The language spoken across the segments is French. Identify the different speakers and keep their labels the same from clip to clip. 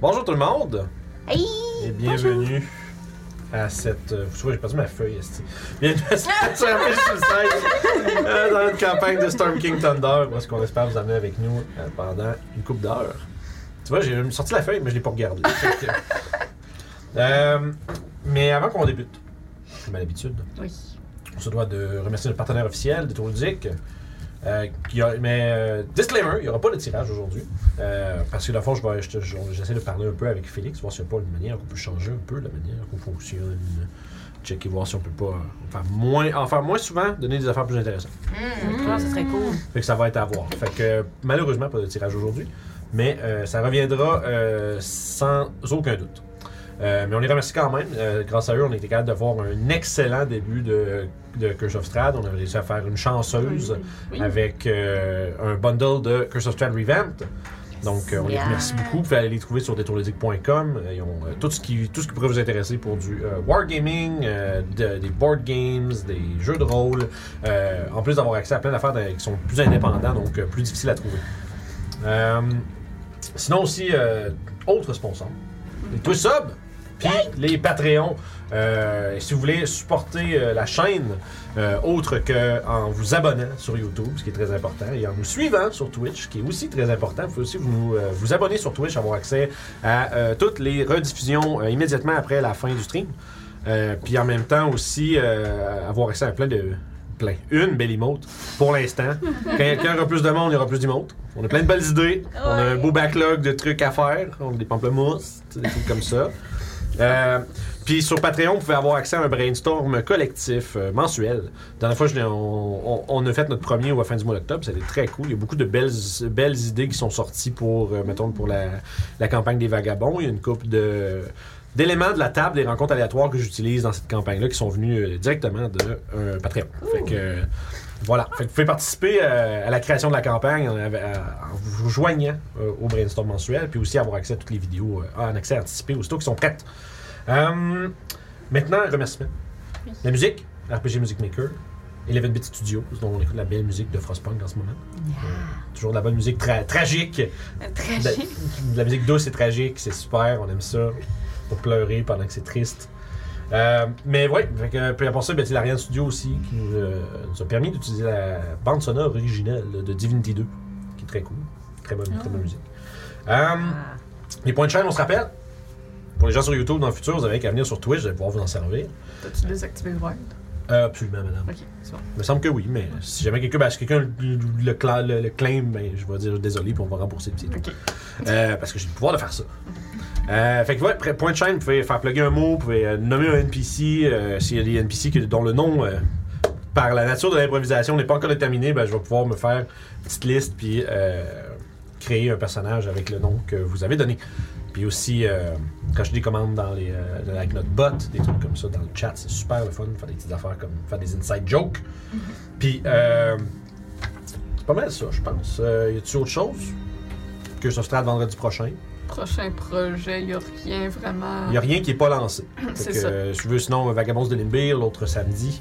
Speaker 1: Bonjour tout le monde
Speaker 2: Hey!
Speaker 1: et bienvenue à cette. euh, Vous trouvez, j'ai perdu ma feuille, esti. Bienvenue à cette service suicide euh, dans notre campagne de Storm King Thunder, où est-ce qu'on espère vous amener avec nous euh, pendant une coupe d'heures. Tu vois, j'ai même sorti la feuille, mais je l'ai pas regardée. Fait que- Euh, mais avant qu'on débute, comme à l'habitude,
Speaker 2: Oui.
Speaker 1: on se doit de remercier notre partenaire officiel de Tourludic. Euh, qui a- mais euh, disclaimer, il n'y aura pas de tirage aujourd'hui. Euh, parce que, dans le fond, je vais- je- je- j'essaie de parler un peu avec Félix, voir s'il n'y a pas une manière qu'on peut changer un peu la manière qu'on fonctionne. Checker, voir si on peut pas en faire moins, en faire moins souvent, donner des affaires plus intéressantes.
Speaker 3: Ah, ça serait cool.
Speaker 1: Fait que ça va être à voir. Fait que, euh, malheureusement, pas de tirage aujourd'hui. Mais euh, ça reviendra euh, sans aucun doute. Euh, mais on les remercie quand même. Euh, grâce à eux, on était capable d'avoir un excellent début de, de Curse of Strahd. On a réussi à faire une chanceuse avec euh, un bundle de Curse of Strahd Revamped. Donc, euh, on les
Speaker 2: Yeah.
Speaker 1: remercie beaucoup. Vous pouvez aller les trouver sur détourledic.com. Ils ont euh, tout, ce qui, tout ce qui pourrait vous intéresser pour du euh, wargaming, euh, de- des board games, des jeux de rôle. Euh, en plus d'avoir accès à plein d'affaires de- qui sont plus indépendants, donc euh, plus difficiles à trouver. Euh, sinon aussi, euh, autre sponsor, les Twisub, puis les Patreons. Euh, et si vous voulez supporter euh, la chaîne, euh, autre que en vous abonnant sur YouTube, ce qui est très important, et en nous suivant sur Twitch, ce qui est aussi très important, vous pouvez aussi vous, nous, euh, vous abonner sur Twitch, avoir accès à euh, toutes les rediffusions euh, immédiatement après la fin du stream. Euh, puis en même temps aussi euh, avoir accès à plein de plein une belle emote pour l'instant quand quand il y aura plus de monde il y aura plus d'emotes on a plein de belles idées on a un beau backlog de trucs à faire on a des pamplemousses des trucs comme ça euh, puis sur Patreon, vous pouvez avoir accès à un brainstorm collectif euh, mensuel. Dans la fois, je l'ai- on, on- on a fait notre premier au fin du mois d'octobre. C'était très cool. Il y a beaucoup de belles, belles idées qui sont sorties pour, euh, mettons, pour la, la campagne des vagabonds. Il y a une couple de d'éléments de la table des rencontres aléatoires que j'utilise dans cette campagne-là qui sont venus euh, directement de euh, Patreon. Fait que euh, voilà. Fait que vous pouvez participer euh, à la création de la campagne en, av- à- en vous joignant euh, au brainstorm mensuel, puis aussi avoir accès à toutes les vidéos euh, en accès anticipé aussitôt qui sont prêtes. Euh, maintenant, remerciements. La musique, RPG Music Maker, 11-bit Studios, dont on écoute la belle musique de Frostpunk en ce moment. Euh, toujours de la bonne musique tra- tragique.
Speaker 2: Ah,
Speaker 1: De, Ben, de la musique douce et tragique, c'est super, on aime ça. Pour pleurer pendant que c'est triste. Euh, mais ouais, fait que, puis après ça, ben, c'est l'Ariane Studio aussi qui nous, euh, nous a permis d'utiliser la bande sonore originelle de Divinity 2, qui est très cool. Très bonne, très bonne musique. Euh,
Speaker 4: Ah,
Speaker 1: les points de chaîne, on se rappelle. Pour les gens sur YouTube dans le futur, vous avez qu'à venir sur Twitch, vous allez pouvoir vous en servir.
Speaker 3: T'as-tu désactivé le Wild?
Speaker 1: Euh, absolument, madame.
Speaker 3: Ok, c'est bon.
Speaker 1: Il me semble que oui, mais si jamais quelqu'un ben, si quelqu'un le, le cla- le- le claim, ben, je vais dire désolé, puis on va rembourser le petit.
Speaker 3: Ok.
Speaker 1: Euh, parce que j'ai le pouvoir de faire ça. Euh, fait que ouais, pr- point de chaîne, vous pouvez faire plugger un mot, vous pouvez euh, nommer un NPC. euh, S'il y a des NPC que- dont le nom, euh, par la nature de l'improvisation, n'est pas encore déterminé, ben, je vais pouvoir me faire une petite liste puis euh, créer un personnage avec le nom que vous avez donné. Puis aussi, euh, quand je des commandes dans les, euh, dans- avec notre bot, des trucs comme ça dans le chat, c'est super le fun, faire des petites affaires comme faire des inside jokes. Puis, euh, c'est pas mal ça, je pense. Euh, y a-tu autre chose? Que ça se traite vendredi prochain.
Speaker 4: Prochain projet, il n'y a rien vraiment.
Speaker 1: Il n'y a rien qui n'est pas lancé. Fait
Speaker 4: C'est
Speaker 1: que,
Speaker 4: ça.
Speaker 1: euh, je veux sinon Vagabonds de Limbir, l'autre samedi.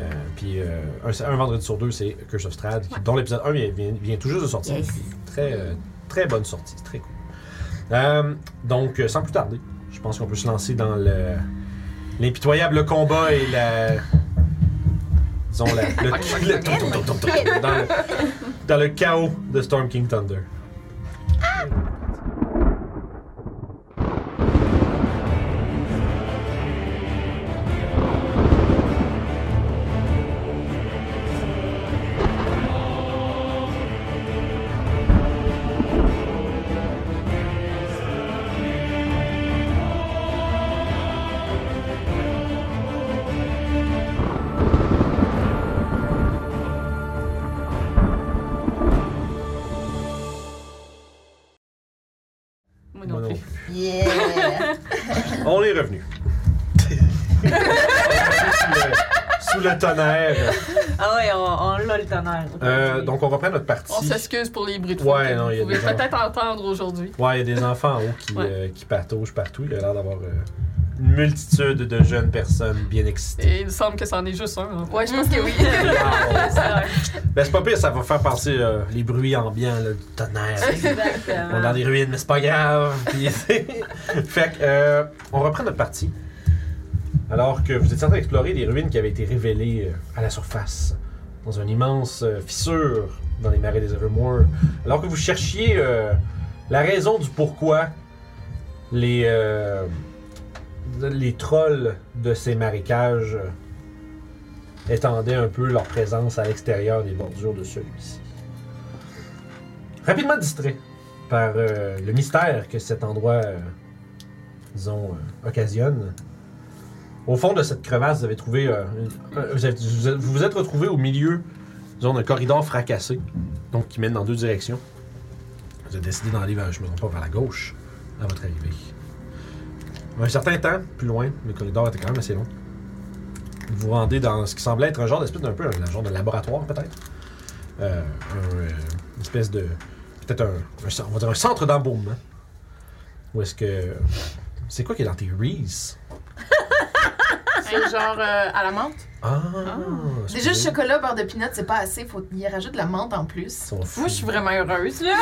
Speaker 1: Euh, puis euh, un, un vendredi sur deux, c'est Curse of Strahd, qui- dont l'épisode 1 vient, vient- vient tout juste de sortir.
Speaker 2: Yes.
Speaker 1: Très, euh, très bonne sortie, c'est très cool. Euh, donc, euh, sans plus tarder, je pense qu'on peut se lancer dans le l'impitoyable combat et la. Disons, la, le, le- dans, le, dans le chaos de Storm King Thunder.
Speaker 4: Moi non
Speaker 1: Moi non
Speaker 4: plus.
Speaker 2: Yeah!
Speaker 1: On est revenu. sous, le, sous le tonnerre.
Speaker 3: Ah ouais, on, on l'a le tonnerre.
Speaker 1: Euh, donc, on reprend notre partie.
Speaker 4: On s'excuse pour les bruits de
Speaker 1: Ouais,
Speaker 4: fond que
Speaker 1: non, il y a
Speaker 4: Vous pouvez
Speaker 1: des gens-
Speaker 4: peut-être entendre aujourd'hui.
Speaker 1: Ouais, il y a des enfants en haut qui,
Speaker 4: Ouais.
Speaker 1: euh, qui patauchent partout. Il a l'air d'avoir euh, une multitude de jeunes personnes bien excitées.
Speaker 4: Et il semble que c'en est juste un. hein.
Speaker 2: Ouais, je pense que oui.
Speaker 1: Wow.
Speaker 3: C'est
Speaker 1: ben, c'est pas pire, ça va faire passer euh, les bruits ambiants là, du tonnerre. On est dans
Speaker 3: Exactement.
Speaker 1: des ruines, mais c'est pas grave. Puis, fait que, euh, on reprend notre partie. Alors que vous étiez en train d'explorer les ruines qui avaient été révélées euh, à la surface, dans une immense euh, fissure dans les marais des Evermore. Alors que vous cherchiez euh, la raison du pourquoi les, euh, les trolls de ces marécages euh, étendaient un peu leur présence à l'extérieur des bordures de celui-ci. Rapidement distrait par euh, le mystère que cet endroit, euh, disons, euh, occasionne. Au fond de cette crevasse, vous avez trouvé, euh, une- euh, vous, avez- vous êtes- vous vous êtes retrouvé au milieu, disons, d'un corridor fracassé, donc qui mène dans deux directions. Vous avez décidé d'en aller, vers, je me trompe pas, vers la gauche à votre arrivée. Un certain temps, plus loin, le corridor était quand même assez long. Vous vous rendez dans ce qui semblait être un genre d'espèce d'un peu, un genre de laboratoire peut-être. Euh, un, euh, une espèce de, peut-être un, un cen- on va dire un centre d'embaumement. Où est-ce que. C'est quoi qui est dans tes Reese?
Speaker 2: C'est genre euh, à la menthe.
Speaker 1: Ah!
Speaker 2: Déjà, le
Speaker 1: excusez.
Speaker 2: chocolat, beurre de peanut, c'est pas assez. Faut y rajouter de la menthe en plus.
Speaker 1: Ils sont fous.
Speaker 4: Moi, je suis vraiment heureuse, là.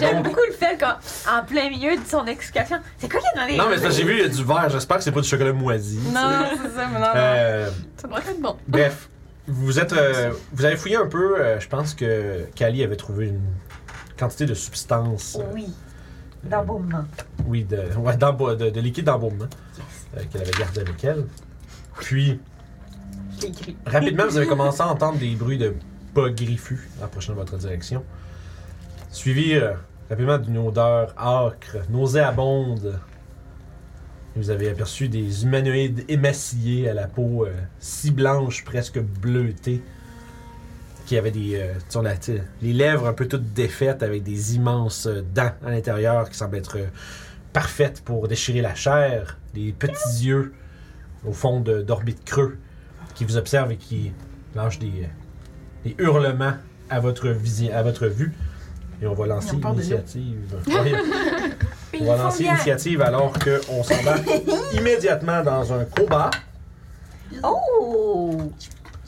Speaker 3: J'aime
Speaker 1: Donc-
Speaker 3: beaucoup le fait qu'en en plein milieu de son explication, c'est quoi qu'il y a dans les.
Speaker 1: Non, mais c'est parce que j'ai vu, il y a du verre. J'espère que c'est pas du chocolat moisi. tu sais.
Speaker 4: Non, c'est ça, mais non, non.
Speaker 1: Euh,
Speaker 4: Ça devrait être bon.
Speaker 1: bref, vous êtes, euh, vous avez fouillé un peu. euh, je pense que Kali avait trouvé une quantité de substances. euh,
Speaker 3: Oui. D'embaumement.
Speaker 1: Oui, de, ouais, d'emba- de, de liquide d'embaumement euh, qu'elle avait gardé avec elle. Puis,
Speaker 3: Je l'ai écrit.
Speaker 1: rapidement, vous avez commencé à entendre des bruits de pas griffus approchant de votre direction. Suivi euh, rapidement d'une odeur âcre, nauséabonde. Et Vous avez aperçu des humanoïdes émaciés à la peau euh, si blanche, presque bleutée, qui avaient des, euh, sur la- tu sais, les lèvres un peu toutes défaites avec des immenses euh, dents à l'intérieur qui semblent être euh, parfaites pour déchirer la chair, des petits yeux au fond de- d'orbite creux qui vous observent et qui lâchent des, euh, des hurlements à votre, visi- à votre vue. Et on va lancer
Speaker 2: Ils ont peur de nous.
Speaker 1: l'initiative. Ouais. On va lancer l'initiative alors qu'on s'embarque immédiatement dans un combat.
Speaker 3: Oh!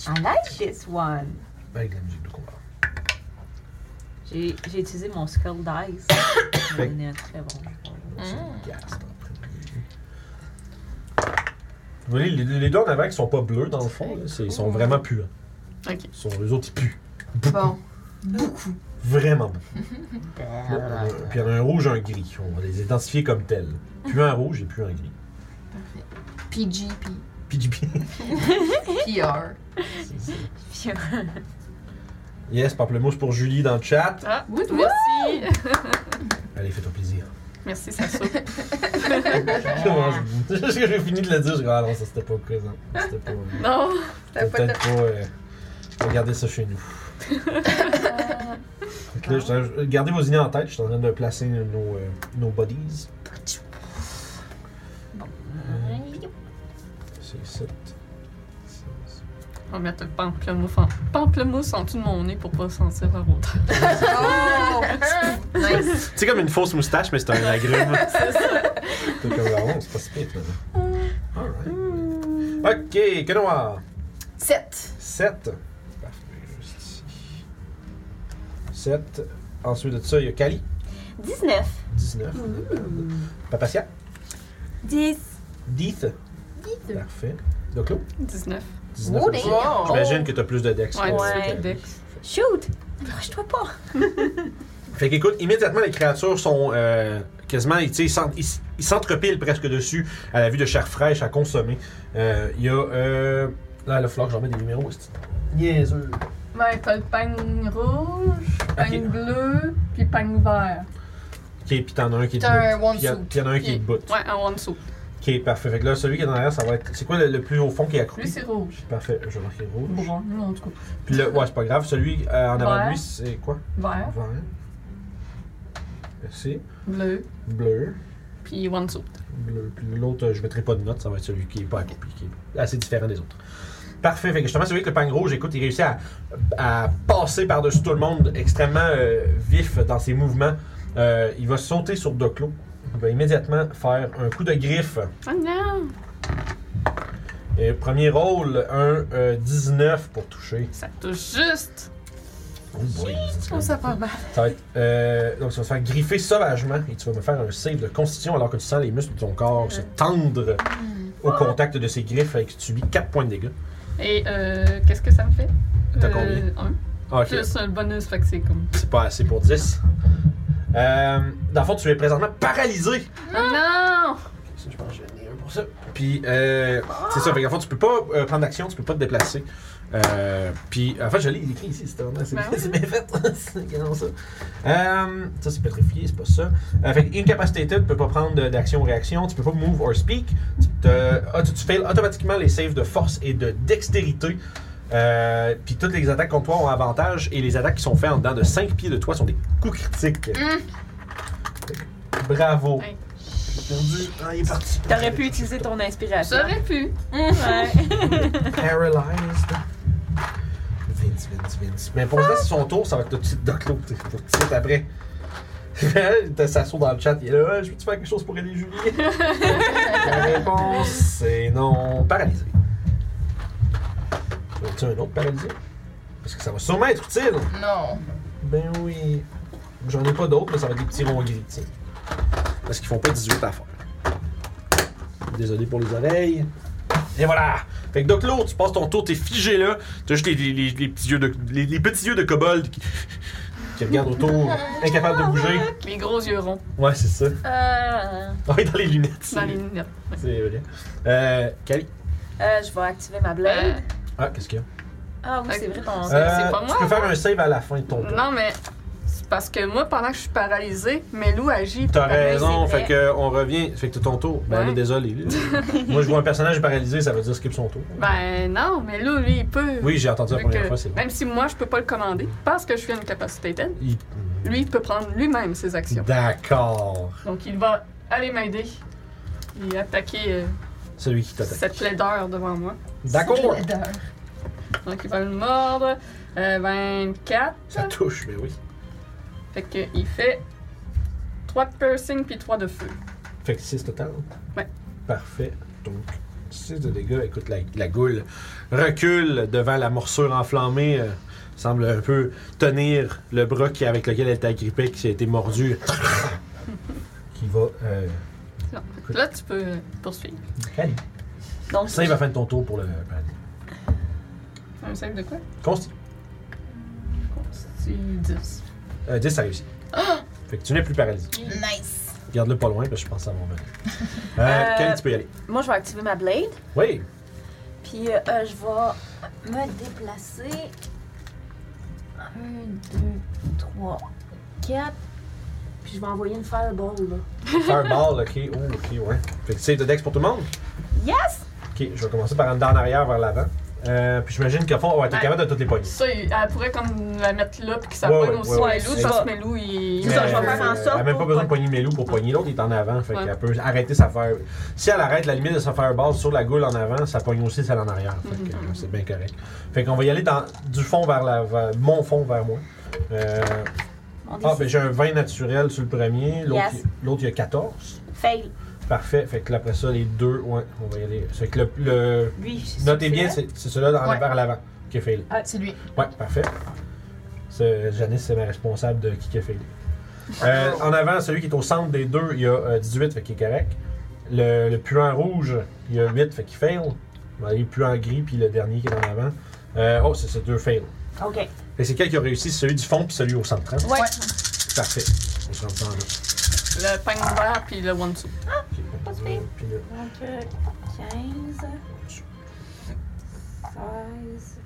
Speaker 3: I like this one.
Speaker 1: Avec de la musique de combat.
Speaker 3: J'ai j'ai utilisé mon Skull Dice. Ça m'a donné un très bon.
Speaker 1: C'est le gaz, c'est en premier. Vous voyez, les, les deux en avant qui sont pas bleus dans le fond, là, c'est- ils sont vraiment puants.
Speaker 4: Ok.
Speaker 1: Ils sont, eux autres, ils puent.
Speaker 2: Bon.
Speaker 1: Vraiment beaucoup. euh, Puis il y en a un rouge, un gris. On va les identifier comme tels. Puis un rouge et puis un gris.
Speaker 2: PG,
Speaker 1: PGP.
Speaker 2: P- PR.
Speaker 1: Yes, pamplemousse pour Julie dans le chat.
Speaker 4: Ah,
Speaker 2: Wout, wout.
Speaker 4: merci.
Speaker 1: Allez, fais-toi plaisir.
Speaker 4: Merci, ça soupe.
Speaker 1: J'ai fini de le dire, je dis, ah non, ça c'était pas présent. C'était pas.
Speaker 4: Non.
Speaker 2: T'as pas
Speaker 1: peut-être pas euh, regarder ça chez nous. Fait que là, je suis en- gardez vos idées en tête, je suis en train de placer nos, euh, nos bodies. C'est ça.
Speaker 4: On va mettre le pamplemousse en, pamplemousse en dessous de mon nez pour pas sentir la odeur.
Speaker 2: Oh! nice.
Speaker 1: C'est comme une fausse moustache, mais c'est un agrume. c'est ça. Ah. C'est comme la honte, c'est pas si pire finalement. Alright. Ok, que noir.
Speaker 2: 7.
Speaker 1: 7. Parfait, juste ici. 7. Ensuite de ça, il y a Kali.
Speaker 3: 19.
Speaker 1: 19. Mm. Papacia.
Speaker 3: 10.
Speaker 1: Deeth. Parfait. Doclo.
Speaker 4: 19.
Speaker 1: 19.
Speaker 2: Oh,
Speaker 1: aussi.
Speaker 2: damn.
Speaker 1: J'imagine que t'as plus de dex.
Speaker 4: Ouais,
Speaker 1: que-
Speaker 3: ouais,
Speaker 1: que-
Speaker 4: dex.
Speaker 3: Shoot! Approche-toi pas!
Speaker 1: Fait qu'écoute, immédiatement, les créatures sont euh, quasiment, tu sais, ils s'en- ils s- ils s'entrepilent presque dessus à la vue de chair fraîche à consommer. Euh, Il y a. Euh, là, le floc, j'en mets des numéros. c'est- Niaiseux.
Speaker 4: Ouais, t'as le pagne rouge, pagne
Speaker 1: Ok.
Speaker 4: bleu, puis pagne vert.
Speaker 1: Ok, puis t'en as un qui est
Speaker 2: T'as un
Speaker 1: debout.
Speaker 2: one
Speaker 1: Puis y a-
Speaker 2: suit.
Speaker 1: puis y en a un qui est
Speaker 4: Ok.
Speaker 1: debout.
Speaker 4: Ouais, en dessous.
Speaker 1: Ok, parfait. Fait que là, celui qui est derrière, ça va être. C'est quoi le, le plus au fond qui est
Speaker 4: Lui,
Speaker 1: accroupi
Speaker 4: c'est rouge.
Speaker 1: Parfait, je vais marquer rouge.
Speaker 4: Bon, non, en tout cas.
Speaker 1: Puis là, ouais, c'est pas grave. Celui euh, en avant de
Speaker 4: Vert.
Speaker 1: lui, c'est quoi
Speaker 4: Vert,
Speaker 1: Vert. Merci.
Speaker 4: bleu,
Speaker 1: Bleu.
Speaker 4: puis one suit.
Speaker 1: Bleu. Puis l'autre, euh, je mettrai pas de note, ça va être celui qui est pas accroupi, qui est assez différent des autres. Parfait. Fait que justement, celui avec le pagne rouge, écoute, il réussit à, à passer par-dessus tout le monde, extrêmement euh, vif dans ses mouvements. Euh, il va sauter sur Doclo, Il va immédiatement faire un coup de griffe.
Speaker 4: Oh non!
Speaker 1: Et premier rôle, un euh, 19 pour toucher.
Speaker 4: Ça touche juste!
Speaker 1: Oh boy.
Speaker 4: Je trouve ça pas mal.
Speaker 1: Ça va être, euh, donc, tu vas te faire griffer sauvagement et tu vas me faire un save de constitution alors que tu sens les muscles de ton corps se tendre au contact de ces griffes et que tu subis 4 points de dégâts.
Speaker 4: Et euh, qu'est-ce que ça me fait?
Speaker 1: T'as
Speaker 4: Euh, un.
Speaker 1: Ah, ok.
Speaker 4: Plus un bonus, fait que c'est comme.
Speaker 1: C'est pas assez pour 10. Euh, dans le fond, tu es présentement paralysé.
Speaker 4: Ah! Non!
Speaker 1: Ça, je pense que j'en ai un pour ça. Puis, euh, c'est ça. Fait qu'en fait, tu peux pas euh, prendre d'action, tu peux pas te déplacer. Euh, puis, en fait, je l'ai écrit ici, c'est vraiment- c'est
Speaker 4: Ben oui.
Speaker 1: c'est bien fait. c'est également ça. Euh, ça, c'est pétrifié, c'est pas ça. Euh, fait que incapacitated, tu peux pas prendre de- d'action ou réaction, tu peux pas move or speak. Tu, te, ah, tu, tu fails automatiquement les saves de force et de dextérité. Euh, puis toutes les attaques contre toi ont avantage et les attaques qui sont faites en dedans de 5 pieds de toi sont des coups critiques. Fait que, Bravo.
Speaker 4: Hey.
Speaker 1: J'ai perdu. Ah, il est parti.
Speaker 3: T'aurais pu utiliser ton inspiration.
Speaker 4: J'aurais pu!
Speaker 3: Ouais.
Speaker 1: Paralyzed. Vince, Vince, Vince. Mais pour le reste, son tour, ça va être tout de suite dans l'autre. Pour tout de suite après. T'as Sasso dans le chat, il est là. Ah, Je peux-tu faire quelque chose pour aider Julie La réponse, c'est non. Paralysé. Tu un autre paralysé Parce que ça va sûrement être utile.
Speaker 2: Non.
Speaker 1: Ben oui. J'en ai pas d'autres, mais ça va être des petits ronds gris, tiens. Parce qu'ils font pas 18 à faire. Désolé pour les oreilles. Et voilà! Fait que Doc Lourd, tu passes ton tour, t'es figé là. T'as juste les, les- les- les petits yeux de, les, les petits yeux de kobold qui, qui regardent autour, incapables de bouger.
Speaker 4: Les gros yeux ronds
Speaker 1: Ouais, c'est ça.
Speaker 3: Euh,
Speaker 1: Ah, oui, dans les lunettes.
Speaker 4: dans les
Speaker 1: c'est-
Speaker 4: lunettes.
Speaker 1: C'est vrai. Euh, Cali.
Speaker 3: euh, je vais activer ma
Speaker 4: Euh,
Speaker 3: blade.
Speaker 1: Ah, qu'est-ce qu'il y a?
Speaker 3: Ah oui, c'est vrai, ton.
Speaker 1: Euh,
Speaker 4: C'est- c'est pas
Speaker 1: Tu
Speaker 4: moi,
Speaker 1: peux faire un save à la fin de ton tour.
Speaker 4: non, mais c'est parce que moi, pendant que je suis paralysée, Melou agit.
Speaker 1: T'as
Speaker 3: Ouais,
Speaker 1: raison,
Speaker 3: c'est
Speaker 1: fait que on revient. Fait que t'as ton tour. Ben
Speaker 4: Ouais.
Speaker 1: là, désolé. là. Moi, je vois un personnage paralysé, ça veut dire skip son tour.
Speaker 4: Ben non, Melou, lui, il peut.
Speaker 1: Oui, j'ai entendu la
Speaker 4: Vu
Speaker 1: première
Speaker 4: que-
Speaker 1: fois, c'est vrai.
Speaker 4: Même si moi, je peux pas le commander, parce que je suis une capacité telle,
Speaker 1: Il-
Speaker 4: ben, lui, il peut prendre lui-même ses actions.
Speaker 1: D'accord.
Speaker 4: Donc, il va aller m'aider et attaquer euh,
Speaker 1: Celui qui t'attaque.
Speaker 4: cette plaideur devant moi.
Speaker 1: D'accord.
Speaker 2: C'est laideur.
Speaker 4: Donc, il va le mordre. Euh, 24.
Speaker 1: Ça touche, mais oui.
Speaker 4: Fait que il fait 3 de piercing puis 3 de feu.
Speaker 1: Fait que 6 total.
Speaker 4: Ouais.
Speaker 1: Parfait. Donc, 6 de dégâts. Écoute, la, la goule recule devant la morsure enflammée. euh, semble un peu tenir le bras qui, avec lequel elle t'a grippé, qui a été mordu. qui va. Euh,
Speaker 4: Non. Fait que Là, tu peux euh, poursuivre.
Speaker 1: aller.
Speaker 3: Donc,
Speaker 1: Save à la fin de ton tour pour le. ben,
Speaker 4: Un save de quoi
Speaker 1: Consti.
Speaker 4: C'est 10.
Speaker 1: Euh, 10, ça réussit. Fait que tu n'es plus paralysé.
Speaker 2: Nice.
Speaker 1: Garde-le pas loin, parce que je pense que ça va revenir. Euh,
Speaker 3: Euh,
Speaker 1: Kelly, tu peux y aller.
Speaker 3: moi, je vais activer ma blade.
Speaker 1: Oui,
Speaker 3: Puis euh, euh, je vais me déplacer. 1, 2, 3, 4. Puis je vais envoyer une fireball. Là.
Speaker 1: Fireball, ok. Oh, ok, ouais. Fait que save de dex pour tout le monde.
Speaker 3: Yes!
Speaker 1: Ok, je vais commencer par en dedans en arrière vers l'avant. Euh, puis j'imagine qu'au fond, ouais, t'es
Speaker 4: Ouais.
Speaker 1: capable de toutes les poignées.
Speaker 4: Ça, il- elle pourrait comme la mettre là puis que ça
Speaker 1: Ouais,
Speaker 4: pogne
Speaker 1: ouais,
Speaker 4: aussi
Speaker 1: ouais,
Speaker 3: ouais.
Speaker 4: Melou,
Speaker 3: C'est
Speaker 4: parce
Speaker 3: ça.
Speaker 4: que Melou, il.
Speaker 3: C'est ça, je vais faire en
Speaker 1: Euh, Elle a
Speaker 3: sorte
Speaker 1: même pas
Speaker 3: pour
Speaker 1: besoin de
Speaker 3: pas-
Speaker 1: poigner Melou pour poigner l'autre, il est en avant. Fait
Speaker 4: Ouais.
Speaker 1: qu'elle peut arrêter sa faire. Si elle arrête la limite de sa fireball sur la goule en avant, ça pogne aussi celle en arrière. Fait que euh, c'est bien correct. Fait qu'on va y aller dans, du fond vers la. vers- mon fond vers moi. Euh,
Speaker 3: Mon
Speaker 1: ah,
Speaker 3: défi.
Speaker 1: ben j'ai un 20 naturel sur le premier. L'autre,
Speaker 3: Yes.
Speaker 1: il- l'autre, il y a 14.
Speaker 3: Fail.
Speaker 1: Parfait. Fait que là, après ça, les deux, ouais, on va y aller. Fait que le. le-
Speaker 3: Lui, c'est
Speaker 1: notez bien,
Speaker 3: celui-là.
Speaker 1: c'est c'est celui-là dans-
Speaker 2: Ouais.
Speaker 1: vers l'avant qui a failli.
Speaker 2: C'est lui.
Speaker 1: Ouais, parfait. Ce, Janice, c'est ma responsable de qui a fait. Euh, en avant, celui qui est au centre des deux, il y a euh, 18, fait qu'il est correct. Le, le puant rouge, il y a 8, fait qu'il fail. On va aller le puant gris, puis le dernier qui est en avant. Euh, oh, c'est ces deux fails.
Speaker 3: Ok.
Speaker 1: Fait que c'est quel qui a réussi, C'est celui du fond, puis celui au centre. hein?
Speaker 3: Ouais.
Speaker 1: Parfait. On se rend dedans, là.
Speaker 4: Le pain vert puis le one two.
Speaker 3: Pas de pire.
Speaker 1: Puis là,
Speaker 3: Donc, euh, 15. 16.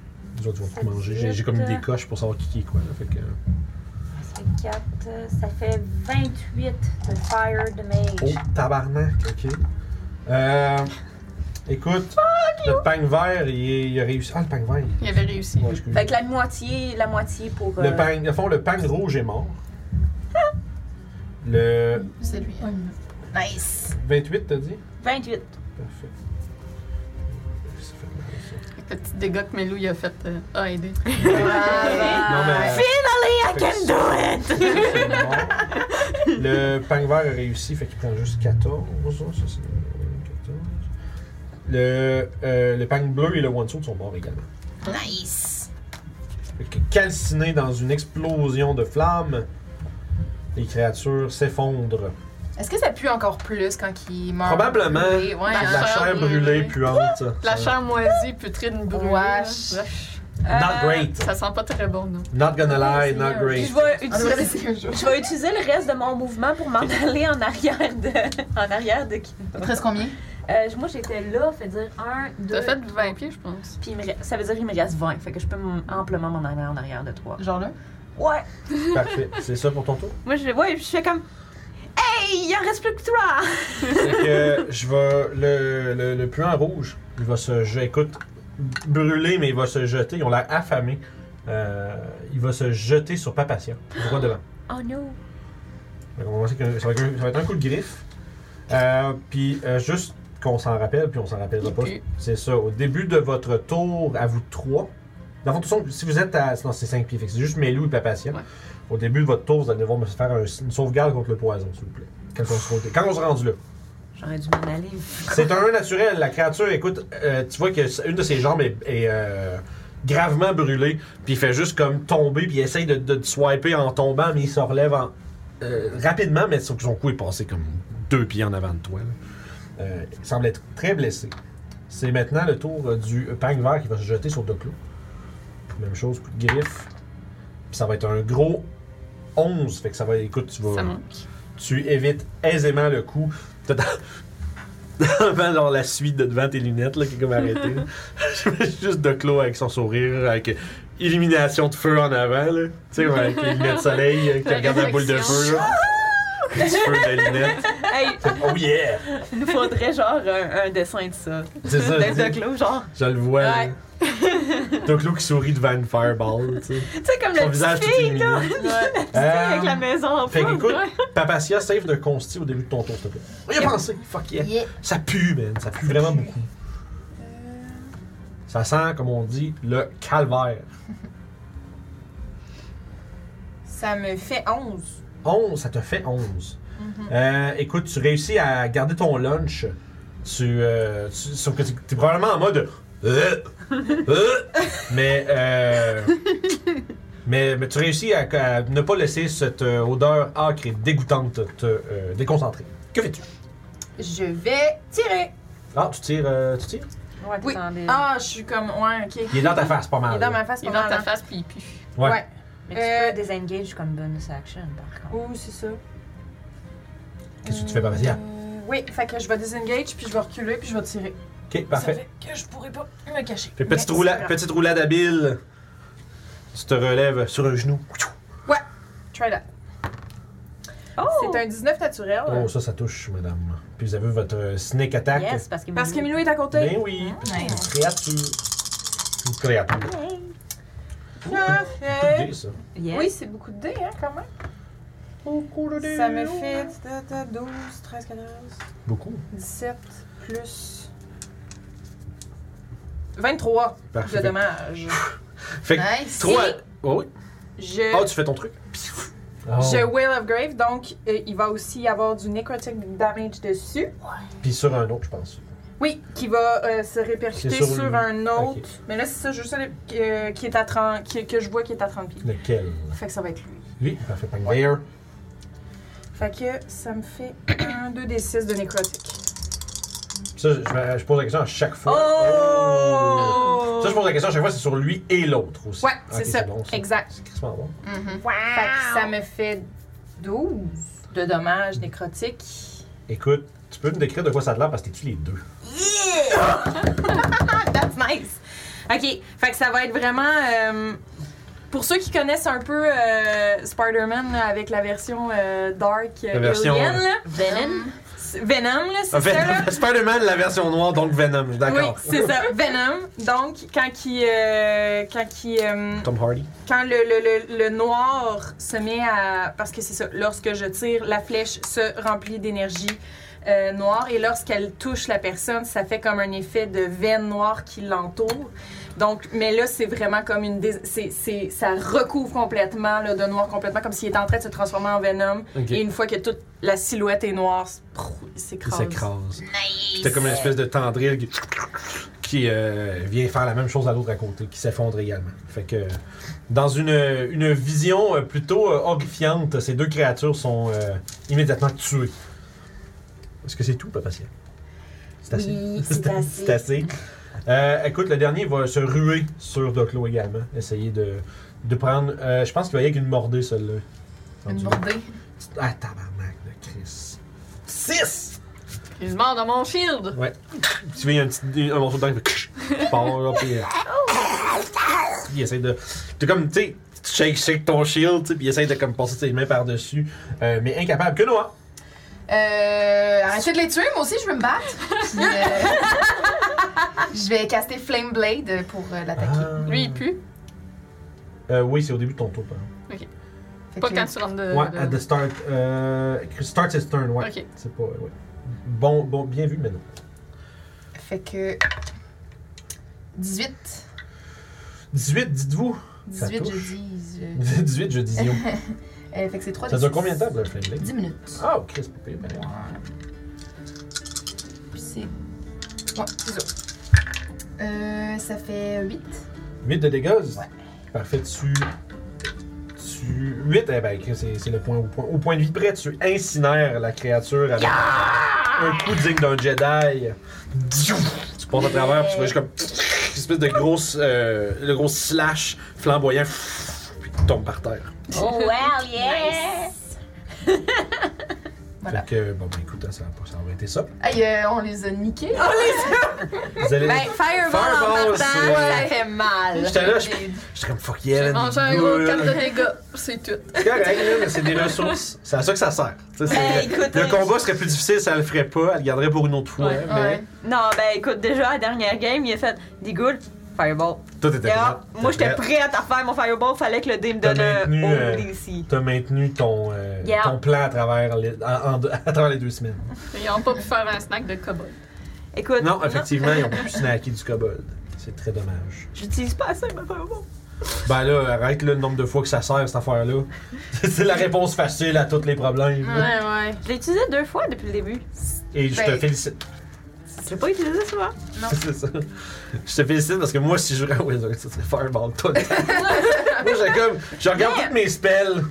Speaker 1: les autres vont tout manger. J'ai j'ai comme des coches pour savoir qui, qui est quoi. Là. Fait que, euh,
Speaker 3: Ça fait 4. Ça fait 28 de fire de
Speaker 1: Oh,
Speaker 3: mage.
Speaker 1: tabarnak, ok. Euh, écoute, le pain vert, il, est- il a réussi. Ah, le pain vert, il
Speaker 4: Il avait réussi.
Speaker 1: Ouais, excuse.
Speaker 3: Fait que la moitié, la moitié pour.
Speaker 1: le
Speaker 3: euh,
Speaker 1: pain, au fond, le pain rouge est mort. Le
Speaker 2: C'est lui. Nice.
Speaker 1: 28, t'as dit
Speaker 3: 28.
Speaker 1: Parfait. Ça fait mal, ça.
Speaker 4: Le petit dégât que Melou, il a fait euh, a aidé.
Speaker 1: Non, mais-
Speaker 3: Ah, Finally, I
Speaker 1: Fait que
Speaker 3: can do it!
Speaker 1: c'est mort. Le pang vert a réussi, fait qu'il prend juste 14. Ça, c'est 14. Le, euh, le pang bleu et le one shot sont morts également.
Speaker 2: Nice!
Speaker 1: Fait que Calcinés dans une explosion de flammes, les créatures s'effondrent.
Speaker 2: Est-ce que ça pue encore plus quand il
Speaker 5: Ah.
Speaker 2: meurt?
Speaker 1: Probablement.
Speaker 2: Oui, ouais,
Speaker 4: La
Speaker 1: La,
Speaker 2: hein.
Speaker 1: chair brûlée, puante.
Speaker 4: La
Speaker 1: Ça-
Speaker 4: chair moisie, putride, brûlée. là.
Speaker 2: Wesh.
Speaker 4: Wesh.
Speaker 1: Not great.
Speaker 4: Ça sent pas très bon, non?
Speaker 1: Not gonna lie,
Speaker 3: Seigneur.
Speaker 1: not
Speaker 3: Puis
Speaker 1: great.
Speaker 3: Euh, Je vais,
Speaker 2: On devrait
Speaker 3: utiliser,
Speaker 2: l'essayer un jour.
Speaker 3: je vais utiliser le reste de mon mouvement pour m'en aller en arrière de. En arrière de Kino.
Speaker 2: Il te reste combien?
Speaker 3: Euh, moi, j'étais là, fait dire 1, 2.
Speaker 4: T'as fait 20 pieds, je pense.
Speaker 3: Puis il me reste- ça veut dire qu'il me reste 20. Fait que je peux m- amplement m'en aller en arrière de 3.
Speaker 2: Genre là?
Speaker 3: Ouais.
Speaker 1: Parfait. C'est ça pour ton tour?
Speaker 3: Moi, je, ouais, je fais comme. Hey, il en reste plus que 3!
Speaker 1: Fait que euh, je vais. Le, le, le puant rouge, il va se. je- Écoute, brûler, mais il va se jeter. Ils ont l'air affamés. Euh, il va se jeter sur Papatia, droit devant.
Speaker 3: Oh no!
Speaker 1: Fait qu'on va voir que- Ça va, être un- ça va être un coup de griffe. Euh, puis euh, juste qu'on s'en rappelle, puis on s'en rappellera
Speaker 4: Il
Speaker 1: pas.
Speaker 4: pue.
Speaker 1: C'est ça. Au début de votre tour, à vous trois. Dans votre façon, si vous êtes à. Non, c'est 5 pieds. Fait que c'est juste Melou et Papatia.
Speaker 4: Ouais.
Speaker 1: Au début de votre tour, vous allez devoir me faire un- une sauvegarde contre le poison, s'il vous plaît. Quand on se, quand on se rendu là.
Speaker 3: J'aurais dû m'en aller.
Speaker 1: C'est un 1 naturel. La créature, écoute, euh, tu vois que s- une de ses jambes est, est, euh, gravement brûlée, puis il fait juste comme tomber, puis il essaye de, de, te swiper en tombant, mais il se relève en- euh, rapidement, mais son, son coup est passé comme deux pieds en avant de toi. là. Euh, il semble être très blessé. C'est maintenant le tour euh, du pang vert qui va se jeter sur Doclo. Même chose, coup de griffe. Puis ça va être un gros 11. Fait que ça va, écoute, tu vas
Speaker 4: Ça manque.
Speaker 1: tu évites aisément le coup. T'as dans- Devant genre, la suite de devant tes lunettes là, qui est comme arrêtée. là. J'imagine juste Doclo avec son sourire, avec euh, illumination de feu en avant. là. Tu sais, comme avec les lunettes de soleil, euh, qui
Speaker 4: La
Speaker 1: regarde la boule de feu. là. Du feu de la lunette.
Speaker 3: Hey,
Speaker 1: Oh yeah!
Speaker 3: il nous faudrait genre un, un dessin de ça.
Speaker 1: C'est ça, je,
Speaker 3: D'être de
Speaker 1: dis.
Speaker 3: clos, genre.
Speaker 1: Je le vois. là.
Speaker 3: Ouais.
Speaker 1: Doclo qui sourit devant une fireball. tu sais.
Speaker 3: Tu sais, comme
Speaker 1: Son
Speaker 3: le
Speaker 1: visage
Speaker 3: petit
Speaker 1: tout
Speaker 3: fille, là.
Speaker 1: illuminé.
Speaker 3: Le petit fille avec
Speaker 1: Euh,
Speaker 3: la maison en
Speaker 1: Fait que,
Speaker 3: feu.
Speaker 1: écoute, Papacia, save de consti au début de ton tour, s'il te plaît. On y a pensé! Fuck yeah!
Speaker 2: Yeah.
Speaker 1: Ça pue, man. Ça pue vraiment beaucoup. Ça sent, comme on dit, le calvaire.
Speaker 5: Ça me fait 11.
Speaker 1: 11, ça te fait 11.
Speaker 5: Mhm.
Speaker 1: Euh, écoute, tu réussis à garder ton lunch. Tu, euh, tu- sauf que tu es probablement en mode. euh, euh, mais, euh, mais, mais tu réussis à, à ne pas laisser cette euh, odeur âcre et dégoûtante te euh, déconcentrer. Que fais-tu?
Speaker 5: Je vais tirer.
Speaker 1: Ah, tu tires, euh, tu tires?
Speaker 3: Ouais,
Speaker 5: Oui.
Speaker 3: t'attendais.
Speaker 5: Ah, je suis comme. Ouais, ok.
Speaker 1: Il est dans ta face, pas
Speaker 5: Il
Speaker 1: mal.
Speaker 5: est dans ma face
Speaker 4: Il est
Speaker 5: pendant
Speaker 4: dans ta
Speaker 5: la-
Speaker 4: face, puis il pue.
Speaker 1: Ouais.
Speaker 5: Ouais.
Speaker 3: Mais
Speaker 5: Euh,
Speaker 3: tu peux désengage comme bonus action, par contre.
Speaker 2: Oh,
Speaker 5: Oui, c'est ça.
Speaker 1: Qu'est-ce que tu fais, Papacia?
Speaker 5: Euh, Oui, fait que je vais disengage, puis je vais reculer, puis je vais tirer.
Speaker 1: Ok, parfait.
Speaker 5: Ça fait que je pourrais pas me cacher.
Speaker 1: Fait petite,
Speaker 5: Mais
Speaker 1: roula-
Speaker 5: c'est pas grave.
Speaker 1: petite roulade habile. Tu te relèves sur un genou.
Speaker 5: Try that.
Speaker 3: Oh!
Speaker 5: C'est un 19 naturel.
Speaker 1: Oh, ça, ça touche, madame. Puis vous avez votre euh, sneak attack.
Speaker 3: Yes, parce que
Speaker 5: Parce que Milou est à côté.
Speaker 1: Ben oui.
Speaker 5: Ah.
Speaker 2: Ouais.
Speaker 1: Une créature. Une créature. Beaucoup de
Speaker 5: Parfait.
Speaker 1: dés, ça.
Speaker 3: Yes.
Speaker 5: Oui, c'est beaucoup de dés, hein, quand même. Ça me fait ta, ta, 12, 13, 14,
Speaker 1: Beaucoup.
Speaker 5: 17, plus 23
Speaker 1: Parfait.
Speaker 5: de dommages.
Speaker 1: Fait que
Speaker 2: Nice.
Speaker 1: trois. Oh, oui.
Speaker 5: Je,
Speaker 1: Ah, tu fais ton truc. Oh.
Speaker 5: je Will of Grave, donc euh, il va aussi y avoir du necrotic damage dessus.
Speaker 1: Puis sur un autre, je pense.
Speaker 5: Oui, qui va euh, se répercuter
Speaker 1: C'est
Speaker 5: sur,
Speaker 1: sur lui.
Speaker 5: un autre.
Speaker 1: Ok.
Speaker 5: Mais là, c'est ça, juste ça euh, qui est à 30, qui- que je vois qui est à 30 pieds.
Speaker 1: Lequel
Speaker 5: Fait que ça va être lui.
Speaker 1: Lui. Parfait. Fait que there.
Speaker 5: Fait que ça me fait 1, 2 des 6 de necrotic.
Speaker 1: Ça, je, je pose la question à chaque fois.
Speaker 5: Oh!
Speaker 1: Ça, je pose la question à chaque fois, c'est sur lui et l'autre aussi.
Speaker 5: Ouais,
Speaker 1: Ok,
Speaker 5: c'est ça.
Speaker 1: bon,
Speaker 5: exact.
Speaker 1: C'est crissement bon.
Speaker 2: Mhm.
Speaker 5: Fait que ça me fait 12 de dommages nécrotiques.
Speaker 1: Écoute, tu peux me décrire de quoi ça te l'air parce que t'es-tu les deux?
Speaker 5: Ah, That's nice! Ok, fait que ça va être vraiment. euh, pour ceux qui connaissent un peu euh, Spider-Man là, avec la version euh, Dark euh,
Speaker 1: La version, Ah,
Speaker 5: Alien, là,
Speaker 3: Venom.
Speaker 5: c'est- Venom, là, c'est ça, là.
Speaker 1: Venom, Spider-Man, la version noire, donc Venom,
Speaker 5: Oui,
Speaker 1: d'accord.
Speaker 5: c'est ça, Venom. Donc, quand, il, euh, quand, il, euh,
Speaker 1: Tom Hardy.
Speaker 5: quand le, le- le- le noir se met à. Parce que c'est ça, lorsque je tire, la flèche se remplit d'énergie euh, noire et lorsqu'elle touche la personne, ça fait comme un effet de veine noire qui l'entoure. Donc, mais là, c'est vraiment comme une. dés- c'est- c'est- ça recouvre complètement, là, de noir complètement, comme s'il était en train de se transformer en Venom.
Speaker 1: Ok.
Speaker 5: Et une fois que toute la silhouette est noire, c'est- prou, il
Speaker 1: Il
Speaker 5: s'écrase.
Speaker 1: s'écrase. Puis t'as comme une espèce de tendrille qui, qui, euh, vient faire la même chose à l'autre à côté, qui s'effondre également. Fait que dans une, une vision euh, plutôt euh, horrifiante, ces deux créatures sont euh, immédiatement tuées. Est-ce que c'est tout, Papatia? C'est assez?
Speaker 3: Oui, c'est assez.
Speaker 1: C'est assez. Euh, écoute, le dernier va se ruer sur Doclo également. Essayer de, de prendre. euh, je pense qu'il va y avoir une mordée, celle-là.
Speaker 2: Une
Speaker 1: Rendu là.
Speaker 2: bordée.
Speaker 1: Ah, tabarnak de Chris. 6!
Speaker 4: Il se mord dans mon shield.
Speaker 1: Tu vois, il y a un, petit, un morceau dedans qui fait part, là, puis. euh, il essaie de. T'es comme, tu sais, tu shake, shake ton shield, tu sais, puis il essaie de comme passer ses mains par-dessus, euh, mais incapable que Noah.
Speaker 2: Euh, arrêtez de les tuer, moi aussi je veux me battre. Puis, euh, je vais caster Flame Blade pour euh, l'attaquer.
Speaker 4: Lui, il pue.
Speaker 1: Ah. Euh, oui, c'est au début de ton tour, par exemple.
Speaker 2: Fait
Speaker 4: Pas
Speaker 2: que-
Speaker 4: quand tu rentres de.
Speaker 1: ouais,
Speaker 4: de-
Speaker 1: at the start. Euh, start his turn, ouais.
Speaker 4: Ok.
Speaker 1: C'est pas. Ouais. Bon, bon, bien vu, mais non.
Speaker 2: Fait que. 18.
Speaker 1: 18, dites-vous. Ça
Speaker 2: 18, je
Speaker 1: touche.
Speaker 2: dis. euh,
Speaker 1: 18, je disais.
Speaker 2: euh, fait que c'est 3
Speaker 1: Ça dure combien de temps, le Flame Blade?
Speaker 2: 10 minutes.
Speaker 1: Ah, oh, Chris, pas pire, ben.
Speaker 2: Puis c'est. Ouais, c'est ça. Euh, ça fait 8.
Speaker 1: 8 de dégâts?
Speaker 2: Ouais.
Speaker 1: Parfait, tu. Tu. 8, eh ben, c'est c'est le point au, point. au point de vie près, tu incinères la créature avec un coup digne d'un Jedi. Diou! Tu passes à travers, puis tu vois juste comme. Une espèce de grosse. euh, le gros slash flamboyant. Puis tu tombes par terre.
Speaker 3: Oh, wow, yes!
Speaker 2: Voilà.
Speaker 1: Fait que, bon, ben, écoute, ça, va- ça aurait été ça.
Speaker 2: Aïe, euh, on les a niqués.
Speaker 1: Ah, Vous allez.
Speaker 5: Ben, Fireball, en
Speaker 1: Fireball,
Speaker 5: partant,
Speaker 1: c'est-
Speaker 5: ça fait mal.
Speaker 1: J'étais là, je-
Speaker 2: Des-
Speaker 1: j'étais comme fuck
Speaker 4: J'ai
Speaker 1: yeah, man,
Speaker 4: mangé un
Speaker 1: go,
Speaker 4: gros
Speaker 1: là.
Speaker 4: 4 de dégâts. C'est tout.
Speaker 1: C'est correct, là, mais c'est des ressources. C'est à ça que ça sert. Tu sais, c'est-
Speaker 5: Ben, écoute,
Speaker 1: le
Speaker 5: hein,
Speaker 1: combat serait plus difficile, ça le ferait pas, elle le garderait pour une autre fois.
Speaker 4: Ouais,
Speaker 1: mais
Speaker 2: ouais.
Speaker 5: Non, ben écoute, déjà, la dernière game, il a fait des good, Fireball.
Speaker 1: toi, t'étais
Speaker 5: Ah,
Speaker 1: prête.
Speaker 5: moi,
Speaker 1: T'étais
Speaker 5: j'étais
Speaker 1: prête.
Speaker 5: prête à faire mon fireball. Fallait que le dé me
Speaker 1: T'as
Speaker 5: donne un
Speaker 1: maintenu, euh,
Speaker 5: haut d'ici.
Speaker 1: T'as maintenu ton, euh,
Speaker 5: Yeah.
Speaker 1: ton plan à travers, les, en- en- à travers les deux semaines.
Speaker 4: Ils n'ont pas pu faire un snack de kobold.
Speaker 5: Écoute,
Speaker 1: Non, effectivement, ils ont pu snacker du kobold. C'est très dommage.
Speaker 5: j'utilise pas assez mon fireball.
Speaker 1: Ben là, arrête là, le nombre de fois que ça sert, cette affaire-là. c'est la réponse facile à tous les problèmes.
Speaker 4: ouais.
Speaker 5: Je l'ai utilisé deux fois depuis le début.
Speaker 1: Et je te
Speaker 2: Ben,
Speaker 1: félicite.
Speaker 5: Je l'ai pas utilisé souvent.
Speaker 2: Non.
Speaker 1: C'est ça. Je te félicite parce que moi, si je jouais à Wizard, ça serait Fireball tout le temps. moi, j'ai comme. Je regarde toutes mes spells.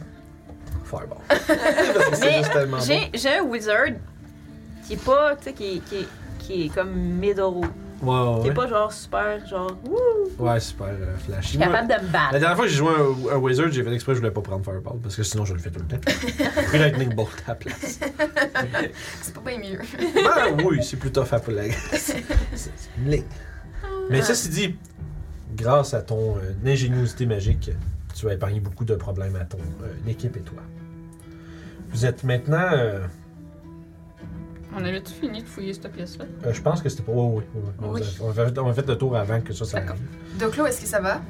Speaker 1: Fireball. parce que c'est
Speaker 5: Mais
Speaker 1: juste tellement bon.
Speaker 5: j'ai, j'ai un wizard qui est pas, tu sais, qui, est- qui, est- qui est comme middle.
Speaker 1: Ouais,
Speaker 5: Qui
Speaker 1: ouais,
Speaker 5: est pas genre super, genre, wouh,
Speaker 1: ouais. Ouais, super euh, flashy.
Speaker 5: je suis
Speaker 1: Moi,
Speaker 5: capable de
Speaker 1: la
Speaker 5: me battre.
Speaker 1: dernière fois que j'ai joué à un, un Wizard, j'ai fait exprès, je voulais pas prendre Fireball parce que sinon, je le fais tout le temps. J'ai pris Lightning Bolt à la place.
Speaker 2: C'est pas bien mieux.
Speaker 1: Ben oui, c'est plus tough à pour la c'est c'est une ligne. Mais ceci dit, grâce à ton euh, ingéniosité magique, tu as épargné beaucoup de problèmes à ton euh, équipe et toi. Vous êtes maintenant. euh,
Speaker 4: On avait-tu fini de fouiller cette pièce-là?
Speaker 1: euh, je pense que c'était pas. Oui, oh oui, oui. On,
Speaker 4: Oui.
Speaker 1: a- on a fait, on a fait le tour avant que ça, ça
Speaker 4: D'accord.
Speaker 1: arrive.
Speaker 2: Doclo, est-ce que ça va?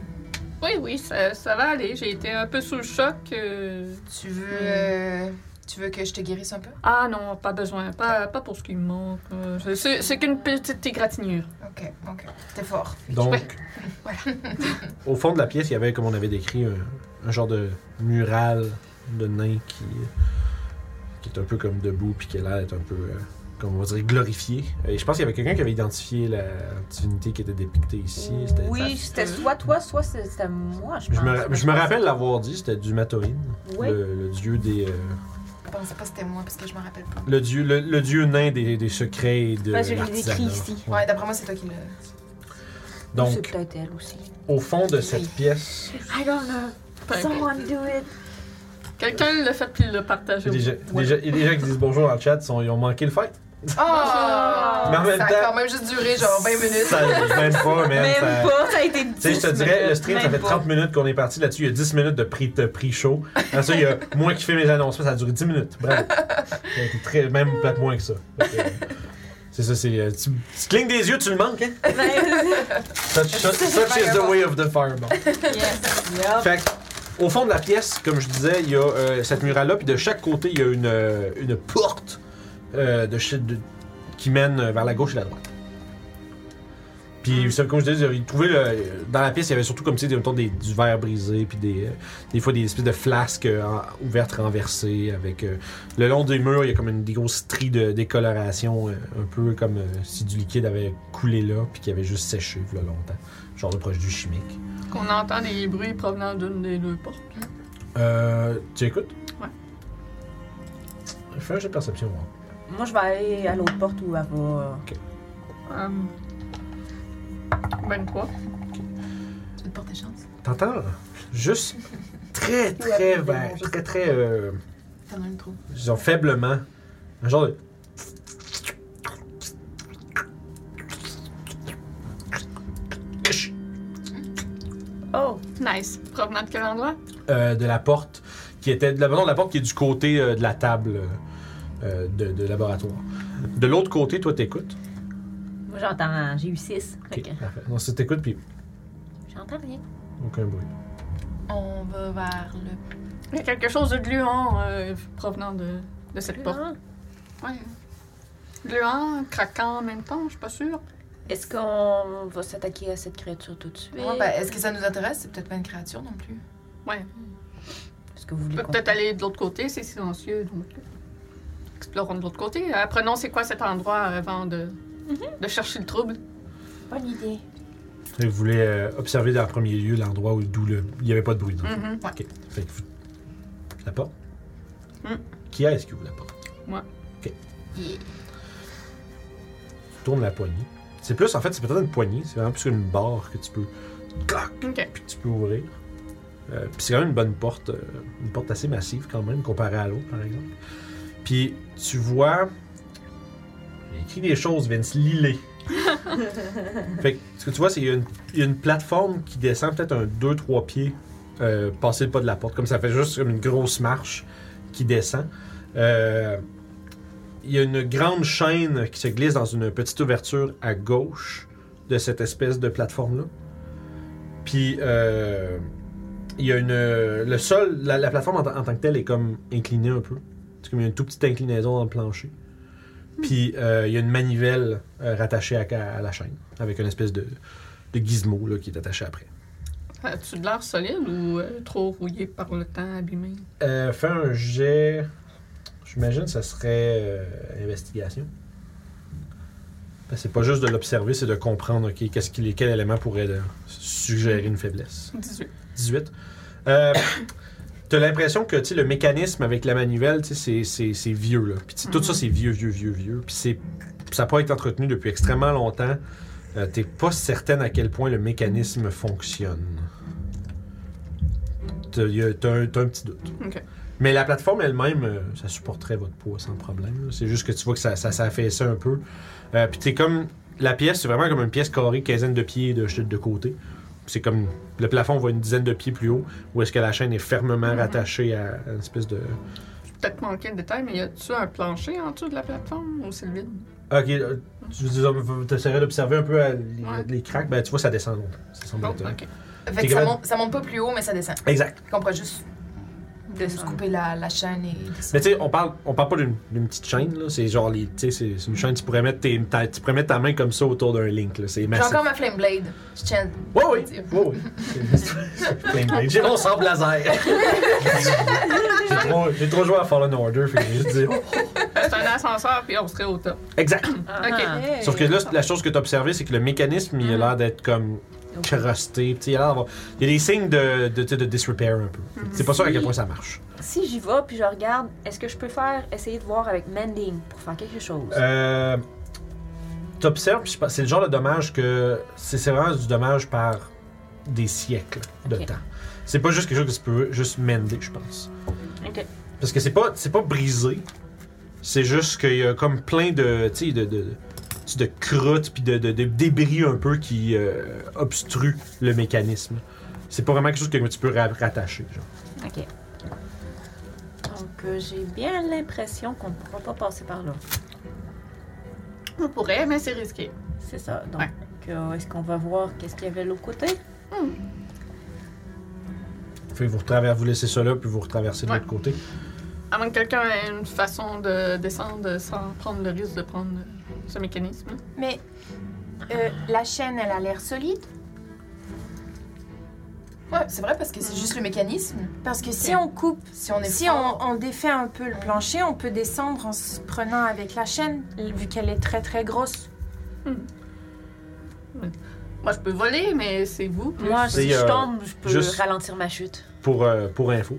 Speaker 4: Oui, oui, ça, ça va aller. J'ai été un peu sous le choc. euh.
Speaker 2: Tu veux. euh, tu veux que je te guérisse un peu?
Speaker 4: Ah non, pas besoin. Pas, pas pour ce qui me manque. euh. C'est- C'est c'est qu'une petite égratignure.
Speaker 2: Ok, ok. T'es fort.
Speaker 1: Donc, au fond de la pièce, il y avait, comme on avait décrit, un, un genre de mural de nain qui, qui est un peu comme debout, puis qui a l'air d'être un peu, euh, comme on va dire, glorifié. Et je pense qu'il y avait quelqu'un qui avait identifié la divinité qui était dépictée ici. C'était-
Speaker 5: Oui,
Speaker 1: ça-
Speaker 5: c'était soit toi, soit c'est- c'était moi, je pense.
Speaker 1: je me, ra- je me rappelle l'avoir dit, c'était du Matorin,
Speaker 5: Oui.
Speaker 1: le, le dieu des, euh,
Speaker 2: Je pensais pas que c'était moi parce que je me rappelle pas.
Speaker 1: le dieu, le, le dieu nain des, des secrets et de
Speaker 5: Parce que je l'ai
Speaker 1: l'artisanat.
Speaker 5: décrit ici.
Speaker 2: Ouais, d'après moi, c'est toi qui l'as.
Speaker 5: C'est
Speaker 1: Donc,
Speaker 5: peut-être elle aussi.
Speaker 1: au fond de cette pièce,
Speaker 5: I don't know.
Speaker 4: Peu importe.
Speaker 5: Someone do it.
Speaker 4: Quelqu'un l'a fait puis il l'a
Speaker 1: il y
Speaker 4: partagé.
Speaker 1: a des gens-
Speaker 4: Ouais.
Speaker 1: des gens- il y a des gens qui disent bonjour dans le chat, ils sont- ils ont manqué le fight.
Speaker 4: Ah!
Speaker 2: Oh!
Speaker 1: Mais en même
Speaker 2: ça
Speaker 1: temps-
Speaker 2: a quand même juste duré genre 20 minutes.
Speaker 1: Ça, même pas, man.
Speaker 5: Même
Speaker 1: ça-
Speaker 5: pas, ça a été
Speaker 1: Tu sais, je te dirais, le stream, ça fait 30 minutes qu'on est parti là-dessus. Il y a 10 minutes de prix de pré-show. Après ça, il y a moi qui fais mes annonces. Ça a duré 10 minutes. Bravo. Ça a été très, même peut-être moins que ça. Fait que, euh, C'est ça, c'est. euh, Tu, tu clignes des yeux, tu le manques, hein?
Speaker 2: Ben,
Speaker 1: Such, such- such is the way of the fireball. Fait que, au fond de la pièce, comme je disais, il y a euh, cette murale-là, puis de chaque côté, il y a une, euh, une euh, porte euh, de, chez- de- qui mène vers la gauche et la droite. Puis, ça, comme je disais, ils trouvaient le- dans la pièce, il y avait surtout comme tu sais, des, mettons, des- du verre brisé, puis des, euh, des fois des espèces de flasques euh, en- ouvertes renversées. Avec, euh, le long des murs, il y a comme une, des grosses stries de décoloration, euh, un peu comme euh, si du liquide avait coulé là, puis qu'il avait juste séché là, longtemps. Genre de produit chimique.
Speaker 4: Qu'on entend des bruits provenant d'une des deux portes.
Speaker 1: Euh, tu écoutes
Speaker 4: Ouais.
Speaker 1: Fais un jeu de perception, moi.
Speaker 3: Moi, je vais aller à l'autre porte où elle va.
Speaker 4: Euh, ben 23.
Speaker 2: Tu veux te porter chance?
Speaker 1: T'entends? Juste très, très vert, très, très. euh,
Speaker 2: T'en as une trop.
Speaker 1: disons, faiblement. Un genre de.
Speaker 3: Oh!
Speaker 4: Nice. Provenant de quel endroit?
Speaker 1: Euh, de la porte qui était. De la, non, de la porte qui est du côté euh, de la table euh, de, de laboratoire. De l'autre côté, toi, t'écoutes.
Speaker 3: Moi, j'entends. J'ai eu 6.
Speaker 1: Ok, parfait. Non, si t'écoutes, puis
Speaker 3: J'entends rien.
Speaker 1: aucun bruit.
Speaker 2: On va vers le.
Speaker 4: Il y a quelque chose de gluant euh, provenant de, de cette porte.
Speaker 3: Ah.
Speaker 4: Ouais. Gluant, craquant en même temps, je suis pas sûre.
Speaker 3: Est-ce qu'on va s'attaquer à cette créature tout de suite?
Speaker 2: Ouais, ben, Est-ce que ça nous intéresse? C'est peut-être pas une créature non plus.
Speaker 3: Est-ce que vous voulez
Speaker 4: On peut
Speaker 3: qu'on-
Speaker 4: peut-être aller de l'autre côté, c'est silencieux, donc euh, explorons de l'autre côté. Apprenons c'est quoi cet endroit avant de, de chercher le trouble.
Speaker 3: Bonne idée.
Speaker 1: Fait que Vous voulez euh, observer dans le premier lieu l'endroit où d'où le- il n'y avait pas de bruit. dans le fond.
Speaker 4: Mhm.
Speaker 1: Ok. Fait que vous... La porte.
Speaker 4: Mm.
Speaker 1: Qui est-ce qui ouvre la porte?
Speaker 4: Moi.
Speaker 1: Ok. Tu tournes la poignée. C'est plus, en fait, c'est peut-être une poignée. C'est vraiment plus une barre que tu peux. Clac!
Speaker 4: Ok.
Speaker 1: Puis que tu peux ouvrir. Euh, puis c'est quand même une bonne porte. euh, une porte assez massive quand même, comparée à l'autre, par exemple. Puis tu vois. J'ai écrit des choses, Vince, l'îlée. fait que ce que tu vois, c'est qu'il y a une il y a une plateforme qui descend peut-être un 2-3 pieds euh, passer le pas de la porte. Comme ça fait juste comme une grosse marche qui descend. Euh, Il y a une grande chaîne qui se glisse dans une petite ouverture à gauche de cette espèce de plateforme-là. Puis euh, il y a une. Le sol, la, la plateforme en, tant- en tant que telle est comme inclinée un peu. C'est comme il y a une toute petite inclinaison dans le plancher. Puis euh, il y a une manivelle euh, rattachée à, à la chaîne avec une espèce de, de gizmo là, qui est attaché après.
Speaker 4: As-tu de l'air solide ou euh, trop rouillé par le temps, abîmé?
Speaker 1: Euh, fais un jet. J'imagine que ça serait euh, investigation. Ben, c'est pas juste de l'observer, c'est de comprendre ok, qu'est-ce qu'il est, quel élément pourrait euh, suggérer une faiblesse.
Speaker 4: 18.
Speaker 1: 18. Euh, T'as l'impression que tu sais, le mécanisme avec la manivelle, tu sais, c'est- c'est c'est vieux. Là. Puis, tu sais, Tout ça, c'est vieux, vieux, vieux, vieux. Puis c'est- ça n'a pas été entretenu depuis extrêmement longtemps. Euh, T'es pas certaine à quel point le mécanisme fonctionne. T'as y a- t'as un, t'as un petit doute.
Speaker 4: Ok.
Speaker 1: Mais la plateforme elle-même, euh, ça supporterait votre poids sans problème. là. C'est juste que tu vois que ça, ça s'affaissait un peu. Euh, Puis t'es comme. La pièce, c'est vraiment comme une pièce carrée, quinzaine de pieds de, de côté. C'est comme le plafond va une dizaine de pieds plus haut, où est-ce que la chaîne est fermement
Speaker 4: Mhm.
Speaker 1: rattachée à une espèce de.
Speaker 4: J'ai peut-être manqué de détail, mais y a-tu un plancher en dessous de la plateforme ou c'est le vide?
Speaker 1: Ok, euh, tu essaierais d'observer un peu euh, les,
Speaker 4: Ouais.
Speaker 1: les cracks, ben tu vois, ça descend donc. Ça semble
Speaker 4: Bon,
Speaker 1: être, euh,
Speaker 4: ok.
Speaker 2: Fait
Speaker 1: T'es
Speaker 2: que ça,
Speaker 1: capable-
Speaker 2: monte, ça monte pas plus haut, mais ça descend.
Speaker 1: Exact.
Speaker 2: Fait qu'on pourrait juste de se
Speaker 4: Descendre.
Speaker 2: couper la, la chaîne et descendre.
Speaker 1: Mais tu sais, on parle, on parle pas d'une d'une petite chaîne, là. C'est genre, les- tu sais, c'est c'est une chaîne, tu pourrais, mettre tes- ta, tu pourrais mettre ta main comme ça autour d'un link, là. Ben, C'est
Speaker 2: J'ai
Speaker 1: massif.
Speaker 2: encore ma flame blade. Je tiens.
Speaker 1: Ouais, oui, oui, oui. C'est plein de blagues. J'ai mon sable laser. j'ai, trop, j'ai trop joué à Fallen Order, fait que j'ai juste dit. oh.
Speaker 4: C'est un ascenseur, puis on serait au top.
Speaker 1: Exact.
Speaker 4: Ok.
Speaker 3: Ah.
Speaker 1: Sauf que là, la chose que tu as observée, c'est que le mécanisme, il a l'air d'être comme crusté. tu sais, Il, a l'air d'avoir- il y a des signes de, de, tu sais, de disrepair un peu. C'est pas sûr à quel point ça marche.
Speaker 3: Si j'y vais puis je regarde, est-ce que je peux faire essayer de voir avec Mending pour faire quelque chose?
Speaker 1: Euh, T'observes, puis je pense- c'est le genre de dommage que. C'est c'est vraiment du dommage par des siècles de
Speaker 3: Ok.
Speaker 1: temps. C'est pas juste quelque chose que tu peux juste mender, je pense.
Speaker 3: Ok.
Speaker 1: Parce que c'est pas, c'est pas brisé. C'est juste qu'il y a comme plein de. Tu sais, de. de tu sais, de croûtes puis de, de- de débris un peu qui euh, obstruent le mécanisme. C'est pas vraiment quelque chose que tu peux ra- rattacher. Genre.
Speaker 3: Ok. Donc, euh, j'ai bien l'impression qu'on ne pourra pas passer par là.
Speaker 4: On pourrait, mais c'est risqué.
Speaker 3: C'est ça. Donc,
Speaker 4: Ouais.
Speaker 3: euh, est-ce qu'on va voir qu'est-ce qu'il y avait de l'autre côté?
Speaker 1: Fait que vous, retraver- vous laissez ça là, puis vous retraversez de
Speaker 4: Ouais.
Speaker 1: l'autre côté.
Speaker 4: Avant que quelqu'un ait une façon de descendre sans prendre le risque de prendre ce mécanisme.
Speaker 2: Mais
Speaker 3: Euh, la chaîne, elle a l'air solide.
Speaker 2: Ouais, c'est vrai parce que c'est juste le mécanisme.
Speaker 3: Parce que si
Speaker 2: Ok.
Speaker 3: on coupe,
Speaker 2: Si on est
Speaker 3: si
Speaker 2: fort,
Speaker 3: on, on défait un peu le plancher, on peut descendre en se prenant avec la chaîne, vu qu'elle est très très grosse.
Speaker 4: Moi, je peux voler, mais c'est vous. plus.
Speaker 6: Moi,
Speaker 1: C'est,
Speaker 6: si je
Speaker 1: euh,
Speaker 6: tombe, je peux
Speaker 1: juste-
Speaker 6: ralentir ma chute.
Speaker 1: Pour, euh, pour info,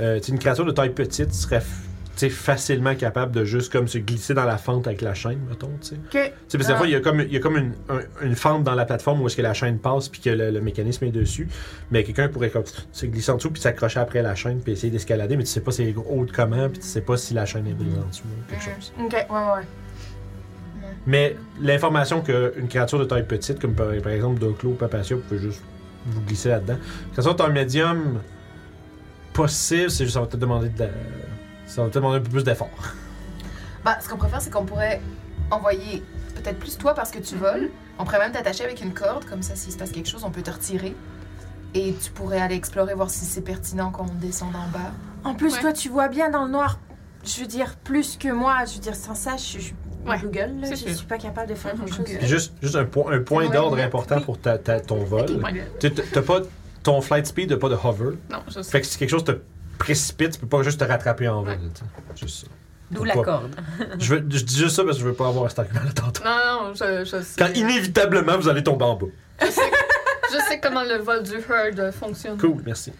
Speaker 1: euh, t'sais, une créature de taille petite serait f- t'sais, facilement capable de juste comme se glisser dans la fente avec la chaîne, mettons. T'sais.
Speaker 3: Ok.
Speaker 1: T'sais, parce que des fois, il y a comme, il y a comme une, un- une fente dans la plateforme où est-ce que la chaîne passe puis que le, le mécanisme est dessus. Mais quelqu'un pourrait comme se glisser en dessous puis s'accrocher après la chaîne puis essayer d'escalader, mais tu sais pas c'est haut de comment puis tu sais pas si la chaîne est brisée en dessous ou quelque chose.
Speaker 3: Ok, ouais, ouais.
Speaker 1: Mais l'information qu'une créature de taille petite, comme par, par exemple Doclo ou Papatia, vous pouvez juste vous glisser là-dedans. Quand ça va être un médium possible, c'est juste ça va te demander de la- ça va te demander un peu plus d'effort.
Speaker 2: Bah, ce qu'on pourrait faire, c'est qu'on pourrait envoyer peut-être plus toi parce que tu
Speaker 3: Mhm.
Speaker 2: voles. On pourrait même t'attacher avec une corde, comme ça, s'il se passe quelque chose, on peut te retirer. Et tu pourrais aller explorer, voir si c'est pertinent qu'on descende en bas.
Speaker 3: En plus,
Speaker 4: Ouais.
Speaker 3: toi, tu vois bien dans le noir. Je veux dire, plus que moi. Je veux dire, sans ça, je, je
Speaker 4: Ouais,
Speaker 3: Google, là,
Speaker 4: c'est
Speaker 3: je
Speaker 4: sûr.
Speaker 3: suis pas capable de faire
Speaker 4: Mhm,
Speaker 3: quelque chose.
Speaker 2: Google.
Speaker 1: Puis juste, juste un, point- un point
Speaker 2: Ouais,
Speaker 1: d'ordre
Speaker 2: ouais,
Speaker 1: important
Speaker 2: oui.
Speaker 1: pour ta, ta- ton vol.
Speaker 4: Ouais.
Speaker 1: Tu- tu- T'as pas ton flight speed, t'as pas de hover.
Speaker 4: Non, je sais.
Speaker 1: Fait que si quelque chose te précipite, tu peux pas juste te rattraper en vol.
Speaker 4: Ouais.
Speaker 1: tu sais. Juste ça.
Speaker 6: D'où la
Speaker 1: Pourquoi?
Speaker 6: corde.
Speaker 1: Je, veux- je dis juste ça parce que je veux pas avoir cet argument-là tantôt.
Speaker 4: Non, non, je, je sais.
Speaker 1: Quand inévitablement vous allez tomber en bas.
Speaker 4: Je sais comment le vol du herd euh, fonctionne.
Speaker 1: Cool, merci.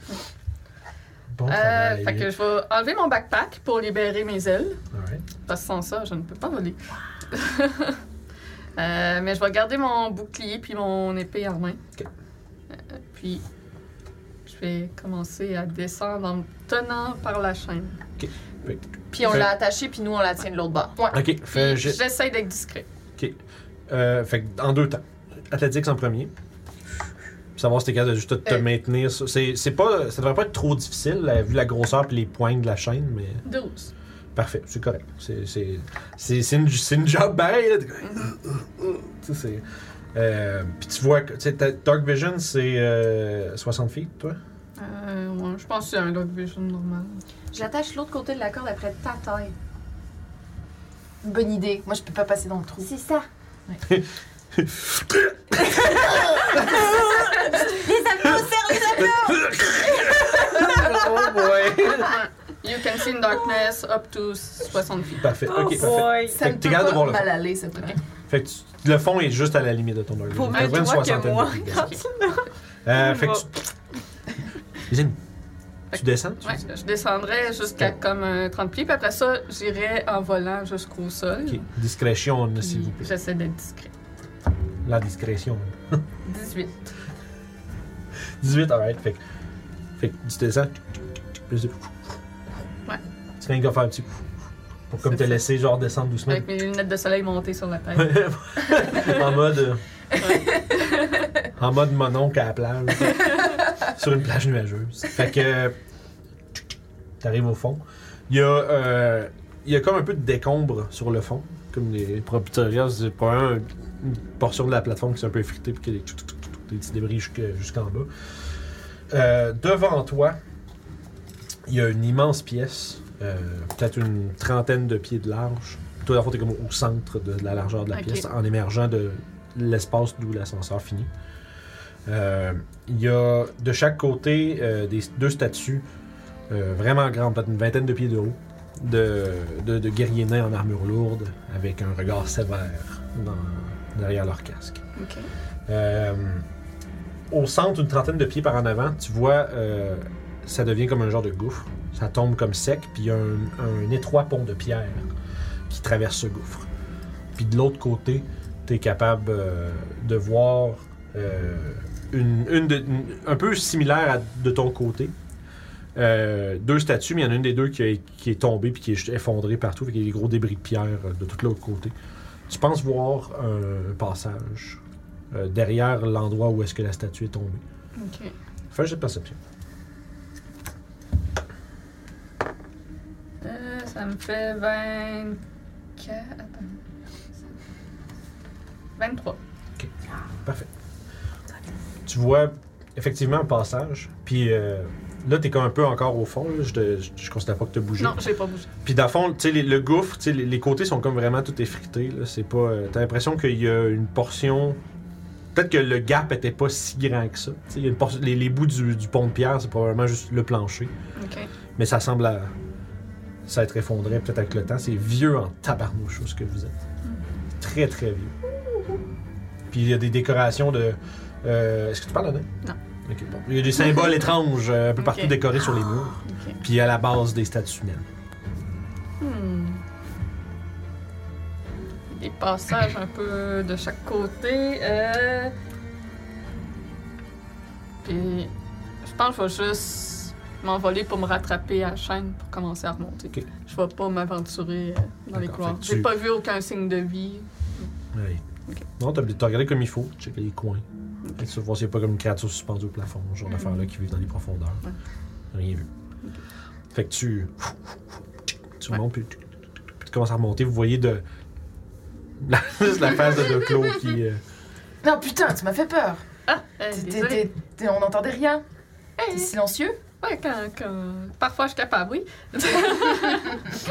Speaker 1: Bon
Speaker 4: Euh,
Speaker 1: travail.
Speaker 4: fait que je vais enlever mon backpack pour libérer mes ailes.
Speaker 1: Alright.
Speaker 4: Parce que sans ça, je ne peux pas voler. Euh, mais je vais garder mon bouclier puis mon épée en main.
Speaker 1: Ok.
Speaker 4: Euh, puis je vais commencer à descendre en me tenant par la chaîne.
Speaker 5: Puis on
Speaker 1: Fait-
Speaker 5: l'a attaché, puis nous, on la tient de l'autre bord.
Speaker 1: Ok,
Speaker 4: Puis
Speaker 1: fais un jet.
Speaker 4: j'essaie d'être discret.
Speaker 1: Euh, fait que en deux temps. Athletics en premier. Puis Savoir si t'es capable de juste te, te
Speaker 4: Euh.
Speaker 1: maintenir. sur- C'est, c'est pas, ça devrait pas être trop difficile, là, vu la grosseur et les poignes de la chaîne, mais
Speaker 4: 12.
Speaker 1: parfait, c'est correct. C'est, c'est, c'est, c'est une, c'est une job pareille, là. euh, Tu sais, c'est- euh, puis tu vois que tu sais, ta Dark Vision, c'est euh, 60 feet, toi.
Speaker 4: Euh, ouais, je pense que c'est un dog vision normal.
Speaker 5: Je l'attache l'autre côté de la corde après ta taille.
Speaker 2: Bonne idée. Moi, je peux pas passer dans le trou.
Speaker 3: C'est ça. Les abdos,
Speaker 1: oh boy!
Speaker 4: You can see in darkness up to 60 feet.
Speaker 1: Parfait, ok,
Speaker 4: Oh,
Speaker 1: parfait.
Speaker 5: boy!
Speaker 2: Ça
Speaker 1: Fait que
Speaker 2: ne
Speaker 1: t'es
Speaker 2: peut
Speaker 1: capable de voir le
Speaker 2: pas mal aller, ça peut.
Speaker 1: Fait que tu- le fond est juste à la limite de ton Dark Vision.
Speaker 5: Pour
Speaker 1: T'as
Speaker 5: mieux
Speaker 1: vraiment une
Speaker 5: toi que
Speaker 1: soixantaine de
Speaker 5: moi.
Speaker 1: feet,
Speaker 5: Quand
Speaker 1: presque.
Speaker 5: tu
Speaker 1: Euh,
Speaker 5: me
Speaker 1: fait que
Speaker 5: vas.
Speaker 1: tu... Les amis, tu descends? tu
Speaker 4: Ouais, je descendrais jusqu'à comme euh, 30 pieds, puis après ça, j'irais en volant jusqu'au sol.
Speaker 1: Ok, discrétion,
Speaker 4: Puis
Speaker 1: s'il vous plaît.
Speaker 4: J'essaie d'être discret.
Speaker 1: La discrétion.
Speaker 4: 18.
Speaker 1: 18, alright. Fait, que- fait que tu descends. Plus de.
Speaker 4: Ouais.
Speaker 1: Tu viens de faire un petit coup. Pour comme te
Speaker 4: C'est ça.
Speaker 1: laisser genre descendre doucement.
Speaker 4: Avec mes lunettes de soleil montées sur la tête.
Speaker 1: en mode. euh, en mode mon oncle à la plage. sur une plage nuageuse. Fait que. T'arrives au fond. Il y a. euh, il y a comme un peu de décombre sur le fond. Comme les propriétaires, c'est probablement une portion de la plateforme qui s'est un peu effritée puis qu'il y a des, tchou- tchou- tchou- tchou- des petits débris jusque- jusqu'en bas. Euh, devant toi, il y a une immense pièce, euh, peut-être une trentaine de pieds de large. Toi, la fois, t'es comme au centre de, de la largeur de la
Speaker 4: Ok.
Speaker 1: pièce, en émergeant de l'espace d'où l'ascenseur finit. Euh, Il y a de chaque côté euh, des, deux statues euh, vraiment grandes, peut-être une vingtaine de pieds de haut, de, de, de guerriers nains en armure lourde, avec un regard sévère dans- derrière leur casque.
Speaker 4: OK.
Speaker 1: Euh, au centre, une trentaine de pieds par en avant, tu vois, euh, ça devient comme un genre de gouffre. Ça tombe comme sec, puis il y a un, un étroit pont de pierre qui traverse ce gouffre. Puis de l'autre côté, tu es capable euh, de voir euh, une, une de- une- un peu similaire à de ton côté. Euh, deux statues, mais il y en a une des deux qui, est- qui est tombée puis qui est juste effondrée partout, fait qu'il y a des gros débris de pierre euh, de tout l'autre côté. Tu penses voir un passage euh, derrière l'endroit où est-ce que la statue est tombée.
Speaker 4: OK.
Speaker 1: Fais un jet de perception.
Speaker 4: Euh, ça me fait 24. Attends. 23.
Speaker 1: Tu vois effectivement un passage, puis euh, Là, t'es comme un peu encore au fond. là. Je, te- je, je considère pas que t'as bougé.
Speaker 4: Non, j'ai pas bougé.
Speaker 1: Puis dans le fond, tu sais, les- le gouffre, tu sais, les, les côtés sont comme vraiment tout effrités. là. C'est pas. euh, T'as l'impression qu'il y a une portion. Peut-être que le gap était pas si grand que ça. Tu sais, il y a une portion- les, les bouts du, du pont de pierre, c'est probablement juste le plancher.
Speaker 4: Ok.
Speaker 1: Mais ça semble à... ça être effondré peut-être avec le temps. C'est vieux en tabarnouche, ce que vous êtes. Très, très vieux. Puis il y a des décorations de. euh, Est-ce que tu parles là
Speaker 4: Non.
Speaker 1: Ok, bon. Il y a des symboles étranges euh, un peu partout
Speaker 4: Ok. Ah,
Speaker 1: décorés sur les murs.
Speaker 4: Ok.
Speaker 1: Puis à la base des statues humaines.
Speaker 4: Hmm. Des passages un peu de chaque côté. euh. Puis, je pense que je vais juste m'envoler pour me rattraper à la chaîne pour commencer à remonter.
Speaker 1: Ok.
Speaker 4: Je vais pas m'aventurer euh, dans les
Speaker 1: D'accord,
Speaker 4: couloirs.
Speaker 1: fait que
Speaker 4: J'ai
Speaker 1: tu-
Speaker 4: pas vu aucun signe de vie.
Speaker 1: Ouais.
Speaker 4: Ok.
Speaker 1: Non, t'as t'as regardé comme il faut, check les coins. Et Tu vois s'il n'y a pas comme une créature suspendue au plafond, ce genre d'affaires-là qui vivent dans les profondeurs.
Speaker 4: Mhm. Ouais.
Speaker 1: Rien vu. Fait que tu. Tu montes, puis tu, puis tu commences à remonter. Vous voyez de. La, juste la face de Doclo qui. euh,
Speaker 2: Non, putain, tu m'as fait peur.
Speaker 4: Ah, euh,
Speaker 2: T'es- t'es-
Speaker 4: désolée.
Speaker 2: t'es- t'es- on n'entendait rien.
Speaker 4: Hey,
Speaker 3: Eh.
Speaker 2: T'es silencieux.
Speaker 4: ouais, quand, quand- Parfois, je suis capable, oui.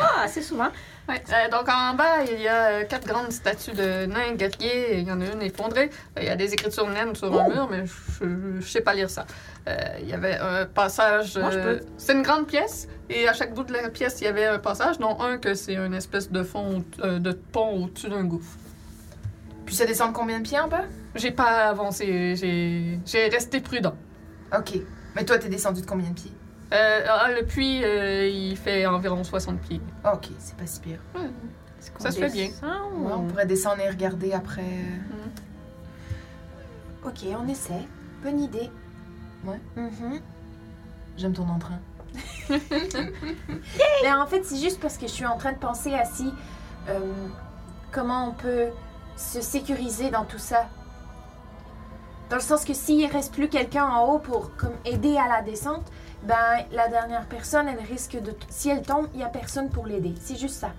Speaker 3: Ah, assez souvent.
Speaker 4: Ouais, euh, donc en bas, il y a euh, quatre grandes statues de nains guerriers. et Il y en a une effondrée. Euh, il y a des écritures naines sur un mur, mais je ne sais pas lire ça. Euh, il y avait un passage. euh,
Speaker 3: Moi, je peux.
Speaker 4: c'est une grande pièce, et à chaque bout de la pièce, il y avait un passage, dont un que c'est une espèce de fond euh, de pont au-dessus d'un gouffre.
Speaker 2: Puis ça descend de combien de pieds en bas
Speaker 4: J'ai pas avancé. J'ai j'ai resté prudent.
Speaker 2: Ok. Mais toi, t'es descendu de combien de pieds
Speaker 4: Euh, ah, le puits, euh, il fait environ 60 pieds.
Speaker 2: Ah, Ok, c'est pas si pire.
Speaker 3: Est-ce qu'on
Speaker 4: Ça se fait bien.
Speaker 3: descend ou-
Speaker 2: Ouais, on pourrait descendre et regarder après.
Speaker 3: Hmm. Ok, on essaie. Bonne idée.
Speaker 2: Ouais.
Speaker 3: Mhm.
Speaker 2: J'aime ton entrain.
Speaker 3: Mais Ben, en fait, c'est juste parce que je suis en train de penser à si. euh, comment on peut se sécuriser dans tout ça. Dans le sens que s'il reste plus quelqu'un en haut pour comme, aider à la descente, ben la dernière personne, elle risque de. t- Si elle tombe, il n'y a personne pour l'aider. C'est juste ça.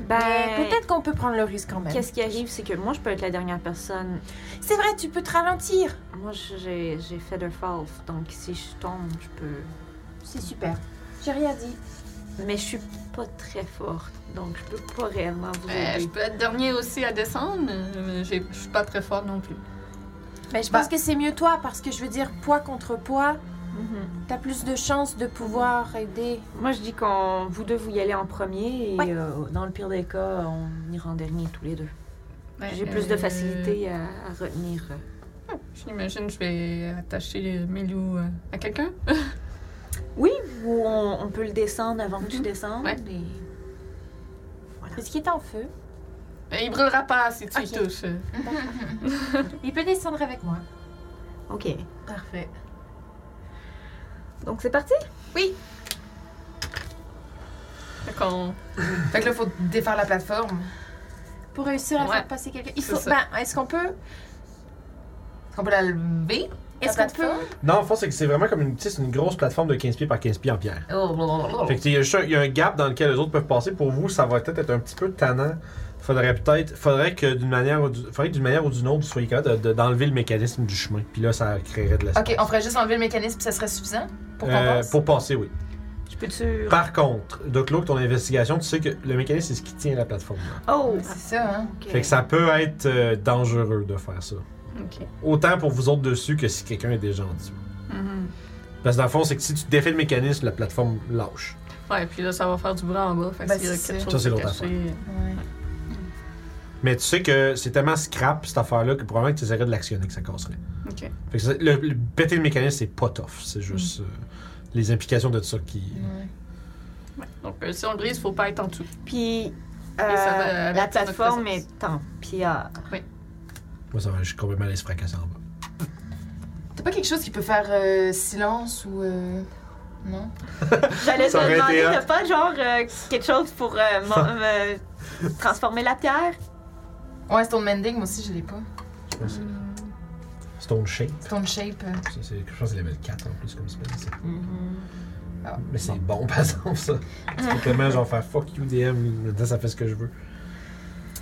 Speaker 3: Mais
Speaker 6: Ben,
Speaker 3: peut-être qu'on peut prendre le risque quand même.
Speaker 6: qu'est-ce qui arrive, c'est que moi, je peux être la dernière personne.
Speaker 3: C'est vrai, tu peux te ralentir.
Speaker 6: Moi, je- j'ai j'ai fait de false, donc si je tombe, je peux.
Speaker 3: C'est super. J'ai rien dit.
Speaker 6: Mais je suis pas très forte, donc je peux pas réellement vous
Speaker 4: Euh, je
Speaker 6: aider.
Speaker 4: peux être dernier aussi à descendre, mais j'ai- je suis pas très fort non plus.
Speaker 3: Mais Ben, je
Speaker 2: Bah-
Speaker 3: pense que c'est mieux toi parce que je veux dire poids contre poids.
Speaker 6: Mhm.
Speaker 3: T'as plus de chances de pouvoir aider.
Speaker 6: Moi, je dis qu'on vous deux, vous y allez en premier, et
Speaker 3: Ouais.
Speaker 6: euh, dans le pire des cas, on ira en dernier tous les deux.
Speaker 4: Ouais,
Speaker 6: J'ai plus de
Speaker 4: euh,
Speaker 6: facilité à, à retenir. euh,
Speaker 4: J'imagine que je vais attacher euh, Milou euh, à quelqu'un.
Speaker 6: Oui, ou on, on peut le descendre avant que tu descendes.
Speaker 4: Ouais.
Speaker 6: et-
Speaker 3: Est-ce qu'il est en feu
Speaker 4: Mais Il brûlera pas si tu y
Speaker 3: Ok.
Speaker 4: touches.
Speaker 3: Il peut descendre avec moi.
Speaker 6: Ok.
Speaker 2: Parfait.
Speaker 6: Donc c'est parti?
Speaker 4: Fait qu'on-
Speaker 2: Fait que là, faut défaire la plateforme.
Speaker 3: Pour réussir à
Speaker 4: Ouais,
Speaker 3: faire passer quelqu'un. Il
Speaker 4: c'est
Speaker 3: faut.
Speaker 4: ça.
Speaker 3: Ben, est-ce qu'on peut
Speaker 2: Est-ce qu'on peut la lever
Speaker 3: Est-ce
Speaker 2: La
Speaker 3: qu'on peut
Speaker 1: Non, en fait, c'est que c'est vraiment comme une, tu sais, c'est une grosse plateforme de 15 pieds par 15 pieds en pierre.
Speaker 2: Oh,
Speaker 1: Fait que il y, a juste un- il y a un gap dans lequel les autres peuvent passer. Pour vous, ça va peut-être être un petit peu tannant. Faudrait peut-être, faudrait que d'une manière, ou du- faudrait que d'une manière ou d'une autre, vous soyez capable de- de- d'enlever le mécanisme du chemin. Puis là, ça créerait de l'espace.
Speaker 2: Ok, on ferait juste enlever le mécanisme, ça serait suffisant pour qu'on
Speaker 1: Euh,
Speaker 2: passe.
Speaker 1: pour passer, oui.
Speaker 6: Je peux-tu.
Speaker 1: Par contre, Doc Lowe, ton investigation, tu sais que le mécanisme, c'est ce qui tient la plateforme. là.
Speaker 6: Oh!
Speaker 2: C'est ça, hein.
Speaker 6: Ok.
Speaker 1: Fait que ça peut être euh, dangereux de faire ça.
Speaker 4: Ok.
Speaker 1: Autant pour vous autres dessus que si quelqu'un est déjà en dessous.
Speaker 4: Mhm.
Speaker 1: Parce que dans le fond, c'est que si tu défais le mécanisme, la plateforme lâche.
Speaker 4: Ouais, puis là, ça va faire du bruit en bas. Fait que
Speaker 2: Ben,
Speaker 4: s'il y a
Speaker 2: c'est
Speaker 4: quelque
Speaker 2: ça.
Speaker 4: chose
Speaker 1: Ça, c'est
Speaker 4: de
Speaker 1: l'autre
Speaker 4: caché,
Speaker 2: Ouais.
Speaker 1: Mais tu sais que c'est tellement scrap, cette affaire-là, que probablement que tu essaierais de l'actionner que ça casserait.
Speaker 4: Ok.
Speaker 1: Fait que ça- le, le- péter le mécanisme, c'est pas tough. C'est
Speaker 2: Mm.
Speaker 1: juste euh, les implications de ça qui.
Speaker 2: Ouais.
Speaker 4: Ouais. Donc, euh, si on le brise, faut pas être en dessous.
Speaker 6: Puis.
Speaker 4: Et ça va
Speaker 6: euh, la
Speaker 4: avertir notre
Speaker 6: plateforme
Speaker 4: présence.
Speaker 6: est en pierre.
Speaker 1: Moi, ça va, je suis complètement allé se fracasser en bas.
Speaker 2: T'as pas quelque chose qui peut faire euh, silence ou. euh, Non
Speaker 6: J'allais te
Speaker 1: Ça aurait été
Speaker 6: demander
Speaker 1: hot.
Speaker 6: de pas, genre, euh, quelque chose pour euh, mon- me transformer la pierre.
Speaker 2: Ouais, Stone Mending, moi aussi je l'ai pas.
Speaker 1: Je pense que c'est- Stone Shape.
Speaker 2: Stone Shape. euh,
Speaker 1: Ça, c'est, je pense que c'est level 4 en plus comme spell. ça.
Speaker 6: Mhm.
Speaker 2: Ah.
Speaker 1: Mais c'est bon, par exemple, ça. Tu peux tellement genre faire fuck you DM, là, ça fait ce que je veux.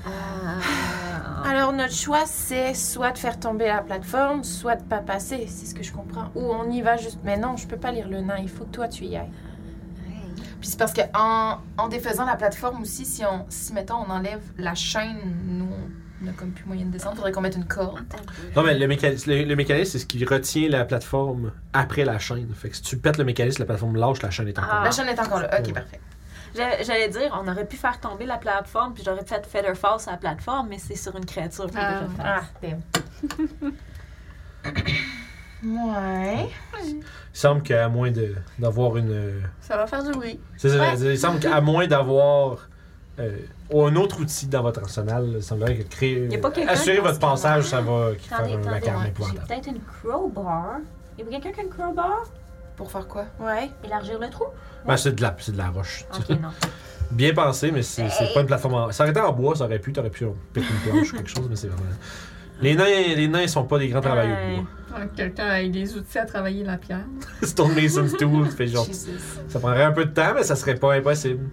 Speaker 6: Ah.
Speaker 5: Alors notre choix, c'est soit de faire tomber la plateforme, soit de pas passer, c'est ce que je comprends. Ou on y va juste. Mais non, je peux pas lire le nain, il faut que toi tu y ailles.
Speaker 2: Puis c'est parce que en, en défaisant la plateforme aussi, si on si mettons on enlève la chaîne, nous on n'a comme plus moyen de descendre, faudrait qu'on mette une corde.
Speaker 1: Non, mais le mécanisme, le, le mécanisme, c'est ce qui retient la plateforme après la chaîne. Fait que si tu pètes le mécanisme, la plateforme lâche, la chaîne est encore.
Speaker 6: Ah.
Speaker 2: La chaîne est encore là.
Speaker 1: Ouais.
Speaker 2: Ok, parfait.
Speaker 6: J'allais j'allais dire, on aurait pu faire tomber la plateforme, puis j'aurais fait Feather Fall sur la plateforme, mais c'est sur une créature. qui est
Speaker 4: Ah.
Speaker 6: déjà faite.
Speaker 5: Ah, damn.
Speaker 2: Ouais.
Speaker 1: Il semble qu'à moins de- d'avoir une. euh,
Speaker 4: Ça va faire du bruit.
Speaker 1: c'est- c'est- Il semble qu'à moins d'avoir. euh, un autre outil dans votre arsenal, il semblerait que créer.
Speaker 6: Y a pas quelqu'un
Speaker 1: assurer
Speaker 6: qui
Speaker 1: votre
Speaker 6: pense qu'il y en a
Speaker 1: passage, ça va faire
Speaker 6: Attendez,
Speaker 1: un
Speaker 6: attendez,
Speaker 1: vacarme
Speaker 6: ouais, j'ai
Speaker 1: épouvantable.
Speaker 6: peut-être une crowbar. Y a quelqu'un qui a une crowbar?
Speaker 2: Pour faire quoi
Speaker 5: Ouais.
Speaker 6: Élargir le trou?
Speaker 1: Ben, c'est de, la- c'est de la roche.
Speaker 6: Ok, non.
Speaker 1: Bien pensé, mais c'est c'est pas une plateforme en... Ça aurait été en bois, ça aurait pu, t'aurais pu péter une planche ou quelque chose, mais c'est vraiment... Les nains, les nains sont pas des grands travailleurs de bois.
Speaker 4: Ouais, Quelqu'un avec des outils à travailler la pierre.
Speaker 1: C'est ton Mason's Tool, tu fais genre...
Speaker 2: Jesus.
Speaker 1: Ça prendrait un peu de temps, mais ça serait pas impossible.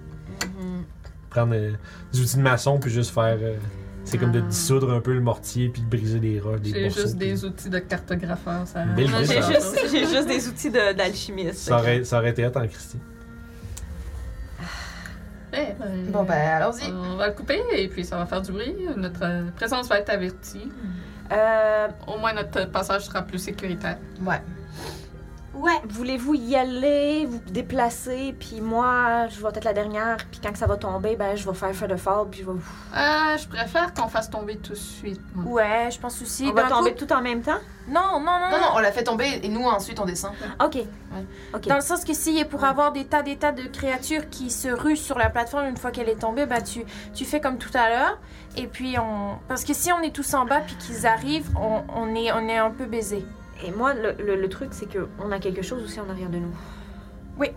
Speaker 6: Mhm.
Speaker 1: Prendre euh, des outils de maçon, puis juste faire... euh, c'est comme de
Speaker 4: Ah.
Speaker 1: dissoudre un peu le mortier, puis de briser des roches, des
Speaker 4: J'ai
Speaker 1: morceaux.
Speaker 4: juste
Speaker 1: puis-
Speaker 4: des outils de cartographeur. Ça...
Speaker 1: Belle
Speaker 4: Moi,
Speaker 1: vie,
Speaker 6: J'ai
Speaker 1: ça.
Speaker 6: juste, j'ai juste des outils de- d'alchimiste.
Speaker 1: Ça aurait, ça aurait été hot en Christie.
Speaker 4: Eh, ben,
Speaker 2: Bon ben allons-y.
Speaker 4: On va le couper et puis ça va faire du bruit. Notre euh, présence va être avertie.
Speaker 6: Euh,
Speaker 4: Au moins notre passage sera plus sécuritaire.
Speaker 2: Ouais.
Speaker 6: ouais, voulez-vous y aller, vous déplacer, puis moi, je vais être la dernière, puis quand que ça va tomber, ben, je vais faire Feather Fall, puis je vais...
Speaker 4: Ah, je préfère qu'on fasse tomber tout de suite. moi.
Speaker 5: Ouais, je pense aussi.
Speaker 6: On va
Speaker 5: D'un
Speaker 6: tomber
Speaker 5: coup-
Speaker 6: tout en même temps?
Speaker 5: Non, non, non,
Speaker 2: Non non, on la fait tomber et nous ensuite on descend.
Speaker 6: Ok. Ok.
Speaker 5: Dans le sens que s'il est pour avoir des tas, des tas de créatures qui se ruent sur la plateforme une fois qu'elle est tombée, bah tu, tu fais comme tout à l'heure. Et puis on. Parce que si on est tous en bas puis qu'ils arrivent, on, on est, on est un peu baisé.
Speaker 6: Et moi, le, le- le truc, c'est qu'on a quelque chose aussi en arrière de nous.
Speaker 5: Oui.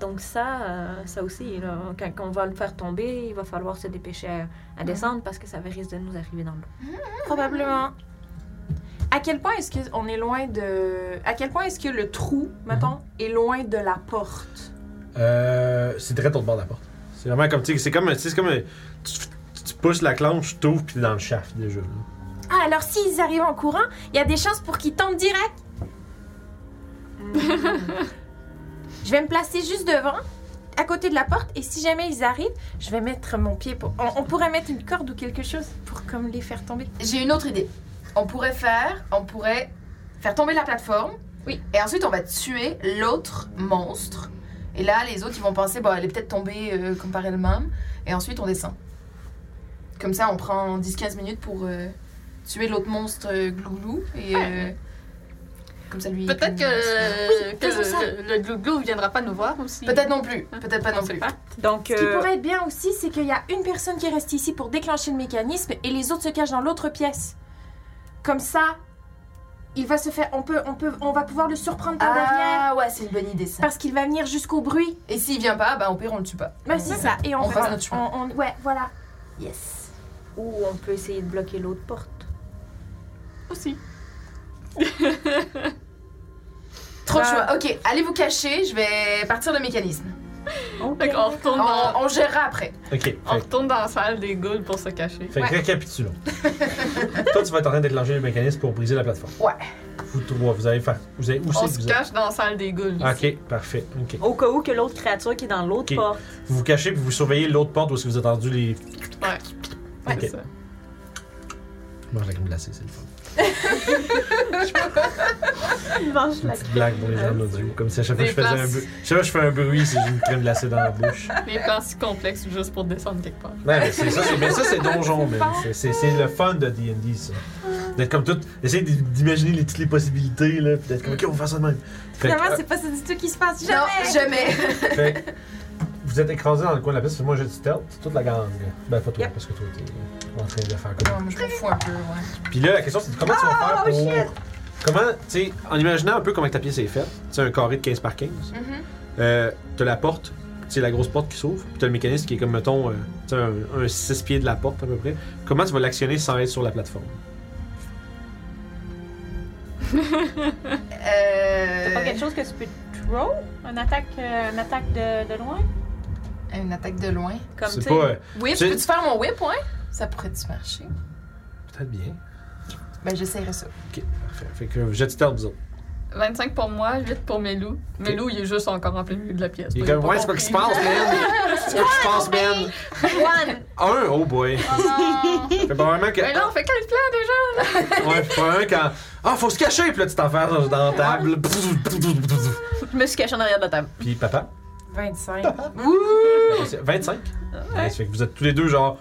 Speaker 6: Donc ça, euh, ça aussi, là, quand, quand on va le faire tomber, il va falloir se dépêcher à, à descendre parce que ça risque de nous arriver dans le dos.
Speaker 5: Probablement. À quel point est-ce qu'on est loin de. À quel point est-ce que le trou, mettons, est loin de la porte?
Speaker 1: Euh, c'est très ton bord de la porte. C'est vraiment comme, tu sais, c'est comme, tu sais, c'est comme, euh, tu, tu pousses la clenche, tu t'ouvres, puis t'es dans le shaft, déjà. là.
Speaker 5: Ah, alors s'ils arrivent en courant, il y a des chances pour qu'ils tombent direct. Mhm. Je vais me placer juste devant, à côté de la porte, et si jamais ils arrivent, je vais mettre mon pied pour. On, on pourrait mettre une corde ou quelque chose pour comme les faire tomber.
Speaker 2: J'ai une autre idée. On pourrait faire, on pourrait faire tomber la plateforme.
Speaker 5: Oui.
Speaker 2: Et ensuite on va tuer l'autre monstre. Et là les autres ils vont penser bah elle est peut-être tombée euh, comme par elle-même. Et ensuite on descend. Comme ça on prend 10-15 minutes pour euh, tuer l'autre monstre euh, glouglou et euh, comme ça lui.
Speaker 4: Peut-être que, que
Speaker 5: faisons ça.
Speaker 4: le- le glouglou ne viendra pas nous voir aussi.
Speaker 2: Peut-être non plus. Peut-être pas
Speaker 4: Hein? On
Speaker 2: non
Speaker 4: sait
Speaker 2: plus.
Speaker 4: pas.
Speaker 6: Donc,
Speaker 5: Ce qui
Speaker 6: euh,
Speaker 5: pourrait être bien aussi, c'est qu'il y a une personne qui reste ici pour déclencher le mécanisme et les autres se cachent dans l'autre pièce. Comme ça, il va se faire. On peut, on peut, on va pouvoir le surprendre par derrière
Speaker 2: Ah ouais c'est une bonne idée ça.
Speaker 5: parce qu'il va venir jusqu'au bruit.
Speaker 2: Et s'il vient pas bah au pire on le tue pas.
Speaker 5: Bah c'est ça. Et on,
Speaker 2: On
Speaker 5: fait-
Speaker 2: passe notre chemin.
Speaker 5: on- on- ouais, voilà.
Speaker 6: yes. Ou on peut essayer de bloquer l'autre porte.
Speaker 4: Aussi.
Speaker 2: Trop de
Speaker 5: Euh,
Speaker 4: Bah.
Speaker 2: choix. Ok allez vous cacher. Je vais partir le mécanisme.
Speaker 4: Fait qu'on retourne, dans,
Speaker 2: On, on gérera après.
Speaker 1: OK. Fait,
Speaker 4: on retourne dans la salle des ghouls pour se cacher.
Speaker 1: fait que récapitulons. Toi, tu vas être en train de déclencher le mécanisme pour briser la plateforme.
Speaker 2: Ouais.
Speaker 1: Vous trois, vous allez faire... Vous allez... Où c'est Ah,
Speaker 4: On
Speaker 1: que
Speaker 4: se
Speaker 1: vous êtes?
Speaker 4: cache dans la salle des ghouls.
Speaker 1: OK, parfait. OK.
Speaker 6: Au cas où que l'autre créature qui est dans l'autre
Speaker 1: Ok.
Speaker 6: porte.
Speaker 1: Vous vous cachez, puis vous surveillez l'autre porte où est-ce que vous avez entendu les...
Speaker 4: Ouais.
Speaker 1: Ok.
Speaker 4: C'est ça.
Speaker 1: Je mange la crème glacée, c'est le fun.
Speaker 6: Il mange
Speaker 1: Une
Speaker 6: la
Speaker 1: petite blague pour les gens de l'audio. Comme si à chaque fois que je
Speaker 4: Des
Speaker 1: faisais un
Speaker 4: places.
Speaker 1: bruit... Chaque fois que je fais un bruit, c'est une crème glacée dans la bouche.
Speaker 4: Les plans si complexes juste pour descendre quelque part.
Speaker 1: Ouais, mais c'est ça, c'est, mais ça, c'est donjon, man. C'est, c'est, c'est le fun de D&D, ça. D'être comme tout... Essayer d'i- d'imaginer les, toutes les possibilités, là, puis d'être comme, OK, on va faire ça de même. Fait que,
Speaker 5: Finalement, c'est pas ça du tout qui se passe. Jamais.
Speaker 2: Non, jamais.
Speaker 1: euh, fait que vous êtes écrasé dans le coin de la piste, fais-moi un jeu de stealth, toute la gang. Ben, pas toi,
Speaker 6: Yep.
Speaker 1: parce que toi, t'es en train de faire comme...
Speaker 2: Non, moi, je me fous un peu, ouais.
Speaker 1: Puis là, la question, c'est comment tu vas faire pour... Comment, tu sais, en imaginant un peu comment ta pièce est faite, tu sais, un carré de 15 par 15, euh, t'as la porte, tu sais, la grosse porte qui s'ouvre, puis t'as le mécanisme qui est comme, mettons, euh, tu sais, un, un 6 pieds de la porte, à peu près. Comment tu vas l'actionner sans être sur la plateforme?
Speaker 6: T'as pas
Speaker 2: Euh,
Speaker 6: quelque chose que tu peux throw? Une attaque, euh, une attaque de, de loin?
Speaker 2: Une attaque de loin.
Speaker 6: Comme tu
Speaker 1: c'est
Speaker 6: sais,
Speaker 1: pas... euh,
Speaker 2: Whip,
Speaker 1: C'est-
Speaker 2: peux-tu faire mon whip, ouais? Ça pourrait-tu marcher?
Speaker 1: Peut-être bien.
Speaker 2: Ben, j'essayerai ça.
Speaker 1: Parfait. Fait que jetez terre, vous autres.
Speaker 4: 25 pour moi, 8 pour Melou. Melou, il est juste encore en plein milieu de la pièce.
Speaker 1: Il est comme,
Speaker 4: pas
Speaker 1: ouais, c'est quoi qui
Speaker 4: compris.
Speaker 1: se passe, man? C'est quoi qui se passe, man?
Speaker 5: One!
Speaker 1: Un, oh boy.
Speaker 4: Ah.
Speaker 1: Fait probablement que.
Speaker 4: Mais là, on fait quel plan déjà?
Speaker 1: Ouais, fait probablement quand. Ah, faut se cacher, puis là, tu t'en fais dans dans la table.
Speaker 6: Je me suis cachée en arrière de la table.
Speaker 1: Puis papa,
Speaker 2: 25.
Speaker 1: c'est 25. Ouais, ça fait que vous êtes tous les deux, genre.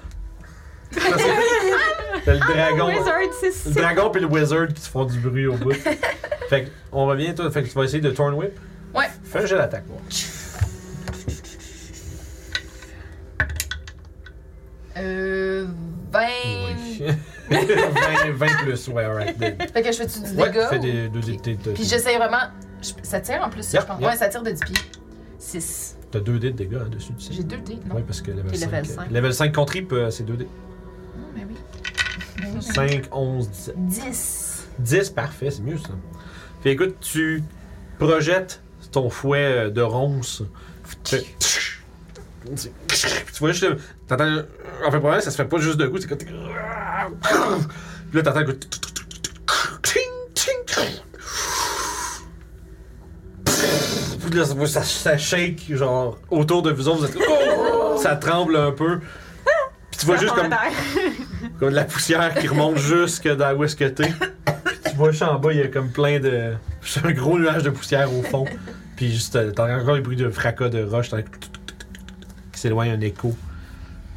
Speaker 1: Parce que- T'as Ah, le dragon.
Speaker 5: Wizard, c'est
Speaker 1: le dragon puis le wizard qui se font du bruit au bout. fait que, on revient, toi. Fait que tu vas essayer de turn whip.
Speaker 4: Ouais.
Speaker 1: Fais un jet d'attaque, moi.
Speaker 2: Euh. 20.
Speaker 1: Oui. 20, 20 plus, ouais, alright.
Speaker 2: Fait que je fais-tu du
Speaker 1: Ouais,
Speaker 2: dégât?
Speaker 1: fais
Speaker 2: ou-
Speaker 1: des. deux des- des- des-
Speaker 2: Puis j'essaye vraiment. je- Ça tire en plus, ça,
Speaker 1: Yep,
Speaker 2: je pense.
Speaker 1: yep.
Speaker 2: Ouais, ça tire de 10 pieds. 6.
Speaker 1: T'as 2 dés de dégâts hein, dessus, tu sais.
Speaker 2: J'ai 2 dés, non?
Speaker 1: Oui, parce que level
Speaker 2: Puis
Speaker 1: 5.
Speaker 2: level cinq.
Speaker 1: level 5 contre hip, euh, c'est 2 dés.
Speaker 2: Non, mais oui.
Speaker 1: 5, 11, 17.
Speaker 2: 10.
Speaker 1: 10, parfait, c'est mieux ça. Fait écoute, tu projettes ton fouet euh, de ronce. Fait- Tu vois juste le. T'entends. le- En fait, probablement, ça se fait pas juste de coup, c'est comme. Puis là, t'entends que. Puis là, ça, ça, ça shake, genre, autour de vous autres, vous êtes. oh! Ça tremble un peu. Puis tu vois juste comme comme de la poussière qui remonte jusque dans où est-ce que t'es. Puis tu vois juste en bas, il y a comme plein de. C'est un gros nuage de poussière au fond. Puis juste, euh, t'entends encore les bruits de fracas de roche t'entends qui s'éloigne un écho.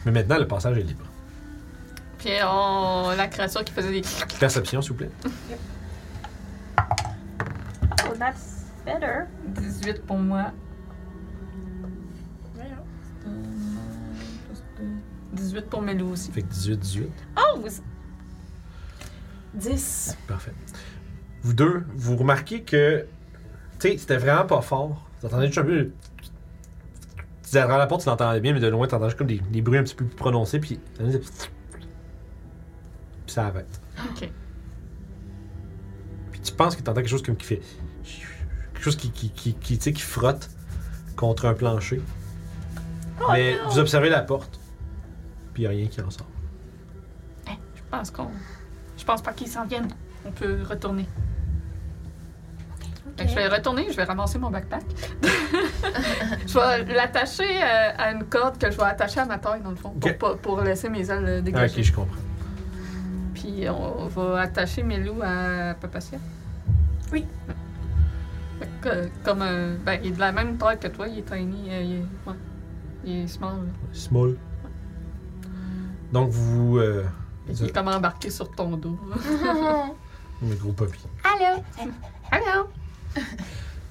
Speaker 1: Mais maintenant, le passage est libre.
Speaker 4: Puis on... la créature qui faisait des.
Speaker 1: Perception, s'il vous plaît.
Speaker 6: Oh, that's better.
Speaker 4: 18 pour moi. 18 pour Melou aussi.
Speaker 1: Fait que 18, 18.
Speaker 2: 10.
Speaker 1: Parfait. Vous deux, vous remarquez que, tu sais, c'était vraiment pas fort. Vous entendez juste un peu. le- Tu à travers la porte, tu l'entendais bien, mais de loin, tu entends juste comme des, des bruits un petit peu plus prononcés, puis. Puis ça arrête.
Speaker 4: Ok.
Speaker 1: Puis tu penses que tu entends quelque chose comme qui fait. Quelque chose qui, qui, qui, qui, tu sais, qui frotte contre un plancher. mais vous observez la porte, puis il a rien qui en sort.
Speaker 4: Je pense qu'on. Je pense pas qu'ils s'en viennent. On peut retourner. Fait que Je vais retourner, je vais ramasser mon backpack. je vais l'attacher euh, à une corde que je vais attacher à ma taille, dans le fond, pour,
Speaker 1: Ok.
Speaker 4: pas- pour laisser mes ailes euh,
Speaker 1: Ah,
Speaker 4: dégager.
Speaker 1: ok, je comprends.
Speaker 4: Puis on va attacher mes loups à Papacia.
Speaker 2: Oui.
Speaker 4: Fait que, euh, comme. euh, ben, il est de la même taille que toi, il est tiny. euh, il, est, ouais. il est small. là.
Speaker 1: Small. Donc vous. euh,
Speaker 4: Fait qu'il est comme embarqué sur ton dos.
Speaker 1: le gros poppy.
Speaker 3: Allô?
Speaker 4: Hello!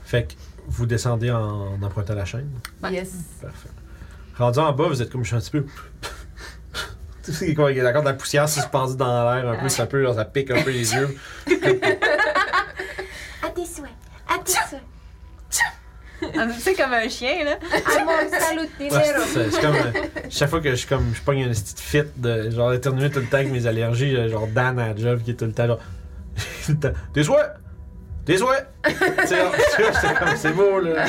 Speaker 1: Fait que vous descendez en empruntant la chaîne.
Speaker 4: Ouais.
Speaker 2: Yes.
Speaker 1: Parfait. Rendu en bas, vous êtes comme je suis un petit peu. Tu sais quoi, il y a encore de la poussière suspendue dans l'air un peu, ça peut, genre, ça pique un peu les yeux.
Speaker 3: À tes souhaits. À tes souhaits.
Speaker 5: Tu sais, comme un chien, là.
Speaker 3: À mon salut,
Speaker 1: Ouais, c'est c'est comme. euh, chaque fois que je suis comme je pogne une petite fit de genre éternuer tout le temps avec mes allergies, euh, genre Dan à la job qui est tout le temps genre. tout le temps, Des souhaits! Des souhaits! Tu sais, genre, tu vois, c'est comme c'est beau là.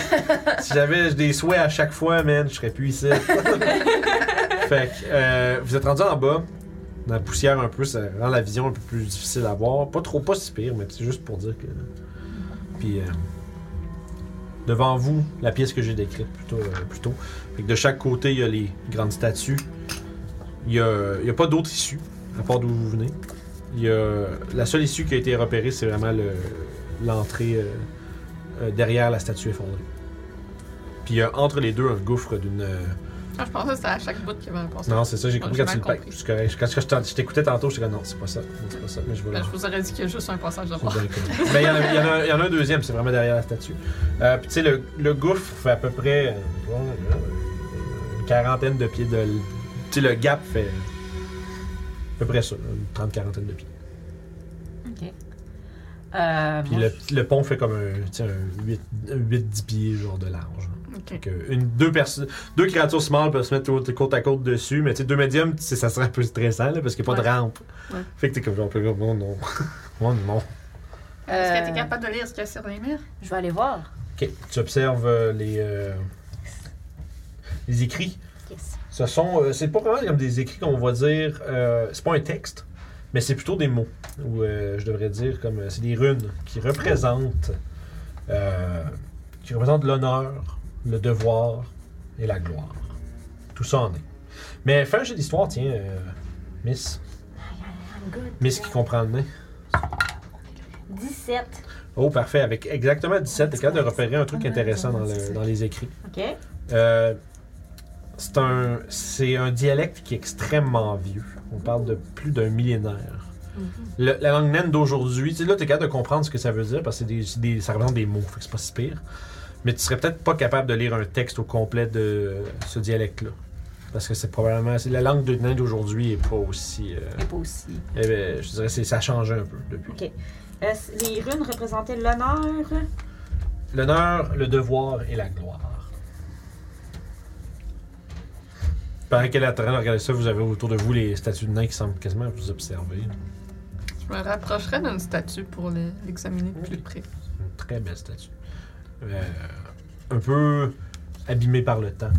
Speaker 1: Si j'avais des souhaits à chaque fois, man, je serais plus ici. fait que euh, vous êtes rendu en bas. Dans la poussière un peu, ça rend la vision un peu plus difficile à voir. Pas trop, pas si pire, mais c'est juste pour dire que. Puis euh, devant vous, la pièce que j'ai décrite plutôt, euh, plus tôt, fait que de chaque côté, il y a les grandes statues. Il n'y a, il y a pas d'autre issue, à part d'où vous venez. Il y a, la seule issue qui a été repérée, c'est vraiment le- l'entrée euh, euh, derrière la statue effondrée. Puis il y a entre les deux un gouffre d'une. euh,
Speaker 4: Ah, je pensais que c'était à chaque bout qu'il y avait un passage.
Speaker 1: Non, c'est ça, j'ai
Speaker 4: Moi,
Speaker 1: compris quand
Speaker 4: j'ai
Speaker 1: tu le
Speaker 4: mal
Speaker 1: payes.
Speaker 4: compris.
Speaker 1: C'est correct. Quand je t'en- je t'écoutais tantôt, j'étais comme non, c'est pas ça. Non, C'est pas ça, mais je vais
Speaker 4: Ben,
Speaker 1: le
Speaker 4: je vous aurais dit qu'il y a juste un passage de
Speaker 1: c'est
Speaker 4: voir.
Speaker 1: bien connu. Mais il y, en a- il y en a- il y en a un deuxième, c'est vraiment derrière la statue. Euh, puis tu sais, le, le gouffre fait à peu près euh, une quarantaine de pieds de. l- Tu sais, le gap fait à peu près ça, une trente quarantaine de pieds.
Speaker 6: Ok. Euh,
Speaker 1: Puis
Speaker 6: moi,
Speaker 1: le, le pont fait comme un, tu sais, un 8-10 pieds genre de large.
Speaker 4: Ok.
Speaker 1: Donc, euh, une, deux, perso- deux créatures small peuvent se mettre côte- côte à côte dessus, mais tu sais, deux médiums, tu sais, ça serait un peu stressant là, parce qu'il n'y a pas de
Speaker 4: Ouais.
Speaker 1: rampe.
Speaker 4: Ouais.
Speaker 1: Fait que t'es comme genre, oh non, oh non.
Speaker 4: Est-ce que
Speaker 6: Euh,
Speaker 4: t'es capable de lire ce qu'il y a sur les murs?
Speaker 6: Je vais aller voir.
Speaker 1: Ok, tu observes euh, les, euh, les écrits
Speaker 6: Yes.
Speaker 1: Ce sont, euh, c'est pas vraiment comme des écrits qu'on va dire, euh, c'est pas un texte, mais c'est plutôt des mots, ou euh, je devrais dire comme, euh, c'est des runes qui représentent, euh, qui représentent l'honneur, le devoir et la gloire. Tout ça en est. Mais fin j'ai l'histoire, tiens, euh, Miss,
Speaker 6: I'm good.
Speaker 1: Miss qui comprend le nez.
Speaker 6: 17.
Speaker 1: Oh parfait, avec exactement 17, t'es capable de repérer un truc intéressant dans, le- dans les écrits.
Speaker 6: OK.
Speaker 1: Euh, c'est un, c'est un dialecte qui est extrêmement vieux. On parle de plus d'un millénaire.
Speaker 6: Mhm.
Speaker 1: Le- la langue naine d'aujourd'hui, tu sais, là, t'es capable de comprendre ce que ça veut dire parce que c'est des, c'est des- ça représente des mots, fait que c'est pas si pire. Mais tu serais peut-être pas capable de lire un texte au complet de ce dialecte-là. Parce que c'est probablement. c'est- La langue de naine d'aujourd'hui est pas aussi. euh,
Speaker 6: Et pas aussi.
Speaker 1: eh ben, je dirais que ça a changé un peu depuis.
Speaker 6: Est-ce- les runes représentaient l'honneur.
Speaker 1: L'honneur, le devoir et la gloire. Pendant qu'elle attend, regardez ça, vous avez autour de vous les statues de nains qui semblent quasiment vous observer.
Speaker 4: Je me rapprocherais d'une statue pour les- l'examiner de plus près.
Speaker 1: Une très belle statue. Euh, un peu abîmée par le temps,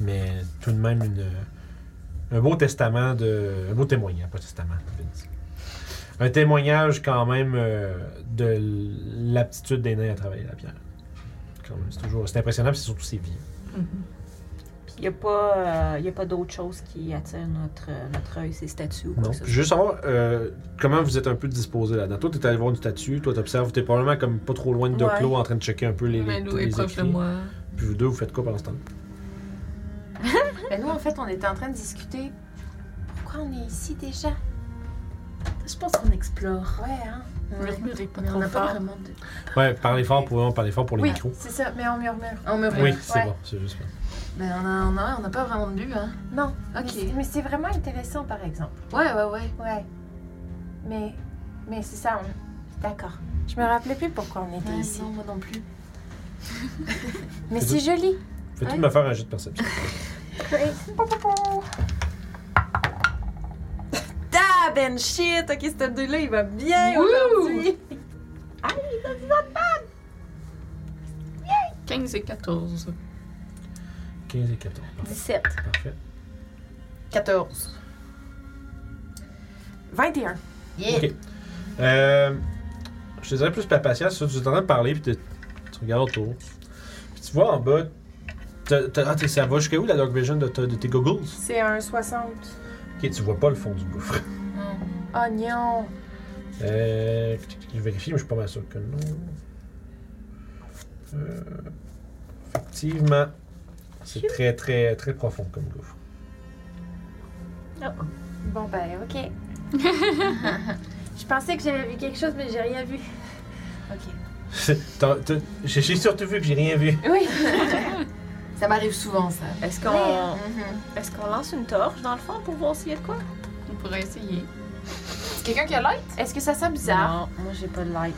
Speaker 1: mais tout de même une, un beau testament, de, un beau témoignage, pas testament, je dis. un témoignage quand même euh, de l'aptitude des nains à travailler la pierre. Quand même, c'est toujours, c'est impressionnant, puis c'est surtout c'est vieux.
Speaker 6: Puis il n'y a pas, euh, y a pas d'autre chose qui attire notre, euh, notre œil, ces statues ou quoi
Speaker 1: Non.
Speaker 6: que ce
Speaker 1: Puis juste savoir euh, comment vous êtes un peu disposé là-dedans. Toi, t'es allé voir une statue, toi, t'observes, t'es probablement comme pas trop loin de
Speaker 6: Ouais.
Speaker 1: Doclo en train de checker un peu les.
Speaker 4: Mais
Speaker 1: les-
Speaker 4: Lou est
Speaker 1: les
Speaker 4: proche de
Speaker 1: écrits.
Speaker 4: moi.
Speaker 1: Puis vous deux, vous faites quoi pendant ce temps
Speaker 2: Ben nous, en fait, on était en train de discuter. Pourquoi on est ici déjà?
Speaker 6: Je pense qu'on explore.
Speaker 2: Ouais, hein?
Speaker 4: Murmurez pas
Speaker 2: Mais
Speaker 4: trop
Speaker 2: on n'a pas
Speaker 4: fort.
Speaker 2: vraiment de.
Speaker 1: Ouais, parlez fort pour eux, parlez fort pour les
Speaker 2: Oui,
Speaker 1: micros.
Speaker 2: c'est ça, mais on murmure. On murmure.
Speaker 1: Oui, c'est
Speaker 2: Ouais.
Speaker 1: bon, c'est juste ça.
Speaker 2: Mais on a- on a- on n'a pas vraiment de but, hein?
Speaker 7: Non. Mais
Speaker 2: Ok.
Speaker 7: c'est- Mais c'est vraiment intéressant, par exemple.
Speaker 2: Ouais, ouais, ouais.
Speaker 7: Ouais. Mais, mais c'est ça, on- D'accord. Je me rappelais plus pourquoi on était
Speaker 2: Ouais,
Speaker 7: ici.
Speaker 2: non, moi non plus.
Speaker 7: Mais
Speaker 1: C'est
Speaker 7: c'est joli.
Speaker 1: Fais-tu
Speaker 2: Ouais.
Speaker 1: me faire un jeu de perception?
Speaker 5: Ah, ben shit! Ok, ce deux là il va bien aujourd'hui!
Speaker 4: 15 et 14.
Speaker 1: 15 et 14.
Speaker 6: soit. 17.
Speaker 1: Parfait. parfait.
Speaker 2: 14.
Speaker 5: 21.
Speaker 2: Yeah!
Speaker 1: Ok. Euh, je te dirais plus la patience. Tu es en train de parler, puis t'es- tu regardes autour. Puis tu vois en bas. t'as- t'as- ah, t'es- ça va jusqu'à où la dog vision de, ta- de tes goggles?
Speaker 3: C'est un 60.
Speaker 1: Ok, tu vois pas le fond du gouffre.
Speaker 3: Oignon.
Speaker 1: Euh, je vérifie, mais je suis pas mal sûr que non. Euh, effectivement, c'est très très très profond comme gouffre.
Speaker 7: Bon, ben, ok. Je pensais que j'avais vu quelque chose, mais j'ai rien vu.
Speaker 1: T'as- t'as- J'ai j'ai surtout vu que j'ai rien vu.
Speaker 7: Oui.
Speaker 2: Ça m'arrive souvent, ça.
Speaker 6: Est-ce qu'on
Speaker 1: Ah.
Speaker 2: Mhm.
Speaker 6: hein. est-ce qu'on lance une torche dans le fond pour voir s'il y a de quoi?
Speaker 4: On pourrait essayer.
Speaker 2: C'est quelqu'un qui a light?
Speaker 7: Est-ce que ça sent bizarre?
Speaker 6: Non, moi j'ai pas de light.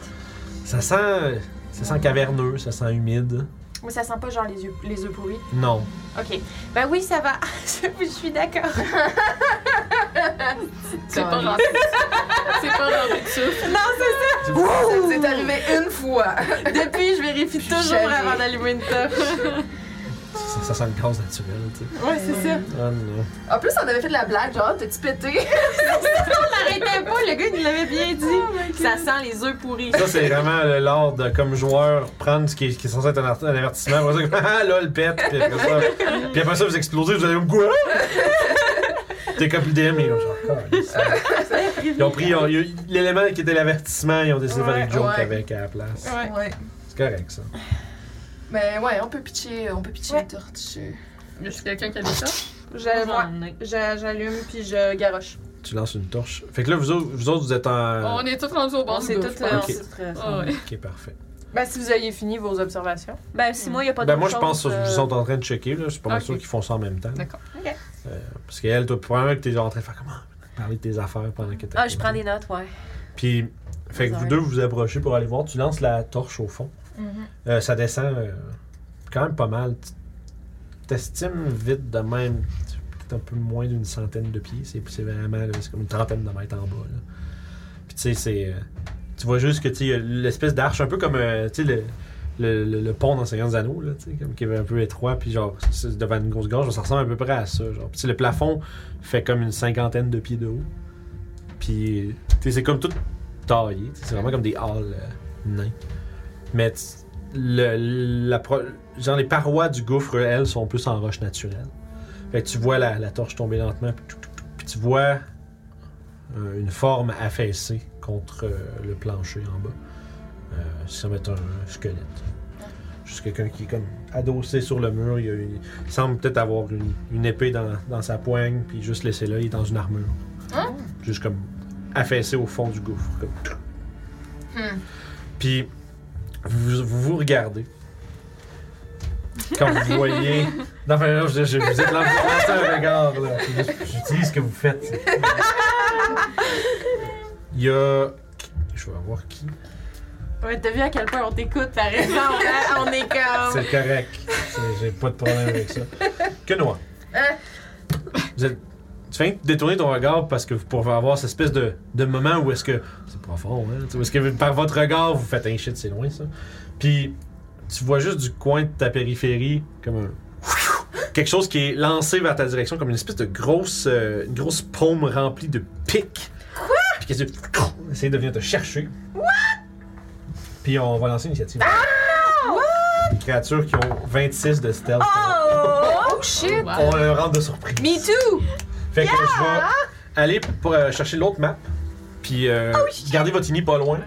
Speaker 1: Ça sent ça sent caverneux, ça sent humide.
Speaker 3: Mais ça sent pas genre les yeux, les yeux pourris.
Speaker 1: Non.
Speaker 3: Ok. Ben oui, ça va. je suis d'accord.
Speaker 4: C'est pas rendu. C'est pas rendu dessus.
Speaker 2: C'est arrivé une fois.
Speaker 5: Depuis, je vérifie toujours
Speaker 2: jamais.
Speaker 5: avant d'allumer une torche.
Speaker 1: Ça, ça sent le gaz naturel, tu sais.
Speaker 5: Ouais, c'est ça.
Speaker 1: Ah non.
Speaker 2: En plus, on avait fait de la blague, genre, t'as-tu pété?
Speaker 5: Arrêtez pas, le gars, il l'avait bien dit. ça sent les œufs pourris.
Speaker 1: Ça, c'est vraiment le lord de, comme joueur, prendre ce qui est, qui est censé être un, art- un avertissement. Après ça, comme, ah là, le pète. Puis après, ça, puis après ça, vous explosez, vous allez comme quoi? T'es comme le DM, ils ont genre, Calisse. Ils ont pris ils ont- ils ont- l'élément qui était l'avertissement, ils ont décidé de faire des jokes
Speaker 2: ouais.
Speaker 1: avec à la place.
Speaker 5: Ouais.
Speaker 2: Ouais.
Speaker 1: C'est correct, ça.
Speaker 2: Mais ouais, on peut pitcher, on peut pitcher une torche.
Speaker 4: Y a quelqu'un qui a des ça?
Speaker 3: Je, moi,
Speaker 6: J'en ai.
Speaker 3: je- j'allume puis je garoche.
Speaker 1: Tu lances une torche. Fait que là, vous autres, vous, autres, vous êtes en.
Speaker 4: On est tous rendus au bon
Speaker 3: On s'est
Speaker 4: gouffre,
Speaker 3: tous,
Speaker 4: je pense.
Speaker 3: euh,
Speaker 1: Euh. Ok.
Speaker 4: Ah ouais.
Speaker 1: Ok, parfait.
Speaker 3: Ben si vous aviez fini vos observations.
Speaker 6: Ben si moi il y a pas de
Speaker 1: Ben, moi, je pense qu'ils sont en train de checker, là. Je suis pas mal
Speaker 4: Ok.
Speaker 1: sûr qu'ils font ça en même temps.
Speaker 4: D'accord.
Speaker 6: Ok.
Speaker 1: Euh, parce qu'elle, toi, probablement que t'es en train de faire comment? Parler de tes affaires pendant que t'as.
Speaker 6: Ah, je prends des notes, ouais.
Speaker 1: Puis, fait que vous
Speaker 6: Bizarre.
Speaker 1: deux, vous vous approchez pour aller voir. Tu lances la torche au fond. Euh, ça descend euh, quand même pas mal. Tu- T'estimes vite de même. c'est Peut-être un peu moins d'une centaine de pieds. C'est c'est vraiment là, c'est comme une trentaine de mètres en bas. là. Puis, tu sais, c'est. euh, tu vois juste que tu sais, l'espèce d'arche, un peu comme euh, tu sais, le, le, le- le pont dans Seigneur des Anneaux, là, tu sais, comme qui est un peu étroit, puis genre, c'est devant une grosse gorge, ça ressemble à peu près à ça. Genre. Puis, tu sais, le plafond fait comme une cinquantaine de pieds de haut. Puis, tu sais, c'est comme tout taillé. tu sais, C'est vraiment comme des halles euh, nains. Mais, tu- le, la pro- genre, les parois du gouffre, elles, sont plus en roche naturelle. Fait que tu vois la, la torche tomber lentement, puis, tout, tout, tout, puis tu vois euh, une forme affaissée contre euh, le plancher en bas. Euh, ça va être un squelette. Juste quelqu'un qui est comme adossé sur le mur. Il, a une- il semble peut-être avoir une, une épée dans, dans sa poigne, puis juste laissé là, il est dans une armure.
Speaker 2: Hein?
Speaker 1: Juste comme affaissé au fond du gouffre. comme tout.
Speaker 2: Hmm.
Speaker 1: Puis vous vous, vous regardez. Quand vous voyez. Non, enfin, non, je, je- vous êtes là, vous lancez un regard, là. Puis je- J'utilise ce que vous faites. Il y a. Je vais voir qui.
Speaker 5: Ouais, t'as vu à quel point on t'écoute, par exemple. hein? on est comme.
Speaker 1: C'est correct. C'est- J'ai pas de problème avec ça. Que noir.
Speaker 2: Hein?
Speaker 1: Vous êtes- Tu viens de détourner ton regard parce que vous pourrez avoir cette espèce de, de moment où est-ce que. C'est profond, hein? tu sais, Où est-ce que par votre regard, vous faites un shit, c'est loin ça. Puis tu vois juste du coin de ta périphérie comme un. Quelque chose qui est lancé vers ta direction comme une espèce de grosse, euh, une grosse paume remplie de pics. Quoi? Puis qu'est-ce que. Essaye de venir te chercher. What? Puis on va lancer l'initiative des créatures qui ont 26 de stealth.
Speaker 5: Oh!
Speaker 4: Shit!
Speaker 1: On leur rentre de surprise.
Speaker 5: Me too!
Speaker 1: Fait que je vais aller pour, euh, chercher l'autre map. Puis euh, gardez votre ini pas loin.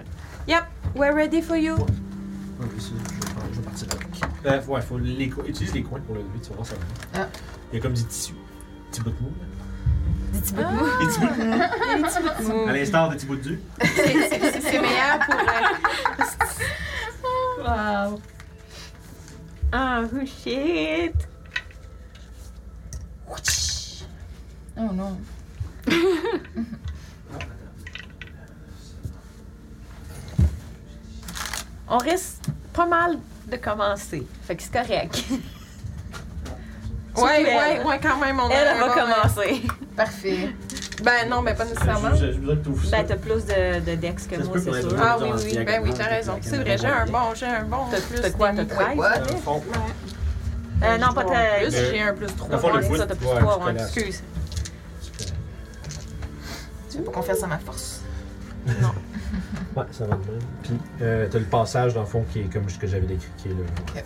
Speaker 5: We're ready for you.
Speaker 1: Je vais partir avec. Euh, ouais, faut les, co- utilise les coins pour le lever, tu vas voir ça. va.
Speaker 2: Ah.
Speaker 1: Il y a comme des tissus. Petits bouts de mou. là.
Speaker 2: Des petits bouts de mou.
Speaker 1: Ah. Des petits bouts de mou. À l'instar des petits bouts de du.
Speaker 5: C'est meilleur pour. wow.
Speaker 6: Ah, oh, shit!
Speaker 2: Oh non.
Speaker 6: On risque pas mal de commencer. Fait que c'est correct.
Speaker 5: Ouais,
Speaker 6: Surtout elle.
Speaker 5: ouais, ouais, quand même, on a
Speaker 6: Elle,
Speaker 5: un
Speaker 6: elle va
Speaker 5: bon-
Speaker 6: commencer.
Speaker 2: Parfait.
Speaker 5: Ben non, mais pas nécessairement.
Speaker 1: J'ai besoin que tu ouvres
Speaker 6: Ben, t'as plus de, de dex que
Speaker 1: Ça se
Speaker 6: moi,
Speaker 1: peut qu'on
Speaker 6: c'est
Speaker 1: ait
Speaker 6: sûr.
Speaker 1: besoin.
Speaker 5: Ah oui, oui, ben oui, t'as raison. C'est vrai, j'ai un bon, j'ai un bon.
Speaker 6: T'as plus de
Speaker 2: Ouais,
Speaker 6: treize?
Speaker 2: what?
Speaker 1: Dans le fond,
Speaker 6: Euh, non, pas
Speaker 5: Trois
Speaker 6: de...
Speaker 5: plus,
Speaker 1: Euh,
Speaker 5: j'ai un plus
Speaker 1: dans le fond,
Speaker 5: 3.
Speaker 1: le
Speaker 6: Ouais,
Speaker 1: bout,
Speaker 6: ça, t'as plus
Speaker 1: ouais,
Speaker 6: trois,
Speaker 1: tu
Speaker 6: ouais,
Speaker 1: connais.
Speaker 6: excuse.
Speaker 1: tu peux-
Speaker 2: Tu fais pas confiance à ma force.
Speaker 1: Ouais, ça va de même. Puis, euh, t'as le passage, dans le fond, qui est comme ce que j'avais décrit, qui est là.
Speaker 2: Ok.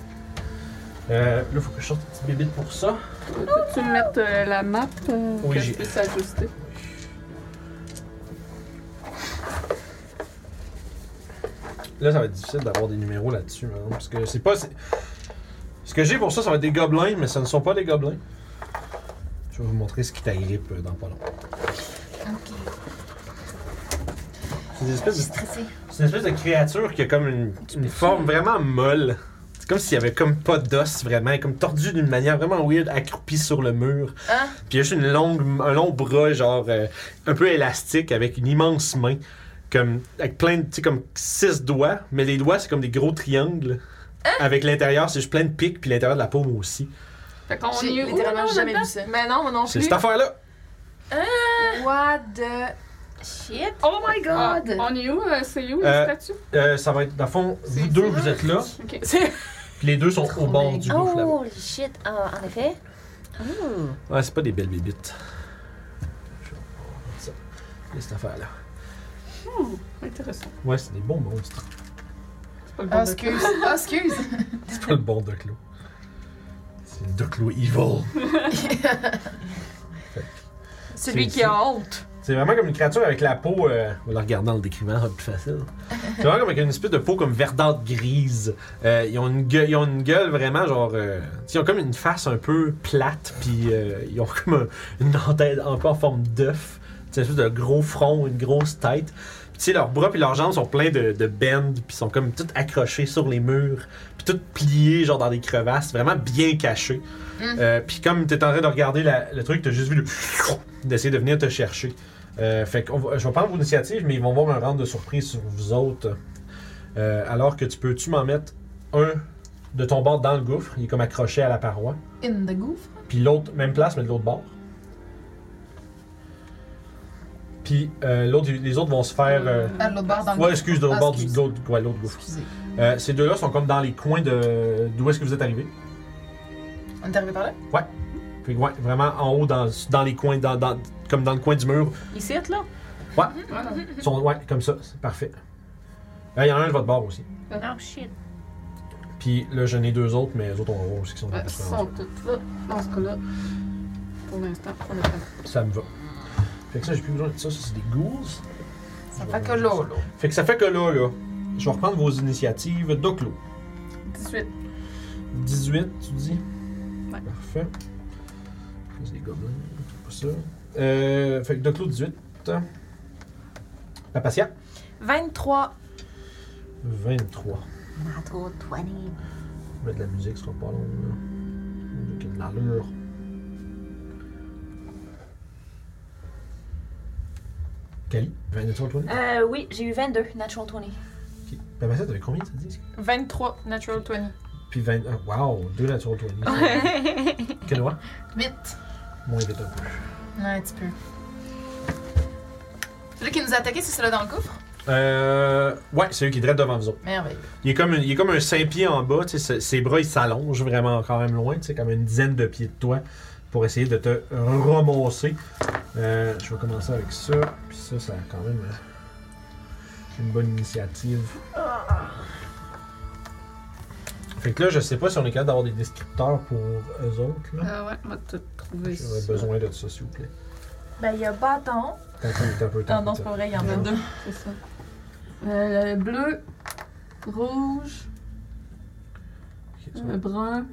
Speaker 1: Euh, là, faut que je sorte une petite bébite pour ça.
Speaker 4: Peux-tu mettre euh, la map euh,
Speaker 1: Oh, Oui,
Speaker 4: que
Speaker 1: j'ai-
Speaker 4: je puisse ajuster?
Speaker 1: Là, ça va être difficile d'avoir des numéros là-dessus, maintenant, parce que c'est pas... c'est- Ce que j'ai pour ça, ça va être des gobelins, mais ce ne sont pas des gobelins. Je vais vous montrer ce qui t'agrippe euh, dans pas long.
Speaker 2: Ok.
Speaker 1: C'est une espèce
Speaker 2: J'ai
Speaker 1: de
Speaker 2: stressé.
Speaker 1: C'est une espèce de créature qui a comme une, une forme vraiment molle. C'est comme s'il y avait comme pas d'os vraiment, elle est comme tordu d'une manière vraiment weird, accroupie sur le mur.
Speaker 2: Hein?
Speaker 1: Puis il y a juste une longue, un long bras genre euh, un peu élastique avec une immense main, comme avec plein de, tu sais comme six doigts, mais les doigts c'est comme des gros triangles.
Speaker 4: Hein?
Speaker 1: Avec l'intérieur, c'est juste plein de pics, puis l'intérieur de la paume aussi.
Speaker 4: Fait qu'on
Speaker 2: J'ai
Speaker 4: y est où,
Speaker 2: littéralement
Speaker 4: là,
Speaker 2: jamais
Speaker 4: là-dedans?
Speaker 2: vu ça.
Speaker 4: Mais non, moi non
Speaker 1: C'est
Speaker 4: plus.
Speaker 1: cette affaire-là.
Speaker 7: What the shit?
Speaker 4: Oh my
Speaker 2: God!
Speaker 4: on est où? euh, C'est où
Speaker 1: Euh,
Speaker 4: le statut?
Speaker 1: Euh, ça va être, dans le fond, vous deux, vous êtes là,
Speaker 4: Ok.
Speaker 1: puis les deux sont au bord
Speaker 2: dingue.
Speaker 1: du gouffre
Speaker 4: Oh!
Speaker 1: là-bas.
Speaker 6: Holy shit! Ah, en effet. Ouh.
Speaker 1: Ouais, c'est pas des belles bébites. Je vais prendre ça. Et cette affaire-là.
Speaker 4: Hmm, Intéressant.
Speaker 1: Ouais, c'est des bons monstres.
Speaker 4: C'est pas le
Speaker 2: Ah,
Speaker 4: bon document.
Speaker 2: excuse. Ah, excuse.
Speaker 1: C'est pas le bon Doclo. C'est le Doclo Evil.
Speaker 5: Celui qui a honte.
Speaker 1: C'est vraiment comme une créature avec la peau. euh, on va la regarder en le décrivant, ça va être plus facile. C'est vraiment comme avec une espèce de peau comme verdâtre grise. Euh, ils, ont une gueule, ils ont une gueule vraiment genre. euh, ils ont comme une face un peu plate, puis euh, ils ont comme un- une antenne un peu en forme d'œuf. C'est une espèce de gros front, une grosse tête. Puis tu sais, leurs bras puis leurs jambes sont pleins de, de bends, puis sont comme toutes accrochés sur les murs, puis toutes pliées genre dans des crevasses, vraiment bien cachées. Euh, puis comme t'es en train de regarder la- le truc, t'as juste vu le d'essayer de venir te chercher. Euh, fait qu'on va- je vais prendre vos initiatives, mais ils vont voir un round de surprise sur vous autres. Euh, alors que tu peux, tu m'en mettre un de ton bord dans le gouffre, il est comme accroché à la paroi,
Speaker 2: In the goof.
Speaker 1: puis l'autre, même place, mais de l'autre bord. Puis euh, l'autre, les autres vont se faire. euh,
Speaker 2: À l'autre barre dans le
Speaker 1: ouais,
Speaker 2: gouffre.
Speaker 1: excuse, de l'autre
Speaker 2: Ah,
Speaker 1: bord du
Speaker 2: excuse.
Speaker 1: de l'autre ouais, l'autre gouffre.
Speaker 2: Excusez.
Speaker 1: Euh, ces deux-là sont comme dans les coins de d'où est-ce que vous êtes arrivé.
Speaker 2: On est arrivé par là?
Speaker 1: Puis ouais, vraiment en haut, dans, dans les coins, dans, dans- comme dans le coin du mur.
Speaker 5: Ici, là?
Speaker 1: Ils sont, ouais, comme ça, c'est parfait. Euh, Il y en a un de votre bord aussi.
Speaker 6: Oh shit.
Speaker 1: Puis là, j'en ai deux autres, mais les autres, on va voir aussi qui
Speaker 2: Euh,
Speaker 1: sont dans
Speaker 4: Ouais,
Speaker 1: le
Speaker 4: Ils sont toutes là, dans ce cas-là. Pour l'instant, on est pas là.
Speaker 1: Ça me va. Fait que ça, j'ai plus besoin de ça, ça c'est des ghouls.
Speaker 2: Ça fait que là, là.
Speaker 1: Fait que ça fait que là, là, je vais reprendre vos initiatives d'Oclo.
Speaker 4: 18.
Speaker 1: 18, tu dis
Speaker 4: Ouais.
Speaker 1: Parfait. C'est des gobelins, c'est pas ça. Euh, fait que Doclo 18. Papatia
Speaker 5: 23.
Speaker 1: 23.
Speaker 6: Mato 20.
Speaker 1: Mettre de la musique, ce sera pas long. Là. Avec une allure. Cali, 23 toi
Speaker 6: Euh, oui, j'ai eu 22, Natural 20.
Speaker 1: Ok. Papatia, Ben, t'avais combien, t'as dit
Speaker 5: 23, natural 20.
Speaker 1: Puis 20. ah, wow, 2 naturels 20. Kenoa,
Speaker 2: Vite!
Speaker 1: moins vite un peu.
Speaker 2: Ouais, un petit peu. Celui qui nous a attaqué, c'est celui-là dans le coffre?
Speaker 1: Euh, ouais, c'est eux qui est direct devant vous autres.
Speaker 2: Merveilleux.
Speaker 1: Il est comme, une- il est comme un 5 pieds en bas, tu sais, ses- ses bras ils s'allongent vraiment quand même loin, tu sais, comme une dizaine de pieds de toi pour essayer de te ramasser. Euh, je vais commencer avec ça, puis ça, ça a quand même euh, une bonne initiative. Fait que là, je sais pas si on est capable d'avoir des descripteurs pour eux autres. là.
Speaker 4: Ah ouais, on va tout trouver.
Speaker 1: J'aurais
Speaker 4: ça.
Speaker 1: besoin de ça, s'il vous plaît.
Speaker 7: Ben, il y a bâton.
Speaker 1: Attends, attends, attends, attends,
Speaker 5: Ah non, c'est
Speaker 1: attends.
Speaker 5: pas vrai, il y en
Speaker 4: Il y
Speaker 5: a
Speaker 4: en a
Speaker 5: deux.
Speaker 4: deux, c'est ça. Euh, le bleu, rouge,
Speaker 1: Ok, ça va.
Speaker 4: le brun.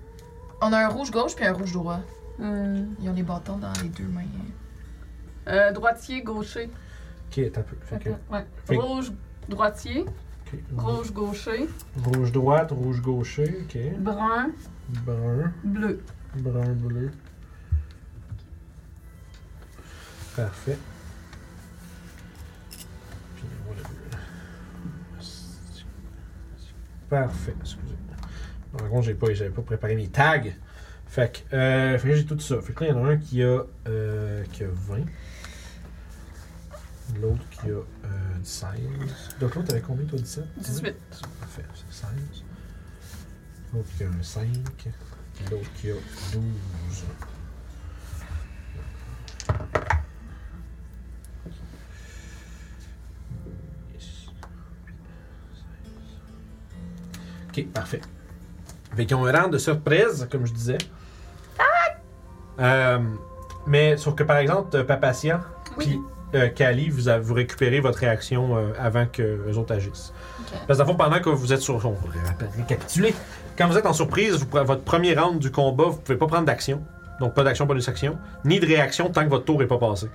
Speaker 2: On a un rouge gauche puis un rouge droit.
Speaker 4: Euh,
Speaker 2: Ils ont les bâtons dans les deux mains.
Speaker 4: euh, droitier, gaucher.
Speaker 1: Ok, attends un peu. Fait que-
Speaker 4: Ouais.
Speaker 1: Fait que-
Speaker 4: Rouge, droitier.
Speaker 1: ok,
Speaker 4: Rouge, gaucher.
Speaker 1: Rouge droite, rouge gaucher, ok.
Speaker 4: Brun,
Speaker 1: Brun,
Speaker 4: bleu.
Speaker 1: brun bleu. Parfait. Puis voilà. Parfait, excusez. Par contre, j'ai pas, j'avais pas préparé mes tags. Fait que, euh, fait que j'ai tout ça. Fait que là, il y en a un qui a, euh, qui a 20. L'autre qui a euh, 16. Donc l'autre, t'avais combien toi, 17?
Speaker 4: 18.
Speaker 1: Parfait, c'est 16. L'autre qui a un 5. L'autre qui a 12. Yes. Ok, parfait. Fait qu'ils ont un rang de surprise, comme je disais. Euh, mais sauf que par exemple, euh, Papatia, puis euh, Kali, vous, avez- vous récupérez votre réaction euh, avant que les autres agissent. Parce que dans le fond, pendant que vous êtes sur. On pourrait rap- récapituler. Quand vous êtes en surprise, vous, pre- votre premier round du combat, vous pouvez pas prendre d'action. Donc pas d'action, bonus action. Ni de réaction tant que votre tour est pas passé.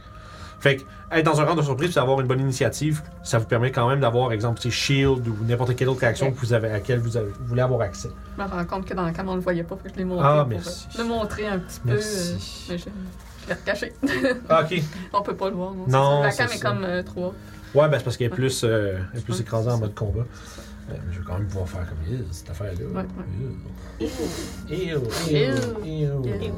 Speaker 1: Fait que être dans un round de surprise et avoir une bonne initiative, ça vous permet quand même d'avoir, exemple, tu sais, shield ou n'importe quelle autre réaction que vous avez, à laquelle vous, avez- vous voulez avoir accès.
Speaker 4: Je me rends compte que dans la cam, on le voyait pas. Fait que je l'ai montré.
Speaker 1: Ah,
Speaker 4: pour,
Speaker 1: merci.
Speaker 4: euh, Le montrer un petit peu. euh,
Speaker 1: Merci.
Speaker 4: mais je, je l'ai recaché.
Speaker 1: Ah, ok.
Speaker 4: on peut pas le voir. Non,
Speaker 1: Non,
Speaker 4: c'est ça.
Speaker 1: c'est
Speaker 4: La cam est,
Speaker 1: ça.
Speaker 4: comme euh, trois.
Speaker 1: Ouais, ben c'est parce qu'elle est plus, euh, elle est plus
Speaker 4: Ouais,
Speaker 1: écrasée
Speaker 4: c'est
Speaker 1: en
Speaker 4: ça.
Speaker 1: mode combat. Euh, mais je vais quand même pouvoir faire comme Ew, cette affaire-là.
Speaker 4: Ouais,
Speaker 1: Ew. Ew,
Speaker 4: Ew.
Speaker 1: ew, ew.
Speaker 4: Ew.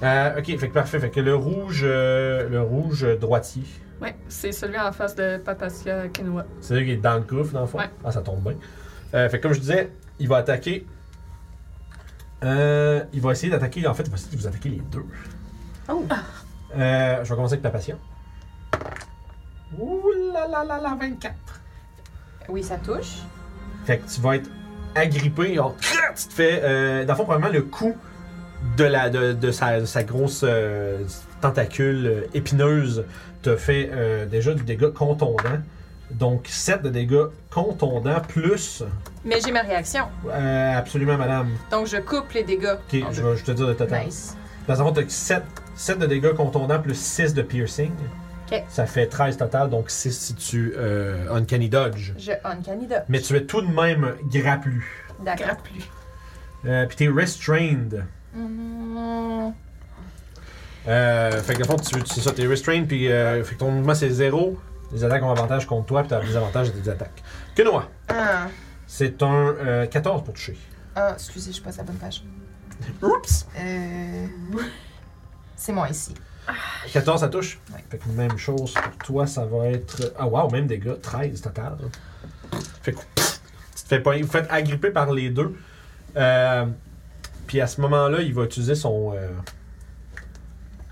Speaker 1: Euh, ok, fait que parfait. Fait que le rouge, euh, le rouge euh, droitier,
Speaker 4: Ouais, c'est celui en face de Papacia Kinoa.
Speaker 1: c'est lui qui est dans le gouffre, dans le fond.
Speaker 4: Ouais.
Speaker 1: Ah, ça tombe bien. Euh, fait que comme je disais, il va attaquer. Euh, il va essayer d'attaquer. En fait, il va essayer de vous attaquer les deux. Oh. Euh, je vais commencer avec Papatia. Ouh là là là là, 24.
Speaker 7: Oui, ça touche.
Speaker 1: Fait que tu vas être agrippé. genre, crrr, tu te fais. Euh, dans le fond, probablement le coup de, la, de, de sa, de sa grosse euh, tentacule euh, épineuse te fait euh, déjà du dégât contondant. Donc 7 de dégâts contondants plus.
Speaker 5: Mais j'ai ma réaction.
Speaker 1: euh, absolument, madame.
Speaker 5: Donc, je coupe les dégâts.
Speaker 1: Ok, je vais je vais te dire le total.
Speaker 2: Nice.
Speaker 1: Dans le fond, t'as 7, 7 de dégâts contondants plus 6 de piercing.
Speaker 5: Ok.
Speaker 1: Ça fait 13 total, donc 6 si tu euh, Uncanny Dodge.
Speaker 7: Je uncanny dodge.
Speaker 1: Mais tu es tout de même grapplu.
Speaker 7: D'accord.
Speaker 2: Grappe plus.
Speaker 1: Euh, Puis t'es restrained.
Speaker 7: Mm-hmm.
Speaker 2: Mmh.
Speaker 1: Euh, fait que, dans le fond, tu, tu- c'est ça, t'es restrained, puis euh, fait que ton mouvement c'est zéro. Les attaques ont avantage contre toi, puis t'as des avantages de tes attaques. Que noir.
Speaker 2: Ah.
Speaker 1: c'est un euh, 14 pour toucher.
Speaker 2: Ah, excusez, je passe à la bonne page.
Speaker 1: Oups!
Speaker 2: Euh... C'est moi ici.
Speaker 1: 14, ça touche.
Speaker 2: Ouais.
Speaker 1: Fait que même chose pour toi, ça va être. Ah, waouh, même dégâts, 13 total. Fait que, pff, tu te fait pogner- vous faites agripper par les deux. Euh, puis à ce moment-là, il va utiliser son. euh,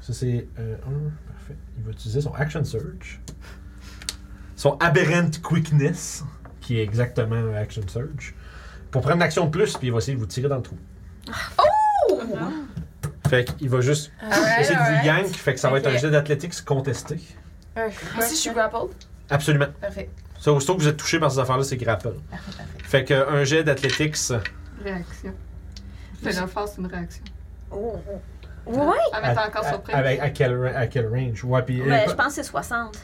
Speaker 1: ça, c'est euh, un. Parfait. Il va utiliser son Action Surge. Son Aberrant Quickness, qui est exactement un Action Surge. Pour prendre une action de plus, puis il va essayer de vous tirer dans le trou. Oh! Fait qu'il va juste
Speaker 5: Ah
Speaker 1: essayer de vous yank, fait que ça va être un
Speaker 2: Ok.
Speaker 1: jet d'athlétique contesté.
Speaker 2: Moi aussi, je suis grappled.
Speaker 1: Absolument.
Speaker 2: Parfait.
Speaker 1: Ça, aussitôt que vous êtes touché par ces affaires-là, c'est grapple. Fait qu'un jet d'athlétiques.
Speaker 4: Réaction. Fait que dans le fond, c'est une réaction.
Speaker 6: Oh, Ouais,
Speaker 4: Ah, mais t'es
Speaker 1: À,
Speaker 4: encore surpris.
Speaker 1: à- avec- à quel, ra- à quel range? Ouais, puis, euh,
Speaker 6: ben, je pense que c'est 60.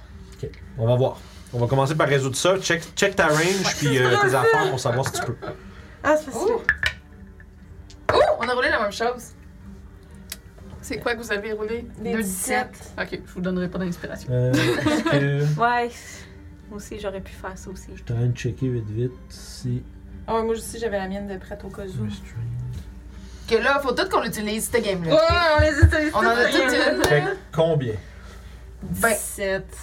Speaker 1: On va voir. On va commencer par résoudre ça. Check, check ta range, puis euh, tes affaires pour savoir si tu peux.
Speaker 7: Ah, c'est facile.
Speaker 2: Oh, on a roulé la même chose.
Speaker 4: C'est quoi que vous avez roulé?
Speaker 7: Des 17.
Speaker 4: Ok, je vous donnerai pas d'inspiration.
Speaker 1: Euh, est-ce que-
Speaker 6: Ouais. Moi aussi, j'aurais pu faire ça aussi.
Speaker 1: Je suis en train de checker vite, vite si.
Speaker 5: Ah ouais, moi aussi, j'avais la mienne de prête au cas où.
Speaker 2: Que là, faut tout qu'on l'utilise, cette game-là.
Speaker 5: on les utilise
Speaker 2: On
Speaker 6: Ben,
Speaker 2: en a
Speaker 5: toutes,
Speaker 2: toutes
Speaker 5: rien.
Speaker 2: une.
Speaker 1: Fait que combien?
Speaker 2: Ben,
Speaker 5: 17.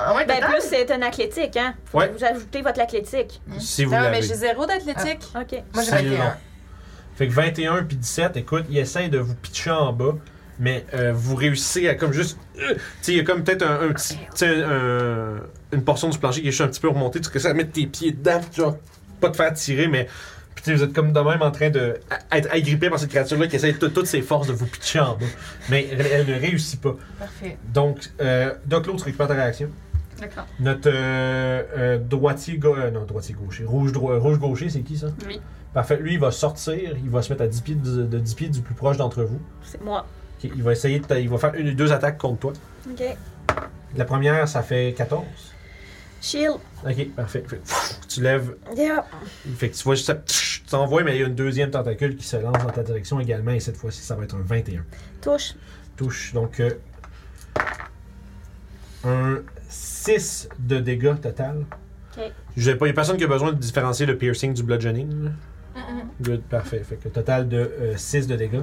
Speaker 2: en moins,
Speaker 6: Ben,
Speaker 2: t'attends.
Speaker 6: plus, c'est un athlétique, hein. Faut
Speaker 1: Ouais.
Speaker 6: que vous ajoutez votre athlétique.
Speaker 1: Si vous
Speaker 5: Non,
Speaker 1: l'avez.
Speaker 5: mais j'ai zéro d'athlétique.
Speaker 6: OK.
Speaker 2: Moi, j'ai
Speaker 1: C'est
Speaker 2: 21.
Speaker 1: long. Fait que 21 puis 17, écoute, il essaie de vous pitcher en bas, mais euh, vous réussissez à comme juste. euh, tu sais, il y a comme peut-être un, un petit. tu sais, un- une portion du plancher qui est juste un petit peu remontée, tu commences à mettre tes pieds dedans, tu vas pas te faire tirer, mais. Puis tu sais, vous êtes comme de même en train de à- être agrippé par cette créature-là qui essaie de toutes ses forces de vous pitcher en bas. Mais elle, elle ne réussit pas.
Speaker 2: Parfait.
Speaker 1: Donc, euh, Doc Lowe, tu récupères ta réaction.
Speaker 4: D'accord.
Speaker 1: Notre euh, euh, droitier, ga- euh, non, droitier gaucher. Rouge, droi- rouge gaucher, c'est qui ça?
Speaker 4: Lui.
Speaker 1: Parfait. Lui, il va sortir, il va se mettre à 10 pieds de, de 10 pieds du plus proche d'entre vous.
Speaker 6: C'est moi.
Speaker 1: Ok, Il va essayer de t'a- il va faire une ou deux attaques contre toi.
Speaker 6: OK.
Speaker 1: La première, ça fait 14.
Speaker 6: Shield.
Speaker 1: Ok, parfait. Fait- pff, tu lèves,
Speaker 6: Yeah.
Speaker 1: fait que tu vois juste ça, psh, tu t'envoies, mais il y a une deuxième tentacule qui se lance dans ta direction également, et cette fois-ci, ça va être un 21.
Speaker 6: Touche.
Speaker 1: Touche, donc euh, un 6 de dégâts total.
Speaker 6: Ok.
Speaker 1: Je sais pas, il n'y a personne qui a besoin de différencier le piercing du bludgeoning. là? Good, parfait. Fait que total de 6 de dégâts.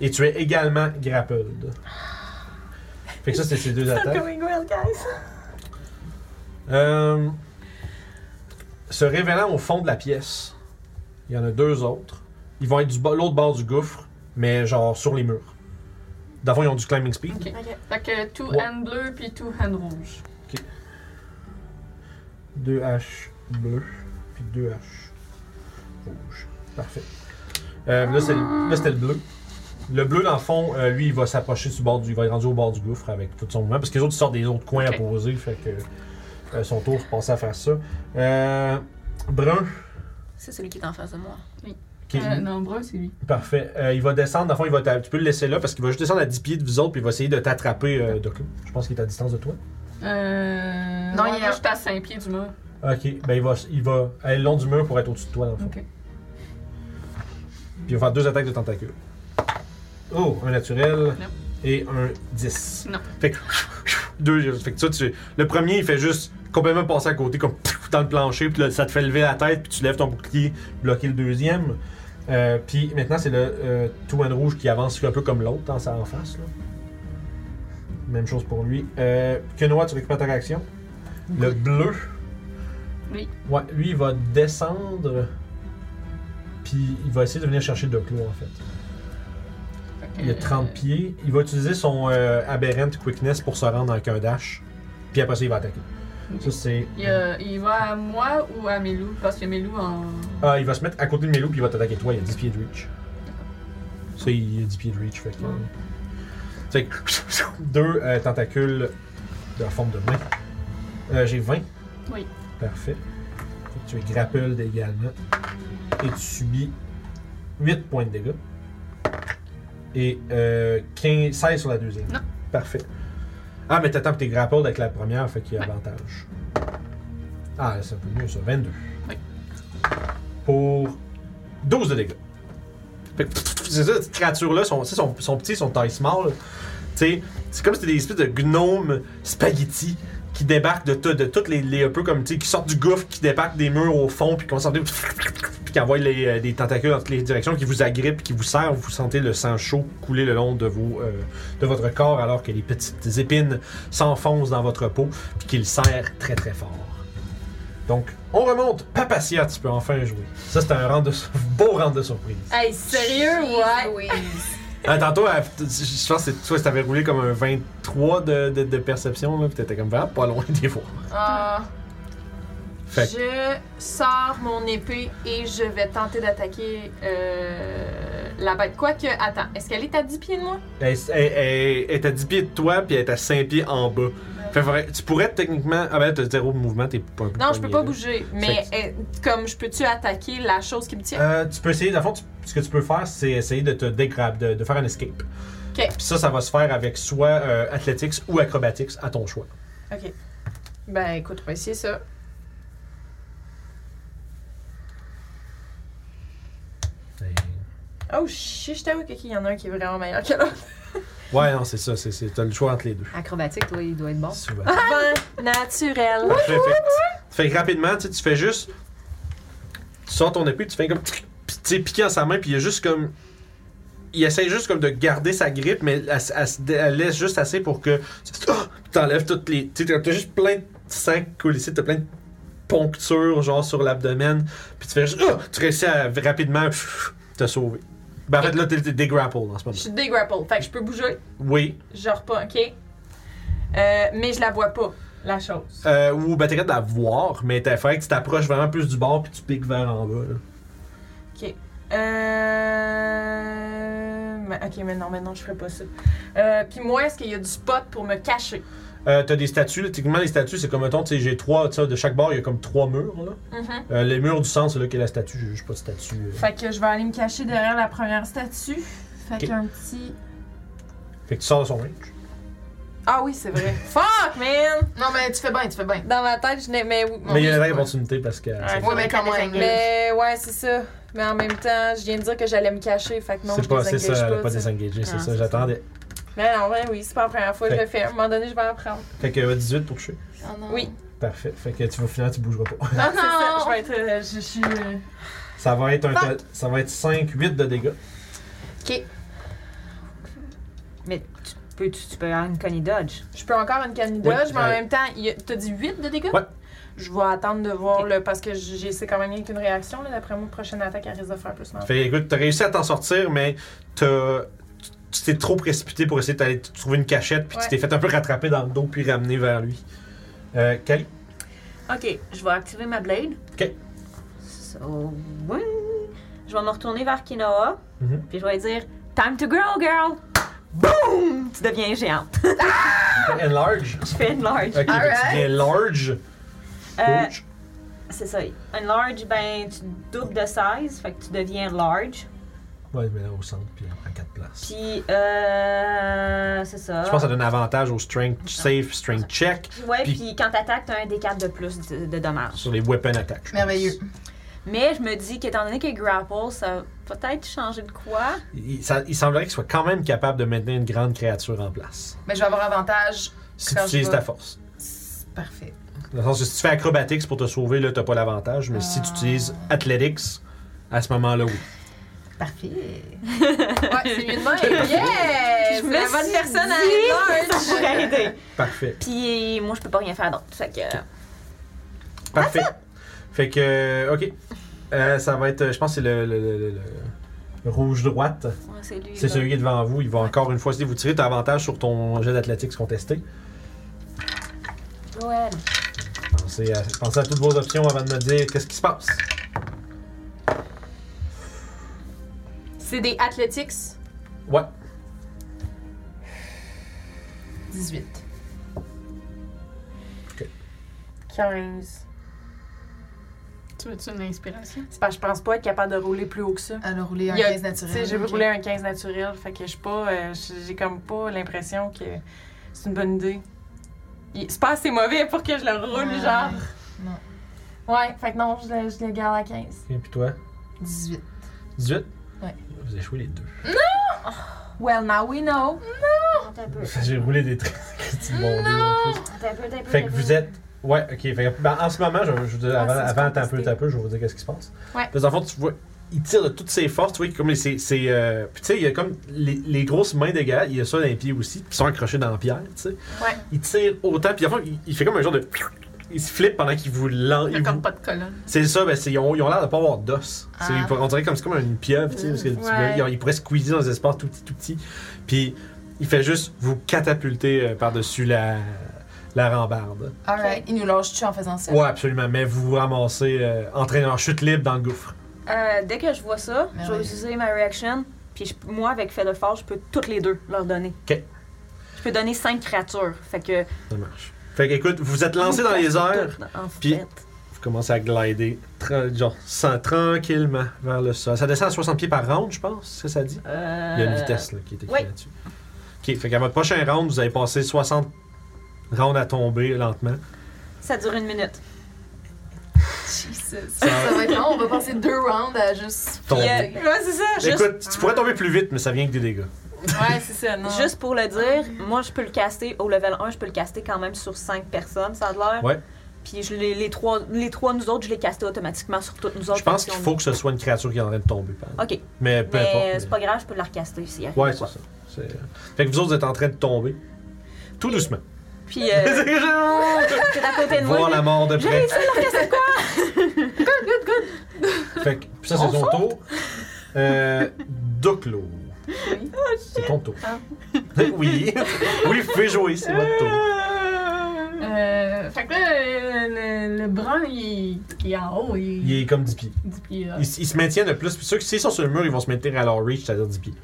Speaker 1: Et tu es également grappled. Fait que ça, c'est ces deux attaques.
Speaker 6: well, guys.
Speaker 1: Euh, se révélant au fond de la pièce, il y en a deux autres. Ils vont être du bo- l'autre bord du gouffre, mais genre sur les murs. D'avant, ils ont du climbing speed.
Speaker 4: Ok. Fait que two
Speaker 1: Ouais.
Speaker 4: hand bleu puis two hand rouge.
Speaker 1: Deux haches bleues, puis deux haches rouges. Parfait. Euh, là, c'est le- là, c'était le bleu. Le bleu, dans le fond, euh, lui, il va s'approcher du bord du. Il va être rendu au bord du gouffre avec tout son mouvement. Parce que les autres ils sortent des autres coins
Speaker 4: Ok.
Speaker 1: opposés. Fait que euh, son tour, se passait à faire ça. Euh, brun,
Speaker 6: C'est celui qui est en face de moi.
Speaker 1: qui est
Speaker 4: Euh, non, brun, c'est lui.
Speaker 1: parfait. Euh, il va descendre. Dans le fond, il va t'a- tu peux le laisser là parce qu'il va juste descendre à 10 pieds de vous autres. Puis il va essayer de t'attraper, euh, Doc Lo. Je pense qu'il est à distance de toi.
Speaker 4: Euh.
Speaker 2: Non,
Speaker 4: ouais,
Speaker 2: il est-
Speaker 4: moi, j'étais à 5 pieds du mur.
Speaker 1: Ok. Ben, il va, il va aller le long du mur pour être au-dessus de toi, dans le fond.
Speaker 4: Ok.
Speaker 1: Puis il va faire deux attaques de tentacules. Oh, un naturel et un 10.
Speaker 4: Non.
Speaker 1: Fait que, deux, fait que ça, tu- le premier, il fait juste complètement passer à côté, comme dans le plancher, puis là, ça te fait lever la tête, puis tu lèves ton bouclier, bloquer le deuxième. Euh, puis maintenant, c'est le euh, Touane Rouge qui avance un peu comme l'autre dans sa en face. là. Même chose pour lui. Euh, Kenoa, tu récupères ta réaction. Le bleu.
Speaker 4: Oui.
Speaker 1: Ouais, lui, il va descendre. Puis il va essayer de venir chercher Doclo, en fait. Il a
Speaker 4: Euh.
Speaker 1: 30 pieds. Il va utiliser son euh, Aberrant Quickness pour se rendre avec un dash. Puis après ça, il va attaquer. Ça, c'est.
Speaker 4: Il, euh, il va à moi ou à Melou? Parce que Melou en.
Speaker 1: Ah, il va se mettre à côté de Melou, puis il va t'attaquer toi. Il a 10 pieds de reach. Ça, il a 10 pieds de reach. Fait que. euh, Fait que, deux euh, tentacules de la forme de main. Euh, J'ai 20.
Speaker 4: Oui.
Speaker 1: Parfait. Fait que tu es grappled également. Et tu subis 8 points de dégâts. Et euh, 15, 16 sur la deuxième.
Speaker 4: Non.
Speaker 1: Parfait. Ah, mais t'attends que t'es grappled avec la première, fait qu'il y a avantage. Ah, c'est un peu mieux ça. 22.
Speaker 4: Oui.
Speaker 1: Pour 12 de dégâts. Fait que, pff, c'est ça, cette créature-là, son, tu sais, son, son petit, son taille small. Tu sais, c'est comme si c'était des espèces de gnomes spaghetti qui débarquent de, tout- de toutes les, les. un peu comme, tu sais, qui sortent du gouffre, qui débarquent des murs au fond, puis qui commencent à dire- puis qui envoient les, euh, des tentacules dans toutes les directions, qui vous agrippent, qui vous serrent. Vous sentez le sang chaud couler le long de, vos, euh, de votre corps, alors que les petites épines s'enfoncent dans votre peau, puis qu'ils serrent très très fort. Donc, on remonte. Papacia, tu peux enfin jouer. Ça, c'était un rang de... beau rang de surprise.
Speaker 7: Ah.
Speaker 5: Hey, sérieux, ouais.
Speaker 1: Ah, tantôt, elle- je je pense que c'est- toi, t'avais roulé comme un 23 de, de, de perception, là, pis t'étais comme vraiment pas loin des voir.
Speaker 2: Ah,
Speaker 1: Fait que-
Speaker 5: Je sors mon épée et je vais tenter d'attaquer euh, la bête. Quoique, attends, est-ce qu'elle est à 10 pieds de moi?
Speaker 1: Elle, elle- elle- elle est à 10 pieds de toi, puis elle est à 5 pieds en bas. Fait que faudrait- tu pourrais techniquement. Ah ben, t'as zéro mouvement, t'es pas un peu
Speaker 5: Non, je peux
Speaker 1: poigné,
Speaker 5: pas
Speaker 1: là.
Speaker 5: bouger, mais euh, comme je peux-tu attaquer la chose qui me tient?
Speaker 1: Euh, tu peux essayer, dans le fond, tu- ce que tu peux faire, c'est essayer de te dégraber, de, de faire un escape.
Speaker 5: Ok.
Speaker 1: Puis ça, ça va se faire avec soit euh, athletics ou acrobatics à ton choix. Euh.
Speaker 4: Ben écoute, on va essayer ça.
Speaker 1: Et-
Speaker 2: Oh, shit, je t'avoue que qu'il y en a un qui est vraiment meilleur que l'autre.
Speaker 1: Ouais, non, c'est ça, c'est, c'est- t'as le choix entre les deux.
Speaker 6: Acrobatique, toi, il doit être bon.
Speaker 1: Souvent.
Speaker 5: Vin naturel.
Speaker 1: Parfait, fait que- fait que rapidement, tu sais, tu fais juste. Tu sors ton épée, tu fais comme. Tu sais, piqué en sa main, puis il y a juste comme. Il essaie juste comme de garder sa grippe, mais elle, s- elle s- elle laisse juste assez pour que. Ah! Puis T'enlèves toutes les. Tu sais, t'as- t'as juste plein de sang qui coule ici, t'as plein de ponctures, genre sur l'abdomen, puis tu fais juste. Ah! Tu réussis à rapidement pff, te sauver. Ben en fait, là, t'es t'es dégrapple en ce
Speaker 5: Je
Speaker 1: moment.
Speaker 5: suis dégrapple, fait que je peux bouger.
Speaker 1: Oui.
Speaker 5: Je reprends, ok? Euh, mais je la vois pas, la chose.
Speaker 1: Euh, ou ben t'es capable de la voir, mais t'as fait que tu t'approches vraiment plus du bord, puis tu piques vers en bas, là.
Speaker 5: Euh... mais- Ok, mais non, mais non, je ferai pas ça. Euh, Puis moi, est-ce qu'il y a du spot pour me cacher?
Speaker 1: Euh, t'as des statues, là. techniquement les statues c'est comme mettons, tu sais, j'ai trois, tu sais, de chaque bord il y a comme trois murs là.
Speaker 5: Mhm.
Speaker 1: Euh, les murs du centre c'est là qu'est la statue, j'ai juste pas de statue. euh.
Speaker 2: Fait que je vais aller me cacher derrière la première statue. Fait
Speaker 1: Ok.
Speaker 2: qu'un petit.
Speaker 1: Fait que tu sors de son range.
Speaker 5: Ah oui, c'est vrai. Fuck, man!
Speaker 2: Non, mais tu fais bien, tu fais bien.
Speaker 5: Dans ma tête, je n'ai... Mais, oui, mon
Speaker 1: mais il y a
Speaker 5: Dieu,
Speaker 1: une
Speaker 5: ouais.
Speaker 1: opportunité parce que c'est-
Speaker 2: Ouais, mais quand même.
Speaker 5: Mais ouais, c'est ça. Mais en même temps, je viens de dire que j'allais me cacher, fait que non,
Speaker 1: c'est
Speaker 5: je
Speaker 1: pas, c'est
Speaker 5: désengage
Speaker 1: ça, elle a
Speaker 5: pas.
Speaker 1: pas
Speaker 5: tu sais.
Speaker 1: désengagé, c'est
Speaker 6: Ah,
Speaker 1: ça,
Speaker 6: c'est
Speaker 1: j'attendais.
Speaker 5: Mais non, ouais, oui, c'est pas la première fois que je
Speaker 1: Fait-
Speaker 5: le fais. À un moment donné, je vais apprendre.
Speaker 1: Fait que euh, 18 pour toucher.
Speaker 2: Oh non.
Speaker 5: Oui.
Speaker 1: Parfait. Fait que tu vas finalement tu bougeras pas.
Speaker 5: Non, c'est ça, je vais
Speaker 2: être. euh, je suis. euh,
Speaker 1: ça va être un to- ça va être 5 8 de dégâts.
Speaker 6: Mais tu peux, tu, tu peux avoir une Connie Dodge.
Speaker 5: Je peux encore une canne
Speaker 1: Oui,
Speaker 5: dodge, mais en
Speaker 1: ouais.
Speaker 5: même temps, il y a- t'as dit 8 de dégâts?
Speaker 1: Ouais.
Speaker 5: Je vais attendre de voir, là, parce que j'ai c'est quand même rien qu'une réaction. Là, d'après moi, prochaine attaque, elle risque de faire plus mal.
Speaker 1: Fait que, écoute, t'as réussi à t'en sortir mais t'as tu- tu t'es trop précipité pour essayer d'aller t- trouver une cachette puis
Speaker 5: Ouais.
Speaker 1: tu t'es fait un peu rattraper dans le dos puis ramener vers lui. Euh, Cali,
Speaker 6: Ok, je vais activer ma blade.
Speaker 1: Ok.
Speaker 6: So, oui. Je vais me retourner vers Kinoa.
Speaker 1: Mhm.
Speaker 6: Puis je vais lui dire Time to grow, girl! Boom! Tu deviens géante.
Speaker 1: enlarge.
Speaker 6: Je fais une large.
Speaker 1: Ok, fait que tu
Speaker 2: Alright.
Speaker 1: deviens large.
Speaker 6: Euh,
Speaker 1: Ouch.
Speaker 6: c'est ça. Une large, ben, tu doubles de size. Fait que tu deviens large.
Speaker 1: Ouais, mais là au centre, puis elle prend 4 places.
Speaker 6: Puis, euh. C'est ça.
Speaker 1: Je pense que ça donne avantage au strength save, strength check
Speaker 6: Ouais,
Speaker 1: Puis-
Speaker 6: puis quand t'attaques, t'as un D4 de plus de, de dommages.
Speaker 1: sur les weapon attacks. je pense.
Speaker 2: Merveilleux.
Speaker 6: Mais je me dis qu'étant donné qu'il grapple, ça va peut-être changer de quoi.
Speaker 1: Il, ça- il semblerait qu'il soit quand même capable de maintenir une grande créature en place.
Speaker 2: Mais je vais avoir avantage.
Speaker 1: Si
Speaker 2: Quand
Speaker 1: tu
Speaker 2: je
Speaker 1: utilises
Speaker 2: vais-
Speaker 1: ta force.
Speaker 2: C'est Parfait.
Speaker 1: Dans le sens que si tu fais acrobatics pour te sauver, là, t'as pas l'avantage. Mais si
Speaker 2: Ah.
Speaker 1: tu utilises athletics, à ce moment-là, oui.
Speaker 2: Parfait.
Speaker 4: Ouais, c'est mieux de même.
Speaker 5: Yeah!
Speaker 6: Je
Speaker 5: C'est
Speaker 6: me
Speaker 5: la
Speaker 6: suis
Speaker 5: bonne personne à
Speaker 6: dit
Speaker 5: être
Speaker 6: Ça pourrait aider.
Speaker 1: Parfait.
Speaker 6: Puis moi, je peux pas rien faire d'autre. Fait que.
Speaker 1: Parfait. Fait que, euh, ok. Euh, ça va être, euh, je pense que c'est le- le- le- le- le rouge droite.
Speaker 6: ouais, c'est lui.
Speaker 1: C'est
Speaker 6: là.
Speaker 1: celui qui est devant vous. Il va encore une fois essayer de vous tirer. T'as avantage sur ton jet d'athlétiques contesté.
Speaker 6: Ouais.
Speaker 1: Pensez à, pensez à toutes vos options avant de me dire qu'est-ce qui se passe.
Speaker 5: C'est des athletics.
Speaker 1: Ouais.
Speaker 2: 18.
Speaker 5: 15.
Speaker 4: Tu veux-tu une inspiration?
Speaker 5: C'est parce que je pense pas être capable de rouler plus haut que ça.
Speaker 2: Elle a roulé un
Speaker 5: Il y a-
Speaker 2: 15
Speaker 5: Tu
Speaker 2: naturel.
Speaker 5: sais, j'ai
Speaker 2: Ok.
Speaker 5: roulé un 15 naturel, fait que je suis pas. euh, j'ai- j'ai comme pas l'impression que c'est une bonne idée. Il- C'est pas assez mauvais pour que je le roule,
Speaker 2: Ouais.
Speaker 5: genre.
Speaker 2: Non.
Speaker 5: Ouais, fait que non, je le, je le garde à 15.
Speaker 1: Et puis toi,
Speaker 2: 18.
Speaker 1: 18?
Speaker 2: Ouais.
Speaker 1: Vous échouez les deux.
Speaker 5: Well, now we know.
Speaker 3: Attends un peu.
Speaker 1: J'ai roulé des traits. Christy, bon, deux en plus.
Speaker 3: Attends un peu, attends un peu,
Speaker 1: Fait que
Speaker 3: attends
Speaker 1: vous êtes. Ouais, ok. Fait que, ben, en ce moment, je, je vous dis, avant,
Speaker 5: c'est
Speaker 1: avant t'as un peu,
Speaker 5: contesté.
Speaker 1: t'as un peu, je vais vous dire qu'est-ce qui se passe.
Speaker 5: Ouais.
Speaker 1: Parce qu'en fond, tu vois, il tire de toutes ses forces, tu vois, comme c'est. c'est euh, puis tu sais, il y a comme les, les grosses mains des gars, il y a ça dans les pieds aussi, qui sont accrochés dans la pierre, tu sais.
Speaker 5: Ouais.
Speaker 1: Il tire autant, puis en fond, il, il fait comme un genre de. il se flippe pendant qu'il vous lan-
Speaker 4: Il n'y
Speaker 1: il
Speaker 4: a
Speaker 1: vous-
Speaker 4: comme pas de colonne.
Speaker 1: C'est ça, ben, c'est- ils ont ils ont l'air de pas avoir d'os. C'est-
Speaker 2: Ah.
Speaker 1: On dirait comme, c'est comme une pieuvre, tu sais, parce que tu
Speaker 5: Ouais.
Speaker 1: vois, ils, ils pourraient squeezer dans des espaces tout petits, tout petits. Puis il fait juste vous catapulter euh, par-dessus la, la rambarde.
Speaker 2: Alright, il nous lâche-tu en faisant ça?
Speaker 1: Ouais, absolument, mais vous vous ramassez euh, en train en chute libre dans le gouffre.
Speaker 6: Euh, dès que je vois ça, je
Speaker 2: Merveilleux.
Speaker 6: vais utiliser ma reaction. Puis je- moi, avec Fait de Fort, je peux toutes les deux leur donner.
Speaker 1: Ok.
Speaker 6: Je peux donner cinq créatures. Fait que.
Speaker 1: Ça marche. Fait que, écoute, vous êtes lancé dans les airs,
Speaker 6: Toutes, En
Speaker 1: puis-
Speaker 6: fait.
Speaker 1: vous commencez à glider tra- genre, sans- tranquillement vers le sol. Ça descend à 60 pieds par round, je pense, c'est ça que ça dit?
Speaker 6: Euh,
Speaker 1: Il y a une vitesse là, qui est écrite
Speaker 6: oui.
Speaker 1: là-dessus. Ok, fait qu'à votre prochain round, vous avez passé 60 rounds à tomber lentement.
Speaker 6: Ça dure une minute.
Speaker 2: Jesus. Ça va être long, on va passer deux rounds à juste.
Speaker 1: Tomber.
Speaker 6: Puis, euh, ouais, c'est ça. Juste,
Speaker 1: Écoute, tu pourrais tomber plus vite, mais ça vient que des dégâts.
Speaker 5: Ouais, c'est ça, non.
Speaker 6: juste pour le dire, moi, je peux le caster au level 1, je peux le caster quand même sur cinq personnes, ça a l'air.
Speaker 1: Ouais.
Speaker 6: Puis je les, les, trois, les trois, nous autres, je les castais automatiquement sur toutes nous autres.
Speaker 1: Je pense qu'il
Speaker 6: parce
Speaker 1: faut que ce soit une créature qui est en train de tomber. par exemple.
Speaker 6: qu'on- Ok.
Speaker 1: Mais peu importe.
Speaker 6: Mais euh,
Speaker 1: mais-
Speaker 6: c'est pas grave, je peux la recaster hein. s'il arrive
Speaker 1: Ouais,
Speaker 6: de
Speaker 1: c'est
Speaker 6: quoi.
Speaker 1: ça. C'est- euh, Fait que vous autres, vous êtes en train de tomber. Tout doucement.
Speaker 6: Puis euh,
Speaker 1: C'est genre-
Speaker 6: c'est à côté de moi.
Speaker 1: Voir
Speaker 6: là.
Speaker 1: la mort de
Speaker 6: J'ai
Speaker 1: près.
Speaker 6: réussi à leur casser de quoi
Speaker 1: Fait que puis ça, c'est ton tour. Euh, Doclo. C'est ton tour. oui. Oui, vous pouvez jouer, c'est votre tour.
Speaker 4: Euh, fait que là, le, le brun, il, il est en haut.
Speaker 1: Il est comme 10 pieds.
Speaker 4: dit puis, euh,
Speaker 1: Ils, ils se maintiennent de plus. Puis ceux qui s'ils sont sur le mur, ils vont se maintenir à leur reach, c'est-à-dire 10 pieds.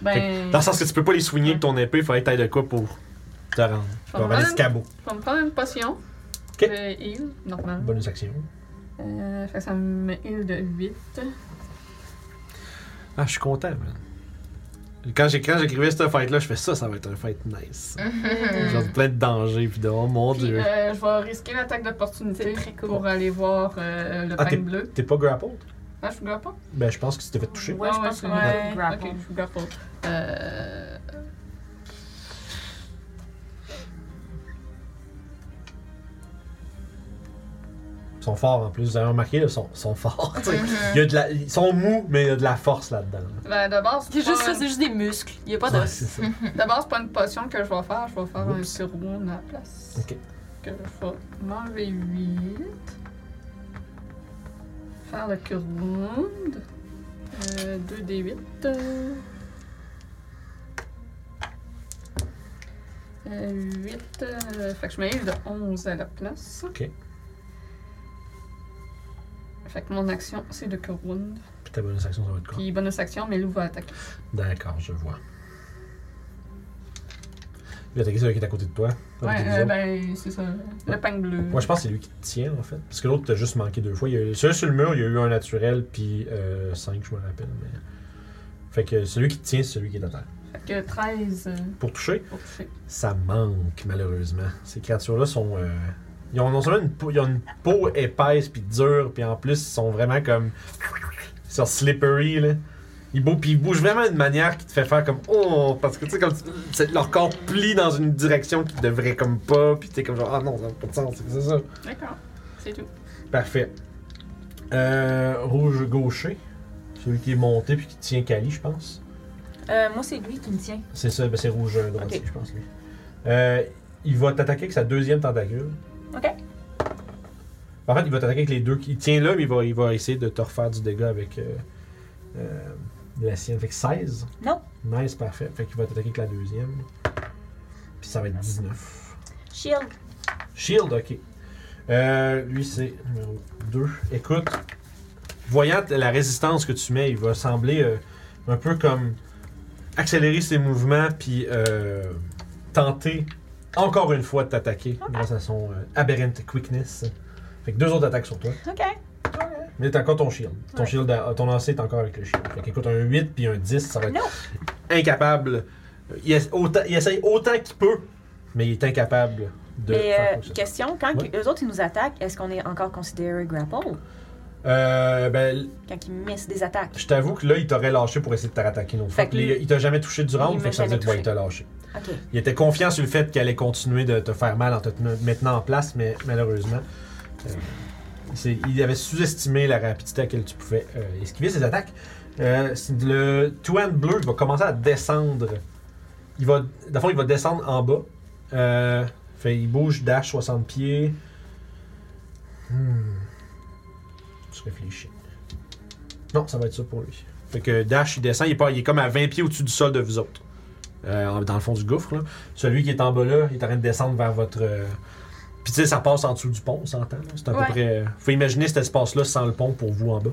Speaker 4: ben,
Speaker 1: Dans le sens que tu peux pas les soigner avec ton épée, il faudrait que t'ailles de quoi pour te rendre. Pour avoir l'escabeau.
Speaker 4: je vais me prendre une potion.
Speaker 1: Ok.
Speaker 4: Je heal, normal.
Speaker 1: Bonus action.
Speaker 4: Euh, fait que ça me heal de 8.
Speaker 1: Ah, je suis content, man. Quand j'ai- quand j'écrivais cette fight-là, je fais ça, ça va être un fight nice. Genre plein de dangers, puis de oh mon
Speaker 4: Puis
Speaker 1: dieu.
Speaker 4: euh, je vais risquer l'attaque d'opportunité pour aller voir euh, le
Speaker 1: Ah,
Speaker 4: pain bleu.
Speaker 1: T'es pas grappled?
Speaker 4: Ah, je ne pas. Ah,
Speaker 1: Ben, je pense que tu t'es fait toucher.
Speaker 6: Ouais, je pense qu'on
Speaker 4: ouais,
Speaker 6: va
Speaker 4: ouais.
Speaker 6: grapple.
Speaker 4: Ok, je suis grapple. Euh...
Speaker 1: Ils sont forts en plus, vous avez remarqué, là, ils sont, ils sont forts. tu sais.
Speaker 4: Mm-hmm.
Speaker 1: Il y a de la- ils sont mous, mais il y a de la force là-dedans. là.
Speaker 4: Ben, de base,
Speaker 5: C'est
Speaker 4: c'est
Speaker 5: juste
Speaker 4: pas,
Speaker 5: ça, c'est juste des muscles. Il a pas
Speaker 1: Ouais,
Speaker 5: d'os.
Speaker 1: c'est ça.
Speaker 4: de Mm-hmm. base, c'est pas une potion que je vais faire. Je vais faire un
Speaker 1: Oups.
Speaker 4: petit round à la place.
Speaker 1: Ok.
Speaker 4: Que je vais m'enlever 8. Faire le cure wound. Euh, 2d8. Euh, 8. euh, fait que je me heal de 11 à la place.
Speaker 1: Ok.
Speaker 4: Fait que mon action, c'est le cure wound.
Speaker 1: Puis ta bonus action, ça va être quoi?
Speaker 4: Puis bonus action, mais loup va attaquer.
Speaker 1: D'accord, je vois. Il va attaquer celui qui est à côté de toi. à côté
Speaker 4: Ouais,
Speaker 1: des
Speaker 4: euh,
Speaker 1: autres.
Speaker 4: ben, c'est ça. Le pain bleu.
Speaker 1: Moi, je pense que c'est lui qui te tient, en fait. Parce que l'autre t'a juste manqué deux fois. Il y a eu- celui sur le mur, il y a eu un naturel, puis euh, cinq, je me rappelle. Mais... Fait que celui qui te tient, c'est celui qui est à terre.
Speaker 4: Fait que 13 euh,
Speaker 1: Pour toucher,
Speaker 4: pour toucher.
Speaker 1: ça manque, malheureusement. Ces créatures-là sont. euh, Ils ont non seulement une peau, ils ont une peau épaisse, puis dure, puis en plus, ils sont vraiment comme. Ils sont slippery, là. Ils bougent, puis ils bougent vraiment d'une manière qui te fait faire comme. Oh, parce que tu sais, comme. tu- c'est- Leur corps plie dans une direction qui devrait comme pas, puis t'es comme genre, ah non, ça n'a pas de sens, c'est ça.
Speaker 4: D'accord. C'est tout.
Speaker 1: Parfait. Euh, rouge gaucher. Celui qui est monté puis qui tient Kali, je pense.
Speaker 6: Euh, moi, c'est lui qui me tient.
Speaker 1: C'est ça, ben c'est rouge euh, droitier,
Speaker 6: Ok.
Speaker 1: je pense, lui. Euh, il va t'attaquer avec sa deuxième tentacule.
Speaker 6: Ok.
Speaker 1: En fait, il va t'attaquer avec les deux. qui- Il tient là, mais il va, il va essayer de te refaire du dégât avec euh, euh, la sienne. Fait que 16.
Speaker 6: Non.
Speaker 1: Nice, parfait. Fait qu'il va t'attaquer avec la deuxième. Puis ça va être 19.
Speaker 6: Shield.
Speaker 1: Shield, ok. Euh, lui, c'est numéro 2. Écoute, voyant t- la résistance que tu mets, il va sembler euh, un peu comme accélérer ses mouvements, puis euh, tenter encore une fois de t'attaquer grâce à son euh, aberrant quickness. Fait que deux autres attaques sur toi.
Speaker 6: Ok.
Speaker 1: Mais t'as encore ton shield. Ton
Speaker 6: Ouais.
Speaker 1: shield, à- ton lancer est encore avec le shield. Fait qu'écoute, un 8 puis un 10, ça va être
Speaker 6: Non.
Speaker 1: incapable. Il, es- autant- il essaye autant qu'il peut, mais il est incapable de faire
Speaker 6: Mais
Speaker 1: quoi
Speaker 6: euh,
Speaker 1: que ce soit.
Speaker 6: question, quand
Speaker 1: Ouais.
Speaker 6: que- eux autres ils nous attaquent, est-ce qu'on est encore considéré grapple
Speaker 1: Euh, ben,
Speaker 6: quand ils missent des attaques?
Speaker 1: je t'avoue que là, il t'aurait lâché pour essayer de te rattaquer une autre
Speaker 6: Fait
Speaker 1: fois.
Speaker 6: que
Speaker 1: Puis
Speaker 6: lui-
Speaker 1: il, il t'a jamais touché durant,
Speaker 6: il
Speaker 1: fait
Speaker 6: m'a
Speaker 1: que ça veut dire
Speaker 6: jamais
Speaker 1: que, ouais, il
Speaker 6: touché.
Speaker 1: t'a lâché.
Speaker 6: Ok.
Speaker 1: Il était confiant sur le fait qu'elle allait continuer de te faire mal en te tenant- maintenant en place, mais malheureusement, euh, c'est- il avait sous-estimé la rapidité à laquelle tu pouvais euh, esquiver ses attaques. Euh, c'est le Tuan bleu qui va commencer à descendre. Il va, dans le fond, il va descendre en bas. Euh, fait, il bouge, dash 60 pieds. Hmm. Je réfléchis. Non, ça va être ça pour lui. Fait que Dash, il descend, il est, pas, il est comme à 20 pieds au-dessus du sol de vous autres. Euh, dans le fond du gouffre, là. Celui qui est en bas là, il est en train de descendre vers votre. euh, Puis tu sais, ça passe en dessous du pont, on s'entend. là. C'est à
Speaker 5: Ouais.
Speaker 1: peu près. euh, Faut imaginer cet espace-là sans le pont pour vous en bas.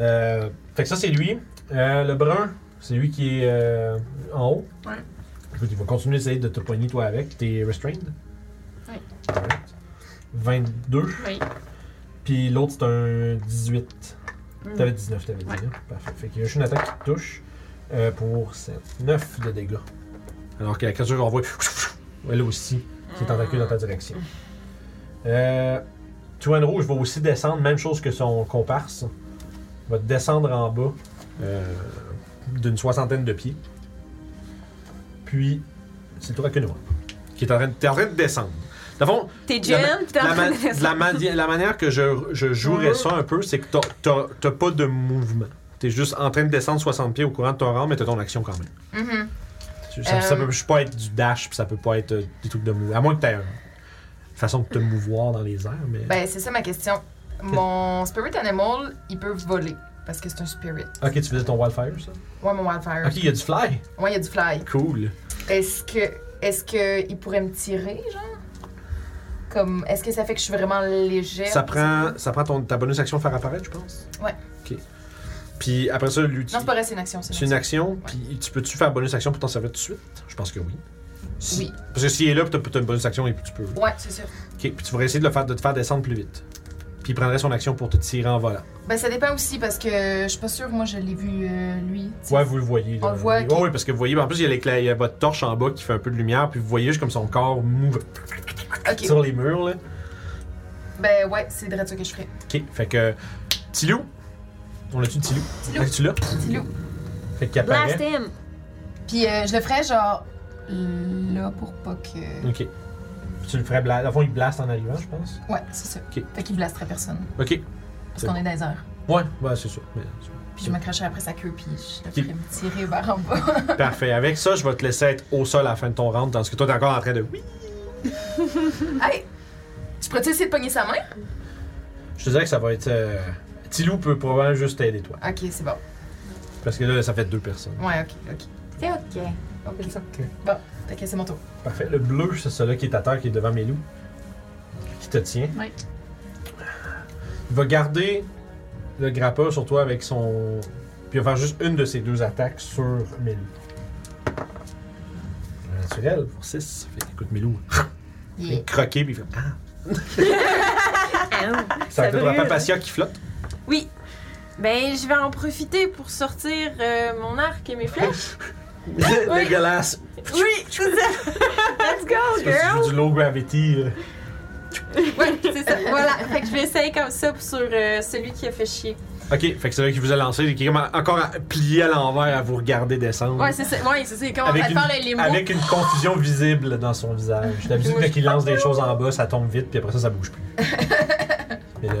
Speaker 1: Euh, fait que ça, c'est lui. Euh, le brun, c'est lui qui est euh, en haut.
Speaker 4: Ouais.
Speaker 1: Écoute, il va continuer d'essayer de te pogner, toi, avec. T'es restrained.
Speaker 4: Oui.
Speaker 1: Alright. 22.
Speaker 4: Oui.
Speaker 1: Puis l'autre, c'est un 18.
Speaker 4: Mm.
Speaker 1: T'avais 19, t'avais dit.
Speaker 4: Ouais.
Speaker 1: hein? Parfait. Fait qu'il y a juste une attaque qui te touche euh, pour 7, 9 de dégâts. Alors que la créature envoie. Elle aussi, ses tentacules dans ta direction. Euh, Tuan Rouge va aussi descendre, même chose que son comparse. Va descendre en bas euh, d'une soixantaine de pieds. Puis, c'est le tour à Kunoa, qui est en train de, t'es en train de descendre. Dans le fond,
Speaker 5: T'es
Speaker 1: la ma-
Speaker 5: Jen, pis t'es en
Speaker 1: la,
Speaker 5: train de
Speaker 1: ma-
Speaker 5: descendre. Mm-hmm.
Speaker 1: la mani- la manière que je, je jouerais ça un peu, c'est que t'as- t'as t'as pas de mouvement. T'es juste en train de descendre 60 pieds au courant de ton rang, mais t'as ton action quand même.
Speaker 2: Mhm.
Speaker 1: Tu- Ça, ça
Speaker 2: Euh.
Speaker 1: peut pas être du dash, puis ça peut pas être euh, des trucs de mouvement. À moins que t'aies une façon de te mouvoir dans les airs, mais.
Speaker 2: Ben, c'est ça ma question. Mon spirit animal, il peut voler parce que c'est un spirit.
Speaker 1: ok, tu faisais ton wildfire, ça?
Speaker 2: Ouais, mon wildfire.
Speaker 1: Ok, il y a du fly.
Speaker 2: Ouais, il y a du fly.
Speaker 1: Cool.
Speaker 2: Est-ce que est-ce que il pourrait me tirer, genre Comme est-ce que ça fait que je suis vraiment légère
Speaker 1: Ça prend, ça prend ton, ta bonus action faire apparaître, je pense?
Speaker 2: Ouais.
Speaker 1: Ok. Puis après ça, l'outil.
Speaker 2: Non, c'est pas vrai, c'est une action.
Speaker 1: C'est une action, puis tu peux-tu faire bonus action pour t'en servir tout de suite? Je pense que oui. Si-
Speaker 2: Oui.
Speaker 1: Parce que s'il est là, puis t'as t'as une bonus action et puis tu peux. Ok,
Speaker 2: Ouais, c'est sûr.
Speaker 1: puis tu vas essayer de, le faire, de te faire descendre plus vite. Puis il prendrait son action pour te tirer en volant.
Speaker 2: Ben, ça dépend aussi parce que je suis pas sûre, moi je l'ai vu euh, lui. tu sais.
Speaker 1: Ouais, vous le voyez. là.
Speaker 2: On le voit,
Speaker 1: Oui,
Speaker 2: ok.
Speaker 1: oui, parce que vous voyez, en plus, il y, a l'éclair- il y a votre torche en bas qui fait un peu de lumière, puis vous voyez juste comme son corps move
Speaker 2: Ok.
Speaker 1: sur les murs. Là.
Speaker 2: Ben ouais, c'est vrai ça que je ferais.
Speaker 1: Ok, fait que. Tilou On l'a-tu, Tilou
Speaker 2: Tilou.
Speaker 1: Ah, Tu l'as
Speaker 2: Tilou.
Speaker 1: Fait qu'il apparaît.
Speaker 6: Blast him!
Speaker 2: Puis euh, je le ferais genre là pour pas que.
Speaker 1: Ok. Puis tu le ferais blast. Avant, il blast en arrivant, je pense.
Speaker 2: Ouais, c'est ça.
Speaker 1: Ok.
Speaker 2: Fait qu'il blasterait personne
Speaker 1: Ok.
Speaker 2: parce
Speaker 1: C'est
Speaker 2: qu'on est dans les airs.
Speaker 1: Ouais, ouais, c'est sûr. Mais-
Speaker 2: Puis je m'accrocherais après sa queue puis je le
Speaker 1: Qui-
Speaker 2: ferais me tirer vers en bas.
Speaker 1: Parfait. Avec ça, je vais te laisser être au sol à la fin de ton round, tandis que toi, t'es encore en train de. Oui.
Speaker 2: hey, tu pourrais essayer de pogner sa main
Speaker 1: Je te dirais que ça va être. euh, Tilou peut probablement juste t'aider, toi.
Speaker 2: Ok, c'est bon.
Speaker 1: Parce que là, ça fait deux personnes.
Speaker 2: Ouais, ok, ok.
Speaker 7: C'est ok.
Speaker 2: Ok. Bon, ok, c'est mon tour.
Speaker 1: Parfait. Le bleu, c'est celui-là qui est à terre, qui est devant Mélou. Qui te tient.
Speaker 4: Oui.
Speaker 1: Il va garder le grappa sur toi avec son. Puis il va faire juste une de ses deux attaques sur Mélou. Un Naturel pour 6. Fait que, écoute, Mélou, il
Speaker 2: Yeah.
Speaker 1: est croqué, puis il fait. Ah! Ça va être
Speaker 6: Ça
Speaker 1: le
Speaker 6: brûle.
Speaker 1: Papatia qui flotte.
Speaker 5: Oui. Ben, je vais en profiter pour sortir euh, mon arc et mes flèches.
Speaker 1: Dégueulasse.
Speaker 5: Oui, c'est ça. Let's
Speaker 6: Oh,
Speaker 5: go,
Speaker 1: C'est
Speaker 5: girl.
Speaker 1: du- du low gravity. euh.
Speaker 5: Ouais, c'est ça. Voilà. Fait que je vais essayer comme ça sur euh, celui qui a fait chier.
Speaker 1: Ok, fait que c'est là qui vous a lancé, et qui est comme encore à- plié à l'envers à vous regarder descendre.
Speaker 5: Ouais, c'est ça. Ouais, c'est ça. Il commence
Speaker 1: Avec
Speaker 5: à
Speaker 1: une-
Speaker 5: faire les- les mots.
Speaker 1: avec une confusion visible dans son visage. D'habitude,
Speaker 5: Moi,
Speaker 1: dès
Speaker 5: je-
Speaker 1: qu'il lance des choses en bas, ça tombe vite, puis après ça, ça bouge plus. Mais là,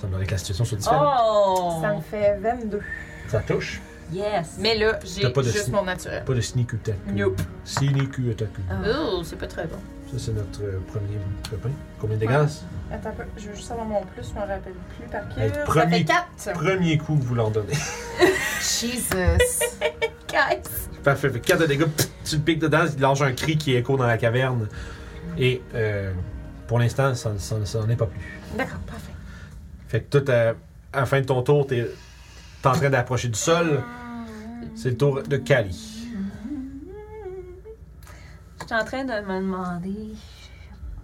Speaker 1: ça me paraît que la situation soit différente.
Speaker 5: Oh!
Speaker 7: Ça me fait 22.
Speaker 1: Ça touche.
Speaker 6: Yes!
Speaker 5: Mais là, j'ai
Speaker 1: T'as pas de
Speaker 5: juste
Speaker 1: sneak.
Speaker 5: mon naturel.
Speaker 1: Pas de sneak attack.
Speaker 5: Nope.
Speaker 1: Sneak attack.
Speaker 4: Oh, c'est pas très bon.
Speaker 1: Ça, c'est notre euh, premier copain. Combien de dégâts?
Speaker 7: Attends un peu, je veux juste avoir mon plus, je me rappelle plus par cœur.
Speaker 1: Hey,
Speaker 7: Ça
Speaker 1: premier-
Speaker 7: fait 4.
Speaker 1: Premier coup, vous l'en donnez.
Speaker 2: Jesus.
Speaker 1: Parfait. Fait 4 de dégâts, pff, tu le piques dedans, il lance un cri qui écho dans la caverne. Et euh, pour l'instant, ça ça- ça n'en est pas plus.
Speaker 5: D'accord, parfait.
Speaker 1: Fait que tout à, à la fin de ton tour, t'es t'es en train d'approcher du sol. C'est le tour de Kali.
Speaker 6: Je suis en train de me demander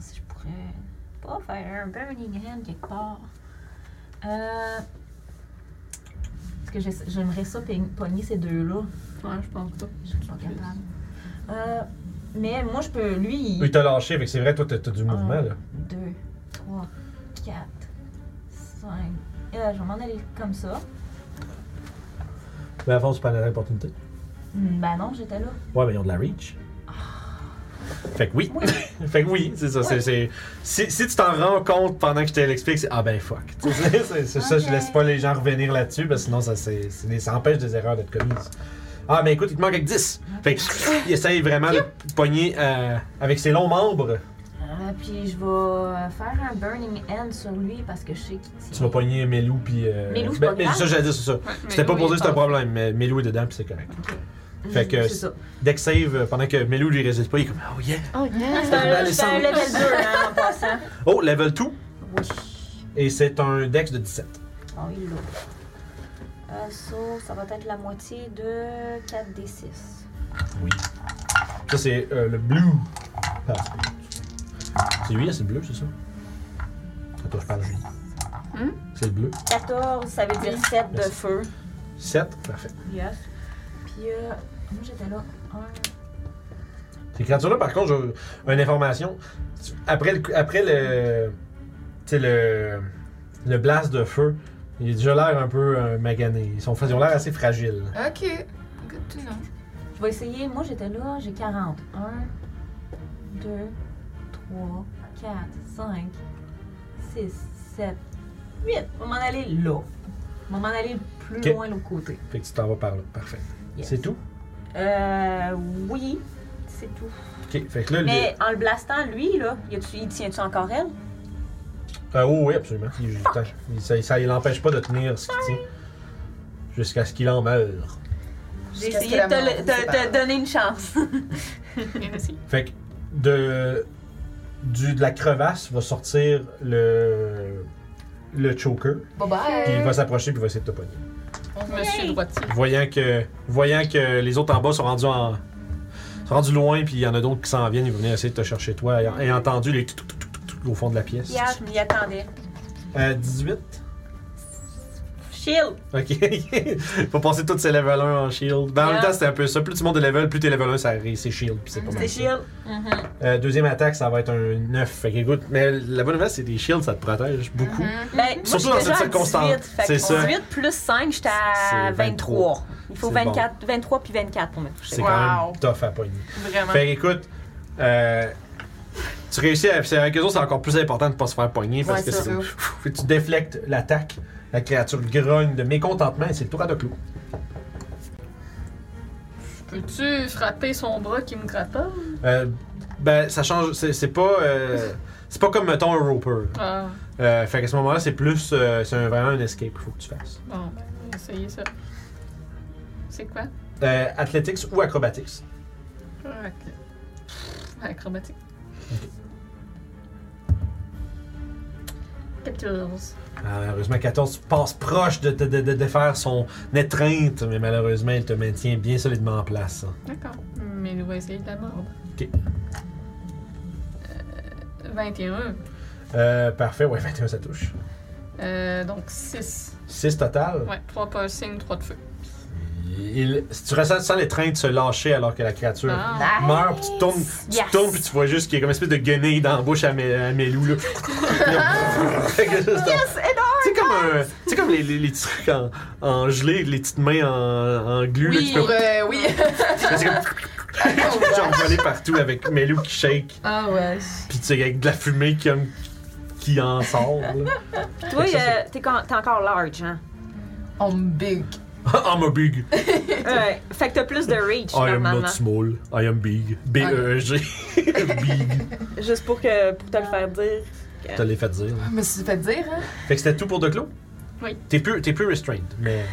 Speaker 6: si je pourrais pas faire un Burning Hand quelque part. Euh. Parce que j'essa- j'aimerais ça ping- pogner ces deux-là.
Speaker 4: Ouais, je pense pas.
Speaker 6: Je suis pas capable. Euh, mais moi, je peux. Lui, il-
Speaker 1: Il t'a lâché, fait que c'est vrai, toi, t'as t'as du mouvement, là.
Speaker 6: 2, 3, 4, 5. Et là, Euh, je vais m'en aller comme ça.
Speaker 1: Mais avant, c'est pas la opportunité.
Speaker 6: Hmm, Ben non, j'étais là.
Speaker 1: Ouais, mais ils ont de la reach. Fait que oui. fait que oui, c'est ça. c'est- c'est- Si, si tu t'en rends compte pendant que je te l'explique, c'est ah ben fuck. Tu sais, c'est c'est ça, je
Speaker 6: Ok.
Speaker 1: laisse pas les gens revenir là-dessus, parce que sinon ça, c'est- c'est des- ça empêche des erreurs d'être commises. Ah ben écoute, il te manque avec 10. Fait que, il essaye vraiment de pogner euh, avec ses longs membres.
Speaker 6: Euh, puis je vais faire un Burning End sur lui parce que je sais qu'il tient.
Speaker 1: Tu vas pogner Melou puis. euh,
Speaker 6: Melou, c'est
Speaker 1: ben,
Speaker 6: pas
Speaker 1: mais
Speaker 6: grave. Ah,
Speaker 1: ça, j'allais dire, c'est ça. C'était pas posé,
Speaker 4: c'est
Speaker 1: c'est un problème, mais Melou est dedans puis c'est correct. Fait que-
Speaker 6: C'est ça.
Speaker 1: Dès que save, euh, pendant que Melou lui résiste pas, il est comme Oh yeah!
Speaker 2: Oh, yeah.
Speaker 6: C'est un,
Speaker 1: Alessandre.
Speaker 6: c'est un level 2 hein, en passant.
Speaker 1: Oh, level 2!
Speaker 6: Oui.
Speaker 1: Et c'est un dex de 17.
Speaker 6: Oh, il l'a. Euh, so, ça va être la moitié de 4d6.
Speaker 1: Oui. Ça, c'est euh, le blue. Pass. C'est lui, là, c'est le bleu, c'est ça? Ça touche pas le jeu.
Speaker 4: Hmm?
Speaker 1: C'est le bleu.
Speaker 6: 14, ça veut dire 7 de
Speaker 1: Merci.
Speaker 6: feu.
Speaker 1: 7, parfait.
Speaker 6: Yes. Puis, euh, moi j'étais là. Un...
Speaker 1: Ces créatures-là, par contre, j'ai une information. Après le, après le, tu sais, le, le blast de feu, ils ont déjà l'air un peu euh, maganés. Ils, sont, ils ont l'air assez fragiles.
Speaker 2: Ok. Good to know.
Speaker 6: Je vais essayer. Moi j'étais là, j'ai 40. 1, 2, 3, 4, 5, 6, 7, 8. On va m'en aller là. On va m'en aller plus
Speaker 1: Ok.
Speaker 6: loin de l'autre côté.
Speaker 1: Fait que tu t'en vas par là. Parfait.
Speaker 6: Yes.
Speaker 1: C'est tout?
Speaker 6: Euh, oui, c'est tout.
Speaker 1: Ok. Fait que là, le-
Speaker 6: Mais en le blastant, lui, là, y a-tu- il tient-tu encore elle?
Speaker 1: Ah oui, oui, absolument. Il, il tâche- il- ça ça il l'empêche pas de tenir ce qu'il tient. Jusqu'à ce qu'il en meure.
Speaker 6: J'ai
Speaker 2: Jusqu'à ce
Speaker 6: essayé
Speaker 2: que
Speaker 6: de
Speaker 2: la
Speaker 6: te,
Speaker 2: mort
Speaker 6: le-
Speaker 2: vous
Speaker 6: te-
Speaker 2: sépare.
Speaker 6: te donner une chance.
Speaker 1: Fait que de, du, de la crevasse va sortir le, le choker.
Speaker 2: Bye
Speaker 1: Puis il
Speaker 2: bye.
Speaker 1: va s'approcher puis il va essayer de te pogner.
Speaker 4: Monsieur droitier.
Speaker 1: Voyant que, voyant que les autres en bas sont rendus en. sont rendus loin, puis il y en a d'autres qui s'en viennent, ils vont venir essayer de te chercher toi, ayant, ayant entendu les tout, tout, tout, tout, tout au fond de la pièce.
Speaker 6: Yeah, je m'y attendais.
Speaker 1: Euh, 18.
Speaker 6: Chill!
Speaker 1: Ok. Faut passer toutes ces level 1 en shield. Ben, en même
Speaker 6: Yeah.
Speaker 1: temps, c'était un peu ça. Plus tu montes de level, plus t'es level 1, ça ré- c'est shield, puis c'est pas mal.
Speaker 6: C'est
Speaker 1: ça.
Speaker 6: chill.
Speaker 1: Euh, deuxième attaque, ça va être un 9. Fait que écoute, mais la bonne nouvelle, c'est des shields, ça te protège beaucoup.
Speaker 6: Ben, moi,
Speaker 1: Surtout
Speaker 6: j'étais
Speaker 1: dans cette
Speaker 6: déjà à
Speaker 1: circonstance.
Speaker 6: 18, fait que
Speaker 1: C'est ça.
Speaker 6: 18 plus 5, j'étais à
Speaker 1: C'est 23.
Speaker 6: 23. Il faut
Speaker 1: C'est bon.
Speaker 6: 24, 23 puis 24 pour me toucher.
Speaker 1: C'est quand
Speaker 5: Wow.
Speaker 1: même tough à pogner.
Speaker 5: Vraiment.
Speaker 1: Fait que, écoute, euh, tu réussis à. c'est Avec eux autres, c'est encore plus important de pas se faire pogner parce
Speaker 2: Ouais,
Speaker 1: que
Speaker 2: c'est
Speaker 1: c'est-
Speaker 2: sûr.
Speaker 1: pff, tu déflectes l'attaque. La créature grogne de mécontentement et c'est le tour à deux clous.
Speaker 4: Peux-tu frapper son bras qui me grappelle?
Speaker 1: Euh, ben, ça change. C'est c'est pas. euh, c'est pas comme, mettons, un roper.
Speaker 4: Ah,
Speaker 1: Euh, fait qu'à ce moment-là, c'est plus. euh, c'est un- vraiment un escape qu'il faut que tu fasses.
Speaker 4: bon, ben, on va essayer ça. C'est quoi?
Speaker 1: Euh, athletics ou acrobatics.
Speaker 4: Ah, ok. Ah, Acrobatique. 14.
Speaker 1: Malheureusement, 14, tu passes proche de, de, de- de- de faire son étreinte, mais malheureusement, elle te maintient bien solidement en place. hein.
Speaker 4: D'accord. Mais nous va essayer de la mordre.
Speaker 1: Ok.
Speaker 4: Euh, 21.
Speaker 1: Euh, parfait, ouais, 21, ça touche.
Speaker 4: Euh, donc 6.
Speaker 1: 6 total.
Speaker 4: Ouais, 3 passing, 3 de feu.
Speaker 1: Il- si tu ressens, tu sens les trains de se lâcher alors que la créature
Speaker 4: Ah.
Speaker 1: meurt, puis tu tournes, tu
Speaker 6: Yes.
Speaker 1: tournes, puis tu vois juste qu'il y a comme une espèce de guenille dans la bouche à, Mé- à Mélou. Là. Fait que ça, c'est- c'est comme, un, c'est comme les, les, les petits trucs en, en gelée, les petites mains en, en glu. là,
Speaker 5: Oui,
Speaker 1: tu peux-
Speaker 2: Euh, oui.
Speaker 1: c'est comme- tu peux genre voler partout avec Mélou qui shake,
Speaker 4: Ah ouais.
Speaker 1: puis tu sais, avec de la fumée qui, comme- qui en sort. là.
Speaker 6: Puis toi,
Speaker 1: Fait que ça,
Speaker 6: euh, t'es con- t'es encore large, hein?
Speaker 2: On Oh, big.
Speaker 1: I'm a big.
Speaker 6: ouais. Fait que t'as plus de reach,
Speaker 1: I am
Speaker 6: normalement.
Speaker 1: not small. I am big. B-E-E-G. big.
Speaker 6: Juste pour, que, pour te le faire dire.
Speaker 1: Tu l'as fait dire.
Speaker 2: Je me suis fait dire, hein.
Speaker 1: Fait que c'était tout pour De Clos?
Speaker 4: Oui.
Speaker 1: T'es plus, t'es plus restrained, mais.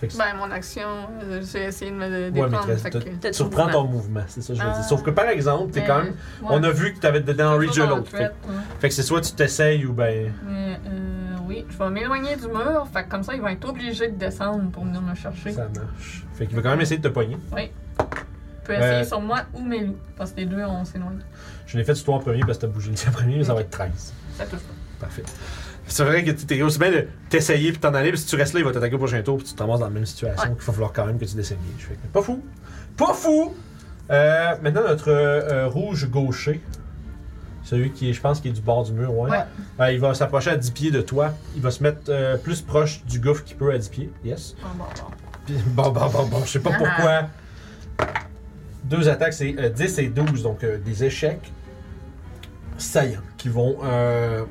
Speaker 1: Fait que
Speaker 4: Ben, mon action, euh, j'ai essayé de me
Speaker 1: Ouais, mais
Speaker 4: défendre.
Speaker 1: t'as-
Speaker 4: fait
Speaker 1: t'as-
Speaker 4: que...
Speaker 6: T'as
Speaker 1: tu
Speaker 6: tout
Speaker 1: reprends
Speaker 6: mouvement.
Speaker 1: ton mouvement, c'est ça que je veux
Speaker 4: Ah.
Speaker 1: dire. Sauf que par exemple, t'es
Speaker 4: Ben,
Speaker 1: quand même. On a vu que t'avais été dans le reach de
Speaker 4: Toujours dans
Speaker 1: l'autre.
Speaker 4: le
Speaker 1: Fait,
Speaker 4: threat, ouais.
Speaker 1: fait que c'est soit tu t'essayes ou ben.
Speaker 4: Mais, euh, oui, je vais m'éloigner du mur, fait que comme ça, ils vont être obligés de descendre pour venir me chercher.
Speaker 1: Ça marche. Fait qu'il va quand même essayer de te pogner.
Speaker 4: Tu peux essayer
Speaker 1: Euh,
Speaker 4: sur moi ou mes loups, parce que les deux, on s'éloigne.
Speaker 1: Je l'ai fait sur toi en premier parce que t'as bougé le tien en premier, mais ça va être 13.
Speaker 4: Ça touche pas.
Speaker 1: Parfait. C'est vrai que tu- t'es aussi bien de t'essayer puis t'en aller, puis si tu restes là, il va t'attaquer au prochain tour, puis tu te ramasses dans la même situation,
Speaker 4: Ouais.
Speaker 1: qu'il va falloir quand même que tu décennies. Je fais que- pas fou! Pas fou! Euh, maintenant, notre euh, euh, rouge gaucher, celui qui est, je pense, qui est du bord du mur, ouais.
Speaker 2: Ouais.
Speaker 1: Euh, il va s'approcher à 10 pieds de toi. Il va se mettre euh, plus proche du gouffre qu'il peut à 10 pieds. Yes.
Speaker 4: Bon, bon, bon.
Speaker 1: Puis, bon, bon, bon, bon, je sais pas pourquoi. Deux attaques, c'est euh, 10 et 12, donc euh, des échecs saillants qui vont euh,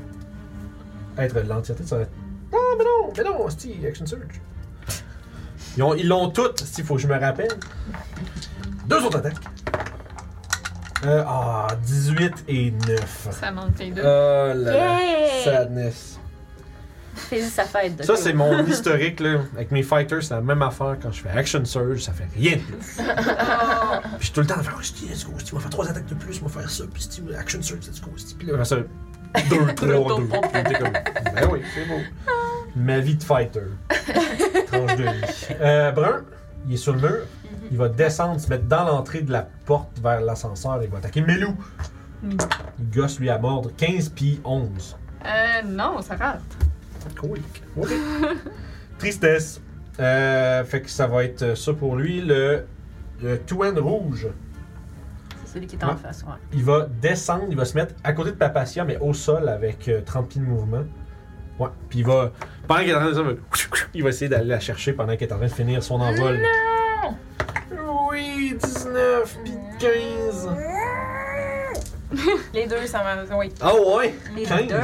Speaker 1: être l'entièreté de sa. Ah, mais non, mais non, Asti, Action Surge. Ils ont- Ils l'ont toutes, s'il faut que je me rappelle. Deux autres attaques. Euh, Ah, 18 et 9.
Speaker 4: Ça manque les
Speaker 1: Oh
Speaker 4: deux.
Speaker 1: là là,
Speaker 6: Yay!
Speaker 1: sadness.
Speaker 6: Fais sa fête.
Speaker 1: Ça, c'est mon historique, là. Avec mes fighters, c'est la même affaire. Quand je fais Action Surge, ça fait rien de plus. Puis je suis tout le temps à faire, Hostie, let's go, Hostie, on va faire trois attaques de plus, on va faire ça, puis Hostie, Action Surge, let's go, Hostie. Puis là, après ça, deux, trois, deux. Puis t'es comme, ben oui, c'est beau. Ma vie de fighter. Tranche de vie. Euh, Brun, il est sur le mur. Il va descendre, se mettre dans l'entrée de la porte vers l'ascenseur et il va attaquer Melou. Il gosse lui à mordre 15 puis 11.
Speaker 4: Euh, non, ça rate.
Speaker 1: Cool. Ok. Tristesse. Euh, fait que ça va être ça pour lui. Le, le Touane rouge,
Speaker 6: C'est celui qui est
Speaker 1: en
Speaker 6: en face, ouais.
Speaker 1: il va descendre, il va se mettre à côté de Papacia, mais au sol avec euh, 30 pieds de mouvement. Ouais. Puis il va. Pendant qu'il est en train de ça, il va- il va essayer d'aller la chercher pendant qu'il est en train de finir son envol. Non! Oui, 19 puis 15.
Speaker 5: Les deux, ça m'a. Oui.
Speaker 1: Ah ouais!
Speaker 6: Les
Speaker 1: 15!
Speaker 6: deux.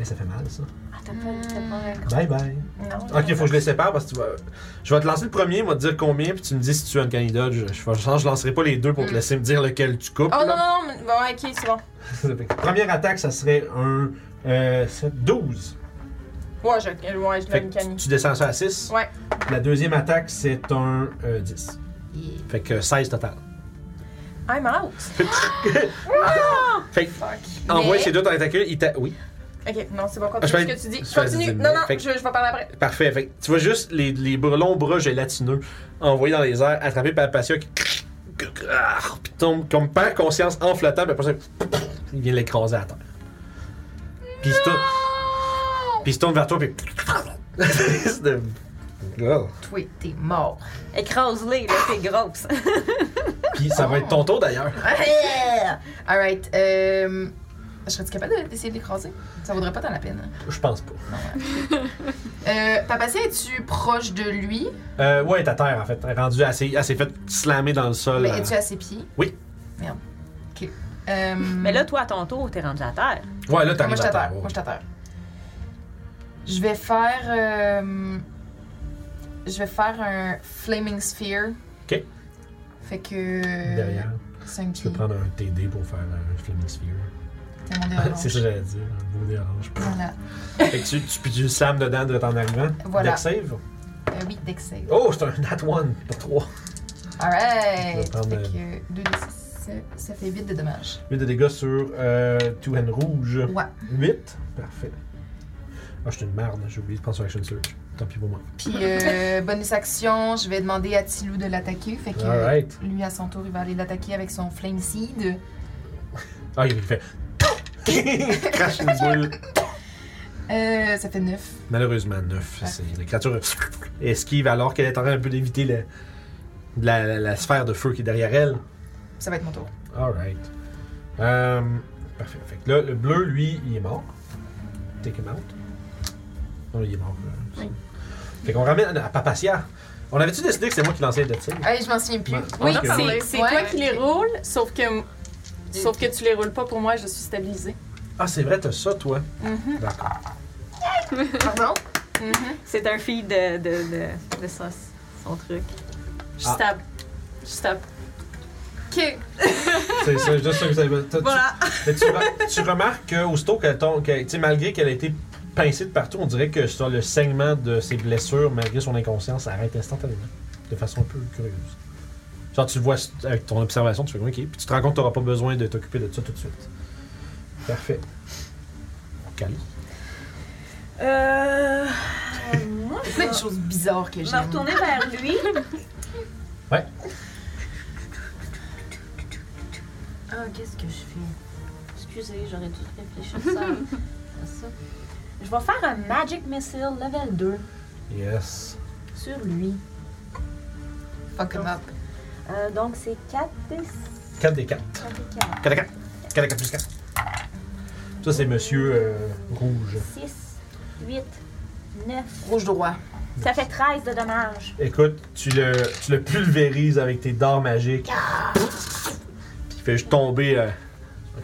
Speaker 1: Eh, ça fait mal ça.
Speaker 3: Ah, T'as pas, t'as pas
Speaker 1: Bye
Speaker 3: raison.
Speaker 1: bye.
Speaker 2: Non.
Speaker 1: Ok, faut que je les sépare parce que tu vas. Je vais te lancer le premier, moi te dire combien, puis tu me dis si tu as une candidate. Je, je, je, je lancerai pas les deux pour te laisser me dire lequel tu coupes.
Speaker 5: Mm. Oh non,
Speaker 1: là.
Speaker 5: non, non. mais- Bon, ok, c'est bon.
Speaker 1: Fait que Première attaque, ça serait un euh, sept, 12.
Speaker 5: Ouais, je, ouais, je
Speaker 1: Fait
Speaker 5: donne
Speaker 1: que tu,
Speaker 5: Cani.
Speaker 1: tu descends ça à 6.
Speaker 5: Ouais.
Speaker 1: La deuxième attaque, c'est un euh, 10. Fait que 16 total.
Speaker 5: I'm out.
Speaker 1: Fait que envoie ces deux tentacules. Il t'a- oui,
Speaker 5: Ok, non, c'est bon,
Speaker 1: Ah,
Speaker 5: continue
Speaker 1: je fais-
Speaker 5: ce que tu dis.
Speaker 1: je fais
Speaker 5: Continue.
Speaker 1: dix
Speaker 5: Non, non,
Speaker 1: minutes. Fait que-
Speaker 5: je, je vais parler après.
Speaker 1: parfait. Fait que tu vois juste les, les bras- longs bras gélatineux envoyés dans les airs, attrapés par Patia qui ah, puis tombe comme perd conscience en flottant, puis après ça, il vient l'écraser à terre. Puis il se tourne, puis il se tourne vers toi, puis. Espèce de- Oh.
Speaker 2: Tweet, t'es mort.
Speaker 6: Écrase-les, là, c'est grosse.
Speaker 1: Puis ça va être ton tour d'ailleurs.
Speaker 2: Alright, euh. Je serais-tu capable de- d'essayer de l'écraser? Ça vaudrait pas tant la peine. hein.
Speaker 1: Je pense pas.
Speaker 2: Euh, Papacia, es-tu proche de lui?
Speaker 1: Euh, ouais, elle est à terre en fait. Elle est rendue assez, assez faite slammer dans le sol.
Speaker 2: Mais
Speaker 1: euh,
Speaker 2: es-tu à ses pieds?
Speaker 1: Oui.
Speaker 2: Merde. Ok. Euh,
Speaker 6: Mais là, toi, à ton tour, t'es rendu à terre.
Speaker 1: Ouais, là,
Speaker 2: Ah,
Speaker 1: t'arrives
Speaker 2: moi je
Speaker 1: à
Speaker 2: t'attends.
Speaker 1: terre. ouais.
Speaker 2: Moi je t'attends. Je vais faire. euh, Je vais faire un Flaming Sphere.
Speaker 1: Ok.
Speaker 2: Fait que.
Speaker 1: Derrière,
Speaker 2: 5
Speaker 1: tu peux
Speaker 2: pieds.
Speaker 1: prendre un TD pour faire un Flaming Sphere.
Speaker 2: T'as mon dé orange.
Speaker 1: C'est ça que j'allais dire, un beau dé orange.
Speaker 2: Voilà.
Speaker 1: Fait que tu, tu, puis tu le slammes dedans de ton arrivant.
Speaker 2: Voilà.
Speaker 1: Dex save.
Speaker 2: Euh, oui, dex save.
Speaker 1: Oh, c'est un nat 1, pas 3. Je vais
Speaker 2: Alright.
Speaker 1: prendre,
Speaker 2: Fait que 2 d ça fait 8 de dommages.
Speaker 1: 8 de dégâts sur euh, Two Hand Rouge.
Speaker 2: Ouais.
Speaker 1: 8. Parfait. Ah, je suis une merde, j'ai oublié de prendre sur Action Search. Tant pis pour moi.
Speaker 2: Puis, euh, bonus action, je vais demander à Tilou de l'attaquer. Fait que.
Speaker 1: Alright.
Speaker 2: Lui, à son tour, il va aller l'attaquer avec son Flame Seed.
Speaker 1: Ah, il fait. Crash une boule.
Speaker 2: Euh, ça fait 9.
Speaker 1: Malheureusement, 9. La créature esquive alors qu'elle est en train un peu d'éviter le- la, la- la sphère de feu qui est derrière elle.
Speaker 2: Ça va être mon tour.
Speaker 1: Alright. Euh, parfait. Fait que là, le bleu, lui, il est mort. Take him out. Non, il est mort. là. Fait qu'on ramène à Papacia. On avait-tu décidé que c'est moi qui lançais de tir?
Speaker 2: Allez, je m'en souviens plus.
Speaker 1: Ouais.
Speaker 5: Oui,
Speaker 1: Ok.
Speaker 5: c'est c'est
Speaker 2: Ouais.
Speaker 5: toi qui les roules, sauf que. Sauf que tu les roules pas pour moi, je suis stabilisée.
Speaker 1: Ah, c'est vrai, t'as ça, toi.
Speaker 5: Mm-hmm.
Speaker 1: D'accord.
Speaker 2: Pardon?
Speaker 6: C'est un feed de, de, de, de ça, son truc.
Speaker 5: Je
Speaker 1: Ah.
Speaker 5: stab. Je stab.
Speaker 2: Ok.
Speaker 1: C'est c'est juste ça que vous avez. t'as- tu-
Speaker 5: Voilà.
Speaker 1: Mais tu, re- tu remarques que aussitôt qu'elle tombe, que, tu sais, malgré qu'elle a été pincée de partout, on dirait que sur le saignement de ses blessures, malgré son inconscience, ça arrête instantanément. De façon un peu curieuse. Genre, tu le vois s- avec ton observation, tu fais OK, puis tu te rends compte que tu n'auras pas besoin de t'occuper de ça tout de suite. Parfait. Cali.
Speaker 6: Euh. moi, je
Speaker 2: Plein
Speaker 6: vais
Speaker 2: de choses bizarres que
Speaker 6: je vais me
Speaker 2: j'aime.
Speaker 6: retourner vers lui.
Speaker 1: Ouais.
Speaker 6: Ah, qu'est-ce que je fais? Excusez, j'aurais dû réfléchir à ça. à ça. Je vais faire un Magic Missile level 2
Speaker 1: Yes.
Speaker 6: sur lui.
Speaker 2: Fuck 'em up.
Speaker 6: Euh, donc, c'est 4 des
Speaker 1: 4 des 4.
Speaker 6: 4 des 4.
Speaker 1: 4 des 4. 4 des 4 plus 4. Ça, c'est monsieur euh, rouge.
Speaker 6: 6, 8, 9.
Speaker 2: Rouge droit.
Speaker 6: Ça fait 13 de dommages.
Speaker 1: Écoute, tu le, tu le pulvérises avec tes dards magiques. Puis il fait juste tomber euh,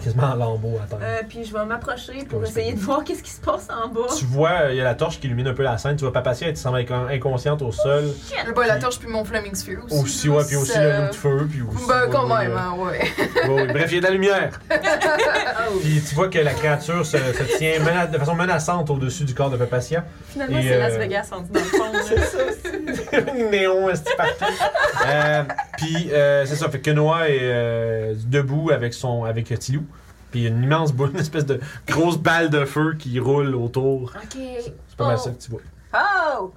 Speaker 1: quasiment en lambeaux à terre.
Speaker 6: Euh, puis je vais m'approcher pour
Speaker 1: Comme
Speaker 6: essayer de voir qu'est-ce qui se passe en bas.
Speaker 1: Tu vois, euh, il y a la torche qui illumine un peu la scène. Tu vois Papatia, elle semble inco- inconsciente au sol.
Speaker 2: Mais bon, la torche puis mon Flaming Sphere aussi.
Speaker 1: Aussi,
Speaker 2: là,
Speaker 1: ouais, puis aussi
Speaker 2: ça-
Speaker 1: le loup de feu, puis aussi.
Speaker 2: Ben,
Speaker 1: ouais,
Speaker 2: quand
Speaker 1: ouais,
Speaker 2: même,
Speaker 1: ouais.
Speaker 2: hein, ouais.
Speaker 1: Ouais, ouais. Bref, il y a de la lumière. puis tu vois que la créature se, se tient mena- de façon menaçante au-dessus du corps de Papatia.
Speaker 5: Finalement,
Speaker 1: Et,
Speaker 5: c'est Las
Speaker 1: euh,
Speaker 5: Vegas en dans le fond. là.
Speaker 1: Néon, est partout. Euh, puis euh, c'est ça, fait que Noah est euh, debout avec son avec Tilou. Puis il y a une immense boule, une espèce de grosse balle de feu qui roule autour.
Speaker 6: Ok.
Speaker 1: C'est pas mal ça que tu vois.
Speaker 6: Oh!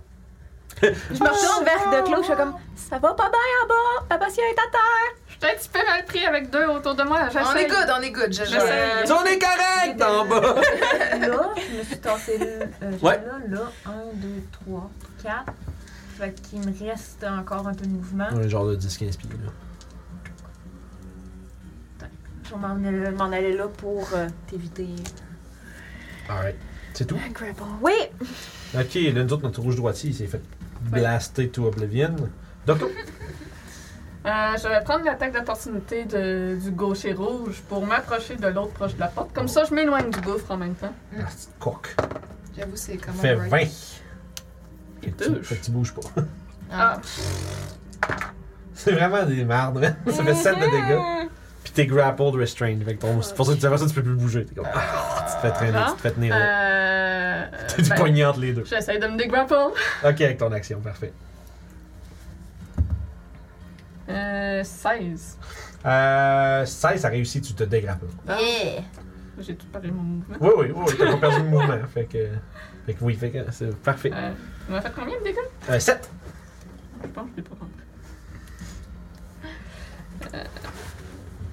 Speaker 7: Je me retourne vers de Claude, je suis comme ça va pas bien en bas, ta passion est à terre.
Speaker 4: Je suis un petit peu mal pris avec deux autour de moi.
Speaker 2: On
Speaker 4: j'essaie.
Speaker 2: est good, on est good, je
Speaker 4: J'essaie.
Speaker 2: je-
Speaker 1: On est correct en bas!
Speaker 6: Là, je me suis tassée là. euh, j'étais
Speaker 1: Ouais.
Speaker 6: là, là. 1, 2, 3, 4. Fait qu'il me reste encore un peu de mouvement.
Speaker 1: Un genre de 10-15 pieds. là.
Speaker 6: Je vais m'en aller- m'en aller là pour euh, t'éviter.
Speaker 1: Alright. C'est tout?
Speaker 7: Oui,
Speaker 1: Ok, là, nous autres, notre rouge droitier, il s'est fait blaster to oblivion. Donc,
Speaker 4: Euh, je vais prendre l'attaque d'opportunité de- du gaucher rouge pour m'approcher de l'autre proche de la porte. Comme ça, je m'éloigne du gouffre en même temps.
Speaker 1: ah, petite coque.
Speaker 2: J'avoue, c'est quand même.
Speaker 1: Fait
Speaker 2: right.
Speaker 1: 20. Fait
Speaker 4: Il
Speaker 1: que tu-
Speaker 4: touche.
Speaker 1: fait que tu bouges pas.
Speaker 2: Ah.
Speaker 1: C'est vraiment des mardes, man. Ça fait 7 de dégâts. Puis t'es grappled restrained. Fait que ton- c'est pour ça que tu fais ça, tu peux plus bouger. T'es comme. Ah, tu te fais traîner, tu te fais tenir là.
Speaker 4: Euh,
Speaker 1: T'es du
Speaker 4: ben,
Speaker 1: poignet entre les deux.
Speaker 4: J'essaie de me dégrapple.
Speaker 1: Ok, avec ton action, parfait.
Speaker 4: Euh, 16.
Speaker 1: Euh. 16, ça réussit, tu te dégrappes.
Speaker 6: Yeah!
Speaker 4: J'ai tout perdu mon mouvement.
Speaker 1: Oui, oui, oui, t'as pas perdu le mouvement. Fait que. Fait que oui, fait que c'est parfait.
Speaker 4: Euh, il m'a fait combien de dégâts?
Speaker 1: Euh, 7.
Speaker 4: Je pense que je l'ai pas compris. Euh,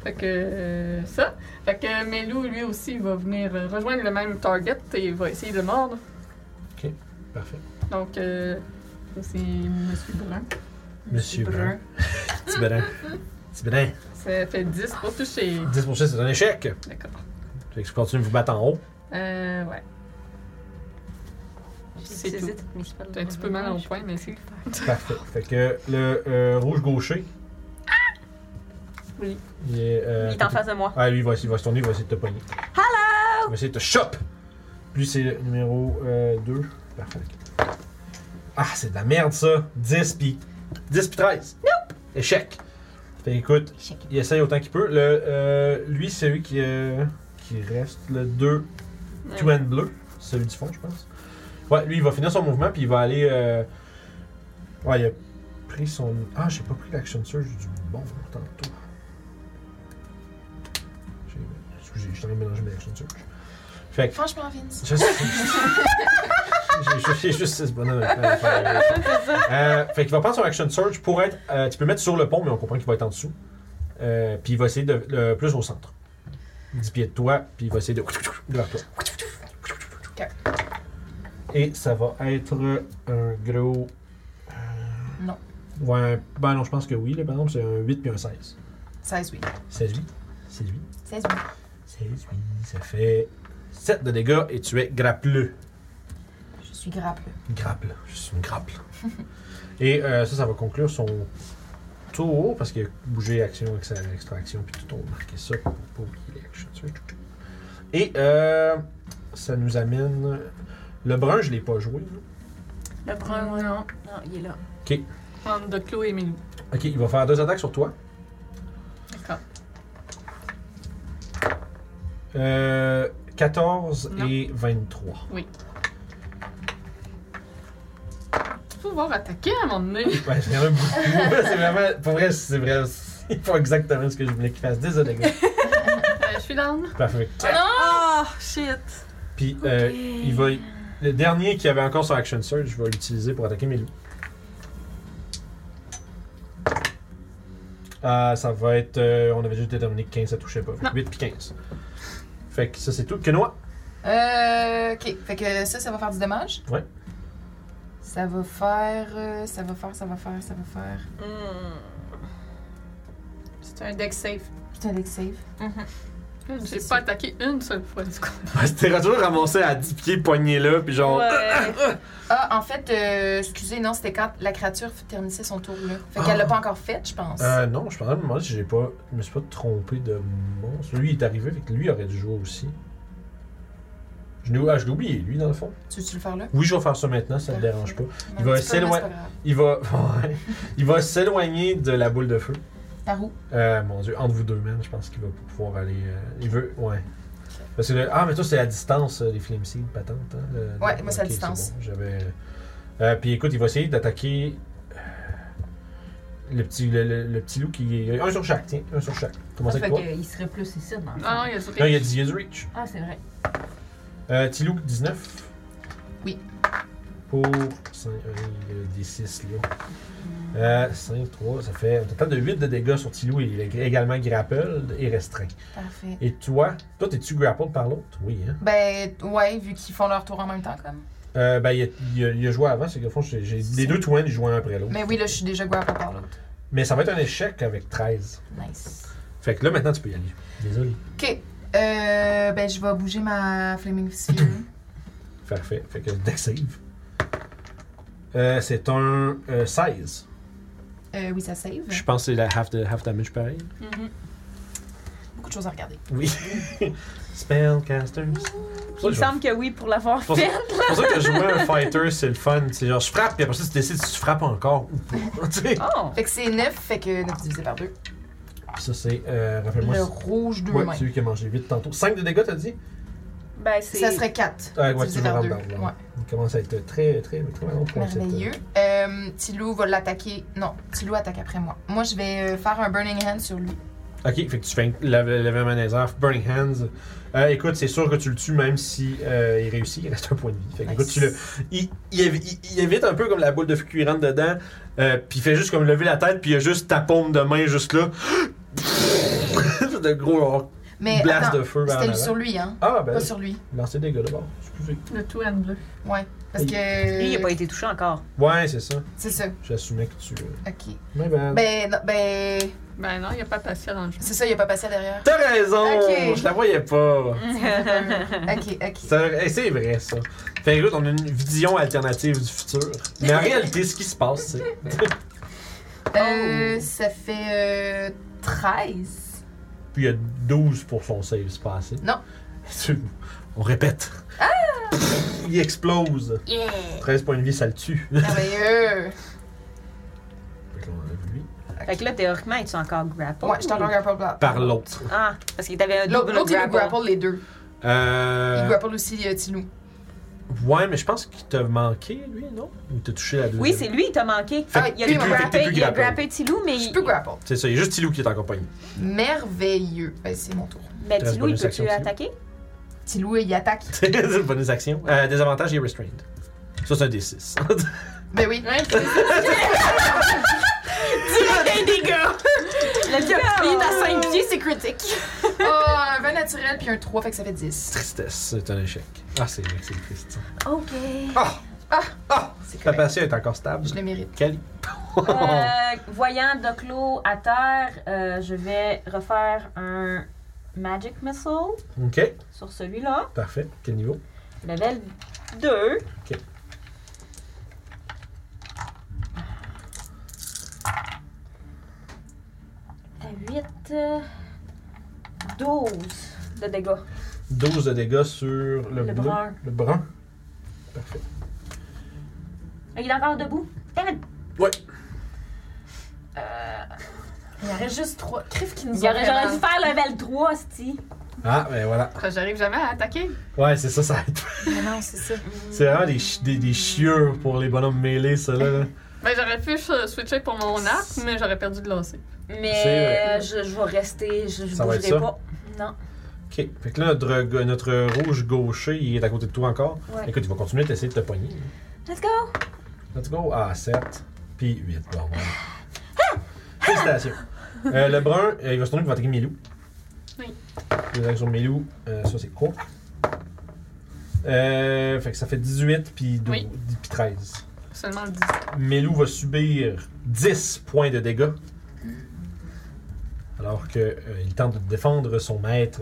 Speaker 4: Fait que euh, ça. Fait que Melou, lui aussi, va venir euh, rejoindre le même target et va essayer de le mordre.
Speaker 1: Parfait.
Speaker 4: Donc, euh, ça, c'est Monsieur Brun.
Speaker 1: Monsieur Brun. Petit bénin. Petit bénin.
Speaker 4: Ça fait 10 pour toucher.
Speaker 1: 10 pour 6, c'est un échec.
Speaker 4: D'accord.
Speaker 1: Fait que je continue de vous battre en haut.
Speaker 4: Euh, ouais. C'est tout. T'as un petit peu mal au point, mais c'est.
Speaker 1: Parfait. Fait que le euh, rouge gaucher.
Speaker 4: Oui.
Speaker 1: Il est, euh,
Speaker 6: Il est en face de moi.
Speaker 1: Ah, lui, il va, essayer- il va se tourner, il va essayer de te pogner. Hello! Il va essayer de te choper. Lui, c'est le numéro 2. Parfait. Ah, c'est de la merde, ça. 10 puis 10 puis 13. Nope! Échec. Fait écoute,
Speaker 6: Échec.
Speaker 1: il essaye autant qu'il peut. Le, euh, lui, c'est lui qui, euh, qui reste le 2 tout
Speaker 4: Euh,
Speaker 1: en bleu. Celui du fond, je pense. Ouais, lui, il va finir son mouvement puis il va aller. euh, Ouais, il a pris son. Ah, j'ai pas pris l'action surge du bon tantôt. J'ai- Excusez, je suis en train de mélanger mes action surge. Fait que.
Speaker 2: Franchement, Vince.
Speaker 1: Je sais. J'ai- j'ai- J'ai juste 6 bonhommes à faire- à faire. Euh, fait qu'il va prendre son action surge pour être. euh, tu peux mettre sur le pont, mais on comprend qu'il va être en dessous. Euh, puis il va essayer de. le plus au centre. 10 pieds de toi, puis il va essayer de. de vers toi. Et ça va être un gros. euh,
Speaker 2: Non.
Speaker 1: Ouais, ben non, je pense que oui. Là, par exemple, c'est un 8 puis un 16.
Speaker 2: 16, oui.
Speaker 1: 16, 8. 16, 8.
Speaker 2: 16, oui.
Speaker 1: 16, 8. Ça fait 7 de dégâts et tu es grappleux.
Speaker 2: Je suis grapple.
Speaker 1: Grapple. Je suis une grapple. Et euh, ça, ça va conclure son tour parce qu'il a bougé action, ex- extraction, puis tout, on va marquer ça pour pas oublier les actions. Et euh, ça nous amène. Le brun, je l'ai pas joué. là.
Speaker 6: Le brun, ouais.
Speaker 4: Non.
Speaker 6: Non, Ah, il est là.
Speaker 4: Entre de Chloé et Melou.
Speaker 1: Ok, il va faire deux attaques sur toi.
Speaker 4: D'accord.
Speaker 1: Euh, 14
Speaker 4: Non.
Speaker 1: et 23.
Speaker 4: Tu peux pouvoir attaquer à un moment donné.
Speaker 1: Ouais, c'est vraiment beaucoup. c'est vraiment. Pour vrai, c'est vrai. C'est pas exactement ce que je voulais qu'il fasse. Désolé, les gars.
Speaker 4: Euh, je suis down.
Speaker 1: Parfait.
Speaker 5: Oh, shit.
Speaker 1: Puis, euh, il va. Le dernier qui avait encore son action surge, je vais l'utiliser pour attaquer mes loups. Ah, ça va être. euh, on avait juste déterminé que 15, ça touchait pas. Fait que
Speaker 4: Non.
Speaker 1: 8 puis 15. Fait que ça, c'est tout. Que noix.
Speaker 2: Euh, ok. Fait que ça, ça va faire du dommage?
Speaker 1: Ouais.
Speaker 2: Ça va faire. euh, ça va faire, ça va faire, ça va faire.
Speaker 4: C'est un deck safe.
Speaker 5: Mm-hmm.
Speaker 2: Putain, deck save.
Speaker 4: Une, J'ai pas attaqué une seule fois du coup.
Speaker 1: C'était toujours ramassé à 10 pieds, poigné là, puis genre. euh,
Speaker 2: Ah, en fait, euh, excusez, non, c'était quand la créature terminait son tour là. Fait qu'elle l'a pas encore fait, je pense.
Speaker 1: Ah. Euh, non, je pensais à me demander si j'ai pas. Je me suis pas trompé de monstre. Lui, il est arrivé, fait que lui aurait dû jouer aussi. Je l'ai ah, je l'ai oublié, lui, dans le fond.
Speaker 2: Tu veux-tu le faire là?
Speaker 1: Oui, je vais faire ça maintenant, ça ne dérange pas.
Speaker 2: Un
Speaker 1: Il va
Speaker 2: petit peu, mais
Speaker 1: s'éloigner.
Speaker 2: c'est pas grave.
Speaker 1: Il va. ouais. Il va s'éloigner de la boule de feu.
Speaker 2: Par où?
Speaker 1: Euh, mon dieu, entre vous deux, man, je pense qu'il va pouvoir aller. euh, il veut. Ouais. Parce que le- Ah, mais toi, c'est à distance, euh, les flameseed, patente. Hein, le-
Speaker 2: Ouais,
Speaker 1: le-
Speaker 2: moi, c'est à
Speaker 1: ok,
Speaker 2: distance.
Speaker 1: bon, J'avais. Euh, puis écoute, il va essayer d'attaquer. euh, Le petit, le, le- le petit loup qui est. Un sur chaque, tiens, un sur chaque. Commencez
Speaker 6: Ça fait
Speaker 1: avec toi.
Speaker 6: qu'il serait plus ici dans le fond.
Speaker 4: Ah Non, il y a du
Speaker 1: Là, il y a
Speaker 4: riche.
Speaker 1: 10 years reach.
Speaker 6: Ah, c'est vrai.
Speaker 1: Euh, petit loup, 19.
Speaker 2: Oui.
Speaker 1: Pour euh, 5, des 6 là. Euh, 5, 3, ça fait un total de 8 de dégâts sur Tilou et il est également grappled et restreint.
Speaker 2: Parfait.
Speaker 1: Et toi, toi, t'es-tu grappled par l'autre? Oui, hein?
Speaker 2: Ben, ouais, vu qu'ils font leur tour en même temps, comme.
Speaker 1: Euh, ben, il a, il a- il a joué avant, c'est que fond, j'ai- j'ai- les deux twins, ils jouaient un après l'autre.
Speaker 2: Mais oui, là, je suis déjà grappled par l'autre.
Speaker 1: Mais ça va être un échec avec 13.
Speaker 2: Nice.
Speaker 1: Fait que là, maintenant, tu peux y aller. Désolé.
Speaker 2: Ok. Euh, ben, je vais bouger ma Flaming Sphere.
Speaker 1: Parfait. Fait que deck save. Euh, c'est un euh, 16.
Speaker 2: Euh, oui, ça save.
Speaker 1: Je pense que c'est la half, de, half damage pareil.
Speaker 2: Beaucoup de choses à regarder.
Speaker 1: Oui. Spellcasters. C'est
Speaker 5: Il
Speaker 1: pour
Speaker 5: me
Speaker 1: ça
Speaker 5: semble que oui, pour l'avoir
Speaker 1: que je-
Speaker 5: fait.
Speaker 1: c'est pour ça que jouer un fighter, c'est le fun. C'est genre, je frappe, puis après ça, tu décides si tu frappes encore ou pas. Tu sais.
Speaker 6: Oh!
Speaker 2: Fait que c'est 9, fait que 9 divisé par 2.
Speaker 1: Ça, c'est. Euh, Rappelle-moi.
Speaker 2: Le
Speaker 1: si-
Speaker 2: rouge de
Speaker 1: Ouais,
Speaker 2: mains.
Speaker 1: celui qui a mangé vite tantôt. 5 de dégâts, t'as dit
Speaker 5: Ben, c'est.
Speaker 2: Ça serait 4.
Speaker 1: Ah, ouais, tu
Speaker 2: divisé
Speaker 1: me
Speaker 2: par
Speaker 1: rentres
Speaker 2: 2.
Speaker 1: dans-
Speaker 2: Ouais.
Speaker 1: Il commence à être très, très, très long pour cette-
Speaker 2: Merveilleux. Euh, Tilou va l'attaquer. Non, Tilou attaque après moi. Moi, je vais euh, faire un Burning Hand sur lui.
Speaker 1: Ok, fait que tu fais lever Manazer, Burning Hands. Euh, écoute, c'est sûr que tu le tues même si euh, il réussit, il reste un point de vie. Fait que, écoute, tu le, il, il évi- il- il évite un peu comme la boule de feu qui rentre dedans, euh, puis il fait juste comme lever la tête, puis il y a juste ta paume de main juste là. de gros genre,
Speaker 2: Mais
Speaker 1: blast
Speaker 2: attends,
Speaker 1: de feu vers en
Speaker 2: c'était
Speaker 1: avant.
Speaker 2: sur lui, hein?
Speaker 1: Ah ben,
Speaker 2: Pas sur lui.
Speaker 1: lancer des dégâts d'abord. Excusez.
Speaker 4: Le tout and bleu.
Speaker 2: Ouais. Parce
Speaker 1: Il-
Speaker 2: que.
Speaker 6: Lui, il n'a pas été touché encore.
Speaker 1: Ouais, c'est ça.
Speaker 2: C'est ça.
Speaker 1: J'assumais que tu. euh,
Speaker 2: Ok.
Speaker 1: Mais ben.
Speaker 2: Ben, non, ben.
Speaker 4: Ben non, il n'y a pas de patient dans le jeu.
Speaker 2: C'est ça, il a pas passé derrière.
Speaker 1: T'as raison,
Speaker 2: Ok.
Speaker 1: je la voyais pas.
Speaker 2: Ok, ok.
Speaker 1: Ça- hey, C'est vrai, ça. Fait que, écoute, on a une vision alternative du futur. Mais en réalité, ce qui se passe, c'est.
Speaker 2: Euh, ça fait euh, 13.
Speaker 1: Puis il y a 12 pour son save, c'est pas assez.
Speaker 2: Non.
Speaker 1: Tu- On répète. Pff, Il explose. 13 points de vie, ça le tue.
Speaker 2: Merveilleux.
Speaker 1: Fait qu'on enlève lui.
Speaker 6: Fait que là, théoriquement, es-tu encore grapple?
Speaker 2: Ouais, je t'en un peu blanc.
Speaker 1: Oh. Par l'autre.
Speaker 6: Ah, parce qu'il t'avait un
Speaker 2: L'autre,
Speaker 6: double
Speaker 2: l'autre, il nous
Speaker 6: grapple.
Speaker 2: grapple les deux. Il
Speaker 1: Euh...
Speaker 2: grapple aussi euh, Tilou.
Speaker 1: Ouais, mais je pense qu'il t'a manqué, lui, non? Ou t'as touché la deuxième?
Speaker 6: Oui, c'est lui, il t'a manqué.
Speaker 1: Fait
Speaker 2: Ah,
Speaker 1: que
Speaker 6: Il a,
Speaker 1: t'es
Speaker 6: eu
Speaker 1: plus- fait que t'es
Speaker 6: grappé,
Speaker 1: plus
Speaker 6: il a
Speaker 1: grapple.
Speaker 6: grappé Tilou, mais,
Speaker 2: Je peux grapple.
Speaker 1: C'est ça, il y a juste Tilou qui est en compagnie.
Speaker 2: Merveilleux. Ben, c'est mon tour.
Speaker 6: mais
Speaker 1: T'as
Speaker 6: Tilou, il
Speaker 1: bonus action,
Speaker 6: peut-tu
Speaker 1: Tilou.
Speaker 6: attaquer?
Speaker 2: Tilou, il attaque.
Speaker 1: c'est une bonne action. Euh, désavantage, il est restrained. Ça, c'est un D6.
Speaker 2: Ben oui.
Speaker 5: Le gars, il est à 5 pieds, c'est critique.
Speaker 2: Oh, un 20 naturel puis un 3, fait que ça fait 10.
Speaker 1: Tristesse, c'est un échec. Ah, c'est vrai que c'est triste. ça.
Speaker 6: OK.
Speaker 1: Ah! Ah! Ah!
Speaker 2: C'est
Speaker 1: Ta
Speaker 2: correct.
Speaker 1: passion est encore stable.
Speaker 2: Je le mérite.
Speaker 1: Cali.
Speaker 6: Euh, voyant Doclo à terre, euh, je vais refaire un Magic Missile
Speaker 1: Ok,
Speaker 6: sur celui-là.
Speaker 1: parfait. Quel niveau?
Speaker 6: Level 2.
Speaker 1: Ok.
Speaker 6: À 8, 12 de dégâts.
Speaker 1: 12 de dégâts sur le,
Speaker 6: Le
Speaker 1: bleu.
Speaker 6: brun.
Speaker 1: Le brun. Parfait.
Speaker 6: Ah, Il est encore debout? Damn it!
Speaker 1: Ouais.
Speaker 6: Euh,
Speaker 2: Il y aurait juste 3. Crif qui
Speaker 6: Il
Speaker 2: nous
Speaker 6: y aurait- J'aurais dû faire level 3, Sty.
Speaker 1: Ah, ben voilà.
Speaker 4: Parce que J'arrive jamais à attaquer.
Speaker 1: Ouais, c'est ça, ça aide.
Speaker 2: Non, c'est ça.
Speaker 1: C'est vraiment des, chi- des, des chieurs pour les bonhommes mêlés, ça là. là.
Speaker 4: Ben j'aurais pu euh, switcher pour mon arc, mais j'aurais perdu de lancer.
Speaker 1: C'est,
Speaker 6: Mais euh, je, je vais rester, je ne
Speaker 1: Ça va être
Speaker 6: bougerai pas. Non.
Speaker 1: Ok. Fait que là, notre, g- notre rouge gaucher, il est à côté de toi encore.
Speaker 6: Ouais.
Speaker 1: Écoute, il va continuer d'essayer de te pogner.
Speaker 6: Let's go!
Speaker 1: Let's go. Ah, 7. Puis 8. Bon, voilà. Félicitations. Euh, le brun, euh, il va se tourner pour attaquer Milou.
Speaker 4: Oui.
Speaker 1: Les actions de Milou, euh, ça c'est court. Euh, fait que ça fait 18 puis 12,
Speaker 4: Oui.
Speaker 1: puis 13.
Speaker 4: Seulement 10.
Speaker 1: Melou va subir 10 points de euh, dégâts. Alors qu'il tente de défendre son maître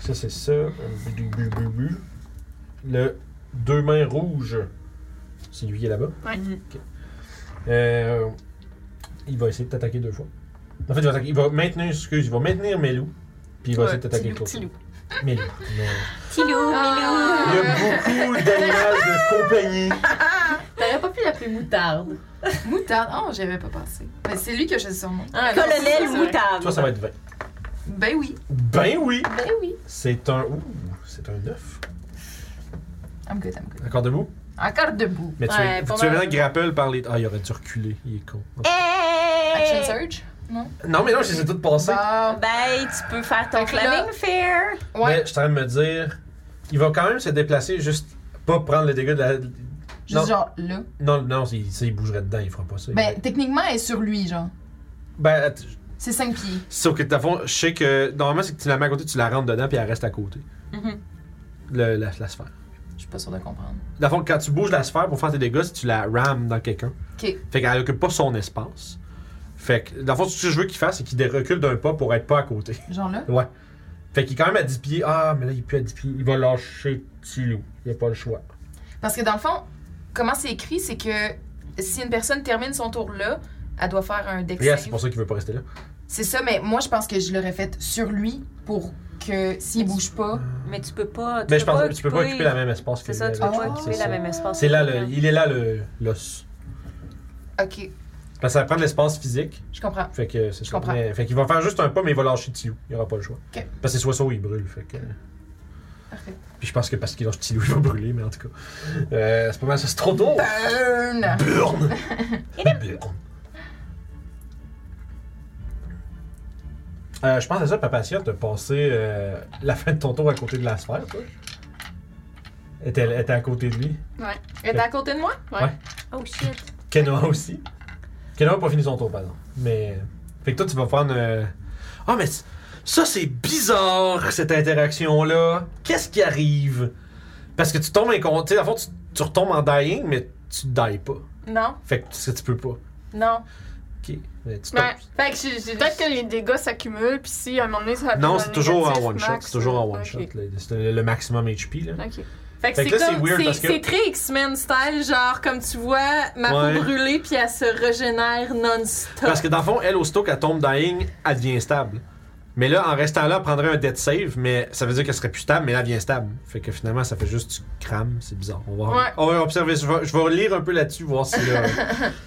Speaker 1: Ça, c'est ça. Euh, bu- bu- bu- bu. Le deux mains rouges, c'est lui qui est là-bas.
Speaker 4: Ouais.
Speaker 1: Ok. Euh, il va essayer de t'attaquer deux fois. En fait, il va, attaquer- il va maintenir, excuse, il va maintenir Melou, puis il va essayer de t'attaquer
Speaker 4: Tilou,
Speaker 1: l'autre.
Speaker 4: Tilou.
Speaker 1: Melou. Mais-
Speaker 3: Tilou,
Speaker 4: Ah.
Speaker 1: Il y a beaucoup d'animaux de compagnie.
Speaker 6: T'aurais pas pu l'appeler moutarde.
Speaker 2: Moutarde. Oh, j'y avais pas pensé. Mais c'est lui que j'ai sur moi.
Speaker 5: Ah, non, c'est
Speaker 3: Colonel
Speaker 5: ça.
Speaker 1: Toi,
Speaker 3: Moutarde.
Speaker 1: ça va être 20.
Speaker 2: Ben oui.
Speaker 1: Ben oui!
Speaker 6: Ben oui.
Speaker 1: C'est un. Ouh, c'est un 9.
Speaker 2: I'm good, I'm good.
Speaker 1: Encore debout?
Speaker 2: Encore debout.
Speaker 1: Mais tu
Speaker 5: Ouais,
Speaker 1: es,
Speaker 5: pas
Speaker 1: tu es
Speaker 5: mal.
Speaker 1: vraiment grapple par les. Ah, il aurait dû reculer, il est con.
Speaker 2: Action
Speaker 3: Hey!
Speaker 2: Surge?
Speaker 1: Non, mais non, je les ai toutes passées.
Speaker 2: Bon.
Speaker 3: Ben, tu peux faire ton
Speaker 2: Fait que là-
Speaker 3: flaming fear.
Speaker 1: Mais
Speaker 2: Ouais.
Speaker 1: je suis en train de me dire. Il va quand même se déplacer, juste pas prendre le dégât de la.
Speaker 2: Juste
Speaker 1: non.
Speaker 2: genre là.
Speaker 1: Non, non, s'il s'il bougerait dedans, il fera pas ça.
Speaker 2: Ben, techniquement, elle est sur lui, genre.
Speaker 1: Ben, att-
Speaker 2: C'est 5 pieds.
Speaker 1: sauf que de toute façon, je sais que. Normalement, c'est que tu la mets à côté, tu la rentres dedans, puis elle reste à côté.
Speaker 5: Mhm.
Speaker 1: Le- la, la sphère.
Speaker 2: Je suis pas sûre de comprendre.
Speaker 1: Dans le fond, quand tu bouges la sphère pour faire tes dégâts, si tu la rames dans quelqu'un.
Speaker 2: Ok.
Speaker 1: Fait qu'elle occupe pas son espace. Fait que, dans le fond, ce que je veux qu'il fasse, c'est qu'il dé- recule d'un pas pour être pas à côté.
Speaker 2: Genre là?
Speaker 1: Ouais. Fait qu'il est quand même à 10 pieds. Ah, mais là, il est plus à 10 pieds. Il va lâcher Tilou. Il a pas le choix.
Speaker 2: Parce que dans le fond, comment c'est écrit, c'est que si une personne termine son tour là, elle doit faire un deck
Speaker 1: Regarde,
Speaker 2: save.
Speaker 1: c'est pour ça qu'il veut pas rester là.
Speaker 2: C'est ça, mais moi, je pense que je l'aurais fait sur lui pour que s'il bouge pas.
Speaker 3: Mais tu peux pas. Tu
Speaker 1: mais
Speaker 3: peux
Speaker 1: je pense
Speaker 3: pas
Speaker 1: que tu peux pas occuper la même espace que
Speaker 3: C'est ça,
Speaker 1: lui
Speaker 3: tu peux
Speaker 1: avec,
Speaker 3: pas
Speaker 1: je pense,
Speaker 3: occuper
Speaker 1: Ah, c'est
Speaker 3: la
Speaker 1: ça.
Speaker 3: même espace.
Speaker 1: C'est là,
Speaker 3: que
Speaker 1: le,
Speaker 3: lui.
Speaker 1: il est là, le- l'os.
Speaker 2: Ok,
Speaker 1: Parce que ça prend de l'espace physique.
Speaker 2: je comprends.
Speaker 1: Fait que c'est ça.
Speaker 2: comprends.
Speaker 1: Mais- fait qu'il va faire juste un pas, mais il va lâcher Tilou. Il aura pas le choix.
Speaker 2: Ok.
Speaker 1: Parce que c'est soit ça ou il brûle. Fait que.
Speaker 2: Parfait.
Speaker 1: Puis je pense que parce qu'il lâche Tilou, il va brûler, mais en tout cas. Euh, c'est pas mal, ça, c'est trop tôt.
Speaker 2: Burn!
Speaker 1: Burn! Burn. Euh, je pense à ça, Papacia, t'as passé euh, la fin de ton tour à côté de la sphère, toi. Était, était à côté de lui.
Speaker 4: Ouais.
Speaker 5: Elle est à côté de moi?
Speaker 3: Oh shit.
Speaker 1: Kenoa aussi. Kenoa n'a pas fini son tour, par exemple. Mais. Fait que toi, tu vas prendre. euh, Ah, mais c- ça, c'est bizarre, cette interaction-là. Qu'est-ce qui arrive? Parce que tu tombes inconscient. Tu sais, à fond, tu, tu retombes en dying, mais tu dies pas.
Speaker 5: Non.
Speaker 1: Fait que ça, tu peux pas.
Speaker 5: Non.
Speaker 1: Ok. Mais tu tombes.
Speaker 4: Ouais. ben, Fait que j'ai- j'ai- peut-être que les dégâts s'accumulent, puis si à un moment donné ça
Speaker 1: Non,
Speaker 4: fait
Speaker 1: c'est
Speaker 4: un
Speaker 1: toujours en
Speaker 4: négatif
Speaker 1: one shot.
Speaker 4: max,
Speaker 1: C'est toujours en
Speaker 4: euh,
Speaker 1: one
Speaker 4: ok.
Speaker 1: shot. le- C'est le, le maximum HP, là.
Speaker 4: Ok.
Speaker 5: Fait que
Speaker 1: Fait
Speaker 5: c'est
Speaker 1: que là, c'est
Speaker 5: comme-
Speaker 1: weird
Speaker 5: c'est-
Speaker 1: parce que-
Speaker 5: c'est très X-Men style, genre comme tu vois ma peau
Speaker 1: Ouais.
Speaker 5: brûlée puis elle se régénère non-stop.
Speaker 1: Parce que dans le fond, elle, aussitôt qu'elle tombe dying, elle devient stable. Mais là, en restant là, elle prendrait un dead save, mais ça veut dire qu'elle serait plus stable, mais là, elle devient stable. Fait que finalement, ça fait juste du crame, c'est bizarre. On va,
Speaker 4: Ouais.
Speaker 1: on va observer, je vais, je vais lire un peu là-dessus, voir s'il y, a-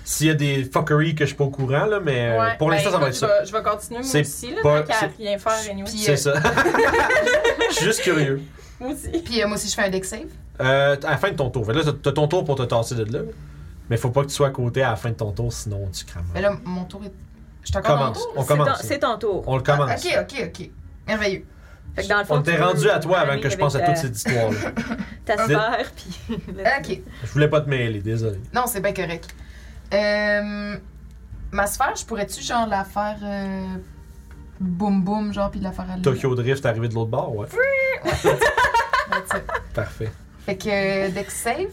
Speaker 1: s'il y a des fuckeries que je suis pas au courant, là, mais euh,
Speaker 5: Ouais.
Speaker 1: pour l'instant,
Speaker 5: Ben,
Speaker 1: ça va être ça.
Speaker 5: écoute, Je vais, je vais continuer moi
Speaker 1: C'est
Speaker 5: aussi, là,
Speaker 1: pas-
Speaker 5: tant qu'à
Speaker 1: c'est-
Speaker 5: rien faire anyway.
Speaker 2: Puis, euh,
Speaker 1: C'est ça. Je suis juste curieux.
Speaker 5: Moi aussi.
Speaker 2: Puis euh, moi aussi, je fais un deck save.
Speaker 1: Euh, à la fin de ton tour. Fait que là, t'as- t'as ton tour pour te tasser de là. Mais faut pas que tu sois à côté à la fin de ton tour, sinon tu crames.
Speaker 2: Mais Ben là, mon tour est. Je suis encore dans mon
Speaker 1: commence.
Speaker 2: tour?
Speaker 1: On
Speaker 3: C'est ton-
Speaker 1: commence.
Speaker 3: C'est ton tour.
Speaker 1: On le commence.
Speaker 2: Ah, ok, ok, ok. Merveilleux.
Speaker 3: Fait que dans le fond,
Speaker 1: On t'est
Speaker 3: tu
Speaker 1: rendu
Speaker 3: peux
Speaker 1: à toi avant
Speaker 3: aller
Speaker 1: que je
Speaker 3: avec euh,
Speaker 1: pense à
Speaker 3: ta-
Speaker 1: toute cette histoire-là.
Speaker 3: Ta
Speaker 1: Vite.
Speaker 3: sphère, puis.
Speaker 2: Ok.
Speaker 1: Je voulais pas te mêler, désolé.
Speaker 2: Non, c'est bien correct. Euh, ma sphère, je pourrais-tu, genre, la faire. euh, boum boum, genre, puis la faire aller.
Speaker 1: Tokyo Drift arrivé de l'autre bord, ouais.
Speaker 2: That's it.
Speaker 1: Parfait.
Speaker 2: Fait que euh, deck save.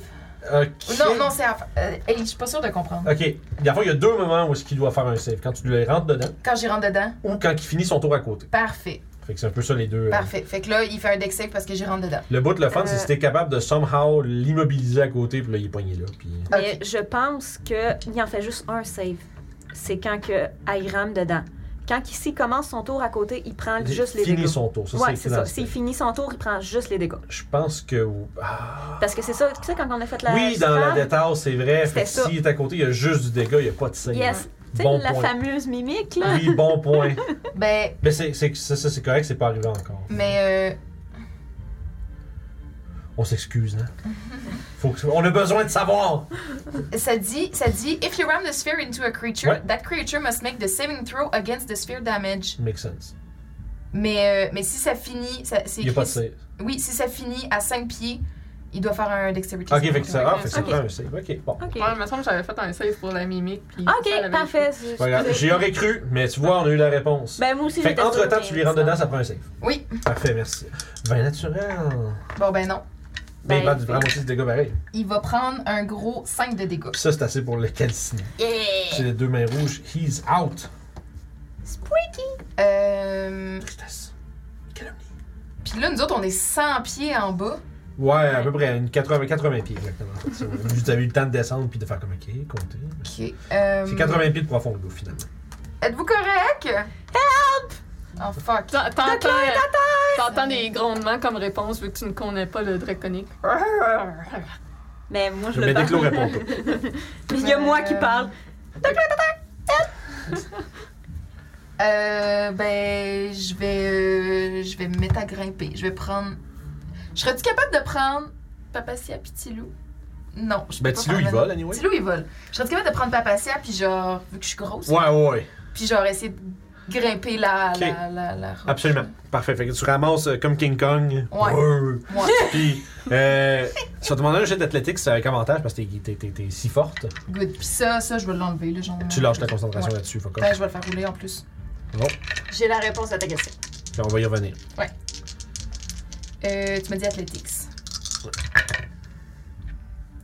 Speaker 1: Ok.
Speaker 2: Non, non, c'est à. euh, hey, je suis pas sûre de comprendre.
Speaker 1: Ok. Dans le fond, il y a deux moments où ce qu'il doit faire un save. Quand tu le rentres dedans
Speaker 2: Quand j'y rentre dedans,
Speaker 1: ou quand il finit son tour à côté.
Speaker 2: parfait.
Speaker 1: Fait que c'est un peu ça les deux. euh.
Speaker 2: Parfait. Fait que là, il fait un deck save parce que j'y rentre dedans.
Speaker 1: Le bout, le fun, c'est
Speaker 3: Euh.
Speaker 1: si t'es capable de somehow l'immobiliser à côté, puis là, il est poigné là. Puis...
Speaker 3: Mais je pense qu'il en fait juste un save. C'est quand que il rame dedans. Quand ici commence son tour à côté, il prend juste les
Speaker 1: finit
Speaker 3: dégâts.
Speaker 1: son tour. Ça,
Speaker 3: ouais,
Speaker 1: écrit
Speaker 3: c'est
Speaker 1: dans
Speaker 3: ça.
Speaker 1: le
Speaker 3: S'il
Speaker 1: spell.
Speaker 3: finit son tour, il prend juste les dégâts.
Speaker 1: Je pense que. Ah.
Speaker 3: Parce que c'est ça, tu sais, quand on a fait la.
Speaker 1: oui, dans la
Speaker 3: scram,
Speaker 1: détail, c'est vrai.
Speaker 3: C'était
Speaker 1: Fait que
Speaker 3: ça.
Speaker 1: s'il est à côté, il y a juste du dégât, il n'y a pas de save.
Speaker 3: Yes. Tu sais,
Speaker 1: Bon
Speaker 3: la
Speaker 1: point.
Speaker 3: fameuse mimique, là.
Speaker 1: Oui, bon point.
Speaker 2: Ben,
Speaker 1: Mais c'est, c'est, ça, ça, c'est correct, c'est pas arrivé encore.
Speaker 2: Mais euh,
Speaker 1: On s'excuse, hein? Faut que- On a besoin de savoir!
Speaker 2: euh, ça dit, ça dit, if you ram the sphere into a creature,
Speaker 1: Ouais.
Speaker 2: that creature must make the saving throw against the sphere damage.
Speaker 1: Makes sense.
Speaker 2: Mais euh, mais si ça finit, ça, c'est
Speaker 1: Il n'y a
Speaker 2: écrit-
Speaker 1: pas de save.
Speaker 2: oui, si ça finit à 5 pieds, il doit faire un dexterity.
Speaker 1: Ok,
Speaker 2: saving
Speaker 1: fait que
Speaker 2: throw.
Speaker 1: ça, ah, fait que ça
Speaker 3: Ok.
Speaker 1: prend un save. Ok, bon.
Speaker 3: OK.
Speaker 4: Ouais, il me semble que j'avais fait un save pour la mimique. Puis ça, elle
Speaker 3: OK,
Speaker 4: avait-
Speaker 3: parfait.
Speaker 1: C'est pas grave. J'y aurais cru, mais tu vois, on a eu la réponse.
Speaker 3: Ben, moi aussi,
Speaker 1: fait
Speaker 3: j'étais
Speaker 1: entre temps,
Speaker 3: sûre,
Speaker 1: tu lui rentres
Speaker 3: mais-
Speaker 1: dedans, ça prend un save.
Speaker 2: Oui.
Speaker 1: Parfait, merci. Ben naturel.
Speaker 2: Bon ben non,
Speaker 1: Ben,
Speaker 3: Ben,
Speaker 1: il prend du- prend aussi du dégât pareil.
Speaker 2: il va prendre un gros 5 de dégâts.
Speaker 1: Puis ça, c'est assez pour le calciner. C'est les deux mains rouges. He's out.
Speaker 2: Euh,
Speaker 1: Tristesse. Calomnie.
Speaker 2: puis Euh, Puis là, nous autres, on est 100 pieds en bas.
Speaker 1: Ouais, à peu près une 80, 80 pieds exactement. Si vous- Vous avez eu le temps de descendre puis de faire comme OK, compter.
Speaker 2: Ok. euh,
Speaker 1: C'est 80 pieds de profondeur finalement.
Speaker 2: Êtes-vous correct? Help! Oh fuck.
Speaker 4: T'en- T'entends t'entends des grondements comme réponse vu que tu ne connais pas le draconique.
Speaker 6: Mais Ben, moi, je
Speaker 1: Mais
Speaker 6: le
Speaker 1: Déclos
Speaker 6: parle.
Speaker 1: répond pas.
Speaker 6: Mais il y a moi qui
Speaker 2: Euh,
Speaker 6: parle.
Speaker 2: Euh, ben, je vais, euh, je vais me mettre à grimper. Je vais prendre. Je serais-tu capable de prendre Papacia puis Tilou? Non, je peux
Speaker 1: Ben,
Speaker 2: pas
Speaker 1: Tilou,
Speaker 2: prendre-
Speaker 1: il vole, anyway.
Speaker 2: Tilou, il vole. Je serais-tu capable de prendre Papacia puis genre, vu que je suis grosse,
Speaker 1: Ouais, ouais, ouais.
Speaker 2: puis genre essayer de grimper la,
Speaker 1: Ok.
Speaker 2: la, la, la roche.
Speaker 1: Absolument. Parfait. Fait que tu ramasses euh, comme King Kong.
Speaker 2: Ouais.
Speaker 1: Brrr.
Speaker 2: Ouais.
Speaker 1: Puis, euh, tu vas demander un jet d'athlétique c'est avec avantage parce que t'es- t'es- t'es t'es si forte.
Speaker 2: Good. Puis ça, ça, je vais l'enlever, là, genre.
Speaker 1: Tu lâches ta concentration
Speaker 2: Ouais.
Speaker 1: là-dessus. Faut que-
Speaker 2: Attends, je vais le faire rouler en plus.
Speaker 1: Bon,
Speaker 4: J'ai la réponse à ta question.
Speaker 1: puis on va y revenir.
Speaker 2: Euh, tu me dis Athletics.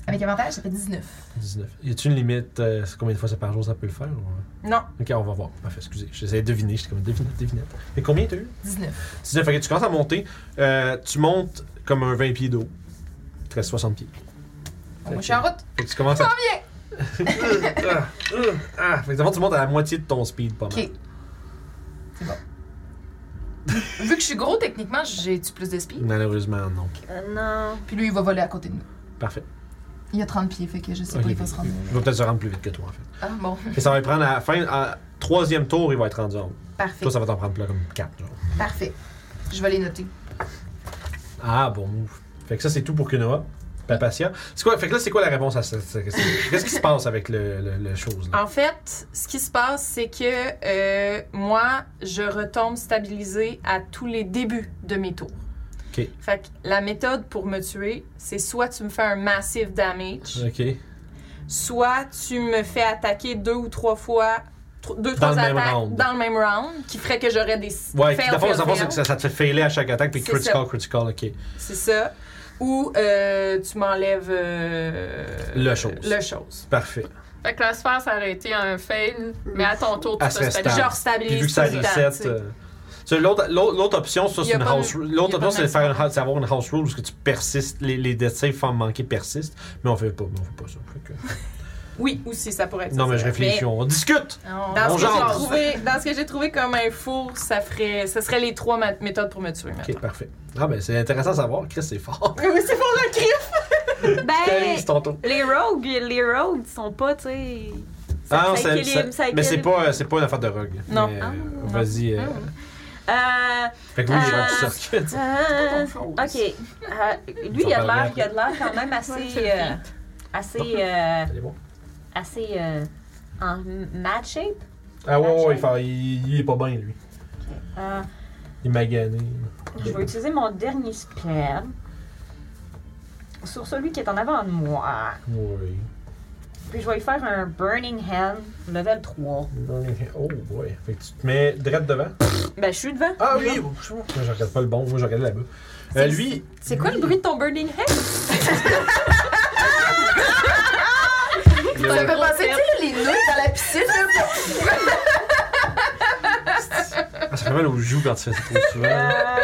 Speaker 2: Avec avantage, ça fait 19.
Speaker 1: 19. Y a-tu une limite euh, c'est combien de fois ça par jour ça peut le faire ou- euh?
Speaker 5: Non.
Speaker 1: Ok, on va voir. Parfait, excusez. J'essayais de deviner. J'étais comme devinette, devinette. Mais combien t'as eu
Speaker 2: 19.
Speaker 1: Tu dis, fait que tu commences à monter, euh, tu montes comme un 20 pieds d'eau. Tu restes 60 pieds.
Speaker 2: Bon, moi, je suis en route.
Speaker 1: Fait que tu commences à. Ah, ah, ah. Fait que d'abord, tu montes à la moitié de ton speed, pas mal.
Speaker 2: Ok. C'est bon. Vu que je suis gros, techniquement, j'ai-tu plus de speed?
Speaker 1: Malheureusement, non.
Speaker 6: Euh, non.
Speaker 2: Puis lui, il va voler à côté de nous.
Speaker 1: Parfait.
Speaker 2: Il a 30 pieds, fait que je sais
Speaker 1: Ok,
Speaker 2: pas, il va
Speaker 1: fait-
Speaker 2: se rendre.
Speaker 1: il va peut-être se rendre plus vite que toi, en fait.
Speaker 2: Ah bon,
Speaker 1: Et ça va lui prendre à la fin, à troisième tour, il va être rendu en haut.
Speaker 2: parfait.
Speaker 1: Toi, ça va t'en prendre plein comme 4, genre.
Speaker 2: Parfait. Je vais les noter.
Speaker 1: Ah, bon move. Fait que ça, c'est tout pour Kunoa. Papatia. C'est quoi, fait que là, c'est quoi la réponse à cette cette question? Qu'est-ce qui se passe avec le, le- le chose, là?
Speaker 5: En fait, ce qui se passe, c'est que euh, moi, je retombe stabilisée à tous les débuts de mes tours.
Speaker 1: Ok.
Speaker 5: Fait que la méthode pour me tuer, c'est soit tu me fais un massive
Speaker 2: Ah.
Speaker 5: damage,
Speaker 1: Ok.
Speaker 5: soit tu me fais attaquer deux ou trois fois, tro- deux,
Speaker 1: Dans
Speaker 5: trois
Speaker 1: le même
Speaker 5: attaques
Speaker 1: round.
Speaker 5: dans le même round, qui ferait que j'aurais des
Speaker 1: Ouais,
Speaker 5: fail,
Speaker 1: la force,
Speaker 5: fail,
Speaker 1: la force, c'est
Speaker 5: fail.
Speaker 1: que ça, ça te fait failer à chaque attaque, puis
Speaker 5: C'est
Speaker 1: critical, critical, ok.
Speaker 5: C'est ça. Ou euh, tu m'enlèves euh,
Speaker 1: Le chose.
Speaker 5: Le chose.
Speaker 1: Parfait.
Speaker 4: Fait que la sphère ça aurait été un fail, mais à ton tour, tu
Speaker 1: À
Speaker 4: te
Speaker 1: ce restant.
Speaker 4: stabilises.
Speaker 1: Puis
Speaker 5: Genre stabilise
Speaker 1: vu que ça
Speaker 5: tout le temps, tu
Speaker 1: reset.
Speaker 5: sais.
Speaker 1: euh, tu sais, L'autre l'autre- l'autre option, ça,
Speaker 5: Il y
Speaker 1: c'est
Speaker 5: a
Speaker 1: une
Speaker 5: pas de-
Speaker 1: house rule.
Speaker 5: il y
Speaker 1: L'autre
Speaker 5: a pas
Speaker 1: option, c'est
Speaker 5: de
Speaker 1: de faire une
Speaker 5: maximum.
Speaker 1: house, c'est avoir une house rule parce que tu persistes, les, les death saves formes manquées persistent. Mais on fait pas, mais on fait pas ça. Fait que-
Speaker 5: Oui, aussi, ça pourrait être
Speaker 1: Non,
Speaker 5: ça,
Speaker 1: mais je
Speaker 5: c'est vrai.
Speaker 1: réfléchis, on discute!
Speaker 5: Dans,
Speaker 1: On
Speaker 5: ce que
Speaker 1: jase.
Speaker 5: j'ai trouvé, dans ce que j'ai trouvé comme info, ça ferait, ça serait les trois ma- méthodes pour me tuer. maintenant.
Speaker 1: Ok, parfait. Ah, ben c'est intéressant à savoir, Chris, c'est fort.
Speaker 5: Mais c'est pour le cri.
Speaker 6: Ben,
Speaker 1: Calise ton tour.
Speaker 6: les rogues, les rogues sont pas, tu sais. ça-
Speaker 1: Ah, non,
Speaker 6: ça
Speaker 1: c'est-
Speaker 6: équilibre,
Speaker 1: c'est-
Speaker 6: ça
Speaker 1: mais c'est
Speaker 6: équilibre.
Speaker 1: pas, euh, c'est pas une affaire de rogue.
Speaker 5: Non. Hmm.
Speaker 1: Mais, euh,
Speaker 6: Ah, non.
Speaker 1: Vas-y. euh,
Speaker 6: Euh,
Speaker 1: Fait que oui, j'ai
Speaker 6: Ah.
Speaker 1: rendu circuit.
Speaker 6: euh, ok. Euh, lui, il a de l'air, il a de l'air quand même assez, euh, assez, euh,
Speaker 1: Allez, bon.
Speaker 6: assez euh, en mad shape.
Speaker 1: Ah, ouais, ouais, ouais, il, fait- il- il est pas bien, lui.
Speaker 6: Euh,
Speaker 1: Il est magané.
Speaker 6: Je vais utiliser mon dernier spell sur celui qui est en avant de moi.
Speaker 1: Oui.
Speaker 6: Puis je vais lui faire un Burning Hand, level 3.
Speaker 1: Oh, boy. Fait que tu te mets direct devant.
Speaker 6: Ben, je suis devant.
Speaker 1: Ah oui, bon, je sais pas. Moi, je regarde pas le bon, moi, je regarde là-bas. Euh, lui.
Speaker 5: C'est quoi le bruit de ton burning head?
Speaker 1: le-
Speaker 2: Ça me fait penser, tu sais, les nouilles dans la piscine, là.
Speaker 1: Ah, ça fait mal aux joues quand tu fais ça trop souvent. là.
Speaker 6: Euh,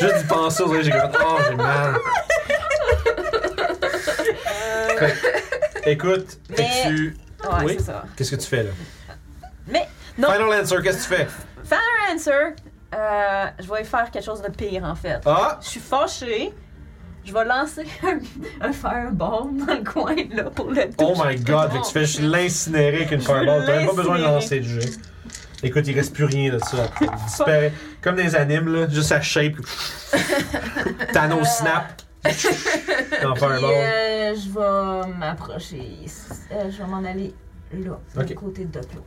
Speaker 1: Juste d'y penser, on dirait que j'ai comme. Oh, j'ai mal. Écoute, fait que
Speaker 6: Mais-
Speaker 1: tu.
Speaker 6: euh, ouais,
Speaker 1: Oui.
Speaker 6: c'est ça.
Speaker 1: Qu'est-ce que tu fais là?
Speaker 6: Mais, non.
Speaker 1: Final answer, qu'est-ce que tu fais?
Speaker 6: Final answer. Euh, je vais lui faire quelque chose de pire, en fait.
Speaker 1: Ah!
Speaker 6: Je suis fâchée. Je vais lancer un, un fireball dans le coin, là, pour le
Speaker 1: Oh
Speaker 6: toucher.
Speaker 1: my god, fait que tu fais juste l'incinérer avec une fireball. T'as même pas besoin de lancer le jeu. Écoute, il reste plus rien de ça. Il disparaît. Comme des animes, là, juste sa shape. Thanos snap. Dans
Speaker 6: Puis,
Speaker 1: fireball.
Speaker 6: euh, je vais m'approcher. Euh, je vais m'en aller là,
Speaker 1: Ok.
Speaker 6: du côté de Doclo.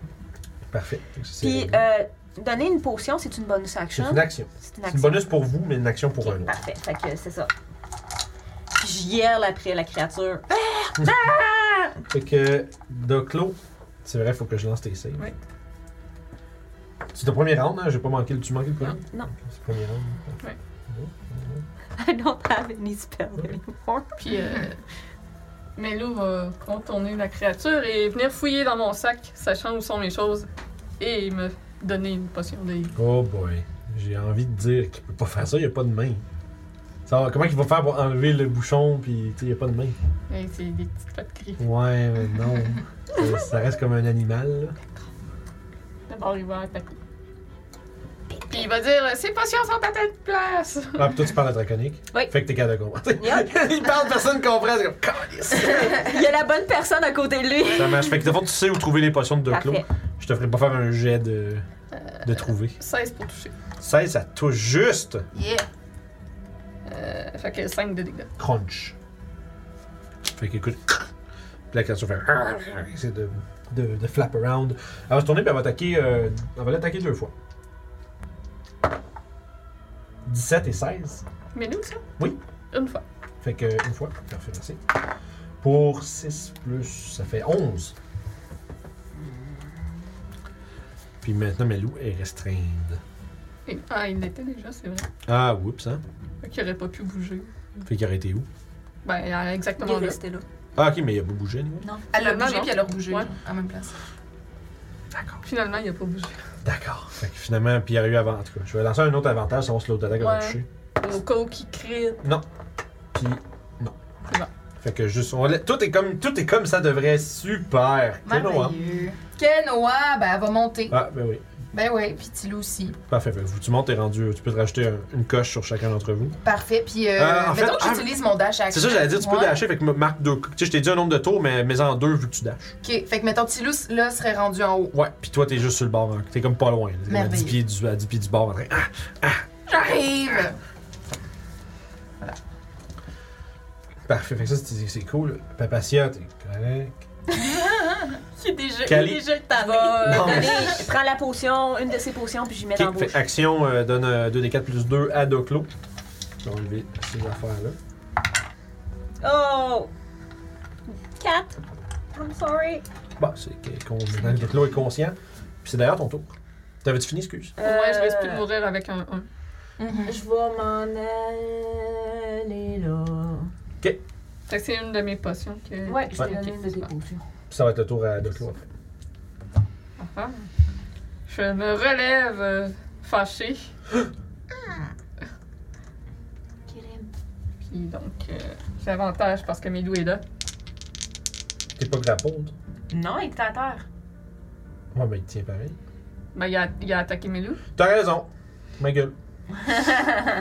Speaker 1: Parfait. Fait que ça, c'est
Speaker 6: Puis,
Speaker 1: réglé.
Speaker 6: euh, donner une potion, c'est une bonus
Speaker 1: C'est
Speaker 6: action.
Speaker 1: une action.
Speaker 6: C'est
Speaker 1: C'est une bonus pour vous, mais une action pour un autre.
Speaker 6: Parfait, fait que c'est ça. Puis je hurle après la créature. Ah!
Speaker 1: Fait que, Doclo, c'est vrai, faut que je lance tes saves.
Speaker 4: Oui.
Speaker 1: C'est ton premier round, hein? J'ai pas manqué le. Tu manqué le premier?
Speaker 6: Non.
Speaker 1: C'est le premier round.
Speaker 6: I don't have any spell anymore.
Speaker 4: Puis euh, Mello va contourner la créature et venir fouiller dans mon sac, sachant où sont mes choses, et me donner une potion de
Speaker 1: Oh boy. J'ai envie de dire qu'il peut pas faire ça, il n'y a pas de main. Ça va- comment il va faire pour enlever le bouchon, puis tu sais, il n'y a pas de main?
Speaker 4: Et c'est des petites pattes griffes.
Speaker 1: Ouais, mais non. ça, ça reste comme un animal, là.
Speaker 4: D'abord, il va attaquer. Puis il va dire « Ces potions sont à telle place!
Speaker 1: Ah, puis toi, tu parles à draconique?
Speaker 5: Oui.
Speaker 1: Fait que t'es capable de comprendre. il parle, personne ne comprend. C'est comme, Calisse!
Speaker 5: Il y a la bonne personne à côté de lui.
Speaker 1: Ça marche. Fait que de fond, tu sais où trouver les potions de Doclo.
Speaker 5: Parfait.
Speaker 1: Je te ferai pas faire un jet de, de trouver. »
Speaker 4: 16 pour toucher.
Speaker 1: 16, ça touche juste.
Speaker 2: Yeah!
Speaker 4: Euh, fait que 5 de dégâts.
Speaker 1: Crunch. Fait qu'écoute. Puis la créature fait. Essaie de, de, de flap around. Elle va se tourner puis elle va attaquer. euh, elle va l'attaquer deux fois. 17 et 16.
Speaker 4: Mais nous, ça?
Speaker 1: Oui.
Speaker 4: Une fois.
Speaker 1: Fait que une fois. Parfait, merci. Pour 6 plus. Ça fait 11. Puis maintenant, Melou est restreinte.
Speaker 4: Et- ah, il l'était déjà, c'est vrai.
Speaker 1: Ah, oups, hein.
Speaker 4: Fait qu'il aurait pas pu bouger.
Speaker 1: Fait qu'il aurait été où?
Speaker 4: Ben, exactement là.
Speaker 5: là.
Speaker 1: Ah, ok, mais il a pas bougé, lui.
Speaker 2: Elle a
Speaker 4: Non,
Speaker 2: bougé
Speaker 4: non.
Speaker 2: puis elle a rebougé
Speaker 4: Ouais.
Speaker 2: genre, à même place.
Speaker 1: D'accord.
Speaker 4: Finalement, il a pas bougé.
Speaker 1: D'accord. Fait que finalement, puis il y a eu avant. En tout cas, je vais lancer un autre avantage, savoir si l'autre attaque va
Speaker 4: Ouais.
Speaker 1: toucher.
Speaker 4: Au cas où qu'il crie.
Speaker 1: Puis non.
Speaker 4: C'est bon.
Speaker 1: Fait que juste, on la- tout est comme, tout est comme ça devrait super. T'es loin.
Speaker 2: Merveilleux. Kenoa, ben elle va monter.
Speaker 1: hein? Ah ben oui.
Speaker 2: Ben ouais, puis Tilou aussi.
Speaker 1: Parfait. Fait que vous- tu montes, t'es rendu. Tu peux te rajouter un- une coche sur chacun d'entre vous.
Speaker 2: Parfait, puis euh,
Speaker 1: Euh, en
Speaker 2: mettons
Speaker 1: fait,
Speaker 2: que j'utilise mon dash action.
Speaker 1: C'est ça, j'allais dire, tu peux
Speaker 2: Ouais.
Speaker 1: dasher. Fait que marque deux. Tu sais, je t'ai dit un nombre de tours, mais mets en deux vu que tu dashes.
Speaker 2: Ok, fait que mettons Tilou là serait rendu en haut.
Speaker 1: Ouais. Puis toi, t'es juste sur le bord. hein. T'es comme pas loin. là. T'es comme à 10
Speaker 2: Merveilleux.
Speaker 1: pieds du, à 10 pieds du bord. en train- Ah!
Speaker 2: J'arrive!
Speaker 1: Parfait. Fait que ça, c'est c'est cool. Papacia, t'es correct.
Speaker 5: Il est déjà,
Speaker 1: Cali.
Speaker 5: il est déjà tanné.
Speaker 1: euh, Non, mais-
Speaker 6: je prends la potion, une de ces potions, puis j'y mets dans
Speaker 1: Ok,
Speaker 6: la
Speaker 1: fait
Speaker 6: bouche.
Speaker 1: action euh, donne euh, 2d4 plus 2 à Doclo. Je vais enlever ces affaires-là.
Speaker 6: Oh! 4. I'm
Speaker 1: Bon,
Speaker 6: sorry.
Speaker 1: Bah, c'est que- qu'on- maintenant que Doclo est conscient. Puis c'est d'ailleurs ton tour. T'avais-tu fini, excuse?
Speaker 4: Ouais, je risque plus de
Speaker 6: Euh,
Speaker 4: mourir avec un 1.
Speaker 5: Mhm.
Speaker 6: Je vais m'en aller là.
Speaker 4: Fait que c'est une de mes potions que...
Speaker 6: Ouais, je
Speaker 1: Ouais.
Speaker 6: t'ai donné
Speaker 4: Ok,
Speaker 6: une de
Speaker 4: c'est
Speaker 6: tes
Speaker 4: bon.
Speaker 6: potions.
Speaker 1: Puis ça va être le tour à Doclo après.
Speaker 4: Ah. Je me relève euh, fâchée. Puis donc, euh, j'ai avantage parce que Milou est là.
Speaker 1: T'es pas grappled?
Speaker 6: Non, il est à terre.
Speaker 1: Ouais, mais il tient pareil.
Speaker 4: Ben, il a, il a attaqué Milou.
Speaker 1: T'as raison. Ma gueule.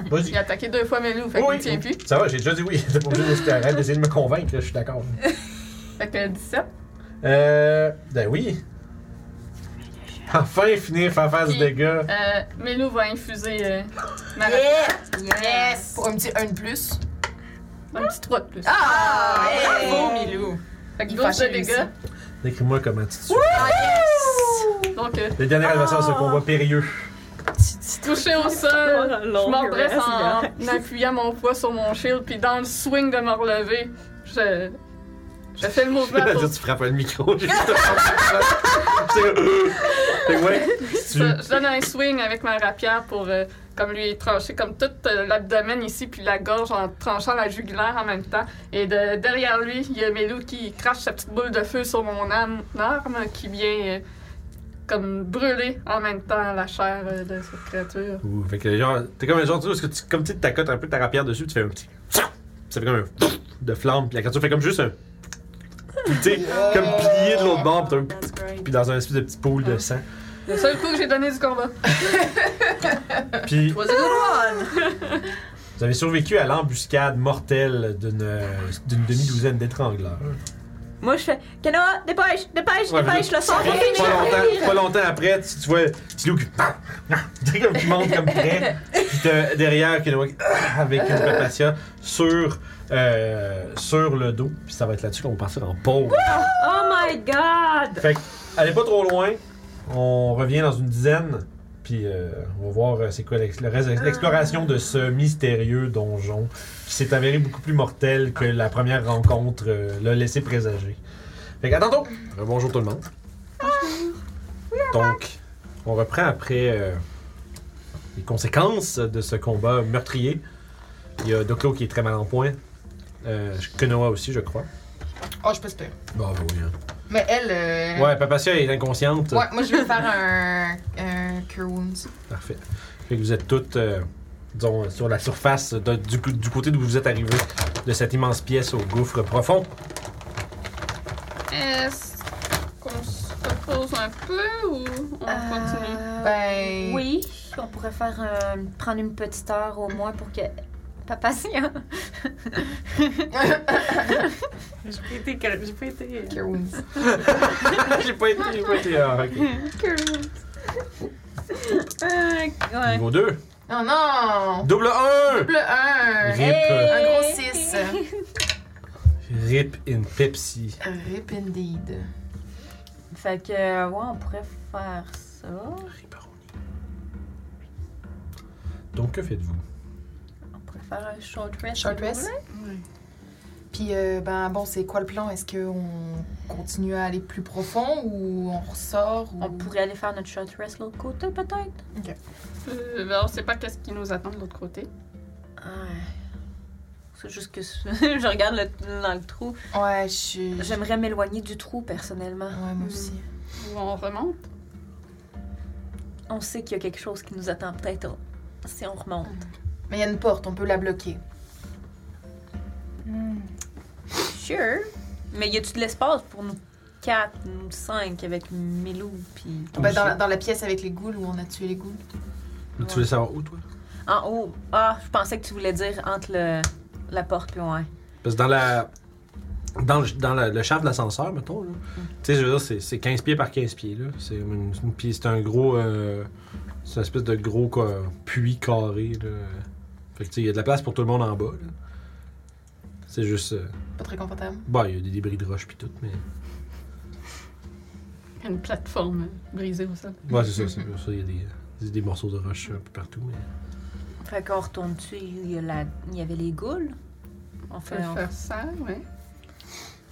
Speaker 4: Il
Speaker 1: Vas-y.
Speaker 4: a attaqué deux fois Milou, fait
Speaker 1: Oui.
Speaker 4: qu'il tient plus.
Speaker 1: Ça va, j'ai déjà dit oui. T'es pas obligé d'essayer- arrête d'essayer de me convaincre, là, je suis d'accord.
Speaker 4: Fait que 17.
Speaker 1: Euh. Ben oui. Enfin, finir, faire face
Speaker 4: Puis-
Speaker 1: dégâts.
Speaker 4: Euh, Milou va infuser euh, ma
Speaker 2: Yes! Pour un petit 1 de plus.
Speaker 4: Un petit 3 de plus.
Speaker 2: Ah!
Speaker 5: Bravo, Milou.
Speaker 4: fait que
Speaker 2: il
Speaker 4: 12 de
Speaker 2: fâche réussi.
Speaker 4: dégâts.
Speaker 1: Décris-moi comment tu te sens.
Speaker 4: Donc, euh,
Speaker 1: Le dernier adversaire de ce combat périlleux.
Speaker 4: touché au sol, je me redresse en, en appuyant mon poids sur mon shield, puis dans le swing de me relever, je, je fais le mouvement
Speaker 1: Là,
Speaker 4: pour
Speaker 1: tu frappes le micro, j'ai juste Fait que ouais, si tu-
Speaker 4: Ça, je donne un swing avec ma rapière pour euh, comme lui trancher comme tout euh, l'abdomen ici puis la gorge en tranchant la jugulaire en même temps. Et de- derrière lui, il y a Melou qui crache sa petite boule de feu sur mon âme- arme qui vient euh, comme brûler en même temps la chair euh, de cette créature.
Speaker 1: Ouh, fait que genre, t'es comme un genre, tu sais, parce que tu, comme tu t'accotes un peu ta rapière dessus, tu fais un petit. Ça fait comme un de flamme, puis la créature fait comme juste un. Puis tu sais, comme plié de l'autre bord, puis t'as
Speaker 6: That's
Speaker 1: un-
Speaker 6: great. Ah.
Speaker 1: puis dans un espèce de petit pool de sang.
Speaker 4: Le seul coup que j'ai donné du combat.
Speaker 1: Puis
Speaker 5: Was it a one?
Speaker 1: vous avez survécu à l'embuscade mortelle d'une euh, d'une demi-douzaine d'étrangleurs.
Speaker 6: Moi, je fais Kanoa, dépêche, dépêche,
Speaker 1: Ouais,
Speaker 6: dépêche, le sang va
Speaker 1: Pas
Speaker 6: finir.
Speaker 1: longtemps, pas longtemps après, tu, tu vois Tilou qui. Tu sais, comme qui monte comme prêt. Puis t'as derrière Kenoa qui- ah, avec une papatia sur, euh, sur le dos. Puis ça va être là-dessus qu'on va partir en pause.
Speaker 6: Oh my god!
Speaker 1: Fait que, allez pas trop loin. On revient dans une dizaine. Puis euh, on va voir euh, c'est quoi l'ex- le reste de l'exploration de ce mystérieux donjon qui s'est avéré beaucoup plus mortel que la première rencontre euh, l'a laissé présager. Fait que à tantôt! Bonjour tout le monde. Donc, on reprend après euh, les conséquences de ce combat meurtrier. Il y a Doclo qui est très mal en point. Euh, Kenoa aussi, je crois.
Speaker 2: Oh, je peux se perdre.
Speaker 1: Bon, oui. hein.
Speaker 2: Mais elle. euh,
Speaker 1: Ouais, Papacia est inconsciente.
Speaker 2: ouais, moi je vais faire un. un Cure Wounds.
Speaker 1: Parfait. Fait que vous êtes toutes, euh, disons, sur la surface de- du, cou- du côté d'où vous êtes arrivés, de cette immense pièce au gouffre profond.
Speaker 4: Est-ce qu'on se repose un peu ou on continue?
Speaker 2: Ben.
Speaker 6: Euh, Oui, on pourrait faire euh, prendre une petite heure au moins pour que papa patiente.
Speaker 5: J'ai pas été. cal- J'ai pas été.
Speaker 2: Cure wounds.
Speaker 1: j'ai pas été, j'ai pas été. ah, ok.
Speaker 6: ouais.
Speaker 1: Niveau 2.
Speaker 2: Oh non!
Speaker 1: Double 1!
Speaker 2: Double 1!
Speaker 1: Rip, euh,
Speaker 2: Un gros 6.
Speaker 1: rip in Pepsi.
Speaker 2: Rip indeed.
Speaker 6: Fait que, euh, ouais, on pourrait faire ça.
Speaker 1: Riparoni. Donc, que faites-vous?
Speaker 6: On pourrait faire un short rest.
Speaker 2: Short rest. Puis, euh, ben bon, c'est quoi le plan? Est-ce qu'on continue à aller plus profond ou on ressort? Ou...
Speaker 6: On pourrait aller faire notre short rest de l'autre côté, peut-être.
Speaker 4: Euh, ben, on sait pas qu'est-ce qui nous attend de l'autre côté.
Speaker 6: C'est juste que je regarde le- dans le trou.
Speaker 2: Ouais, je suis. Ouais,
Speaker 6: J'aimerais m'éloigner du trou, personnellement.
Speaker 2: moi aussi.
Speaker 4: Ou on remonte.
Speaker 6: On sait qu'il y a quelque chose qui nous attend, peut-être on- si on remonte.
Speaker 2: Mais il y a une porte, on peut la bloquer.
Speaker 6: Hmm. Sure. Mais y a-tu de l'espace pour nous quatre, nous cinq, avec Milou, puis
Speaker 2: Ben, dans, dans la pièce avec les goules où on a tué les goules.
Speaker 1: Tu veux savoir où, toi?
Speaker 6: en haut? Ah, je pensais que tu voulais dire entre le- la porte puis ouais.
Speaker 1: Parce que dans la. Dans le, dans la- le shaft de l'ascenseur, mettons, là. Tu sais, je veux dire, c'est- c'est 15 pieds par 15 pieds, là. C'est une, une pi- c'est un gros. euh, c'est une espèce de gros quoi, puits carré, là. Fait que, tu sais, il y a de la place pour tout le monde en bas, là. C'est juste. euh,
Speaker 2: Pas très confortable.
Speaker 1: bah, il y a des débris de roches, puis tout, mais.
Speaker 4: Une plateforme brisée au sol.
Speaker 1: Ouais, c'est ça, c'est ça. Il y a des, des- des morceaux de roche euh, un peu partout, mais.
Speaker 6: Fait qu'on retourne dessus, il y, a la- il y avait les goules. On
Speaker 4: Faut
Speaker 6: fait. on-
Speaker 4: faire ça, ouais.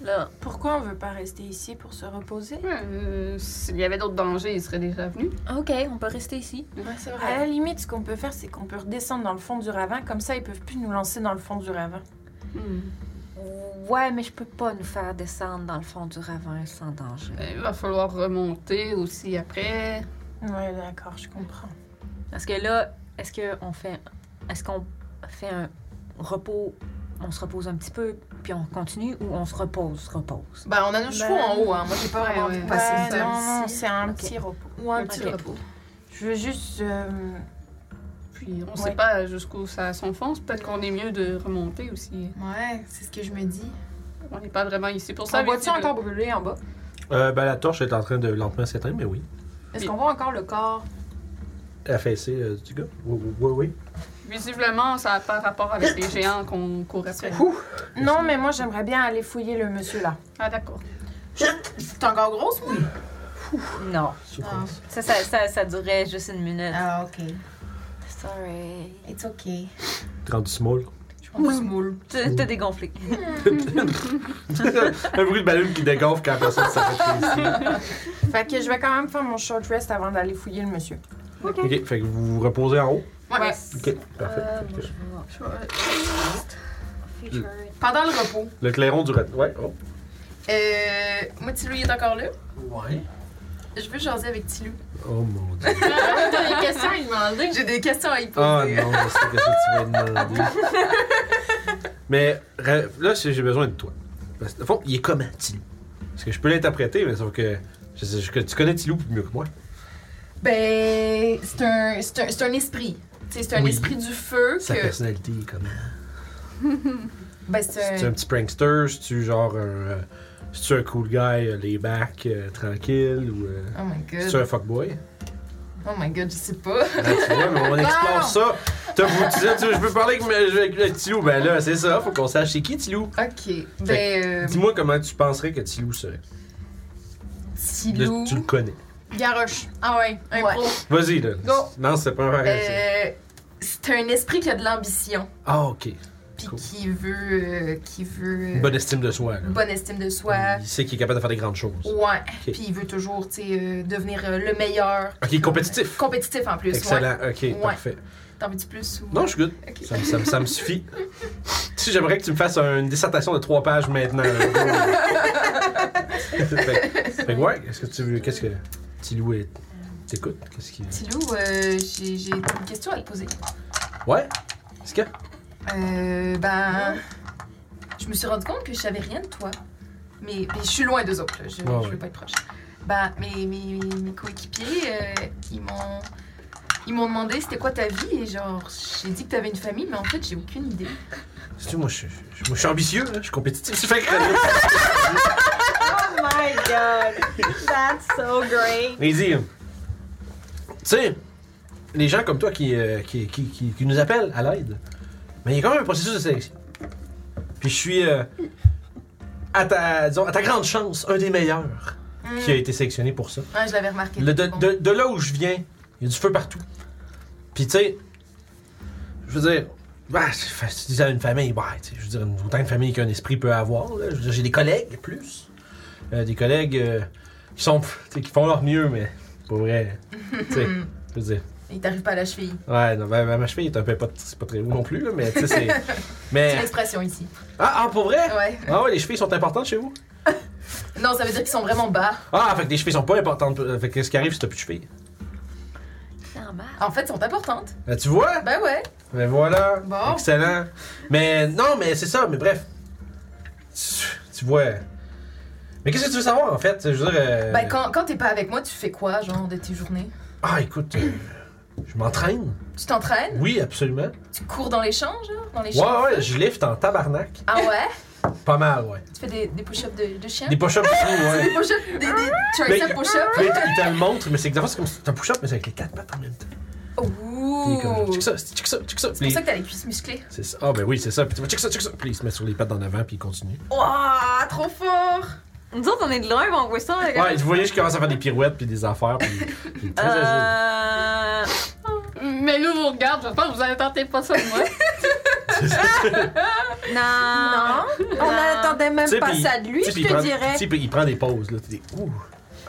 Speaker 6: Là,
Speaker 5: Pourquoi on veut pas rester ici pour se reposer?
Speaker 4: Ouais, euh, S'il y avait d'autres dangers, ils seraient déjà venus.
Speaker 6: ok, on peut rester ici.
Speaker 2: Ouais, c'est
Speaker 5: À la limite, ce qu'on peut faire, c'est qu'on peut redescendre dans le fond du ravin, comme ça ils peuvent plus nous lancer dans le fond du ravin.
Speaker 4: Hmm.
Speaker 6: Ouais, mais je peux pas nous faire descendre dans le fond du ravin sans danger.
Speaker 4: Ben, Il va falloir remonter aussi après.
Speaker 5: Ouais, d'accord, je comprends.
Speaker 6: Parce que là, est-ce qu'on fait. Est-ce qu'on fait un repos. On se repose un petit peu, puis on continue, ou on se repose, se repose?
Speaker 2: Ben, on a nos chevaux en haut, hein. Moi, j'ai pas vraiment
Speaker 4: Ouais,
Speaker 2: envie de
Speaker 4: ouais.
Speaker 2: passer
Speaker 5: Ouais,
Speaker 2: le temps
Speaker 5: non, non,
Speaker 2: ici.
Speaker 5: c'est un
Speaker 6: Ok.
Speaker 5: petit repos.
Speaker 2: Ouais, un
Speaker 6: Ok.
Speaker 2: petit repos.
Speaker 5: Je veux juste. euh,
Speaker 4: Puis on
Speaker 5: Ouais.
Speaker 4: sait pas jusqu'où ça s'enfonce. Peut-être qu'on est mieux de remonter aussi.
Speaker 2: Ouais, c'est ce que je me dis.
Speaker 4: On n'est pas vraiment ici pour ça.
Speaker 5: On
Speaker 4: mais
Speaker 5: voit-tu
Speaker 4: c'est le-
Speaker 5: encore brûler en bas?
Speaker 1: Euh, ben, la torche est en train de lentement s'éteindre, mais oui.
Speaker 5: Est-ce qu'on voit encore le corps?
Speaker 1: Affaissée euh, du gars. Oui, oui, oui. oui.
Speaker 4: Visiblement, ça a pas rapport avec les géants qu'on court après.
Speaker 5: Non, mais moi j'aimerais bien aller fouiller le monsieur là.
Speaker 4: Ah, d'accord.
Speaker 2: T'es encore grosse, moi?
Speaker 6: Non.
Speaker 1: Surprise.
Speaker 6: Ça, ça, ça, ça durait juste une minute.
Speaker 2: Ah, ok.
Speaker 6: Sorry.
Speaker 2: It's ok.
Speaker 1: T'es rendu small.
Speaker 2: Je prends ce moule.
Speaker 6: T'as t'as dégonflé.
Speaker 3: Oh
Speaker 1: un bruit de ballon qui dégonfle quand la personne s'arrête ici.
Speaker 5: Fait que je vais quand même faire mon short rest avant d'aller fouiller le monsieur.
Speaker 1: Ok, fait que vous vous reposez en haut.
Speaker 2: Ouais.
Speaker 1: Ok, parfait. Fait que
Speaker 2: Pendant le repos,
Speaker 1: Le clairon du rat. Ouais, oh.
Speaker 2: euh, moi, Tilou, il est encore là.
Speaker 1: Ouais.
Speaker 2: Je veux jaser avec Tilou.
Speaker 1: Oh mon dieu.
Speaker 2: J'ai des questions à lui demander. J'ai des questions à lui
Speaker 1: Oh
Speaker 2: poser.
Speaker 1: non, je sais que ça tu vas demander. mais ra- là, c'est- j'ai besoin de toi. Parce que, au fond, il est comment, Tilou Parce que je peux l'interpréter, mais sauf que. Je sais, je- tu connais Tilou mieux que moi.
Speaker 2: Ben, c'est un, c'est un, c'est un esprit. Tu sais, C'est un
Speaker 1: Oui.
Speaker 2: esprit du feu
Speaker 1: Sa
Speaker 2: que.
Speaker 1: personnalité est comment
Speaker 2: Ben, c'est
Speaker 1: C'est
Speaker 2: un.
Speaker 1: un petit prankster, c'est-tu genre un. euh, C'est-tu un cool guy, euh, les bacs, euh, tranquille, ou. euh,
Speaker 2: Oh my
Speaker 1: C'est-tu
Speaker 2: god.
Speaker 1: un fuckboy
Speaker 2: Oh my god, je sais pas.
Speaker 1: Ben, tu vois, mais on
Speaker 2: Ah!
Speaker 1: explore ça. T'as vous disais, tu veux, je peux parler avec, mes- avec le Tilou. Ben là, c'est ça, faut qu'on sache c'est qui Tilou.
Speaker 2: Ok. Ben, euh,
Speaker 1: Dis-moi comment tu penserais que Tilou serait. Là,
Speaker 2: Tilou.
Speaker 1: tu le connais.
Speaker 2: Garoche. Ah ouais, un
Speaker 5: Ouais.
Speaker 2: pro.
Speaker 1: Vas-y, là.
Speaker 2: Go.
Speaker 1: Non, c'est pas un récit.
Speaker 2: Euh, c'est un esprit qui a de l'ambition.
Speaker 1: Ah, ok.
Speaker 2: Puis
Speaker 1: Cool.
Speaker 2: qui veut. euh, qui veut. euh,
Speaker 1: Bonne estime de soi, là.
Speaker 2: bonne estime de soi.
Speaker 1: Il sait qu'il est capable de faire des grandes choses.
Speaker 2: Ouais. Puis il veut toujours, tu sais, euh, devenir euh, le meilleur.
Speaker 1: Ok, compétitif.
Speaker 2: Compétitif en plus. Ouais.
Speaker 1: Excellent, ok,
Speaker 2: Ouais.
Speaker 1: parfait.
Speaker 2: T'en veux-tu plus ou.
Speaker 1: Non, je suis good.
Speaker 2: Ok.
Speaker 1: Ça, me- ça me- ça me suffit. Tu sais, j'aimerais que tu me fasses une dissertation de trois pages maintenant. fait, que- fait que ouais, qu'est-ce que tu veux, qu'est-ce que Tilou est... t'écoute. Qu'est-ce qui.
Speaker 2: Tilou, euh, j'ai j'ai une question à te poser.
Speaker 1: Ouais? Est-ce que.
Speaker 2: Euh, ben. Je me suis rendu compte que je savais rien de toi. Mais, mais je suis loin d'eux autres, là. je,
Speaker 1: Ouais,
Speaker 2: je
Speaker 1: ouais.
Speaker 2: veux pas être proche. Ben, mes, mes, mes- mes coéquipiers, euh, ils m'ont. Ils m'ont demandé c'était quoi ta vie et genre j'ai dit que t'avais une famille mais en fait j'ai aucune idée.
Speaker 1: Sais-tu, moi, je, je- moi, je suis ambitieux, là, je suis compétitif. Ça fait que.
Speaker 5: Oh my god! That's so great!
Speaker 1: Et dire. Tu sais, les gens comme toi qui, euh, qui, qui, qui, qui nous appellent à l'aide, mais il y a quand même un processus de sélection. Puis je suis. euh, à, ta, disons, à ta grande chance, un des meilleurs
Speaker 2: Hmm.
Speaker 1: qui a été sélectionné pour ça.
Speaker 2: Ouais, je l'avais remarqué.
Speaker 1: Le- de,
Speaker 2: Bon.
Speaker 1: de- de là où je viens, il y a du feu partout. Puis tu sais, je veux dire, bah, si tu dis à une famille, bah, tu sais, je veux dire, autant de famille qu'un esprit peut avoir. là. Je veux dire, j'ai des collègues plus. Euh, des collègues euh, qui sont, tu sais, qui font leur mieux, mais pour vrai. tu sais, je veux dire,
Speaker 2: Il t'arrive pas à la cheville.
Speaker 1: ouais, non, ben, ben, ma cheville est un peu pas, c'est pas très haut non plus, là, mais tu sais, c'est.
Speaker 2: C'est
Speaker 1: mais.
Speaker 2: l'expression ici.
Speaker 1: Ah, ah, pour vrai?
Speaker 2: Ouais.
Speaker 1: Ah ouais, les chevilles sont importantes chez vous?
Speaker 2: Non, ça veut dire qu'ils sont vraiment bas.
Speaker 1: Ah, fait que les chevilles sont pas importantes. euh, Fait que ce qui arrive, c'est que t'as plus de chevilles.
Speaker 2: En fait, elles sont importantes.
Speaker 1: Ah, tu vois?
Speaker 2: Ben ouais.
Speaker 1: Mais voilà.
Speaker 2: Bon.
Speaker 1: Excellent. Mais non, mais c'est ça, mais bref. Tu, tu vois. Mais qu'est-ce que tu veux savoir en fait? Je veux dire. euh,
Speaker 2: Ben quand, quand t'es pas avec moi, tu fais quoi, genre, de tes journées
Speaker 1: Ah, écoute, euh, je m'entraîne.
Speaker 2: Tu t'entraînes
Speaker 1: Oui, absolument.
Speaker 2: Tu cours dans les champs, genre Dans les
Speaker 1: Ouais,
Speaker 2: champs
Speaker 1: ouais, je lift en tabarnak.
Speaker 2: Ah ouais
Speaker 1: Pas mal, ouais.
Speaker 2: Tu fais des, des push-ups de, de chien
Speaker 1: Des push-ups aussi,
Speaker 2: Des
Speaker 1: ouais.
Speaker 2: push-ups Des, des
Speaker 1: Mais-
Speaker 2: tricep push-ups
Speaker 1: Puis là, il te le montre, mais c'est exactement c'est comme si c'était un push-up, mais c'est avec les quatre pattes en même temps. Puis il est
Speaker 2: Ouh
Speaker 1: comme, check ça, check ça, check ça. Puis
Speaker 2: C'est pour
Speaker 1: il-
Speaker 2: ça que t'as les cuisses musclées.
Speaker 1: C'est ça. Ah, ben oui, c'est ça. Puis tu vois, check ça, check ça. Puis il se met sur les pattes en avant, puis il continue.
Speaker 2: Ouah, trop fort
Speaker 5: Nous autres, on est de loin, mais on voit ça. avec-
Speaker 1: Ouais, vous voyez, je commence à faire des pirouettes, puis des affaires, puis, puis très agile.
Speaker 5: Euh,
Speaker 4: Mais là, vous regarde, j'espère que vous n'attendez pas ça de moi.
Speaker 5: Non.
Speaker 7: On n'attendait même
Speaker 1: Tu sais,
Speaker 7: pas
Speaker 1: puis-
Speaker 7: ça de lui,
Speaker 1: tu sais,
Speaker 7: je
Speaker 1: puis il
Speaker 7: te
Speaker 1: prend-
Speaker 7: dirais.
Speaker 1: tu sais, puis il prend des pauses, là. Tu dis, ouh.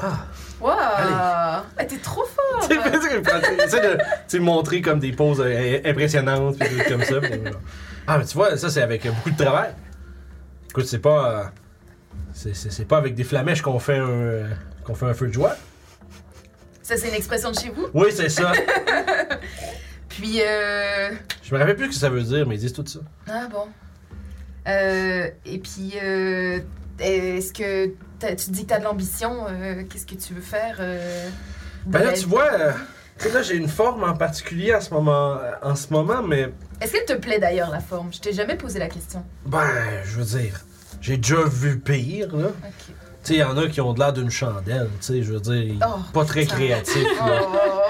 Speaker 1: Ah.
Speaker 2: Waouh Ah, T'es trop
Speaker 7: Oh,
Speaker 2: fort
Speaker 1: Tu sais, tu sais, il prend- il essaie de tu sais, montrer comme des pauses euh, impressionnantes, puis des trucs comme ça. puis voilà. Ah, mais tu vois, ça, c'est avec euh, beaucoup de travail. Écoute, c'est pas. euh, c'est- c'est c'est pas avec des flamèches qu'on fait un. euh, qu'on fait un feu de joie.
Speaker 2: Ça, c'est une expression de chez vous.
Speaker 1: Oui, c'est ça.
Speaker 2: Puis, euh...
Speaker 1: Je me rappelle plus ce que ça veut dire, mais ils disent tout ça.
Speaker 2: Ah bon. Euh, et puis, euh, est-ce que t'as- tu dis que t'as de l'ambition euh, Qu'est-ce que tu veux faire euh, dans
Speaker 1: Ben là,
Speaker 2: la
Speaker 1: tu
Speaker 2: vie?
Speaker 1: vois, euh, tu sais, là, j'ai une forme en particulier à ce moment, euh, en ce moment, mais
Speaker 2: Est-ce qu'elle te plaît d'ailleurs la forme Je t'ai jamais posé la question.
Speaker 1: Ben, je veux dire, j'ai déjà vu pire, là.
Speaker 2: Ok.
Speaker 1: Tu sais, il y en a qui ont de l'air d'une chandelle, tu sais, je veux dire, ils-
Speaker 2: Oh,
Speaker 1: pas très
Speaker 2: ça.
Speaker 1: créatifs,
Speaker 2: Oh,
Speaker 1: là.
Speaker 2: oh,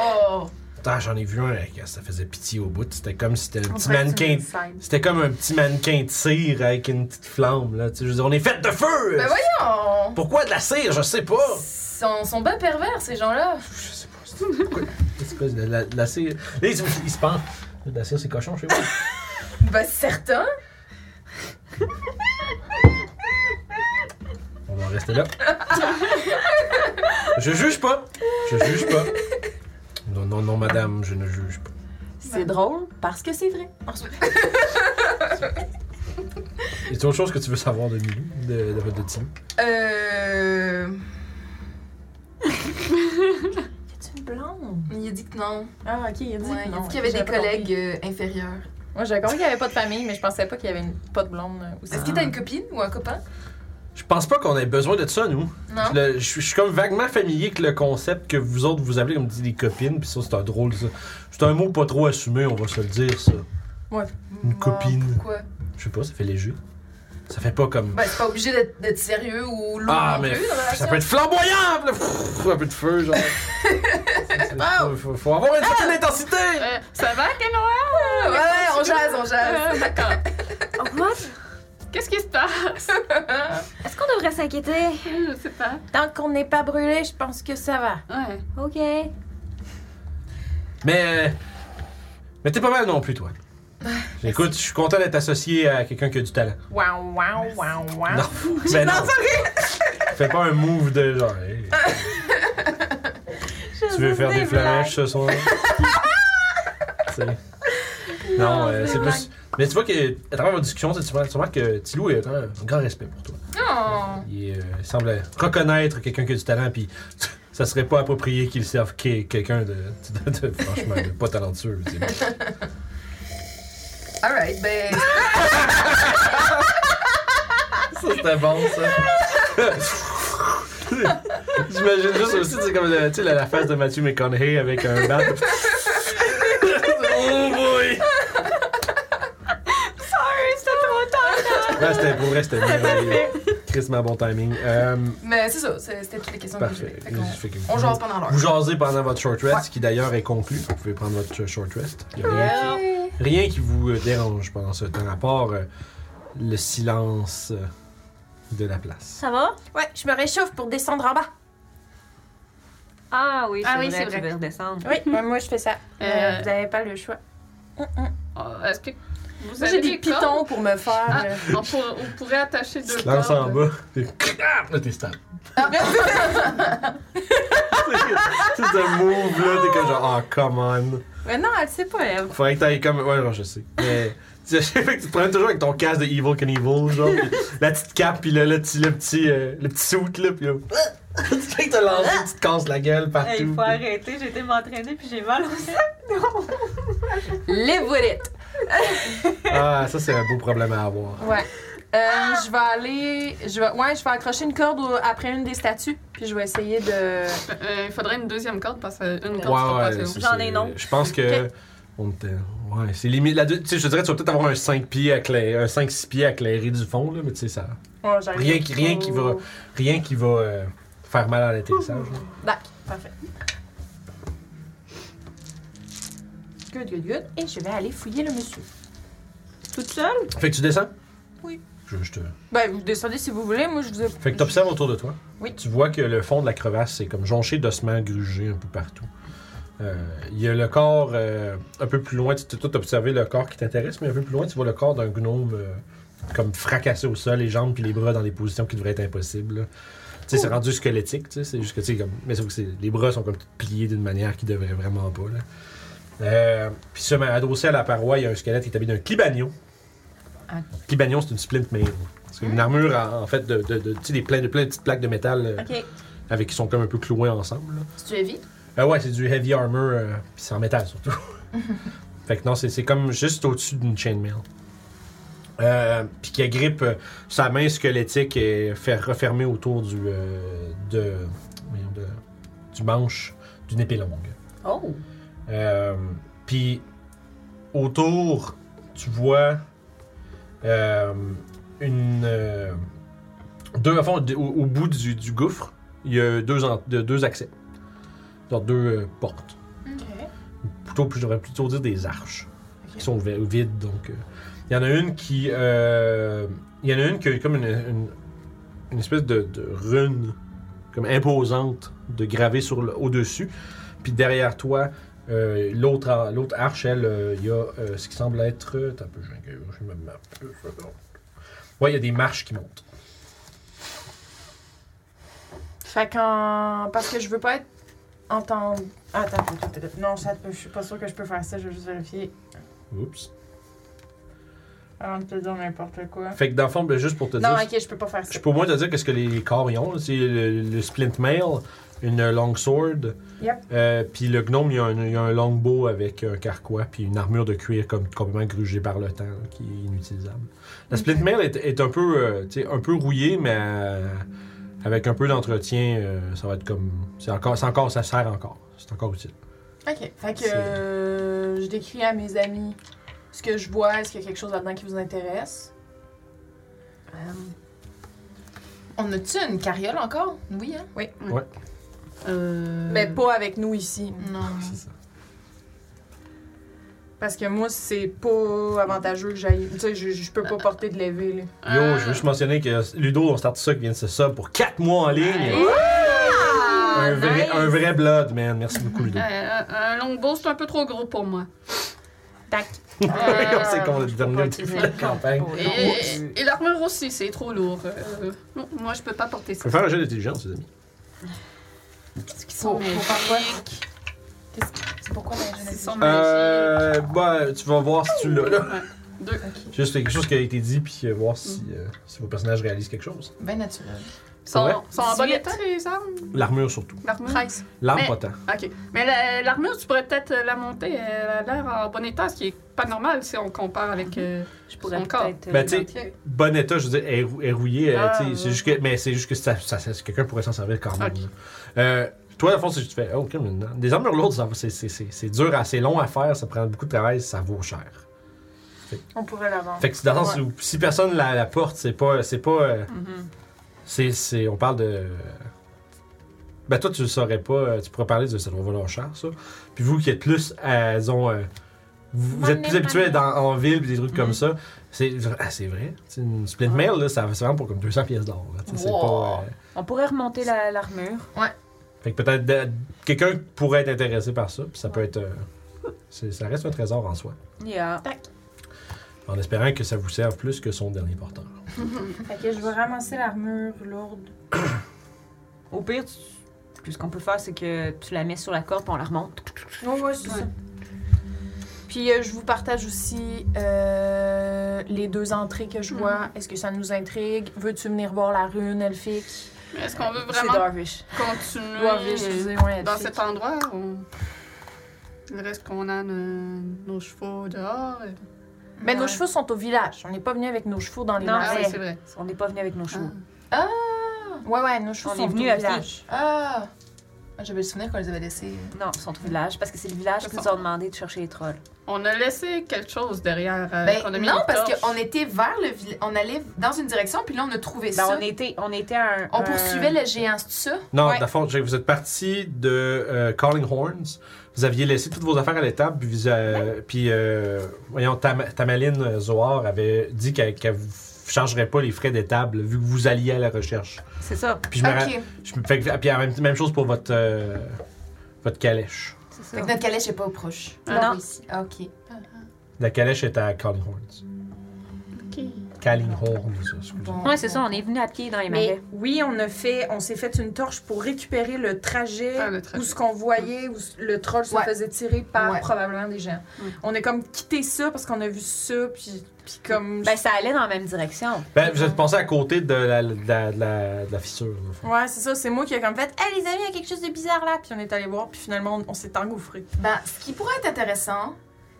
Speaker 2: oh.
Speaker 1: Putain, j'en ai vu un, avec- ça faisait pitié au bout, c'était comme si c'était un
Speaker 7: On
Speaker 1: petit
Speaker 7: dirait que tu
Speaker 1: mannequin...
Speaker 7: me slides.
Speaker 1: C'était comme un petit mannequin de cire avec une petite flamme, là, tu sais, je veux dire, on est fait de feu!
Speaker 2: Ben voyons
Speaker 1: Pourquoi de la cire, je sais pas!
Speaker 2: Sont, sont bien pervers ces gens-là.
Speaker 1: Je sais pas, c'est pourquoi... c'est quoi, de la, de la cire... Là, ils, ils se pensent, de la cire, c'est cochon chez vous.
Speaker 2: Ben certains.
Speaker 1: On va en rester là. je juge pas. Je juge pas. Non, non, non, madame, je ne juge pas.
Speaker 5: C'est drôle parce que c'est vrai.
Speaker 1: Y a autre chose que tu veux savoir de Milou, de, de votre team?
Speaker 2: Euh.
Speaker 6: C'est une blonde.
Speaker 2: Il a dit que non.
Speaker 5: Ah, ok, il a dit.
Speaker 2: Ouais, il a
Speaker 5: non,
Speaker 2: dit qu'il y avait
Speaker 5: j'avais
Speaker 2: des
Speaker 5: pas compris.
Speaker 2: collègues euh, inférieurs.
Speaker 5: Moi, j'avais compris qu'il n'y avait pas de famille, mais je pensais pas qu'il y avait une... pas de blonde euh, aussi.
Speaker 2: Est-ce que t'as une copine ou un copain
Speaker 1: Je pense pas qu'on ait besoin de ça, nous.
Speaker 2: Non.
Speaker 1: Le- je, suis- je suis comme vaguement familier avec le concept que vous autres vous appelez comme dit des copines, puis ça c'est un drôle. ça. C'est un mot pas trop assumé, on va se le dire, ça. Une
Speaker 2: Non,
Speaker 1: copine.
Speaker 2: Pourquoi
Speaker 1: Je sais pas, ça fait léger. Ça fait pas comme.
Speaker 2: Ben, c'est pas obligé d'être d'être sérieux ou lourd
Speaker 1: ah,
Speaker 2: non
Speaker 1: mais
Speaker 2: plus, dans la
Speaker 1: ça
Speaker 2: relation.
Speaker 1: peut être flamboyant! là, pff, un peu de feu, genre. C'est- c'est- faut, faut- faut avoir
Speaker 2: Ah!
Speaker 1: une certaine intensité!
Speaker 4: Euh, ça va,
Speaker 1: Ah,
Speaker 4: Kenoa?
Speaker 2: Ouais, ouais, on jase, on jase.
Speaker 4: Euh, D'accord.
Speaker 6: What?
Speaker 4: Qu'est-ce qui se passe?
Speaker 6: Est-ce qu'on devrait s'inquiéter?
Speaker 4: Je sais pas.
Speaker 7: Tant qu'on n'est pas brûlé, je pense que ça va.
Speaker 4: Ouais.
Speaker 6: Ok.
Speaker 1: Mais. Mais t'es pas mal non plus, toi.
Speaker 2: Ah,
Speaker 1: Écoute, je suis content d'être associé à quelqu'un qui a du talent.
Speaker 5: Wow, wow, wow, wow.
Speaker 1: Non, ben non. Fais pas un move de genre. hey. tu veux faire des flashs ce soir? Tu sais. non, euh, c'est plus. Mais tu vois que, à travers votre discussion, tu sais, tu vois- tu remarques que Tilou a quand même un grand respect pour toi.
Speaker 4: Non.
Speaker 1: Il, euh, semble reconnaître quelqu'un qui a du talent, puis ça serait pas approprié qu'il serve que- quelqu'un de, de- de- franchement de pas talentueux. tu sais.
Speaker 2: Alright, ben.
Speaker 1: Ça, c'était bon, ça. J'imagine juste aussi, c'est comme le- tu sais, la, la face de Matthew McConaughey avec un bat. oh boy! Sorry, c'était trop tard! c'était pour vrai, c'était merveilleux. Chris, ma bon timing. Euh,
Speaker 2: Mais c'est ça, c'est- c'était toutes les questions que
Speaker 1: parfait.
Speaker 2: j'avais. Fait qu'on-
Speaker 1: Fait que
Speaker 2: On
Speaker 1: vous-
Speaker 2: jase pendant l'heure.
Speaker 1: Vous jasez pendant votre short rest, qui d'ailleurs est conclu. Vous pouvez prendre votre short rest. Il y a rien qui- Rien qui vous euh, dérange pendant ce temps, à part euh, le silence euh, de la place.
Speaker 6: Ça va?
Speaker 3: Ouais, je me réchauffe pour descendre en bas.
Speaker 6: Ah oui, c'est
Speaker 3: Ah oui,
Speaker 6: vrai,
Speaker 3: c'est
Speaker 6: tu
Speaker 3: vrai.
Speaker 6: veux redescendre.
Speaker 3: Oui, ben moi je fais ça. Mais
Speaker 4: Euh,
Speaker 3: Vous n'avez pas le choix.
Speaker 4: Ah, Est-ce que vous
Speaker 5: Moi,
Speaker 4: avez
Speaker 5: j'ai des pitons pour me faire.
Speaker 4: Ah.
Speaker 5: euh,
Speaker 4: cordes? On, pour- on pourrait attacher deux
Speaker 1: Lance en
Speaker 4: cordes.
Speaker 1: bas, t'es- Ah, là t'es stable. C'est ce move-là, t'es comme genre, oh, come on.
Speaker 5: Mais non, elle sait pas, elle.
Speaker 1: Faudrait que t'ailles comme. Ouais, genre, je sais. Mais. Tu sais, fait que tu te prends toujours avec ton casque de Evil Knievel, genre, pis la petite cape, pis là, le petit, le petit, euh, le petit suit, là, pis là. tu fais que t'as lancé, tu te casses la gueule partout.
Speaker 6: Hey, il faut arrêter, j'ai été m'entraîner puis j'ai mal au sein.
Speaker 5: Live with it.
Speaker 1: Ah, ça, c'est un beau problème à avoir.
Speaker 5: Ouais. Euh, Je vais aller. Je vais, ouais, je vais accrocher une corde au- après une des statues, puis je vais essayer de.
Speaker 4: Euh, il faudrait une deuxième corde parce qu'une corde
Speaker 1: Ouais,
Speaker 4: sera pas
Speaker 1: ouais,
Speaker 4: assez longue.
Speaker 1: c'est-
Speaker 6: J'en ai
Speaker 1: c'est-
Speaker 6: non.
Speaker 1: Je pense que. On était- ouais, c'est limite. la deux- tu sais, je te dirais, tu vas peut-être avoir un 5 pieds éclairé, un 5-6 pieds éclairé du fond, là, mais tu sais, ça.
Speaker 5: Oh, j'arrive.
Speaker 1: Rien qui, rien qui va, rien qui va euh, faire mal à l'atterrissage. là.
Speaker 5: Parfait. Good, good, good. Et je vais aller fouiller le monsieur.
Speaker 6: Toute seule?
Speaker 1: Fait que tu descends?
Speaker 5: Oui.
Speaker 1: Je, je te...
Speaker 5: Ben, vous descendez si vous voulez. Moi, je vous ai.
Speaker 1: Fait que tu observes autour de toi.
Speaker 5: Oui.
Speaker 1: Tu vois que le fond de la crevasse, c'est comme jonché d'ossements grugés un peu partout. Euh, Il y a le corps euh, un peu plus loin. Tu t'as tout observé le corps qui t'intéresse, mais un peu plus loin, tu vois le corps d'un gnome euh, comme fracassé au sol, les jambes puis les bras dans des positions qui devraient être impossibles. là. Tu sais, c'est rendu squelettique, tu sais, c'est juste que, tu sais, comme... Mais sauf que c'est- les bras sont comme tout pliés d'une manière qui devrait vraiment pas, là. Euh, puis ça, adossé à la paroi, il y a un squelette qui est habillé d'un clibagnon. Clibagnon, c'est une splint mail. C'est une armure, en, en fait, de, de, de- tu sais, des plein, de, plein de petites plaques de métal euh,
Speaker 6: Ok.
Speaker 1: avec qui sont comme un peu clouées ensemble. là.
Speaker 2: Si tu es vite,
Speaker 1: Euh, ouais, c'est du heavy armor, euh, puis c'est en métal surtout. fait que non, c'est c'est comme juste au-dessus d'une chainmail. Euh, puis qui agrippe euh, sa main squelettique et fait refermer autour du, euh, de, voyons, de- du manche d'une épée longue.
Speaker 6: Oh!
Speaker 1: Euh, Puis autour, tu vois euh, une. euh, deux, à fond, au, au bout du, du gouffre, il y a deux, en- de- deux accès. Genre deux euh, portes. Plutôt, je devrais plutôt dire des arches. Qui sont vi- vides, donc. euh. Il y en a une qui. euh, Il y en a une qui a comme une, une, une espèce de, de rune, comme imposante, de gravée sur le- au-dessus. Puis derrière toi, euh, l'autre ar- l'autre arche, elle, euh, il y a euh, ce qui semble être. euh, T'as un peu, j'ai j'ai ma map. deux secondes. Ouais, il y a des marches qui montent.
Speaker 5: Fait qu'en. Parce que je veux pas être. Entendre. Attends, attends, attends, attends. Non, ça, je suis pas sûre que je peux faire ça, je vais juste vérifier
Speaker 1: Oups.
Speaker 5: avant de te dire n'importe quoi.
Speaker 1: Fait que dans le fond, ben, juste pour te
Speaker 5: Non,
Speaker 1: dire.
Speaker 5: ok, je peux pas faire ça.
Speaker 1: Je peux au moins te dire qu'est-ce que les corps y ont. là. C'est le, le splint mail, une longsword.
Speaker 5: Yep.
Speaker 1: Euh, puis le gnome, il y a un, il y a un longbow avec un carquois, puis une armure de cuir comme complètement grugée par le temps, là, qui est inutilisable. La splint mail est, est un peu, euh, tu sais, un peu rouillée, mais euh, avec un peu d'entretien, euh, ça va être comme, c'est encore, c'est encore, ça sert encore. C'est encore utile.
Speaker 5: Ok. Fait que
Speaker 1: C'est-
Speaker 5: euh, je décris à mes amis ce que je vois, est-ce qu'il y a quelque chose là-dedans qui vous intéresse?
Speaker 2: on a-tu une carriole encore? Oui, hein?
Speaker 4: Euh,
Speaker 5: Mais pas avec nous ici.
Speaker 2: Non.
Speaker 1: C'est ça.
Speaker 5: Parce que moi, c'est pas avantageux que j'aille. Tu sais, je, je peux pas
Speaker 1: Ah.
Speaker 5: porter de lever, là.
Speaker 1: Yo, je veux juste mentionner que Ludo, on start ça qui vient de se sub pour 4 mois en ligne. un, vrai, un vrai blood, man. Merci beaucoup, Ludo.
Speaker 4: Euh, un- un longbow, c'est un peu trop gros pour moi.
Speaker 5: Tac.
Speaker 1: on sait qu'on a terminé un petit peu la campagne.
Speaker 4: Et, et- et l'armure aussi, c'est trop lourd. Euh, non, moi, je peux pas porter
Speaker 1: Je
Speaker 4: ça.
Speaker 1: peux faire un jeu d'intelligence, les amis.
Speaker 4: Qu'est-ce qu'ils sont magiques?
Speaker 2: C'est pourquoi on a
Speaker 4: Ils sont magiques.
Speaker 1: Euh. Bah, tu vas voir si tu l'as, là.
Speaker 4: Deux.
Speaker 1: Mm. Juste quelque chose qui a été dit, puis euh, voir si, euh, si vos personnages réalisent quelque chose.
Speaker 2: Ben naturel.
Speaker 4: Sont,
Speaker 1: Ouais.
Speaker 4: sont en bon
Speaker 2: 18.
Speaker 4: état, les armes?
Speaker 1: L'armure surtout.
Speaker 4: L'armure?
Speaker 2: 13.
Speaker 1: L'arme
Speaker 4: Mais-
Speaker 1: pas tant.
Speaker 4: OK. Mais la- l'armure, tu pourrais peut-être euh, la monter. Elle a l'air en bon état, ce qui est pas normal si on compare avec... euh,
Speaker 6: Je pourrais
Speaker 4: Son corps.
Speaker 6: peut-être. euh,
Speaker 1: Ben, tu sais, bon état, je veux dire, elle est rou- elle est rouillée. euh,
Speaker 4: Ah,
Speaker 1: tu sais, c'est
Speaker 4: ouais.
Speaker 1: juste que, mais c'est juste que ça, ça- ça- quelqu'un pourrait s'en servir quand même.
Speaker 4: Ok.
Speaker 1: là. Euh, toi, à fond, c'est que tu fais, oh, ok, maintenant. Des armures lourdes, ça va- c'est- c'est c'est- c'est dur, assez long à faire, ça prend beaucoup de travail, ça vaut cher.
Speaker 7: On pourrait l'avant.
Speaker 1: Fait que dans le sens où si personne la, la porte, c'est pas. C'est pas. euh, c'est- c'est- on parle de. Ben toi, tu le saurais pas. euh, Tu pourrais parler de ça doit valoir cher, ça. Puis vous qui êtes plus, euh, disons, euh, vous, vous êtes plus
Speaker 3: Money,
Speaker 1: habitués à être
Speaker 3: money.
Speaker 1: en, en ville puis des trucs comme ça. C'est ah, c'est vrai. C'est Une split mail, là, ça se vend pour comme 200 pièces d'or. là. Tu sais, c'est
Speaker 2: Wow.
Speaker 1: pas, euh,
Speaker 6: On pourrait remonter la- l'armure.
Speaker 1: Fait que peut-être euh, quelqu'un pourrait être intéressé par ça. Puis ça peut être. euh, c'est- ça reste un trésor en soi.
Speaker 6: Yeah.
Speaker 1: En espérant que ça vous serve plus que son dernier porteur.
Speaker 7: Fait que je vais ramasser l'armure lourde.
Speaker 6: Au pire, tu- puis ce qu'on peut faire, c'est que tu la mets sur la corde puis on la remonte.
Speaker 7: Non, ouais, c'est ça.
Speaker 2: Puis euh, je vous partage aussi euh, les deux entrées que
Speaker 7: Mm.
Speaker 2: je vois. Est-ce que ça nous intrigue? Veux-tu venir voir la rune elfique?
Speaker 4: mais Est-ce qu'on veut
Speaker 7: C'est
Speaker 4: vraiment
Speaker 7: Darvish.
Speaker 4: continuer
Speaker 7: Mm.
Speaker 2: Dwarvish, excusez, ouais,
Speaker 4: dans
Speaker 2: elfique.
Speaker 4: cet endroit? Ou... Il reste qu'on a nos, nos chevaux dehors. et-
Speaker 2: Mais Ben, nos
Speaker 7: Ouais.
Speaker 2: chevaux sont au village. On n'est pas venu avec nos chevaux dans les
Speaker 6: Non,
Speaker 4: Ah
Speaker 2: marais.
Speaker 4: oui,
Speaker 6: ouais.
Speaker 4: c'est vrai.
Speaker 6: On n'est pas venu avec nos chevaux.
Speaker 2: Ouais, ouais, nos chevaux
Speaker 6: on
Speaker 2: sont
Speaker 6: est venu
Speaker 2: au
Speaker 6: à
Speaker 2: village.
Speaker 6: pied.
Speaker 2: Ah! J'avais le souvenir qu'on les avait laissés.
Speaker 6: Non, ils sont au village parce que c'est le village qui nous ont demandé de chercher les trolls.
Speaker 4: On a laissé quelque chose derrière. euh,
Speaker 2: Ben,
Speaker 4: qu'on a mis
Speaker 2: non,
Speaker 4: une
Speaker 2: parce
Speaker 4: torche.
Speaker 2: qu'on était vers le village. On allait dans une direction, puis là, on a trouvé
Speaker 6: Ben,
Speaker 2: ça.
Speaker 6: on était, on était à un.
Speaker 2: On
Speaker 6: un-
Speaker 2: poursuivait
Speaker 1: Euh,
Speaker 2: le géant, c'est ça?
Speaker 1: Non,
Speaker 6: Ouais.
Speaker 1: dans le fond, j'ai- vous êtes parti de euh, Calling Horns. Vous aviez laissé toutes vos affaires à l'étable, puis, vous, euh, puis euh, voyons, Tam- Tamaline euh, Zohar avait dit qu'elle ne vous changerait pas les frais d'étable vu que vous alliez à la recherche.
Speaker 6: C'est ça.
Speaker 1: Puis je me ra-
Speaker 2: Ok.
Speaker 1: je me- fait que- puis la même, même chose pour votre, euh, votre calèche.
Speaker 6: C'est
Speaker 2: Fait
Speaker 6: ça.
Speaker 2: que notre calèche n'est pas proche.
Speaker 6: Ah, non.
Speaker 2: ici. Ah, ok.
Speaker 1: La calèche est à Calling Horns.
Speaker 4: Ok.
Speaker 1: Calling Horns, excusez.
Speaker 2: Bon.
Speaker 6: Ouais, c'est ça. On est venu à pied dans les
Speaker 7: Mais
Speaker 6: marais.
Speaker 7: oui, on a fait, on s'est fait une torche pour récupérer le trajet,
Speaker 4: Ah, le trajet.
Speaker 7: où ce qu'on voyait, où s- le troll se
Speaker 2: Ouais.
Speaker 7: faisait tirer par
Speaker 2: Ouais.
Speaker 7: probablement des gens.
Speaker 4: Ouais.
Speaker 7: On a comme quitté ça parce qu'on a vu ça, puis, puis comme...
Speaker 6: Ben, ça allait dans la même direction.
Speaker 1: Ben, vous êtes passé à côté de la, de la- de la- de la fissure. dans le fond.
Speaker 7: Ouais, c'est ça, c'est moi qui ai comme fait « Hey les amis, il y a quelque chose de bizarre là! » Puis on est allé voir, puis finalement, on, on s'est engouffré.
Speaker 2: Ben, ce qui pourrait être intéressant,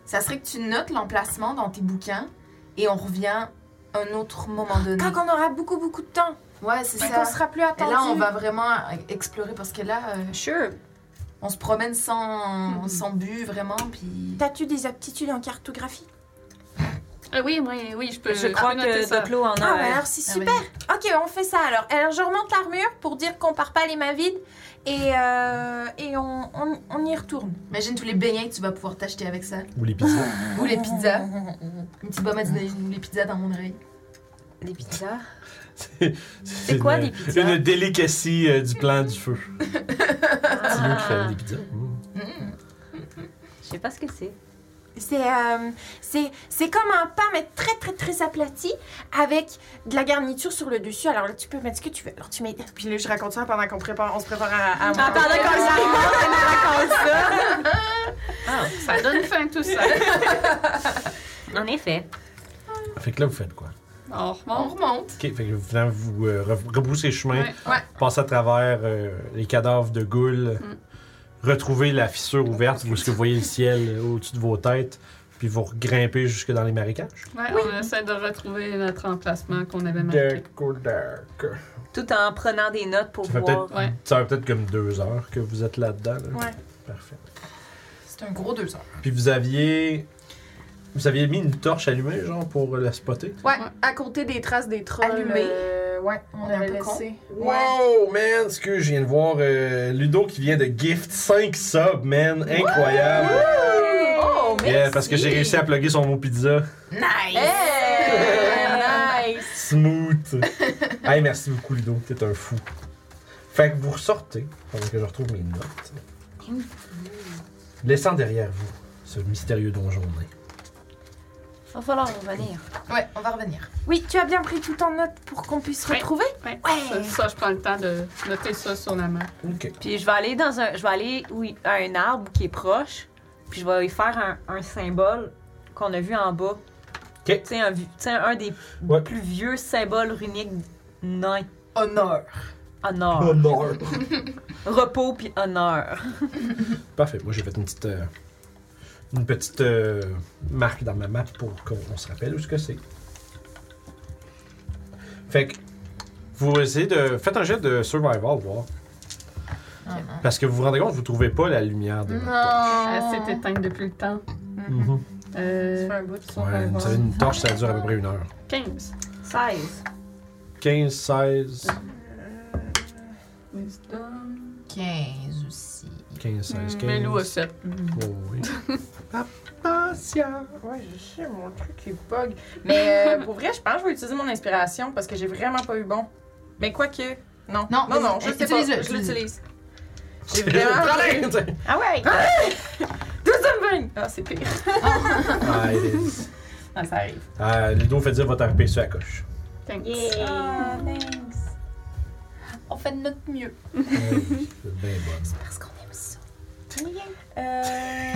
Speaker 2: ça serait que tu notes l'emplacement dans tes bouquins et on revient un autre moment donné.
Speaker 7: Quand on aura beaucoup, beaucoup de temps,
Speaker 2: Ouais, c'est
Speaker 3: ben,
Speaker 7: puis qu'on
Speaker 2: ça.
Speaker 7: sera plus
Speaker 2: Et
Speaker 7: attendu.
Speaker 2: là, on va vraiment explorer parce que là, euh,
Speaker 6: Sure.
Speaker 2: on se promène sans,
Speaker 4: Mhm.
Speaker 2: sans but vraiment, puis.
Speaker 7: T'as-tu des aptitudes en cartographie?
Speaker 4: Ah oui, oui, oui, je peux.
Speaker 6: Je crois
Speaker 4: peux noter
Speaker 6: que
Speaker 4: ça.
Speaker 6: Doplo en a.
Speaker 7: Ah,
Speaker 6: euh,
Speaker 7: alors c'est
Speaker 2: Ah,
Speaker 7: super!
Speaker 2: vas-y.
Speaker 7: Ok, on fait ça alors. Alors, je remonte l'armure pour dire qu'on part pas les mains vides et, euh, et on, on, on y retourne.
Speaker 2: Imagine tous les beignets que tu vas pouvoir t'acheter avec ça.
Speaker 1: Ou les pizzas.
Speaker 2: Ou les pizzas. Une petite bombe à dîner, ou les pizzas dans mon oreille.
Speaker 6: Des pizzas.
Speaker 1: C'est
Speaker 6: quoi,
Speaker 1: une-
Speaker 6: des pizzas?
Speaker 1: Une délicatie euh, du plan du feu. C'est lui qui fait des pizzas. Mm.
Speaker 2: Mhm.
Speaker 6: Ah. Je sais pas ce que c'est.
Speaker 7: C'est euh, c'est- c'est comme un pain, mais très, très, très aplati avec de la garniture sur le dessus. Alors là, tu peux mettre ce que tu veux. Alors, tu mets. Puis là, je raconte ça pendant qu'on prépare, on se prépare à. à
Speaker 6: pendant qu'on Ah,
Speaker 4: Ça donne faim tout ça.
Speaker 6: en effet.
Speaker 1: Fait que là, vous faites quoi?
Speaker 4: On
Speaker 2: On
Speaker 4: remonte.
Speaker 2: remonte.
Speaker 1: Ok, fait que finalement, vous euh, re- rebroussez chemin,
Speaker 4: Ouais.
Speaker 1: passez à travers euh, les cadavres de goules, retrouvez la fissure ouverte où est-ce que vous voyez le ciel euh, au-dessus de vos têtes, puis vous grimpez jusque dans les marécages.
Speaker 4: Ouais, On essaie de retrouver notre emplacement qu'on avait marqué.
Speaker 1: D'accord, d'accord.
Speaker 6: Tout en prenant des notes pour
Speaker 1: Ça fait
Speaker 6: voir.
Speaker 1: peut-être
Speaker 4: Ouais.
Speaker 1: ça fait peut-être comme deux heures que vous êtes là-dedans. là.
Speaker 7: Ouais.
Speaker 1: Parfait.
Speaker 2: C'est un gros deux heures.
Speaker 1: Puis vous aviez. Vous aviez mis une torche allumée, genre, pour la spotter?
Speaker 7: Ouais, à côté des traces des trolls.
Speaker 2: Allumé.
Speaker 7: euh, ouais, on,
Speaker 2: On est un
Speaker 7: avait
Speaker 2: peu con.
Speaker 7: laissé.
Speaker 1: Wow, man! Ce que je viens de voir, euh, Ludo qui vient de gift 5 subs, man! Incroyable!
Speaker 7: Oh,
Speaker 1: Yeah, parce que j'ai réussi à plugger son mot pizza.
Speaker 2: Nice!
Speaker 7: Hey! nice!
Speaker 1: Smooth. hey, merci beaucoup, Ludo. T'es un fou. Fait que vous ressortez, pendant que je retrouve mes notes. Laissant derrière vous ce mystérieux donjon.
Speaker 6: Va falloir revenir.
Speaker 2: Ouais, on va revenir.
Speaker 7: Oui, tu as bien pris tout en note pour qu'on puisse
Speaker 4: Ouais.
Speaker 7: retrouver.
Speaker 4: Ouais. Ça,
Speaker 7: Ouais.
Speaker 4: ça, je prends le temps de noter ça sur la main.
Speaker 1: Ok.
Speaker 6: Puis je vais aller dans un. Je vais aller oui, à un arbre qui est proche. Puis je vais y faire un, un symbole qu'on a vu en bas. Tu sais, un, vi- tu sais, un des
Speaker 1: Ouais.
Speaker 6: plus vieux symboles runiques nains.
Speaker 2: honneur.
Speaker 5: Honneur.
Speaker 6: Ah,
Speaker 5: Repos puis honneur.
Speaker 1: Parfait. Moi, j'ai fait une petite, euh, une petite euh, marque dans ma map pour qu'on on se rappelle où ce que c'est. Fait que vous essayez de. Faites un jet de survival, voir.
Speaker 4: Ah.
Speaker 1: Parce que vous vous rendez compte, vous trouvez pas la lumière de votre
Speaker 4: Elle
Speaker 2: Ah, Euh,
Speaker 4: s'est éteinte Euh, depuis le temps.
Speaker 1: torche. Mhm.
Speaker 4: Euh,
Speaker 2: Oh. un bout.
Speaker 1: Ouais, vous savez, une torche, ça dure à peu près une heure.
Speaker 4: 15.
Speaker 6: 16.
Speaker 1: 15, 16.
Speaker 2: 15 aussi.
Speaker 1: 15, 16, 15.
Speaker 4: Mm. Melou a 7.
Speaker 1: Oh, oui.
Speaker 5: Ouais, je sais, mon truc il bug. Mais euh, pour vrai, je pense que je vais utiliser mon inspiration parce que j'ai vraiment pas eu bon. Mais quoique. Non.
Speaker 2: Non,
Speaker 5: non, non
Speaker 2: vas-y,
Speaker 5: je sais pas.
Speaker 2: utilise-le,
Speaker 5: Je l'utilise. J'ai
Speaker 1: Allez,
Speaker 5: vraiment.
Speaker 1: tiens.
Speaker 5: ah ouais! Do something! Ah, c'est pire.
Speaker 1: Ah, it is.
Speaker 6: Ah, ça arrive.
Speaker 1: Ah, Ludo fait dire votre RP sur la coche.
Speaker 4: Thanks.
Speaker 6: Yeah.
Speaker 5: thanks.
Speaker 2: On fait de notre mieux.
Speaker 1: Ah oui, c'est bien bonne.
Speaker 2: Parce qu'on aime ça.
Speaker 5: Euh.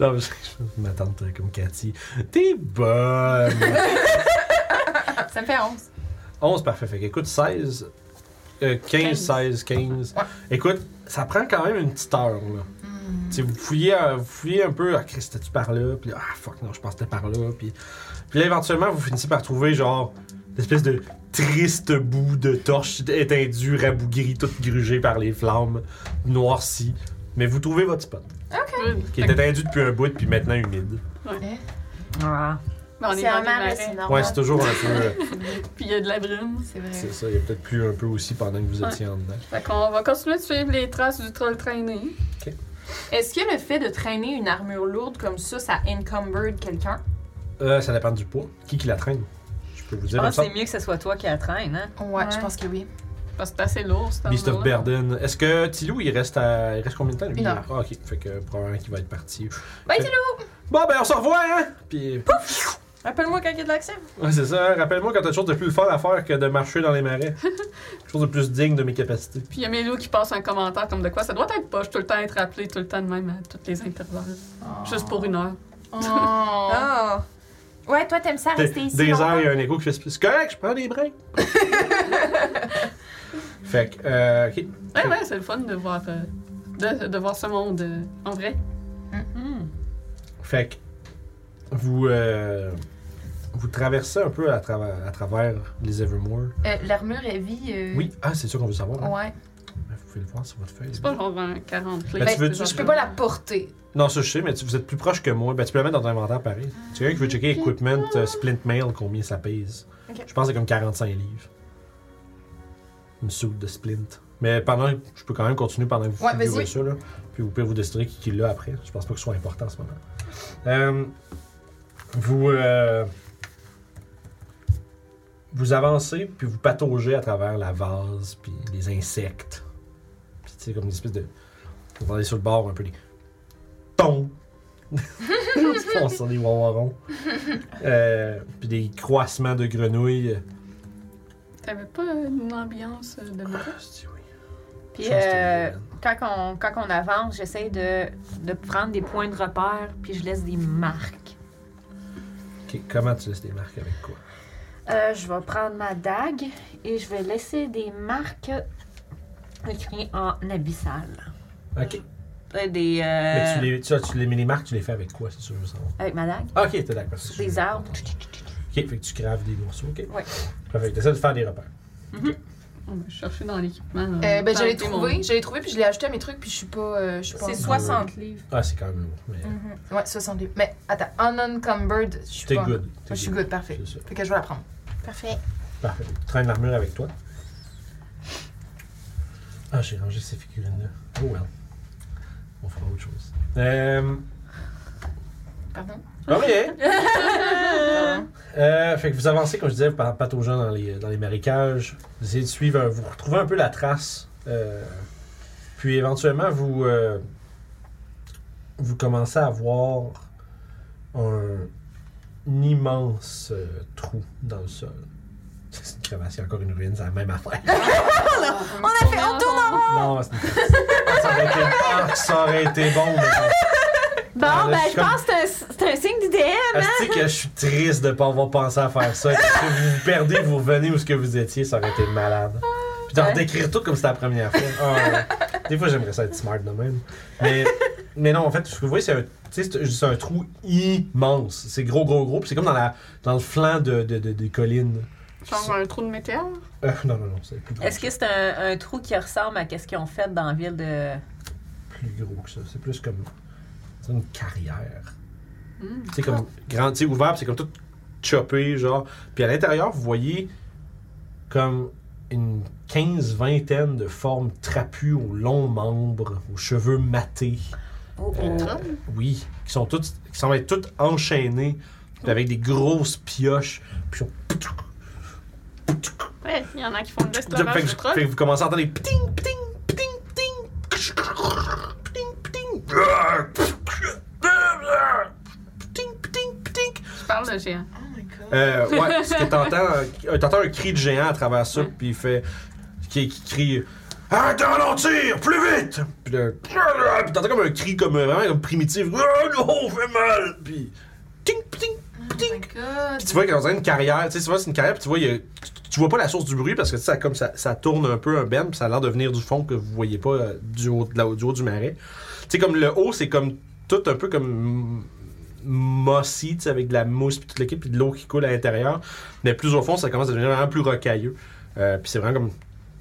Speaker 1: Non, parce que ma tante, euh, comme Cathy, t'es bonne!
Speaker 5: Ça me fait 11.
Speaker 1: 11, parfait. Fait que, écoute, 16, euh, 15, 16, 15. Écoute, ça prend quand même une petite heure, là.
Speaker 5: Hmm.
Speaker 1: Tu sais, Vous fouillez, euh, vous fouillez un peu, ah, Chris, c'était-tu par là? Puis, ah, fuck, non, je pense que c'était par là. Puis, puis là, éventuellement, vous finissez par trouver, genre, l'espèce de triste bout de torche étendue, rabougrie, toute grugée par les flammes, noircie. Mais vous trouvez votre spot,
Speaker 4: Good.
Speaker 1: qui
Speaker 4: Fait
Speaker 1: est étendu depuis un bout, puis maintenant humide.
Speaker 6: Ah.
Speaker 4: que On est
Speaker 7: C'est un
Speaker 4: dans des
Speaker 7: marais, c'est
Speaker 4: marais,
Speaker 7: normal.
Speaker 1: Ouais, c'est toujours un peu. euh,
Speaker 4: puis il y a de la brume.
Speaker 2: C'est vrai.
Speaker 1: c'est ça, il y a peut-être plus un peu aussi pendant que vous étiez en dedans.
Speaker 4: Fait qu'on va continuer de suivre les traces du troll traîné.
Speaker 5: Est-ce que le fait de traîner une armure lourde comme ça, ça encumbered quelqu'un?
Speaker 1: Euh, ça dépend du poids. Qui qui la traîne? Je peux vous
Speaker 6: Je
Speaker 1: dire.
Speaker 6: pense
Speaker 1: une
Speaker 6: que
Speaker 1: sorte
Speaker 6: c'est mieux que ce soit toi qui la traîne, hein?
Speaker 2: Ouais, je pense que oui.
Speaker 4: Parce que c'est assez lourd, cette
Speaker 1: Beast of
Speaker 4: armure-là.
Speaker 1: Burden. Est-ce que Tilou, il reste à... Il reste combien de temps, lui?
Speaker 2: Une heure.
Speaker 1: Ah, ok. Fait que probablement qu'il va être parti.
Speaker 5: Bye,
Speaker 1: Fait- Bon, ben, on se revoit, hein? Puis...
Speaker 5: Rappelle-moi quand il y a de l'action.
Speaker 1: Ouais, c'est ça. Rappelle-moi quand t'as quelque chose de plus fun à faire que de marcher dans les marais. quelque chose de plus digne de mes capacités.
Speaker 4: Puis il y a Melou qui passe un commentaire comme de quoi ça doit être poche tout le temps être rappelé tout le temps de même à tous les intervalles. Juste pour une heure.
Speaker 5: Ah!
Speaker 7: Ouais, toi, t'aimes ça
Speaker 1: Des,
Speaker 7: rester ici.
Speaker 1: des
Speaker 7: longtemps?
Speaker 1: heures, il y a un écho qui fait... C'est correct, je prends des breaks. fait que... Euh, ok.
Speaker 4: Ouais, ouais, c'est le fun de voir, euh, de, de voir ce monde euh, en vrai. Mm-hmm.
Speaker 1: Fait que vous, euh, vous traversez un peu à, travers à travers les Evermore.
Speaker 2: Euh, L'armure, elle vit.
Speaker 4: Mm.
Speaker 2: euh,
Speaker 1: Oui, ah, c'est sûr qu'on veut savoir. hein.
Speaker 2: Ouais.
Speaker 1: Ben, Vous pouvez le voir sur votre feuille.
Speaker 4: C'est pas genre un 40 clés.
Speaker 1: Ben, tu veux- tu-
Speaker 2: Je peux pas la porter.
Speaker 1: Non, ça je sais, mais tu- vous êtes plus proche que moi. Ben, tu peux la mettre dans ton inventaire pareil. Tu quelqu'un qui veut checker Equipment euh, Splint Mail, combien ça pèse.
Speaker 5: Ok.
Speaker 1: Je pense que c'est comme 45 livres. Une soupe de Splint. Mais pendant, je peux quand même continuer pendant que vous
Speaker 2: Ouais,
Speaker 1: fouillez
Speaker 2: vas-y.
Speaker 1: ça. Là. Puis vous pouvez vous décider qui, qui l'a après. Je pense pas que ce soit important en ce moment. Euh, vous, euh, vous avancez, puis vous pataugez à travers la vase, puis les insectes. Puis tu sais, comme une espèce de... Vous entendez sur le bord un peu des... Ton! qui font sur des wawarons. Euh, puis des croissements de grenouilles.
Speaker 4: T'avais pas une ambiance euh, de marais?
Speaker 1: Hostie, Ah, oui.
Speaker 6: Puis,
Speaker 1: Je pense que
Speaker 6: euh,
Speaker 1: c'était une bonne.
Speaker 6: quand, on, quand on avance, j'essaie de, de prendre des points de repère, puis je laisse des marques.
Speaker 1: Ok, comment tu laisses des marques avec quoi?
Speaker 6: Euh, je vais prendre ma dague et je vais laisser des marques écrites en abyssal.
Speaker 1: Ok.
Speaker 6: Euh, Des, euh,
Speaker 1: Mais tu les, tu, tu les, mais les marques, tu les fais avec quoi, c'est sûr, je veux savoir.
Speaker 6: Avec ma dague.
Speaker 1: Ah, Ok, t'es d'accord.
Speaker 6: Sur des arbres.
Speaker 1: Ok, fait que tu craves des morceaux, ok?
Speaker 6: Ouais.
Speaker 1: Parfait, t'essaies de faire des repères.
Speaker 4: On va chercher dans l'équipement.
Speaker 2: Euh, ben, je
Speaker 4: planter
Speaker 2: l'ai trouvé.
Speaker 4: mon-
Speaker 2: Je l'ai trouvé, puis je l'ai ajouté à mes trucs, puis je suis pas. euh, je suis pas
Speaker 5: C'est
Speaker 2: en-
Speaker 5: 60 livres.
Speaker 1: Ah, c'est quand même lourd, mais
Speaker 2: Ouais, 60 livres. Mais attends, unencumbered, je suis
Speaker 1: t'es
Speaker 2: pas.
Speaker 1: good.
Speaker 2: Moi, je suis good, parfait.
Speaker 1: C'est ça.
Speaker 2: Fait que je vais la prendre.
Speaker 7: Parfait.
Speaker 1: Parfait. Tu traînes l'armure avec toi. Ah, j'ai rangé ces figurines-là. Oh well. On fera autre chose. Euh...
Speaker 2: Pardon?
Speaker 1: Ah oui, hein? Euh, fait que vous avancez, comme je disais, vous pat- pataugeant dans les, dans les marécages. Vous essayez de suivre, un- vous retrouvez un peu la trace. euh, puis éventuellement, vous, euh, vous commencez à voir un immense euh, trou dans le sol. C'est une crevasse, il y a encore une ruine, c'est la même affaire.
Speaker 4: On a fait, on tourne en
Speaker 1: Non, c'est une crevasse. Ah, ça aurait été- ah, ça aurait été bon, mais non.
Speaker 7: Bon,
Speaker 1: Ah, là,
Speaker 7: ben,
Speaker 1: je
Speaker 7: je
Speaker 1: comme-
Speaker 7: pense que c'est un- c'est un, signe d'IDM.
Speaker 1: Asti que je suis triste de pas avoir pensé à faire ça. Parce que vous vous perdez, vous revenez où ce que vous étiez, ça aurait été malade. Puis d'en décrire tout comme c'était la première fois. Ah, ouais. des fois, j'aimerais ça être smart de même. Mais, mais non, en fait, ce que vous voyez, c'est un, tu sais, c'est- c'est un trou immense. C'est gros, gros, gros. Puis c'est comme dans, la, dans le flanc de, de- de- des collines.
Speaker 4: Genre un trou de météore.
Speaker 1: Euh, non, non, non, c'est plus gros,
Speaker 6: Est-ce que c'est un, un trou qui ressemble à ce qu'ils ont fait dans la ville de.
Speaker 1: plus gros que ça. C'est plus comme. C'est une carrière. C'est comme grand, tu sais, ouvert, puis c'est comme tout chopé, genre. Puis à l'intérieur, vous voyez comme une quinze, vingtaine de formes trapues aux longs membres, aux cheveux matés.
Speaker 6: Oh,
Speaker 1: Euh, oui, qui sont toutes, qui semblent être toutes enchaînées, puis avec des grosses pioches. Puis sont-
Speaker 4: Ouais, il y en a qui font de
Speaker 1: fait
Speaker 4: l'esclavage
Speaker 1: que
Speaker 4: de
Speaker 1: vous-
Speaker 4: troll.
Speaker 1: fait que vous commencez à entendre des pting, pting, pting, pting, pting, pting, pting, pting, pting.
Speaker 4: Je parle de géant.
Speaker 1: Euh, ouais, ce que t'entends, euh, t'entends un cri de géant à travers ça, puis il fait. qui, qui crie. Arrête de ralentir, plus vite! Puis là, puis t'entends comme un cri comme, euh, vraiment comme primitif. Ah non, fait mal! Puis. Ting, ting, ting! Puis tu vois qu'il est dans une carrière, tu sais, tu vois, c'est une carrière, puis tu vois, il y a- tu- tu vois pas la source du bruit parce que tu sais, ça, comme ça, ça tourne un peu un ben, puis ça a l'air de venir du fond que vous voyez pas euh, du, haut, de la- du haut du marais. Tu sais, comme le haut, c'est comme tout un peu comme mm, mossy, tu sais, avec de la mousse, puis toute l'équipe, puis de l'eau qui coule à l'intérieur. Mais plus au fond, ça commence à devenir vraiment plus rocailleux. Euh, puis c'est vraiment comme.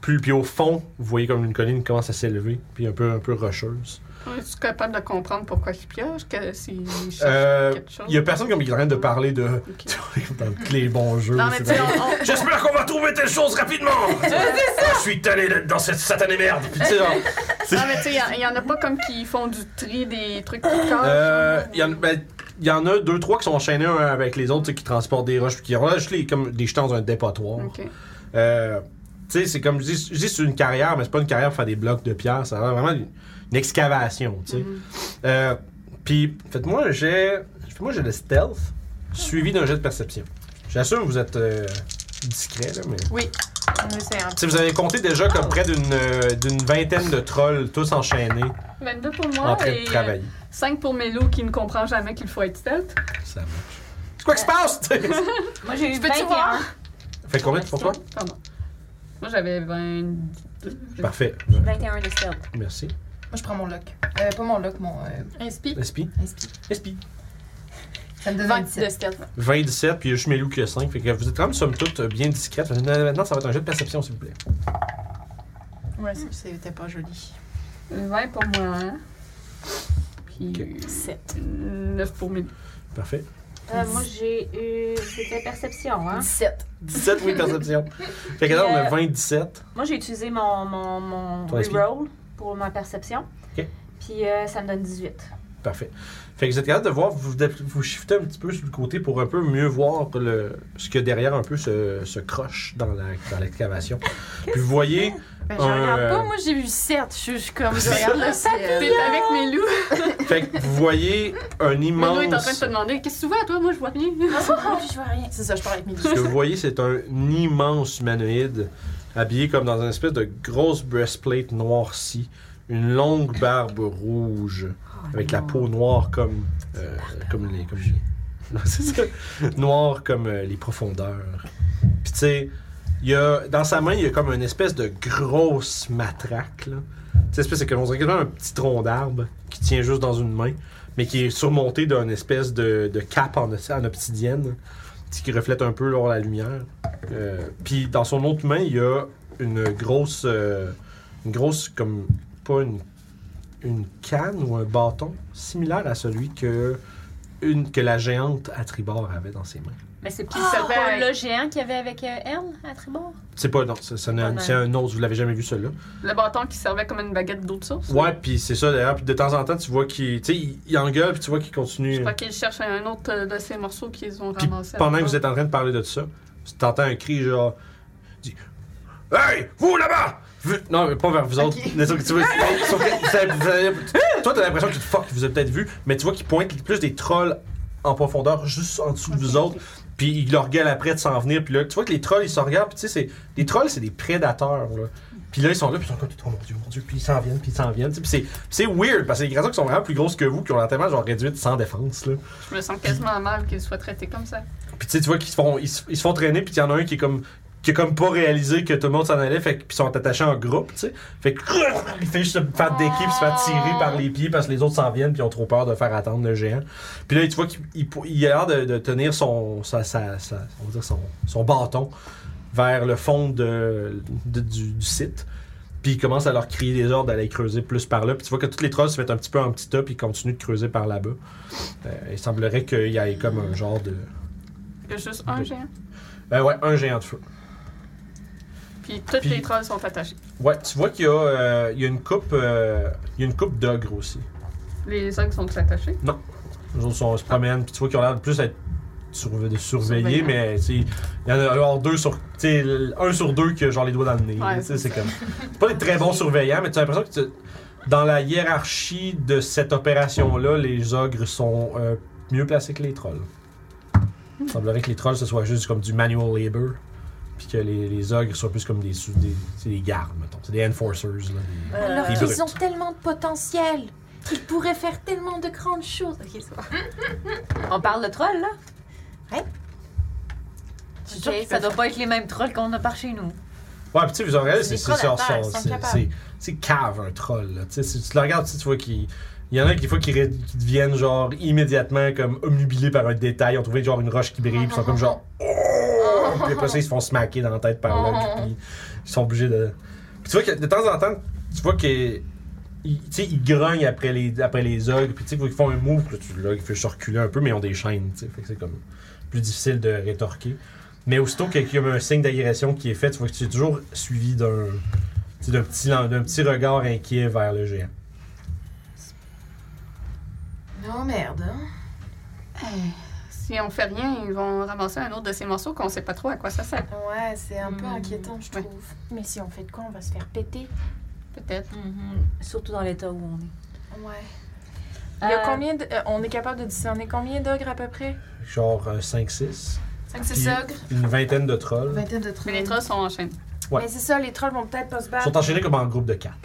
Speaker 1: Plus, puis au fond, vous voyez comme une colline commence à s'élever, puis un peu, un peu rocheuse.
Speaker 4: Es-tu capable de comprendre pourquoi ils piochent? Que s'ils cherchent
Speaker 1: Euh,
Speaker 4: quelque chose?
Speaker 1: Il y a personne comme qui est en train de parler de. dans le clé bons jeux.
Speaker 5: Non, mais
Speaker 1: c'est
Speaker 5: tu sais,
Speaker 1: dans-
Speaker 5: on- on-
Speaker 1: J'espère qu'on va trouver telle chose rapidement! Je suis tanné d'être dans cette satanée merde! Puis tu sais, genre,
Speaker 4: Non, mais tu sais, il y en- il y, en a pas comme qui font du tri des trucs qui cassent.
Speaker 1: euh, Il y, en- ben, il y en a deux, trois qui sont enchaînés un avec les autres, tu sais, qui transportent des roches, puis qui ont là, juste les- comme des jetons dans un dépotoir.
Speaker 4: Ok.
Speaker 1: Euh, tu sais, c'est comme je dis, je dis c'est une carrière, mais c'est pas une carrière pour faire des blocs de pierre, ça a l'air vraiment une, une excavation, tu sais.
Speaker 6: Mm-hmm.
Speaker 1: Euh, puis, faites-moi un jet. Faites-moi un jet de stealth, suivi d'un jet de perception. J'assume que vous êtes euh, discret, là, mais.
Speaker 6: hein.
Speaker 1: Si vous avez compté déjà comme près d'une euh, d'une vingtaine de trolls tous enchaînés
Speaker 4: 22 Ben, pour
Speaker 1: en
Speaker 4: moi
Speaker 1: train
Speaker 4: et
Speaker 1: de travailler.
Speaker 4: 5 pour Melo qui ne comprend jamais qu'il faut être stealth.
Speaker 1: Ça marche. C'est quoi qui se passe? fait
Speaker 6: Moi, j'ai eu
Speaker 4: peux-tu
Speaker 6: 21.
Speaker 4: voir?
Speaker 1: combien pour toi?
Speaker 4: Pardon. Moi, j'avais 22.
Speaker 1: Parfait.
Speaker 6: 21 de stealth.
Speaker 1: Merci.
Speaker 2: Moi, je prends mon lock. Euh, pas mon lock, mon euh,
Speaker 5: Inspi.
Speaker 1: Espi.
Speaker 2: SP.
Speaker 1: Espi.
Speaker 2: Ça me donne
Speaker 5: 20
Speaker 2: un
Speaker 5: de
Speaker 2: petit.
Speaker 5: stealth.
Speaker 1: 27, puis il y a juste Melou qui a 5. Fait que vous êtes quand même, somme toute, bien discrète. Maintenant, ça va être un jet de perception, s'il vous plaît.
Speaker 2: Ouais, ça, c'était pas joli.
Speaker 4: 20 pour moi. hein. Puis. 7. 9 pour Melo.
Speaker 1: Parfait.
Speaker 6: Euh, moi, j'ai eu. C'était perception, hein?
Speaker 2: 17.
Speaker 1: 17, oui, perception. Fait que là, on a
Speaker 6: Euh,
Speaker 1: 27.
Speaker 6: Moi, j'ai utilisé mon, mon, mon
Speaker 1: Ton esprit.
Speaker 6: reroll pour ma perception.
Speaker 1: Ok.
Speaker 6: Puis euh, ça me donne 18.
Speaker 1: Parfait. Fait que vous êtes capable de voir, vous vous shiftez un petit peu sur le côté pour un peu mieux voir le, ce que derrière un peu se, se croche dans la- dans l'excavation. Puis vous voyez.
Speaker 5: Ben,
Speaker 1: un, euh,
Speaker 5: moi j'ai vu 7. Je suis- je suis comme.
Speaker 2: Je regarde le ciel.
Speaker 4: T'es avec Melo.
Speaker 1: Fait que vous voyez un immense.
Speaker 4: Melo est en train de te demander Qu'est-ce que tu vois, toi Moi, je vois rien.
Speaker 2: C'est ça, je parle avec mes
Speaker 1: Ce que vous voyez, c'est un immense humanoïde habillé comme dans une espèce de grosse breastplate noircie, une longue barbe rouge avec la peau noire comme euh, comme les comme les- Non, c'est ça. noire comme euh, les profondeurs. Puis tu sais, il y a dans sa main, il y a comme une espèce de grosse matraque là. Tu sais, espèce c'est comme on dirait quasiment un petit tronc d'arbre qui tient juste dans une main, mais qui est surmonté d'une espèce de, de cape en, en obsidienne ce qui reflète un peu lors la lumière. Euh, Puis dans son autre main, il y a une grosse, euh, une grosse comme pas une, une canne ou un bâton similaire à celui que une que la géante à tribord avait dans ses mains.
Speaker 6: Mais c'est pas
Speaker 4: Puis ça fait
Speaker 6: pas
Speaker 4: avec-
Speaker 6: le géant qu'il y avait avec euh, elle à Tribord?
Speaker 1: C'est pas non, c'est c'est un,
Speaker 6: Pas mal.
Speaker 1: c'est un autre. Vous l'avez jamais vu celui-là.
Speaker 4: Le bâton qui servait comme une baguette d'eau de source.
Speaker 1: Ouais, puis c'est ça d'ailleurs. Puis de temps en temps, tu vois qu'il, tu sais, il, il engueule puis tu vois qu'il continue.
Speaker 4: Je crois qu'ils cherchent un autre euh, de ces morceaux qu'ils ont
Speaker 1: Puis
Speaker 4: ramassé.
Speaker 1: pendant que vous êtes en train de parler de ça, tu t'entends un cri genre. dis, Hey, vous là-bas! Vous- Non, mais pas vers vous autres. Mais sauf que tu vois- sauf que ça- ça- Toi, t'as l'impression que tu te fuck, vous avez peut-être vu, mais tu vois qu'ils pointent plus des trolls en profondeur juste en dessous de vous autres. Puis ils leur gueulent après de s'en venir. Puis là, tu vois que les trolls, ils se regardent. Puis tu sais, c'est- les trolls, c'est des prédateurs. Là. Puis là, ils sont là. Puis ils sont comme, oh mon dieu, mon dieu. Puis ils s'en viennent. Puis ils s'en viennent. tu sais. Puis c'est- puis c'est weird parce que les créatures qui sont vraiment plus grosses que vous, qui ont l'air tellement genre réduites sans défense. Là.
Speaker 4: Je me sens quasiment mal qu'ils soient traités comme ça.
Speaker 1: Puis tu sais, tu vois qu'ils se font, ils se, ils se font traîner, puis il y en a un qui est comme qui a comme pas réalisé que tout le monde s'en allait, fait que- puis ils sont attachés en groupe, tu sais. Fait que il fait juste se faire des puis se faire tirer par les pieds parce que les autres s'en viennent puis ils ont trop peur de faire attendre le géant. Puis là, tu vois qu'il il- il a l'air de, de tenir son, sa- sa- sa- on va dire son, son bâton vers le fond de, de- du, du site. Puis il commence à leur crier des ordres d'aller creuser plus par là. Puis tu vois que toutes les trolls se mettent un petit peu en petit tas puis ils continuent de creuser par là-bas. Euh, il semblerait qu'il y ait comme un genre de...
Speaker 4: Il y a juste un
Speaker 1: Ok.
Speaker 4: géant.
Speaker 1: Euh, ouais, un géant de feu.
Speaker 4: Puis toutes
Speaker 1: Puis-
Speaker 4: les trolls sont attachés.
Speaker 1: Ouais, tu vois qu'il y, a, euh, il y a une coupe euh, il y a une coupe d'ogre aussi.
Speaker 4: Les ogres sont attachés.
Speaker 1: Les autres sont- se promènent, puis tu vois qu'ils ont l'air de plus être surve- de surveillés,
Speaker 4: Surveillants.
Speaker 1: mais tu sais, il y en a alors deux sur. tu sais, l- Un sur deux qui a genre les doigts dans le nez.
Speaker 4: Ouais,
Speaker 1: tu sais, c'est
Speaker 4: c'est
Speaker 1: comme. C'est pas des très bons surveillants, mais tu as l'impression que tu- dans la hiérarchie de cette opération-là, les ogres sont euh, mieux placés que les trolls. Il semblerait que les trolls ce soit juste comme du manual labor, puis que les, les ogres soient plus comme des, sous- des, c'est des gardes, mettons. C'est des enforcers. Là, des-
Speaker 7: Alors
Speaker 1: Des brutes.
Speaker 7: qu'ils ont tellement de potentiel. Ils pourraient faire tellement de grandes choses. Ok, c'est bon.
Speaker 6: On parle de trolls, là?
Speaker 7: Ouais.
Speaker 6: Je suis sûre que ça doit pas être les mêmes trolls qu'on a par chez nous.
Speaker 1: Ouais, puis tu sais, vous en regardez, c'est
Speaker 7: C'est des
Speaker 1: c'est- c'est-
Speaker 7: prédateurs,
Speaker 1: c'est-
Speaker 7: ils sont
Speaker 1: c'est-
Speaker 7: capables.
Speaker 1: c'est- c'est cave un troll. Là. Tu sais, si tu le regardes, tu sais, tu vois qu'il il y en a qui, fois, qui, ré- qui deviennent genre immédiatement comme omnubilés par un détail. Ils ont trouvé genre une roche qui brille, puis ils sont comme genre. Oh! Puis après ça, ils se font smacker dans la tête par l'autre, puis ils sont obligés de. Puis tu vois que de temps en temps, tu vois que. Ils, tu sais, ils grognent après les, après les ogres, puis tu sais, ils font un move, puis là, tu l'og, il fait juste reculer un peu, mais ils ont des chaînes, tu sais, fait que c'est comme plus difficile de rétorquer. Mais aussitôt que- qu'il y a un signe d'agression qui est fait, tu vois que tu es toujours suivi d'un tu sais, d'un petit, lan- d'un petit regard inquiet vers le géant.
Speaker 2: Non, merde. hein.
Speaker 4: Si on fait rien, ils vont ramasser un autre de ces morceaux qu'on sait pas trop à quoi ça sert.
Speaker 2: Ouais, c'est un peu
Speaker 6: Hmm.
Speaker 2: inquiétant, je
Speaker 4: Ouais.
Speaker 2: trouve.
Speaker 7: Mais si on fait de quoi, on va se faire péter.
Speaker 4: Peut-être.
Speaker 6: Mm-hmm. Surtout dans l'état où on est.
Speaker 2: Ouais.
Speaker 5: Il y a
Speaker 6: Euh,
Speaker 5: combien de- euh, on est capable de discerner combien d'ogres à peu près?
Speaker 1: Genre euh, 5-6.
Speaker 2: 5, 6
Speaker 1: Puis
Speaker 2: ogres,
Speaker 1: Une vingtaine de trolls.
Speaker 2: vingtaine de trolls.
Speaker 4: Mais les trolls sont enchaînés.
Speaker 1: Ouais.
Speaker 5: Mais c'est ça, les trolls vont peut-être pas se
Speaker 1: Ils
Speaker 5: battre.
Speaker 1: sont enchaînés comme en groupe de 4.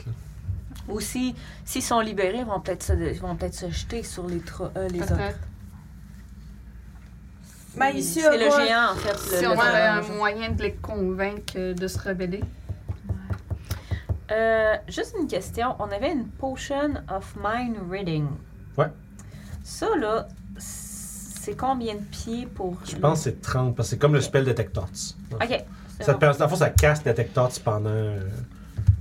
Speaker 6: Ou si, s'ils sont libérés, ils vont peut-être se, ils vont peut-être se jeter sur les, tro- euh, les autres.
Speaker 4: Peut-être.
Speaker 5: Ben, ici,
Speaker 6: c'est
Speaker 5: on
Speaker 6: le
Speaker 5: va-
Speaker 6: géant, en fait. le-
Speaker 4: Si
Speaker 6: le
Speaker 4: on
Speaker 6: trône.
Speaker 4: avait un moyen de les convaincre euh, de se rebeller.
Speaker 6: Euh, juste une question. On avait une potion of mind reading.
Speaker 1: Ouais.
Speaker 6: Ça, là, c'est combien de pieds pour.
Speaker 1: Je pense que c'est 30, parce que c'est comme le spell Detect Thoughts.
Speaker 6: Ok. c'est
Speaker 1: Ça te
Speaker 6: bon.
Speaker 1: permet, dans le fond, ça casse Detect Thoughts pendant euh,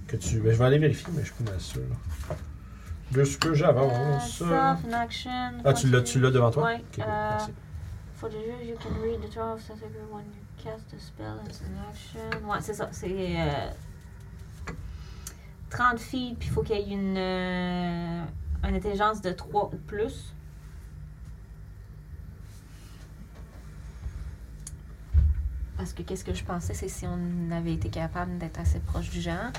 Speaker 1: que tu. ben, je vais aller vérifier, mais je suis pas mal sûr. Deux secondes, j'avance.
Speaker 6: Soft in action.
Speaker 1: Oh, Ah, tu l'as, tu l'as devant toi?
Speaker 6: Euh, Ouais,
Speaker 1: Ok,
Speaker 6: euh,
Speaker 1: merci.
Speaker 6: For the judge, you can read the draw of such a good one. You cast a spell as an action. Ouais, c'est ça. C'est euh, 30 feet, puis il faut qu'il y ait une, euh, une intelligence de 3 ou plus. Parce que qu'est-ce que je pensais, c'est si on avait été capable d'être assez proche du genre.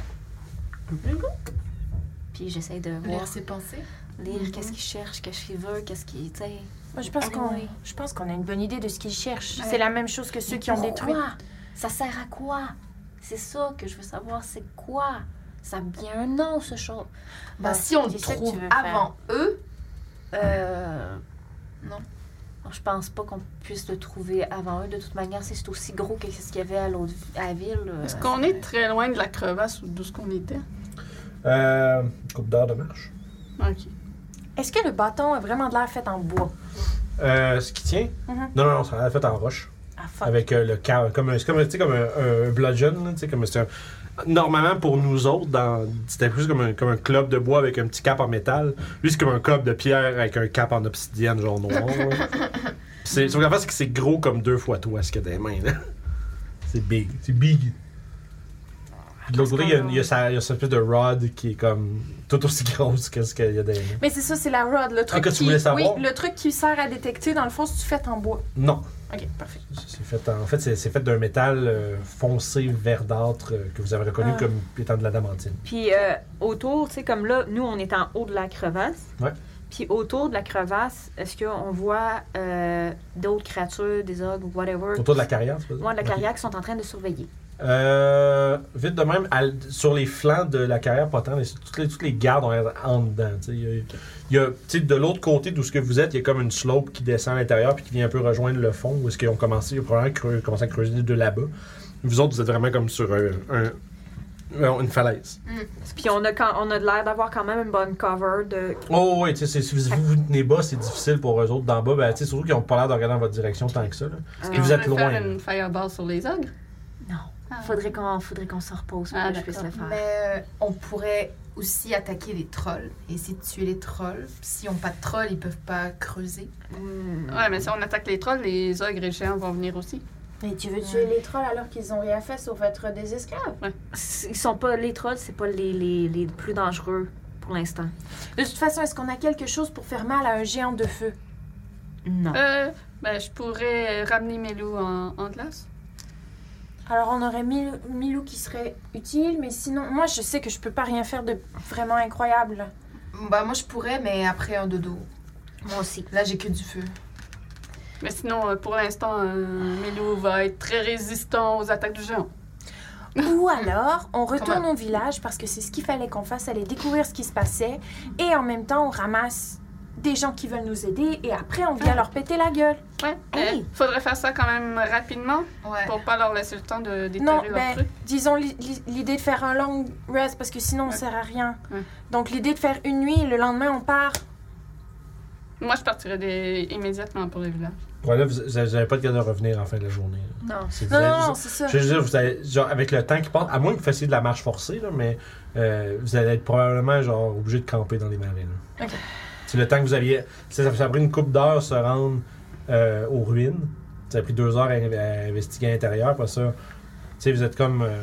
Speaker 6: Puis j'essaye de voir,
Speaker 2: Lire ses pensées.
Speaker 6: lire qu'est-ce qu'il cherche, qu'est-ce qu'il veut, qu'est-ce qu'il. tu sais.
Speaker 7: Moi, je pense qu'on
Speaker 6: Ah Oui.
Speaker 7: je pense qu'on a une bonne idée de ce qu'ils cherchent.
Speaker 4: Ouais.
Speaker 7: C'est la même chose que ceux qui ont détruit.
Speaker 6: Pourquoi? Ça sert à quoi? C'est ça que je veux savoir, c'est quoi? Ça a bien un nom, ce chose.
Speaker 2: Bah,
Speaker 6: Bah,
Speaker 2: si on le
Speaker 6: c'est ça que tu
Speaker 2: trouve
Speaker 6: veux faire.
Speaker 2: avant eux,
Speaker 6: Euh.
Speaker 2: Non.
Speaker 6: Je pense pas qu'on puisse le trouver avant eux. De toute manière, si c'est aussi gros que ce qu'il y avait à, l'autre, à la ville. euh,
Speaker 4: Est-ce qu'on est très loin de la crevasse ou d'où ce qu'on était?
Speaker 1: Euh, une coupe d'heure de marche.
Speaker 4: Ok.
Speaker 5: Est-ce que le bâton a vraiment de l'air fait en bois?
Speaker 1: Euh, ce qui tient?
Speaker 5: Mhm.
Speaker 1: Non, non, non, ça a fait en roche.
Speaker 5: Ah, fuck.
Speaker 1: avec euh, le cœur. Comme, un- c'est comme, un- tu sais, comme un, un bludgeon. là, tu sais, comme c'est un- normalement, pour nous autres, dans, c'était plus comme un, comme un club de bois avec un petit cap en métal. Lui, c'est comme un club de pierre avec un cap en obsidienne, genre noir. là. Puis c'est, sauf qu'en fait, c'est que c'est gros comme deux fois toi, ce que t'as des mains. là. C'est big. C'est big. Puis de l'autre côté, il y a, une- il y a sa- il y a cette espèce de rod qui est comme tout aussi grosse que ce qu'il y a des mains.
Speaker 5: Mais c'est ça, c'est la rod, le truc
Speaker 2: Ah,
Speaker 1: que tu
Speaker 5: qui...
Speaker 1: voulais savoir?
Speaker 5: Oui, le truc qui sert à détecter, dans le fond, si tu fais en bois.
Speaker 1: Non.
Speaker 5: Ok, parfait.
Speaker 1: C'est fait en, en fait, c'est, c'est fait d'un métal euh, foncé verdâtre euh, que vous avez reconnu
Speaker 5: Ah.
Speaker 1: comme étant de l'adamantine.
Speaker 6: Puis euh, autour, tu sais, comme là, nous, on est en haut de la crevasse.
Speaker 1: Ouais.
Speaker 6: Puis autour de la crevasse, est-ce qu'on voit euh, d'autres créatures, des ogres, whatever,
Speaker 1: Autour de la carrière, tu veux dire?
Speaker 6: loin de la
Speaker 1: Ok.
Speaker 6: carrière qui sont en train de surveiller?
Speaker 1: Euh, vite de même, à l- sur les flancs de la carrière, pas tant, mais sur toutes les, toutes les gardes ont l'air en dedans. tu sais. Il y a- il y a, tu sais, de l'autre côté d'où ce que vous êtes, il y a comme une slope qui descend à l'intérieur puis qui vient un peu rejoindre le fond où est-ce qu'ils ont commencé, ils ont probablement creu- commencé à creuser de là-bas. Vous autres, vous êtes vraiment comme sur un- un- un- une falaise.
Speaker 5: Mm. Puis on a, quand, on a de l'air d'avoir quand même une bonne cover de.
Speaker 1: Oh, ouais, tu sais, c'est- si vous vous tenez bas, c'est difficile pour eux autres d'en bas. Ben, tu sais, surtout qu'ils n'ont pas l'air de regarder dans votre direction tant que ça. là. Et
Speaker 4: On
Speaker 1: vous êtes
Speaker 4: pourrait
Speaker 1: loin.
Speaker 4: faire une fireball sur les ogres.
Speaker 3: Ah.
Speaker 6: Faudrait qu'on faudrait qu'on se repose pour
Speaker 4: Ah,
Speaker 6: que je puisse le faire.
Speaker 2: Mais euh, on pourrait aussi attaquer les trolls et essayer de tuer les trolls. S'ils n'ont pas de trolls, ils peuvent pas creuser.
Speaker 4: Ouais, mais si on attaque les trolls, les ogres et les géants vont venir aussi.
Speaker 3: Mais tu veux tuer les trolls alors qu'ils ont rien fait sauf être des esclaves?
Speaker 6: C'est- Ils sont pas les trolls, c'est pas les, les, les plus dangereux pour l'instant.
Speaker 3: De toute façon, est-ce qu'on a quelque chose pour faire mal à un géant de feu?
Speaker 6: Non.
Speaker 4: Euh, ben, je pourrais ramener Melou en, en glace.
Speaker 3: Alors on aurait Mil- Milou qui serait utile, mais sinon, moi je sais que je peux pas rien faire de vraiment incroyable.
Speaker 2: Bah, moi, je pourrais, mais après un dodo.
Speaker 6: Moi aussi.
Speaker 2: Là, j'ai que du feu.
Speaker 4: Mais sinon, euh, pour l'instant, euh, Melou va être très résistant aux attaques du géant.
Speaker 3: Ou alors, on retourne au village parce que c'est ce qu'il fallait qu'on fasse, aller découvrir ce qui se passait, et en même temps on ramasse des gens qui veulent nous aider, et après on vient leur péter la gueule.
Speaker 4: Ouais.
Speaker 6: Hey!
Speaker 4: Euh, faudrait faire ça quand même rapidement
Speaker 2: Ouais.
Speaker 4: pour pas leur laisser le temps de déterrer
Speaker 3: Non,
Speaker 4: leur
Speaker 3: ben,
Speaker 4: truc.
Speaker 3: disons li- li- l'idée de faire un long rest parce que sinon on sert à rien.
Speaker 4: Ouais.
Speaker 3: Donc l'idée de faire une nuit, le lendemain on part.
Speaker 4: Moi, je partirais des- immédiatement pour les villages.
Speaker 1: Ouais, là, vous n'avez pas de garde de revenir en fin de la journée. là.
Speaker 5: Non.
Speaker 1: C'est-
Speaker 3: Non,
Speaker 1: vous avez-
Speaker 3: non, non, c'est ça.
Speaker 1: Je veux dire, vous allez, genre, avec le temps qui passe, à moins que vous fassiez de la marche forcée, là, mais euh, vous allez être probablement genre obligé de camper dans les marais. là.
Speaker 3: Ok.
Speaker 1: C'est le temps que vous aviez. Ça, ça a pris une coupe d'heures se rendre euh, aux ruines. Ça a pris deux heures à, à investiguer à l'intérieur. Après ça, tu sais, vous êtes comme euh,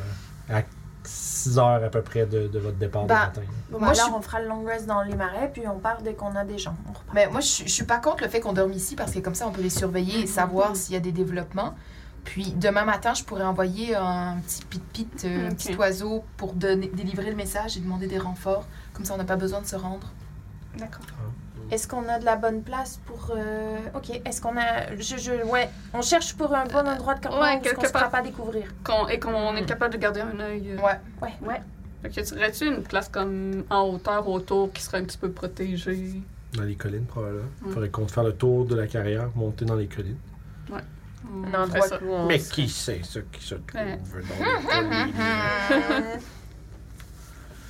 Speaker 1: à 6 heures à peu près de, de votre départ
Speaker 3: Bah.
Speaker 2: Ben,
Speaker 1: du matin.
Speaker 3: Bon,
Speaker 2: Moi, je
Speaker 3: alors
Speaker 2: suis-
Speaker 3: on fera le long rest dans les marais, puis on part dès qu'on a des gens. On repart.
Speaker 2: Mais moi, je, je suis pas contre le fait qu'on dorme ici parce que comme ça, on peut les surveiller et
Speaker 4: Mm-hmm.
Speaker 2: savoir s'il y a des développements. Puis demain matin, je pourrais envoyer un petit pit-pit, euh, un
Speaker 4: Ok.
Speaker 2: petit oiseau pour donner, délivrer le message et demander des renforts. Comme ça, on n'a pas besoin de se rendre.
Speaker 4: D'accord.
Speaker 3: Est-ce qu'on a de la bonne place pour. euh, Ok, est-ce qu'on a. Je, je- Ouais, on cherche pour un bon endroit de campement
Speaker 4: ouais,
Speaker 3: où est-ce qu'on
Speaker 4: quelque
Speaker 3: se fera
Speaker 4: part.
Speaker 3: pas découvrir.
Speaker 4: Qu'on- et qu'on est capable de garder un œil. euh,
Speaker 2: Ouais.
Speaker 3: Ouais.
Speaker 6: Ouais.
Speaker 4: Fait que tu aurais-tu une place comme en hauteur, autour, qui serait un petit peu protégée?
Speaker 1: Dans les collines, probablement.
Speaker 4: Mm.
Speaker 1: Faudrait qu'on fasse le tour de la carrière, monter dans les collines.
Speaker 4: On
Speaker 5: Un
Speaker 4: ferait
Speaker 5: endroit
Speaker 4: ça.
Speaker 5: où on.
Speaker 1: Mais qui c'est ce qui se trouve
Speaker 4: Ouais.
Speaker 1: dans les collines?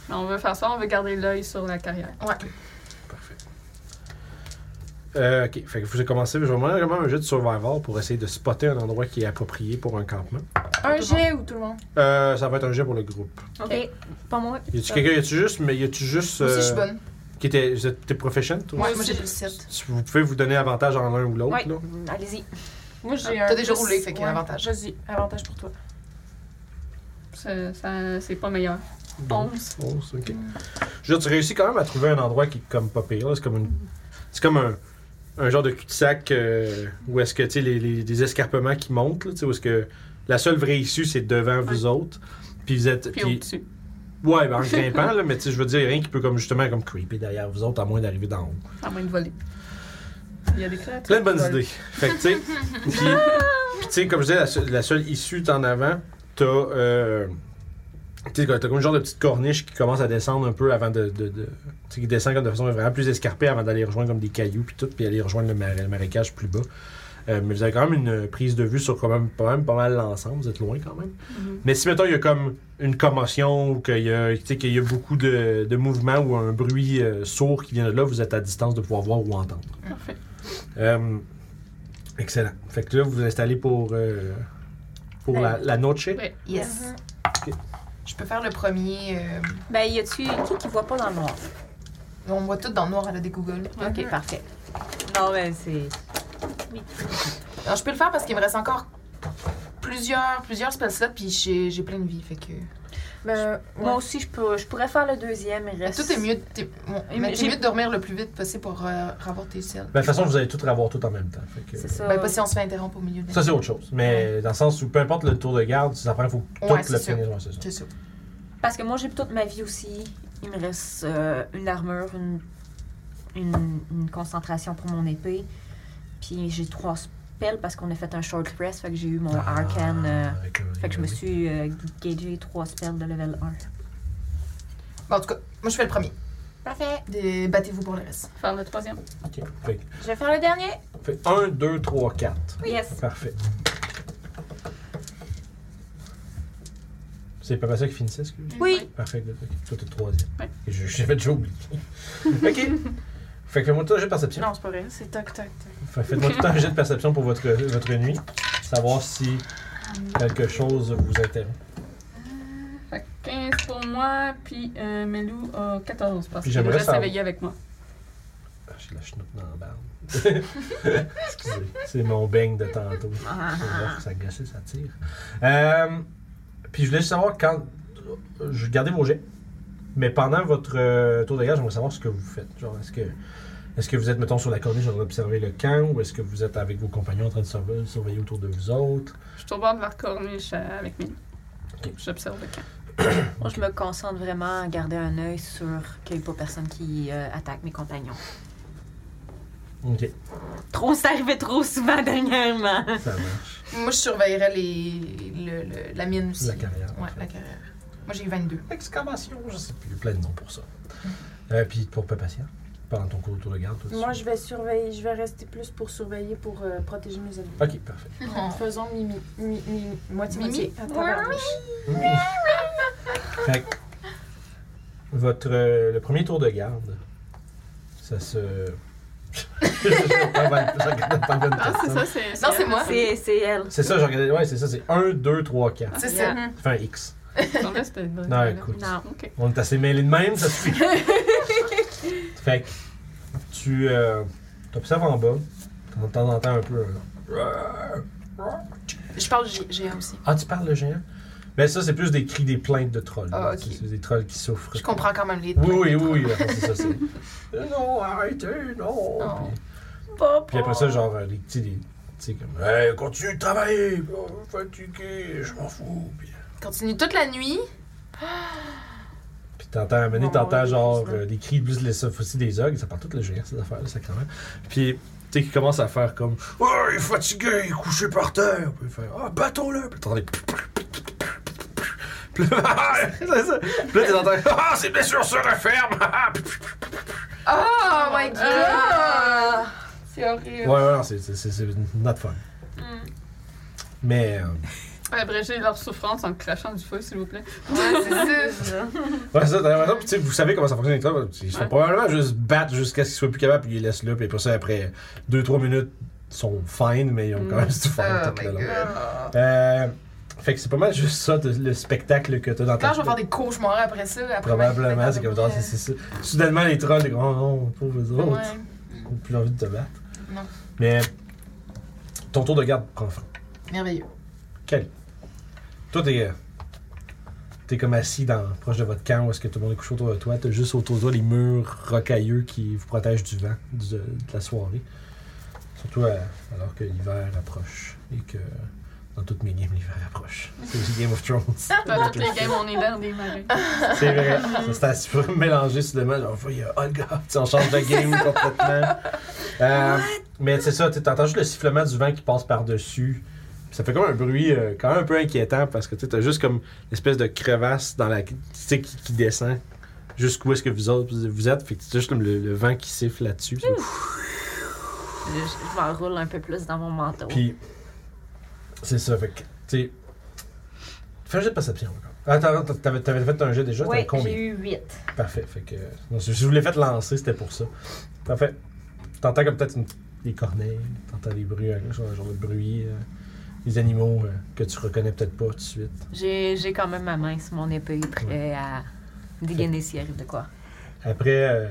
Speaker 4: Mais on veut faire ça, on veut garder l'œil sur la carrière.
Speaker 1: Parfait. Euh, ok, fait que vous avez commencé. Je vais demander vraiment un jeu de survival pour essayer de spotter un endroit qui est approprié pour un campement.
Speaker 3: Un jet ou tout le monde
Speaker 1: Euh, ça va être un jeu pour le groupe.
Speaker 5: Pas moi.
Speaker 1: Y a-tu quelqu'un, y a-tu juste, mais y a-tu juste.
Speaker 2: Moi aussi, je
Speaker 1: euh,
Speaker 2: suis bonne.
Speaker 1: Qui était. Vous êtes t'es proficient, toi
Speaker 2: Ouais, moi, j'ai plus 7.
Speaker 1: Si Vous pouvez vous donner avantage en l'un ou l'autre,
Speaker 5: Ouais.
Speaker 1: là.
Speaker 5: Allez-y.
Speaker 3: Moi j'ai
Speaker 2: Ah, t'as déjà roulé, fait qu'il y a un avantage.
Speaker 3: Vas-y, avantage pour toi.
Speaker 4: Ça- ça- C'est pas meilleur.
Speaker 1: Donc,
Speaker 4: 11.
Speaker 1: 11, Oh, ok. Je veux dire, tu réussis quand même à trouver un endroit qui est comme pas pire. là. C'est comme, une... c'est comme un, un genre de cul-de-sac euh, où est-ce que, tu sais, les, les- des escarpements qui montent, là, tu sais, où est-ce que la seule vraie issue, c'est devant vous autres. Puis vous êtes.
Speaker 4: Puis
Speaker 1: puis-
Speaker 4: au-dessus.
Speaker 1: Ouais, ben en grimpant, là, mais tu sais, je veux dire, rien qui peut comme justement comme creeper derrière vous autres, à moins d'arriver d'en haut.
Speaker 4: À moins de voler. Il y a des créatures.
Speaker 1: Plein de
Speaker 4: qui
Speaker 1: bonnes
Speaker 4: volent.
Speaker 1: idées. Fait que, tu sais, puis, puis, tu sais, comme je disais, la, seule- la seule issue est en avant, t'as, euh, tu sais, t'as comme une genre de petite corniche qui commence à descendre un peu avant de, de, de- tu sais, qui descend comme de façon vraiment plus escarpée avant d'aller rejoindre comme des cailloux puis tout, puis aller rejoindre le, marais- le marécage plus bas. Euh, mais vous avez quand même une prise de vue sur quand même, quand même pas mal l'ensemble, vous êtes loin quand même.
Speaker 4: Mhm.
Speaker 1: Mais si, mettons, il y a comme une commotion ou qu'il y, a- tu sais, qu'il y a beaucoup de, de mouvements ou un bruit euh, sourd qui vient de là, vous êtes à distance de pouvoir voir ou entendre.
Speaker 4: Parfait.
Speaker 1: Euh, excellent. Fait que là, vous vous installez pour, euh, pour la, la noche.
Speaker 4: Oui.
Speaker 2: Yes.
Speaker 1: Ok.
Speaker 2: Je peux faire le premier. euh,
Speaker 5: Ben, y a-tu. Qui qui voit pas dans le noir?
Speaker 2: On voit tout dans le noir à la des Google.
Speaker 6: Mhm.
Speaker 5: Ok, parfait. Non, ben, c'est.
Speaker 2: Non, je peux le faire parce qu'il me reste encore plusieurs, plusieurs spell slots, puis j'ai j'ai plein de vie, fait que...
Speaker 5: Ben,
Speaker 6: Moi aussi, je, peux, je pourrais faire le deuxième. Il reste...
Speaker 2: Ben, Tout est mieux, t'es- bon,
Speaker 6: Et
Speaker 2: mais
Speaker 6: mais
Speaker 2: t'es
Speaker 6: j'ai-
Speaker 2: mieux de dormir le plus vite possible pour euh, avoir tes cellules.
Speaker 1: Ben, de toute façon, vous allez tout avoir tout en même temps. Fait que-
Speaker 6: C'est ça.
Speaker 2: Ben, pas si on se fait interrompre au milieu de la
Speaker 1: ça, c'est autre chose. Mais dans le sens où peu importe le tour de garde, ça prend, il faut tout
Speaker 2: Ouais,
Speaker 1: le
Speaker 2: c'est sûr.
Speaker 1: finir. Ouais, c'est ça.
Speaker 2: C'est ça.
Speaker 6: Parce que moi, j'ai toute ma vie aussi. Il me reste euh, une armure, une, une, une concentration pour mon épée. Puis j'ai trois spells parce qu'on a fait un short rest. Fait que j'ai eu mon
Speaker 1: Ah,
Speaker 6: arcane. euh,
Speaker 1: avec, euh,
Speaker 6: fait que je me
Speaker 1: oui.
Speaker 6: suis euh, gagé trois spells de level 1.
Speaker 2: Bon, en tout cas, moi, je fais le premier.
Speaker 3: Parfait.
Speaker 2: Des- Battez-vous pour le reste.
Speaker 4: Faire le troisième.
Speaker 1: Ok. Fait,
Speaker 3: Je vais faire le dernier.
Speaker 1: fait 1, 2, 3, 4.
Speaker 6: Yes.
Speaker 1: Parfait. C'est pas ça qui finissait, excuse
Speaker 5: Oui.
Speaker 1: Parfait, good. Ok. Toi, t'es le troisième.
Speaker 4: Ouais.
Speaker 1: Et je- J'avais déjà oublié. ok. Fait que fais-moi tout un jet de perception.
Speaker 2: Non, c'est pas vrai. C'est toc, toc, toc.
Speaker 1: Fait- Faites-moi tout un jet de perception pour votre, votre nuit. Savoir si quelque chose vous interrompt.
Speaker 4: Fait que 15 pour moi, puis euh, Melou a 14 parce
Speaker 1: Puis
Speaker 4: qu'il
Speaker 1: j'aimerais
Speaker 4: reste
Speaker 1: savoir-
Speaker 4: éveillé avec moi.
Speaker 1: Ah, J'ai de la chenoute dans la barbe. Excusez. C'est mon beigne de tantôt. Bref, ça gossait, ça tire. Euh, puis je voulais juste savoir quand. Je gardais vos jets. Mais pendant votre euh, tour de garde, j'aimerais savoir ce que vous faites. Genre, est-ce que. Est-ce que vous êtes, mettons, sur la corniche en train d'observer le camp ou est-ce que vous êtes avec vos compagnons en train de surve- surveiller autour de vous autres?
Speaker 4: Je suis au bord de la corniche euh, avec Melou.
Speaker 1: Ok.
Speaker 4: J'observe le camp.
Speaker 6: Moi, je me concentre vraiment à garder un œil sur qu'il n'y ait pas personne qui euh, attaque mes compagnons.
Speaker 1: Ok,
Speaker 6: Trop, ça arrivait trop souvent dernièrement.
Speaker 1: ça marche.
Speaker 2: Moi, je surveillerais les, le- le- la mine aussi.
Speaker 1: La carrière.
Speaker 2: Ouais, la carrière. Moi, j'ai eu 22.
Speaker 1: Excavation, je sais plus. Il y a plein de noms pour ça. Euh, puis pour Papatia, pendant ton cours de tour de garde, toi, tu-
Speaker 5: Moi, je vais surveiller, je vais rester plus pour surveiller, pour euh, protéger mes ennemis.
Speaker 1: Ok, parfait.
Speaker 2: Oh,
Speaker 5: Faisons mimi, mi, mi- moitié-moitié. Ah,
Speaker 2: Mimi?
Speaker 5: à travers la bouche.
Speaker 1: Fait que votre, euh, le premier tour de garde, ça se. Je pas bonne- je regarde pas bonne
Speaker 4: Ah, c'est
Speaker 1: personne.
Speaker 4: ça, c'est.
Speaker 2: Non, c'est moi.
Speaker 6: C'est c'est elle.
Speaker 1: C'est ça, je regardais. Ouais, c'est ça, c'est 1, 2, 3, 4.
Speaker 2: C'est ça.
Speaker 1: Fait un X.
Speaker 4: J'en reste là.
Speaker 1: Non, écoute.
Speaker 6: Non.
Speaker 4: Ok.
Speaker 1: On est assez mêlés de même, ça suffit. fait que tu euh, t'observes en bas, de temps en temps un peu. euh,
Speaker 2: Je parle G- géant aussi.
Speaker 1: Ah, tu parles le géant? Ben ça, c'est plus des cris des plaintes de trolls.
Speaker 2: Ah,
Speaker 1: là.
Speaker 2: ok.
Speaker 1: C'est- C'est des trolls qui souffrent.
Speaker 2: Je comprends quand même les deux.
Speaker 1: Oui, oui, oui, oui. attends, c'est ça, c'est... Euh, non, arrêtez, non!
Speaker 2: Non.
Speaker 1: Puis, puis après ça, genre, euh, les petits, les- tu sais, comme, hey, continue de travailler, oh, fatigué, je m'en fous. Puis,
Speaker 2: Continue toute la nuit.
Speaker 1: puis t'entends, à un moment donné,
Speaker 5: Non,
Speaker 1: t'entends
Speaker 5: ouais,
Speaker 1: genre
Speaker 5: c'est ça.
Speaker 1: euh, des cris, plus les, ça fait aussi des ogres, ça parle tout le géant, ces affaires-là, sacrément. Puis, tu sais, qui commence à faire comme, oh, il est fatigué, il est couché par terre. Puis, il fait, ah, battons-le. Puis, t'entends des. Puis là, c'est ça. Puis là, t'entends, ah, ses blessures se referment.
Speaker 2: Oh my god! C'est horrible.
Speaker 1: ouais, ouais, non, c'est, c'est, c'est, c'est not fun. Mais. euh,
Speaker 4: Abréger leur souffrance en crachant du feu, s'il vous plaît.
Speaker 2: Ouais, c'est ça.
Speaker 1: Ouais, c'est ça, t'as raison. Puis, tu sais, vous savez comment ça fonctionne les trolls. Ils se font
Speaker 4: Ouais.
Speaker 1: probablement juste battre jusqu'à ce qu'ils soient plus capables, puis ils les laissent là. Puis après ça, après 2-3 minutes, ils sont fine, mais ils ont quand même du fun
Speaker 2: Oh
Speaker 1: tout
Speaker 2: my
Speaker 1: le long.
Speaker 2: god.
Speaker 1: Euh, fait que c'est pas mal juste ça, de- le spectacle que t'as dans ta
Speaker 2: Quand je vais faire des cauchemars après ça, après
Speaker 1: Probablement,
Speaker 2: ma-
Speaker 1: c'est comme ça. c'est- c'est ça. Soudainement, les trolls, les grands non, pauvres eux autres,
Speaker 2: Ouais.
Speaker 1: ont plus envie de te battre.
Speaker 2: Non.
Speaker 1: Mais ton tour de garde prend fin.
Speaker 2: Merveilleux.
Speaker 1: Quel? Toi, t'es. euh, T'es comme assis dans, proche de votre camp où est-ce que tout le monde est couché autour de toi. T'as juste autour de toi les murs rocailleux qui vous protègent du vent du- de la soirée. Surtout euh, alors que l'hiver approche et que dans toutes mes games, l'hiver approche. C'est aussi Game of Thrones.
Speaker 4: Dans toutes les games, on est dans des marées.
Speaker 1: C'est vrai. Ça, C'est assez mélangé soudainement. Genre, oh, il y a Olga. Tu sais, on change de game complètement. Euh, mais c'est ça, tu entends juste le sifflement du vent qui passe par-dessus. Puis Ça fait comme un bruit euh, quand même un peu inquiétant parce que tu as juste comme une espèce de crevasse dans la, tu sais, qui, qui descend jusqu'où est-ce que vous, autres, vous êtes. Fait que c'est juste comme le, le vent qui siffle là-dessus.
Speaker 6: Je, je m'enroule un peu plus dans mon manteau.
Speaker 1: Puis, c'est ça. Fait que, tu sais, fais un jet de perception encore. Attends, attends, t'avais t'avais fait un jet déjà?
Speaker 6: oui,
Speaker 1: T'avais combien?
Speaker 6: j'ai eu 8.
Speaker 1: Parfait. Fait que, non, si je voulais faire lancer, c'était pour ça. Parfait. T'entends comme peut-être une- des corneilles, t'entends des bruits, un genre, genre de bruit, euh, des animaux euh, que tu reconnais peut-être pas tout de suite.
Speaker 6: J'ai j'ai quand même ma main sur mon épée, prêt à dégainer s'il arrive de quoi.
Speaker 1: Après euh,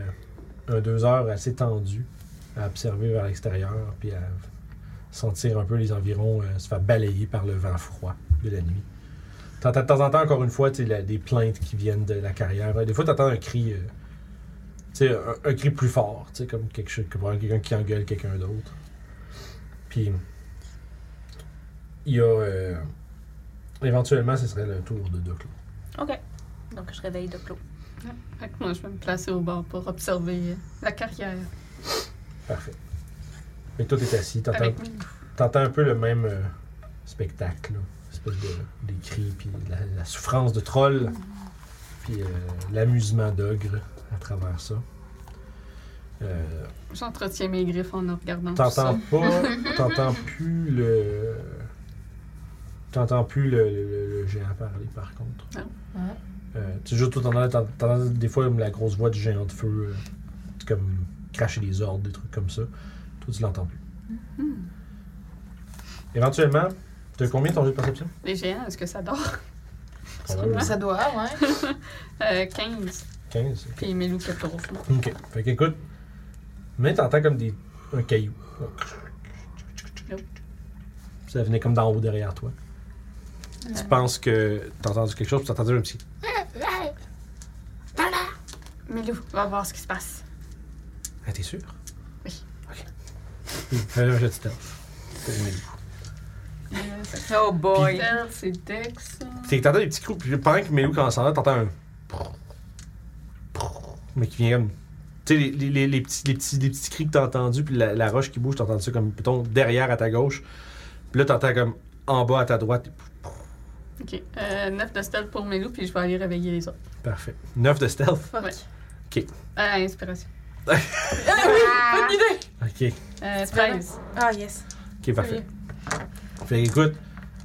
Speaker 1: un deux heures assez tendu à observer vers l'extérieur, puis à sentir un peu les environs euh, se faire balayer par le vent froid de la nuit. T'entends de temps en temps, encore une fois, tu sais, la- des plaintes qui viennent de la carrière. Des fois, t'entends un cri, euh, tu sais, un, un cri plus fort, tu sais, comme quelque chose, comme quelqu'un qui engueule quelqu'un d'autre. Puis, il y a... euh, éventuellement, ce serait le tour de Doc.
Speaker 6: Donc, je réveille de plomb.
Speaker 4: Fait que moi, je vais me placer au bord pour observer euh, la carrière
Speaker 1: Parfait. Mais toi, t'es assis, t'entends
Speaker 4: avec Melou.
Speaker 1: T'entends un peu le même euh, spectacle, là. espèce de des cris, puis la, la souffrance de troll, puis euh, l'amusement d'ogre à travers ça. Euh,
Speaker 4: J'entretiens mes griffes en regardant tout ça.
Speaker 1: t'entends pas, t'entends plus le, t'entends plus le, le- le- le géant parler, par contre.
Speaker 4: Non.
Speaker 2: Ouais.
Speaker 1: Euh, tu sais, juste tout en allant, t'en- t'entends des fois comme la grosse voix du géant de feu, euh, tu sais, comme cracher des ordres, des trucs comme ça. Toi, tu l'entends plus. Éventuellement, t'as combien ton jeu de perception?
Speaker 4: Les géants, est-ce que ça dort?
Speaker 1: Probablement
Speaker 2: Ça doit, ouais.
Speaker 4: Euh, 15.
Speaker 1: 15.
Speaker 4: Puis Mélou, 14.
Speaker 1: Ok. Fait qu'écoute, mais t'entends comme des, un caillou. Ça venait comme d'en haut derrière toi. Tu penses que t'as entendu quelque chose, puis t'as entendu un petit.
Speaker 4: Mélou, va voir ce qui se passe.
Speaker 1: Ah, t'es sûr?
Speaker 4: Oui.
Speaker 1: Ok. Fais un jet de stealth. Pour Mélou.
Speaker 5: Oh boy.
Speaker 4: Stealth, C'est Dex.
Speaker 1: C'est que t'entends des petits coups, puis pendant que Mélou quand s'en va, t'entends un. Mais qui vient comme. Tu sais, les, les- les- les petits, les, petits, les petits cris que t'as entendus, puis la, la roche qui bouge, t'entends ça comme, plutôt derrière à ta gauche. Puis là, t'entends comme en bas à ta droite.
Speaker 4: Ok. Euh, 9 de stealth pour Mélou, puis je vais aller réveiller les autres.
Speaker 1: Parfait. 9 de stealth.
Speaker 4: Euh, inspiration.
Speaker 1: Ok.
Speaker 4: Euh, 13.
Speaker 5: Ah, yes.
Speaker 1: Ok, parfait. Fait que, écoute,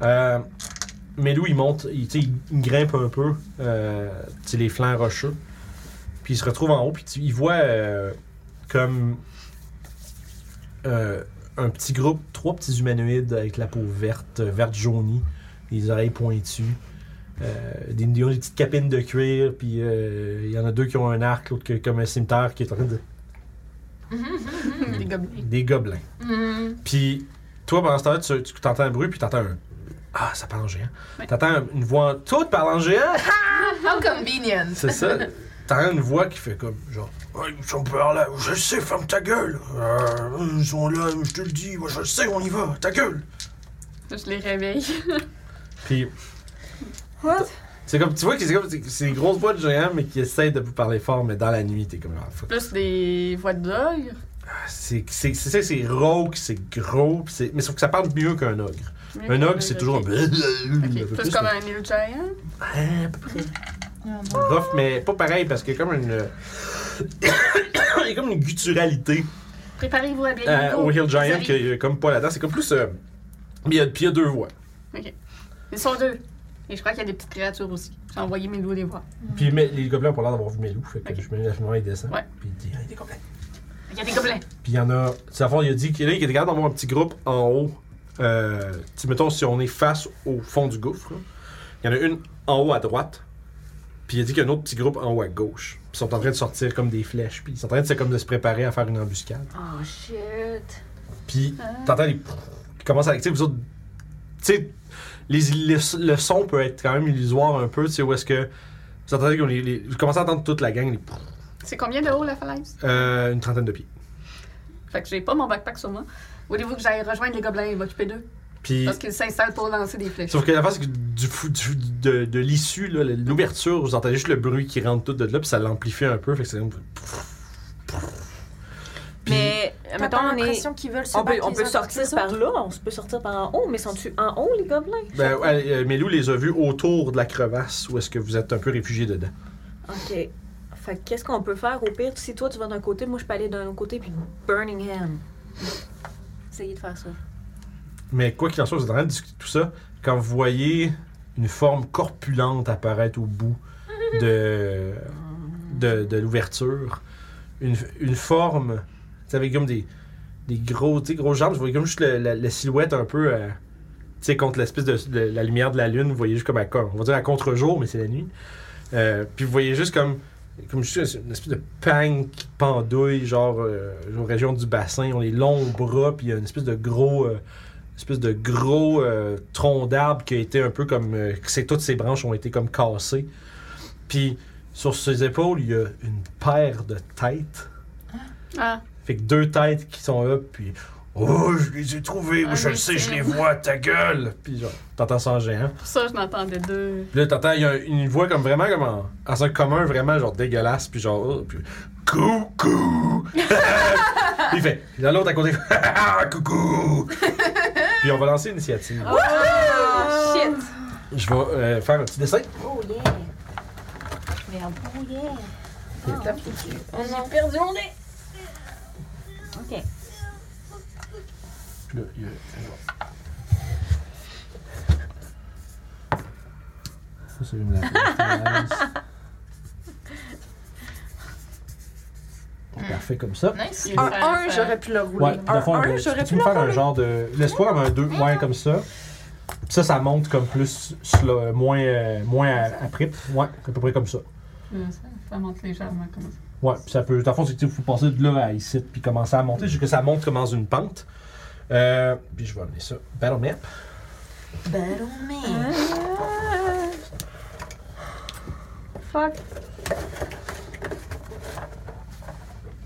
Speaker 1: euh, Melou, il monte, il, tu sais, il grimpe un peu, euh, tu sais, les flancs rocheux. Puis il se retrouve en haut, puis tu- il voit euh, comme euh, un petit groupe, trois petits humanoïdes avec la peau verte, euh, verte jaunie, les oreilles pointues. Euh, des, ils ont des petites capines de cuir, puis euh, il y en a deux qui ont un arc, l'autre qui a comme un cimetière qui est en train de.
Speaker 4: Des gobelets.
Speaker 1: Des gobelins. Puis, toi, pendant ce temps-là, tu, tu t'entends un bruit, puis t'entends un. Ah, ça parle en géant.
Speaker 4: Ouais.
Speaker 1: T'entends une voix. Tout parle en géant!
Speaker 2: How convenient.
Speaker 1: C'est ça. T'entends une voix qui fait comme, genre. Ouais, ils sont par là, je sais, ferme ta gueule! Euh, ils sont là, je te le dis, moi je le sais, on y va, ta gueule!
Speaker 4: Je les réveille.
Speaker 1: Puis. What? C'est comme, tu vois que c'est comme, c'est- c'est des grosses voix de géant, mais qui essayent de vous parler fort, mais dans la nuit, t'es comme, ah, fuck. Ah,
Speaker 4: Plus des voix de deuil.
Speaker 1: C'est c'est- c'est ça, c'est rauque, c'est gros, pis c'est- mais sauf que ça parle mieux qu'un ogre. Un ogre, c'est toujours un.
Speaker 4: Ok,
Speaker 1: peu
Speaker 4: plus
Speaker 1: plus,
Speaker 4: comme
Speaker 1: mais-
Speaker 4: un Neil Giant.
Speaker 1: À peu près. Rough, mais pas pareil parce qu'il y a comme une. Il y a comme une gutturalité
Speaker 4: Préparez-vous à bien
Speaker 1: euh,
Speaker 4: les
Speaker 1: au
Speaker 4: gros.
Speaker 1: Hill Giant
Speaker 4: Vous
Speaker 1: qu'il y a comme pas là-dedans. C'est comme plus. euh, mais il y a- Puis il y a deux voix.
Speaker 4: Ils sont deux. Et je crois qu'il y a des petites créatures aussi. J'ai envoyé Mélou les voir.
Speaker 1: Puis mais les gobelins ont pas l'air d'avoir vu mes loups. Fait que
Speaker 4: Ok.
Speaker 1: je me mets finalement, il descend.
Speaker 4: Ouais.
Speaker 1: Puis il dit Ah, il y a des gobelins.
Speaker 4: Il y a des gobelins.
Speaker 1: Puis il y en a. C'est à fond, il a dit qu'il y en a qui étaient capables d'avoir un petit groupe en haut. Euh, tu sais, mettons, si on est face au fond du gouffre, là, il y en a une en haut à droite. Puis il a dit qu'il y a un autre petit groupe en haut à gauche. Puis ils sont en train de sortir comme des flèches. Puis ils sont en train de, se- comme de se préparer à faire une embuscade.
Speaker 6: Oh shit.
Speaker 1: Puis
Speaker 4: Ah.
Speaker 1: t'entends les. qui commencent à. Tu sais, vous autres. Tu sais, les, les- le son peut être quand même illusoire un peu. Tu sais, où est-ce que. Vous entendez comme les, les- Vous commencez à entendre toute la gang, les-
Speaker 4: C'est combien de haut la falaise?
Speaker 1: euh, une trentaine de pieds.
Speaker 4: Fait que j'ai pas mon backpack sur moi. Voulez-vous que j'aille rejoindre les gobelins et m'occuper d'eux?
Speaker 1: Puis.
Speaker 4: Parce qu'ils s'installent pour lancer des flèches.
Speaker 1: Sauf que la face du, fou- du- de, de l'issue, là, l'ouverture, vous entendez juste le bruit qui rentre tout de là, puis ça l'amplifie un peu. Fait que c'est comme. Puis-
Speaker 5: Mais,
Speaker 7: T'as
Speaker 5: mettons,
Speaker 7: pas
Speaker 5: on est.
Speaker 7: l'impression qu'ils veulent se
Speaker 5: On peut,
Speaker 7: battre
Speaker 5: on
Speaker 7: les
Speaker 5: peut
Speaker 7: uns
Speaker 5: sortir
Speaker 7: contre les
Speaker 5: par
Speaker 7: autres?
Speaker 5: là, on se peut sortir par en haut, mais sont-tu en haut, les gobelins?
Speaker 1: Ben, ouais, euh, Melou les a vus autour de la crevasse où est-ce que vous êtes un peu réfugiés dedans.
Speaker 5: Ok. Fait que qu'est-ce qu'on peut faire au pire? Si toi tu vas d'un côté, moi je peux aller d'un autre côté, puis Burning Hand. Essayez de faire ça.
Speaker 1: Mais quoi qu'il en soit, vous êtes en train de discuter de tout ça, quand vous voyez une forme corpulente apparaître au bout de, de, de l'ouverture, une, une forme, tu sais, avec comme des, des gros, tu sais, grosses jambes, vous voyez comme juste le- la, la silhouette un peu, euh, tu sais, contre l'espèce de, de la lumière de la lune, vous voyez juste comme à, co- on va dire à contre-jour, mais c'est la nuit. Euh, puis vous voyez juste comme, comme juste une espèce de pang qui pendouille, genre, euh, aux régions du bassin, on les longs bras, puis il y a une espèce de gros... euh, espèce de gros euh, tronc d'arbre qui a été un peu comme. euh, que c'est- toutes ses branches ont été comme cassées. Puis sur ses épaules, il y a une paire de têtes.
Speaker 4: Ah,
Speaker 1: Fait que deux têtes qui sont là, puis. Oh, je les ai trouvés,
Speaker 4: Ah,
Speaker 1: je le
Speaker 4: je
Speaker 1: sais, je
Speaker 4: sais.
Speaker 1: les vois, ta gueule! Puis genre, t'entends ça en géant.
Speaker 4: pour ça, je n'entendais deux.
Speaker 1: Puis là, t'entends, il y a une voix comme vraiment, comme en, en un commun, vraiment, genre dégueulasse, puis genre, oh, puis coucou! il fait, puis là, l'autre à côté, coucou! puis on va lancer l'initiative.
Speaker 5: Oh shit!
Speaker 1: Je vais euh, faire un petit dessin.
Speaker 6: Oh yeah. Merde. Oh yeah. Ah,
Speaker 7: On a perdu mon nez.
Speaker 6: ok.
Speaker 1: Puis là, il y a-
Speaker 8: Ça, c'est une référence. Parfait comme ça.
Speaker 2: Nice.
Speaker 7: Un 1, j'aurais pu le rouler.
Speaker 8: Ouais,
Speaker 7: un
Speaker 8: dans le fond,
Speaker 7: 1,
Speaker 8: le- tu
Speaker 7: j'aurais pu Ah.
Speaker 8: peux
Speaker 7: le
Speaker 8: me faire un
Speaker 7: rouler.
Speaker 8: genre de. L'espoir comme un 2, ouais, comme ça. Puis ça, ça monte comme plus, slow- moins, euh, moins à- après. Ouais, à peu près comme ça.
Speaker 4: Ça monte légèrement comme ça.
Speaker 8: Ouais, puis ça peut. Dans le fond, c'est que tu faut passer de là à ici, puis commencer à monter, jusqu'à que ça monte comme dans une pente. Euh, puis je vais amener ça. Battle map.
Speaker 4: Fuck.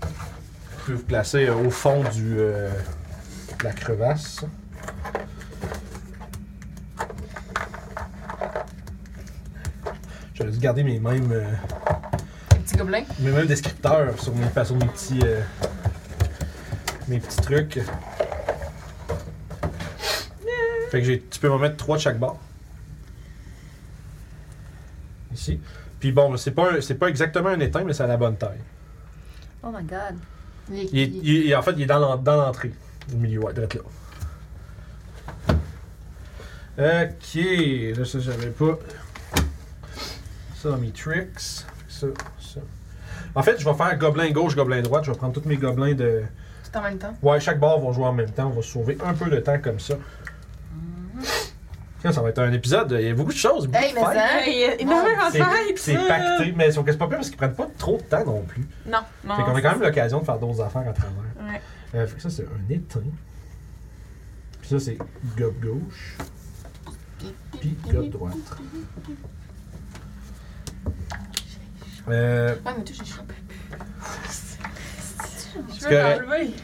Speaker 1: Vous pouvez vous placer euh, au fond du, euh, de la crevasse. J'aurais dû garder mes mêmes, euh,
Speaker 2: Petit gobelin.
Speaker 1: mes mêmes descripteurs sur mes, sur mes, petits, euh, mes petits trucs. Fait que j'ai- tu peux m'en mettre trois de chaque bord. Ici. Puis bon, c'est pas, un- c'est pas exactement un étain, mais c'est à la bonne taille.
Speaker 6: Oh my god.
Speaker 2: Les-
Speaker 1: Il est- il est- en fait, il est dans l'en- dans l'entrée, au milieu, ouais, direct là. Ok, là, ça, j'avais pas. Ça, dans mes tricks. Ça, ça. En fait, je vais faire gobelin gauche, gobelin droite. Je vais prendre tous mes gobelins de.
Speaker 2: Tout en même temps.
Speaker 1: Ouais, chaque bord vont jouer en même temps. On va sauver un peu de temps comme ça. Tiens, Ça va être un épisode. Il y a beaucoup de choses. beaucoup
Speaker 2: Hey,
Speaker 1: de
Speaker 2: mais
Speaker 1: fêtes.
Speaker 2: ça.
Speaker 5: Hey,
Speaker 2: Mon-
Speaker 5: énormément de
Speaker 1: C'est-
Speaker 5: fêtes,
Speaker 1: C'est
Speaker 5: ça.
Speaker 1: pacté, mais sauf que c'est pas pire parce qu'ils prennent pas trop de temps non plus.
Speaker 5: Non, non.
Speaker 1: Fait qu'on a quand même l'occasion de faire d'autres affaires à travers.
Speaker 5: Ouais.
Speaker 1: Euh, fait que ça, c'est un étain. Puis ça, c'est gobe gauche. Puis gobe droite. Euh,
Speaker 2: Ouais, mais tout, j'ai chopé.
Speaker 5: Je
Speaker 1: c'est
Speaker 5: veux
Speaker 1: correct.
Speaker 5: l'enlever.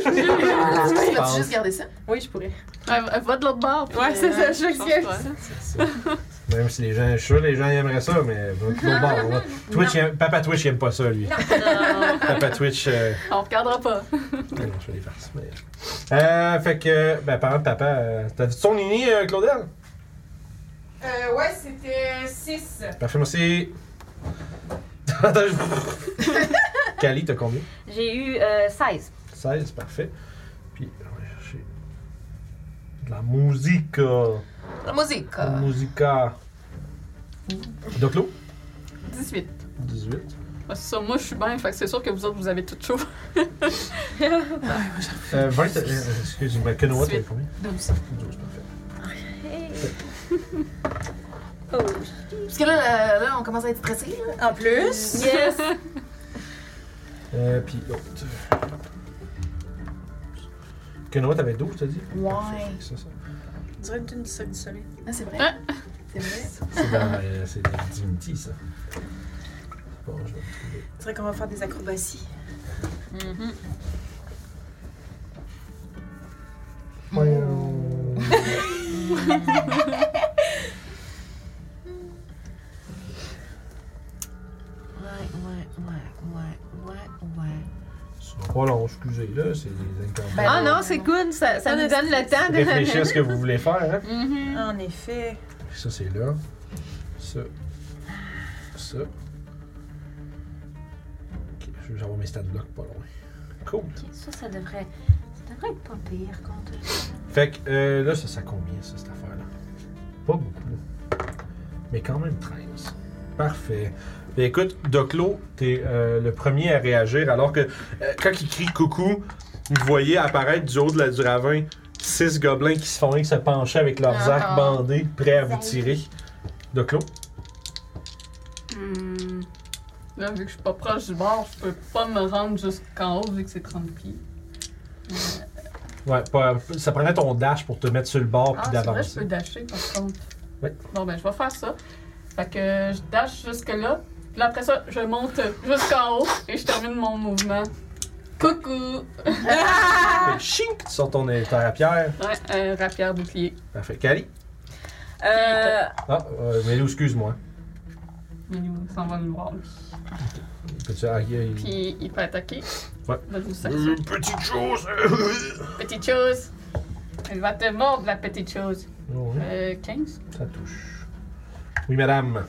Speaker 2: Tu vas
Speaker 1: pense.
Speaker 2: juste garder ça?
Speaker 5: Oui, je pourrais.
Speaker 4: Euh, va de l'autre bord. puis,
Speaker 5: Ouais, c'est
Speaker 4: euh,
Speaker 5: ça, je
Speaker 4: pense
Speaker 5: m'excuse.
Speaker 4: pas.
Speaker 1: même si les gens, je suis sûr que les gens aimeraient ça, mais bon, l'autre bord, on va- Twitch, il aime- Papa Twitch, il aime pas ça, lui.
Speaker 4: hein. Non,
Speaker 1: Papa Twitch. euh,
Speaker 4: on regardera pas.
Speaker 1: non, je fais des farces, mais- Euh, fait que, ben, parlant de papa, euh, t'as dit ton nini, euh, Claudel?
Speaker 5: Euh, ouais, c'était 6.
Speaker 1: Parfait, merci. Attends, je- Cali, t'as combien?
Speaker 6: J'ai eu euh, 16.
Speaker 1: 16, parfait. Puis, on va chercher de la musique. euh,
Speaker 2: La musique.
Speaker 1: La musica. Doclo,
Speaker 4: 18.
Speaker 1: 18.
Speaker 4: Ouais, c'est ça, moi, je suis bien. Fait que c'est sûr que vous autres, vous avez tout chaud.
Speaker 1: Euh, 20, euh, excuse-moi, Kenoa, t'as
Speaker 4: 18.
Speaker 1: combien?
Speaker 2: 12.
Speaker 1: 12, parfait.
Speaker 2: Parce que là, là, là, on commence à être stressé. là.
Speaker 5: En plus.
Speaker 6: Yes!
Speaker 1: Euh, puis, l'autre. Kenoa, t'avais 12, t'as dit? Parfait,
Speaker 2: Ouais.
Speaker 1: C'est ça.
Speaker 5: On dirait une tune du Cirque du soleil.
Speaker 2: Ah, c'est vrai.
Speaker 6: Hein?
Speaker 4: Ah.
Speaker 2: C'est vrai.
Speaker 1: C'est dans, euh, c'est dans Dignity, ça. Bon, je vais trouver.
Speaker 5: On dirait qu'on va faire des acrobaties.
Speaker 6: Ouais, ouais, ouais, ouais, ouais, ouais.
Speaker 1: C'est pas long, excusez, là, c'est des inconvénients.
Speaker 2: Ben,
Speaker 6: Ah non, c'est good, ça, ça nous donne le temps
Speaker 1: Réfléchissez à
Speaker 6: de.
Speaker 1: ce que vous voulez faire, hein.
Speaker 5: En effet.
Speaker 1: Ça, c'est là. Ça. Ça. Ok, je vais avoir mes stats blocs pas loin. Cool.
Speaker 6: Ok, Ça, ça devrait. Ça devrait être pas pire contre.
Speaker 1: Fait que euh, là, ça, ça combien, ça, cette affaire-là? Pas beaucoup. Mais quand même 13. Parfait. Bien, écoute, Doclo, t'es euh, le premier à réagir alors que euh, quand il crie coucou, vous voyez apparaître du haut de la, du ravin six gobelins qui se font rien que se pencher avec leurs
Speaker 2: Ah.
Speaker 1: arcs bandés, prêts à vous tirer. Doclo?
Speaker 4: Hmm. Là, vu que je suis pas proche du bord, je peux pas me rendre jusqu'en haut vu que c'est 30 pieds.
Speaker 1: Ouais, pas- ça prendrait ton dash pour te mettre sur le bord
Speaker 4: Ah,
Speaker 1: puis
Speaker 4: c'est vrai, je
Speaker 1: d'avancer.
Speaker 4: peux dasher par contre.
Speaker 1: Oui.
Speaker 4: Bon, ben, je vais faire ça. Fait que euh, je dash jusque-là. Puis là, après ça, je monte jusqu'en haut et je termine mon mouvement. Coucou!
Speaker 1: Fait que Ah! Chink, tu sors ton ta rapière.
Speaker 4: Ouais, un rapière bouclier.
Speaker 1: Parfait. Cali.
Speaker 5: Euh.
Speaker 1: Ah, euh, Mélou, excuse-moi.
Speaker 4: Il s'en va le voir.
Speaker 1: Peux-tu- ah, il- il-
Speaker 4: Puis il peut attaquer.
Speaker 1: Ouais.
Speaker 4: Vas-y, ça.
Speaker 1: Euh, petite chose.
Speaker 4: Petite chose! Elle va te mordre, la petite chose.
Speaker 1: Oh, Oui,
Speaker 4: Euh, 15.
Speaker 1: ça touche. Oui, madame.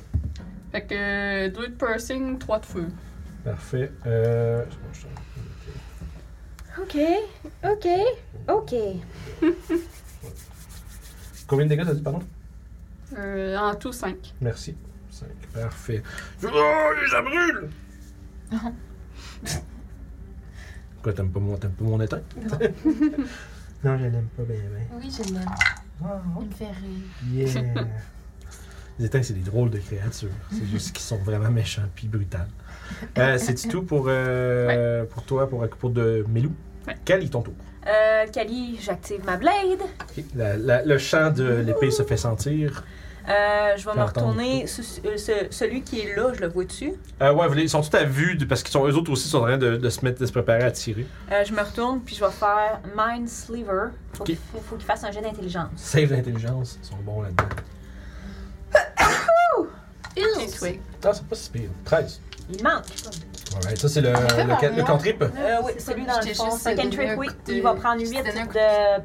Speaker 4: Fait que 2 de piercing, 3 de feu.
Speaker 1: Parfait. Euh... c'est bon, je t'en-
Speaker 6: Ok, ok, ok.
Speaker 1: Combien de dégâts t'as dit, pardon
Speaker 4: Euh, en tout, 5.
Speaker 1: Merci. 5. Parfait. Oh, ça brûle! Pourquoi t'aimes pas mon, t'aimes pas mon étain? non, je l'aime pas ben, bien, bien.
Speaker 6: Oui, je l'aime. Il me fait rire.
Speaker 1: ah. Yeah! Les étangs, c'est des drôles de créatures. C'est juste qu'ils sont vraiment méchants puis brutales. Euh, c'est tout pour, euh, pour toi, pour, pour de Melou.
Speaker 4: Ouais.
Speaker 1: Quel est ton tour?
Speaker 3: Euh, Kali, j'active ma blade.
Speaker 1: Ok. La- la- le chant de l'épée se fait sentir.
Speaker 6: Euh, je vais me
Speaker 1: J'entends.
Speaker 6: retourner. sous- euh, ce- celui qui est là, je le vois dessus.
Speaker 1: Euh, ouais, vous les- ils sont tous à vue de- parce qu'ils sont eux autres aussi sont en train de, de se mettre, de se préparer à tirer.
Speaker 6: Euh, je me retourne, puis je vais faire Mind Sliver. Faut
Speaker 1: Ok.
Speaker 6: qu'il fa- faut qu'il fasse un jet d'intelligence.
Speaker 1: Save l'intelligence, ils sont bons là-dedans. Ah, c'est pas si pire. 13.
Speaker 6: Il manque.
Speaker 1: Alright, ça c'est le,
Speaker 2: fait par
Speaker 1: le, le
Speaker 2: moi.
Speaker 1: cantrip.
Speaker 6: Euh, oui,
Speaker 2: c'est
Speaker 6: celui
Speaker 2: ça,
Speaker 6: dans le
Speaker 2: j'étais
Speaker 6: fond.
Speaker 2: juste
Speaker 6: Second
Speaker 2: donné un
Speaker 6: trick, oui.
Speaker 2: coup de-
Speaker 6: Il va prendre
Speaker 2: je
Speaker 6: 8
Speaker 2: t'ai donné un coup
Speaker 6: de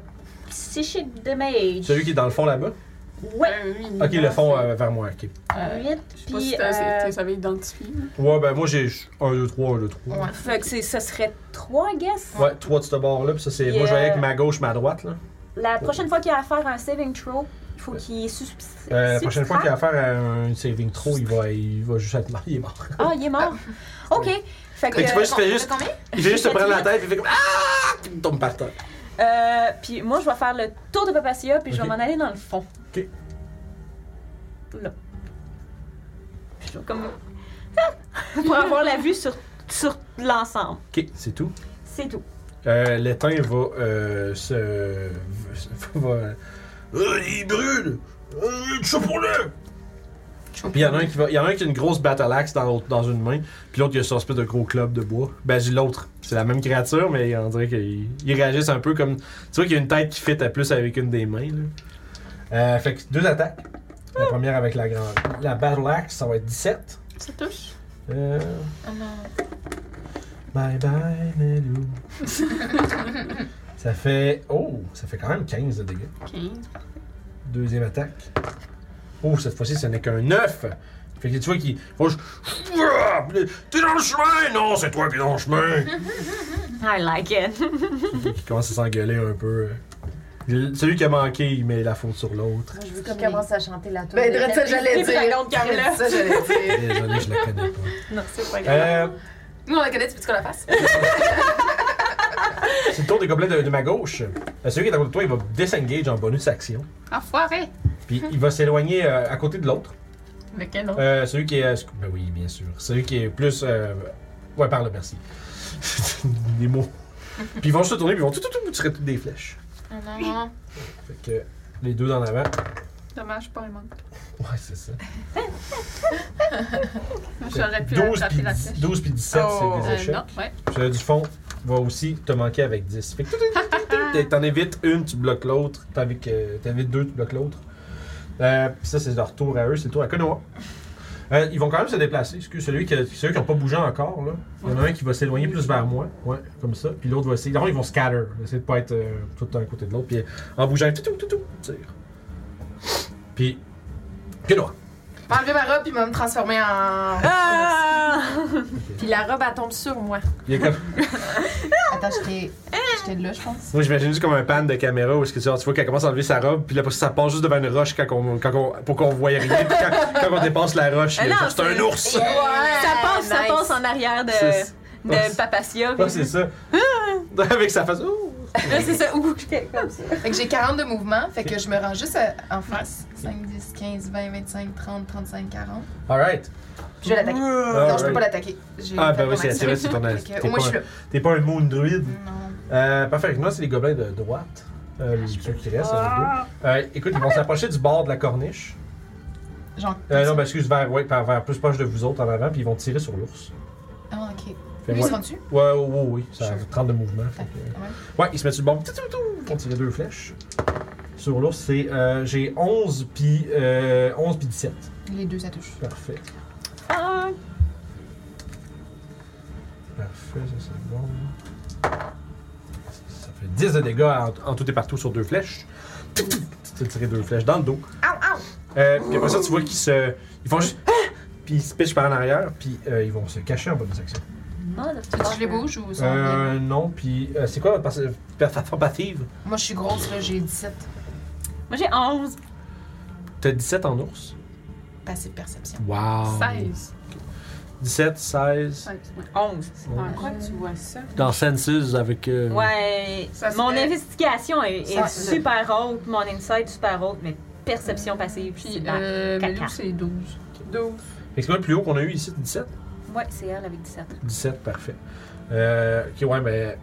Speaker 6: Psychic Damage.
Speaker 1: Celui qui est dans le fond là-bas.
Speaker 6: Ouais.
Speaker 4: Ben,
Speaker 1: Ok, le fond euh, vers moi, ok.
Speaker 6: 8,
Speaker 4: Je sais pas si
Speaker 6: puis.
Speaker 4: t'as-
Speaker 6: euh,
Speaker 4: t'as- t'avais identifié.
Speaker 1: Ouais, ben moi j'ai 1, 2, 3, 1, 2, 3.
Speaker 2: Ouais.
Speaker 6: Fait que c'est- ce serait 3, I guess.
Speaker 1: Ouais, trois de ce bord-là, puis ça c'est. Moi je vais
Speaker 6: Yeah.
Speaker 1: avec ma gauche, ma droite là.
Speaker 6: La prochaine fois qu'il a à faire un saving throw, il faut
Speaker 1: Ouais.
Speaker 6: qu'il subsiste.
Speaker 1: Euh, la prochaine fois qu'il a affaire à un saving throw, il va, il va juste être mort. Il est mort.
Speaker 6: Ah, il est mort. Ok. Fait que.
Speaker 1: Fait que tu vois, je fais juste.
Speaker 2: Euh, combien?
Speaker 1: Il fait juste se prendre la tête, puis il fait comme. Ah! Puis il tombe par terre.
Speaker 6: euh, puis moi, je vais faire le tour de Papacia, puis je vais
Speaker 1: Ok.
Speaker 6: m'en aller dans le fond.
Speaker 1: Ok.
Speaker 6: Là. Je vais comme. Ah! Pour avoir la vue sur, sur l'ensemble.
Speaker 1: Ok, c'est tout.
Speaker 6: C'est tout.
Speaker 1: Euh, L'étain va euh, se. va. Euh, il brûle! Euh, Chopons-le! Puis il y en a un qui va. Il y en a un qui a une grosse battle axe dans, l'autre- dans une main, puis l'autre il a son espèce de gros club de bois. Ben j'ai l'autre. C'est la même créature, mais on dirait qu'ils ils réagissent un peu comme. Tu vois qu'il y a une tête qui fit à plus avec une des mains. là. Euh, fait que deux attaques. La première avec la grande. La battle axe, ça va être 17.
Speaker 4: Ça touche.
Speaker 1: Euh,
Speaker 2: Oh non.
Speaker 1: Bye bye, Melou. ça fait. Oh, ça fait quand même 15 de dégâts.
Speaker 4: 15.
Speaker 1: Deuxième attaque. Oh, cette fois-ci, ce n'est qu'un 9. Fait que tu vois qu'il. faut que je- Ah, T'es dans le chemin! Non, c'est toi qui es dans le chemin!
Speaker 6: I like it.
Speaker 1: Il commence à s'engueuler un peu. Le- Celui qui a manqué, il met la faute sur l'autre.
Speaker 6: Je
Speaker 2: veux comme
Speaker 6: commence à chanter la tour.
Speaker 2: Ben, Dredd, ça j'allais dire. Dredd, ça j'allais dire.
Speaker 1: Désolé, je la connais
Speaker 6: Non, c'est pas
Speaker 1: pas. Euh,
Speaker 2: Nous, on la connaît, tu veux qu'on la fasse?
Speaker 1: c'est le tour des gobelets de, de ma gauche. Euh, Celui qui est à côté de toi, il va disengage en bonus action.
Speaker 4: Enfoiré.
Speaker 1: Puis il va s'éloigner euh, à côté de l'autre.
Speaker 6: Lequel autre?
Speaker 1: Euh, celui qui est. sc- Ben oui, bien sûr. Celui qui est plus. euh, Ouais, parle, merci. Des mots. Puis ils vont se tourner, puis ils vont tout, tout, tout, tirer toutes des flèches.
Speaker 4: Ah
Speaker 2: Oh non.
Speaker 1: Fait que les deux en avant.
Speaker 4: Dommage, pas un manque.
Speaker 1: Ouais, c'est ça.
Speaker 4: J'aurais pu
Speaker 1: 12
Speaker 4: attraper
Speaker 1: puis
Speaker 4: la
Speaker 1: 10
Speaker 4: flèche.
Speaker 1: 12 puis 17, c'est des
Speaker 4: Euh,
Speaker 1: échecs.
Speaker 4: non, ouais.
Speaker 1: Celui du fond va aussi te manquer avec 10. Fait que tout, tout, tout, tout, tout, t'en évites une, tu bloques l'autre. T'en évites euh, t'évites deux, tu bloques l'autre. Euh, puis ça, c'est leur tour à eux, c'est le tour à Konoha. Euh, ils vont quand même se déplacer. Excuse, celui qui, ceux qui n'ont pas bougé encore, là. Il y en a un qui va s'éloigner plus vers moi, ouais, comme ça. Puis l'autre va essayer. D'abord, ils vont scatter. Essayer de pas être euh, tout d'un côté de l'autre. Puis en bougeant, tout, tout, tout, tout, tire. Puis. Konoha.
Speaker 2: Je vais enlever ma robe puis il va me transformer en.
Speaker 6: Ah!
Speaker 1: Ah!
Speaker 5: Puis la robe, elle tombe sur moi.
Speaker 1: Il est comme-
Speaker 2: Attends, j'étais. J'étais là, je pense.
Speaker 1: Moi, j'imagine juste comme un pan de caméra où est-ce que tu, tu vois qu'elle commence à enlever sa robe, puis là, après ça, ça passe juste devant une roche quand on, quand on- pour qu'on voie rien. Puis quand, quand on dépasse la roche,
Speaker 6: Ah
Speaker 1: il y a
Speaker 6: non,
Speaker 1: genre, c'est un
Speaker 6: c'est-
Speaker 1: ours!
Speaker 6: Ça passe, ça
Speaker 2: nice.
Speaker 6: passe en arrière de,
Speaker 1: C'est-
Speaker 6: de Papacia.
Speaker 1: Ah, c'est ça.
Speaker 2: Ah.
Speaker 1: Avec sa face. Ouh!
Speaker 6: Là, c'est ça. Ouh, j'étais comme ça.
Speaker 2: Fait que j'ai 40 de mouvement, fait que je me rends juste à- en face. 5, 10, 15, 20, 25, 30, 35, 40.
Speaker 1: Alright.
Speaker 2: Puis je vais l'attaquer. Non, je peux pas l'attaquer. J'ai
Speaker 1: Ah,
Speaker 2: fait
Speaker 1: ben
Speaker 2: mon
Speaker 1: oui, c'est
Speaker 2: action.
Speaker 1: attiré, c'est ton
Speaker 2: Fait que, Au
Speaker 1: T'es
Speaker 2: moins, je
Speaker 1: pas,
Speaker 2: suis là.
Speaker 1: un- t'es pas un moon druide.
Speaker 2: Non.
Speaker 1: Euh, parfait. Nous, c'est les gobelins de droite. Euh, les- ceux qui restent, il y en a deux. Euh, écoute, ils vont s'approcher du bord de la corniche.
Speaker 2: Genre.
Speaker 1: Euh, non, ben, excuse, vers, ouais, par- vers plus proche de vous autres en avant, puis ils vont tirer sur l'ours.
Speaker 2: Ah, ok.
Speaker 1: Fait
Speaker 2: Lui,
Speaker 1: moi-
Speaker 2: il se rend dessus?
Speaker 1: Ouais, ouais, ouais, oui, ça a
Speaker 2: Sure.
Speaker 1: 30 de mouvement. fait que- Ouais, il se met sur le bon. Tout, tout, tout. Ils vont tirer deux flèches. Sur l'ours, c'est. euh, J'ai 11 puis euh, 11 puis 17.
Speaker 2: Les deux, ça touche.
Speaker 1: Parfait. Parfait, ça c'est bon. Ça fait 10 de dégâts en, en tout et partout sur deux flèches. Tu t'es tiré deux flèches dans le dos. Euh, puis après ça, tu vois qu'ils se. Ils font juste. Ah! Puis ils se pitchent par en arrière, puis euh, ils vont se cacher en bonus action.
Speaker 6: Ah,
Speaker 2: Tu veux que je les bouge ou ça?
Speaker 1: Euh, non, puis euh, c'est quoi votre passe- performative?
Speaker 2: Moi, je suis grosse, là, j'ai 17.
Speaker 6: Moi, j'ai 11.
Speaker 1: T'as 17 en ours.
Speaker 2: Passive perception.
Speaker 1: Wow.
Speaker 4: 16.
Speaker 1: 17, 16.
Speaker 4: 16 ouais.
Speaker 6: 11.
Speaker 4: Ouais.
Speaker 5: Pourquoi tu vois ça?
Speaker 1: Dans Senses avec. euh,
Speaker 6: Ouais.
Speaker 4: Ça se
Speaker 6: mon
Speaker 4: fait-
Speaker 6: investigation est, est
Speaker 2: Ça se-
Speaker 6: super haute, mon insight super haute, mais perception passive.
Speaker 4: Puis,
Speaker 6: c'est la-
Speaker 4: euh,
Speaker 6: caca.
Speaker 4: Melou, c'est 12.
Speaker 5: 12.
Speaker 1: Fait que c'est quoi le plus haut qu'on a eu ici, 17?
Speaker 6: Ouais, c'est elle avec 17.
Speaker 1: 17, parfait. Euh, ok, ouais, mais.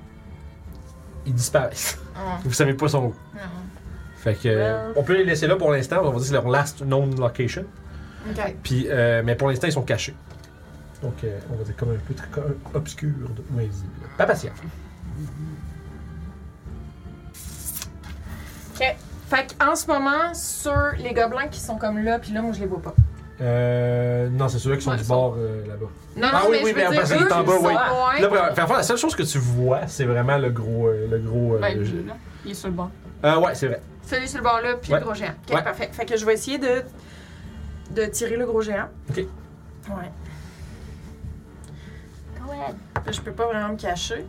Speaker 1: Ils disparaissent.
Speaker 2: Ah.
Speaker 1: Vous savez pas son.
Speaker 2: Ah.
Speaker 1: Fait que. euh,
Speaker 6: Well.
Speaker 1: On peut les laisser là pour l'instant. On va dire que c'est leur last known location.
Speaker 2: Ok.
Speaker 1: Puis, euh, mais pour l'instant, ils sont cachés. Donc, euh, on va dire comme un peu très- comme obscur, de- moins visible. Pas patient.
Speaker 5: Fait qu'en ce moment, sur les gobelins qui sont comme là, puis là, moi, je les vois pas.
Speaker 1: Euh, non, c'est ceux-là qui sont
Speaker 4: Ouais,
Speaker 1: du
Speaker 4: ils
Speaker 1: bord euh, là-bas.
Speaker 5: Non,
Speaker 1: Ah
Speaker 5: non,
Speaker 1: oui,
Speaker 5: mais
Speaker 1: oui,
Speaker 5: je veux
Speaker 1: mais
Speaker 5: dire,
Speaker 1: parce qu'il est
Speaker 5: eux,
Speaker 1: en
Speaker 5: ils
Speaker 1: bas,
Speaker 5: sont
Speaker 1: oui.
Speaker 5: loin.
Speaker 1: Là, ben, faire- faire la seule chose que tu vois, c'est vraiment le gros. euh, le gros euh,
Speaker 4: Ben,
Speaker 1: je-
Speaker 4: là, il est sur le bord.
Speaker 1: Euh, ouais, c'est vrai.
Speaker 5: Celui sur le bord là, puis
Speaker 1: Ouais.
Speaker 5: le gros géant. Ok,
Speaker 1: Ouais.
Speaker 5: parfait. Fait que je vais essayer de, de tirer le gros géant.
Speaker 1: Ok.
Speaker 5: Ouais. Là, je peux pas vraiment me cacher.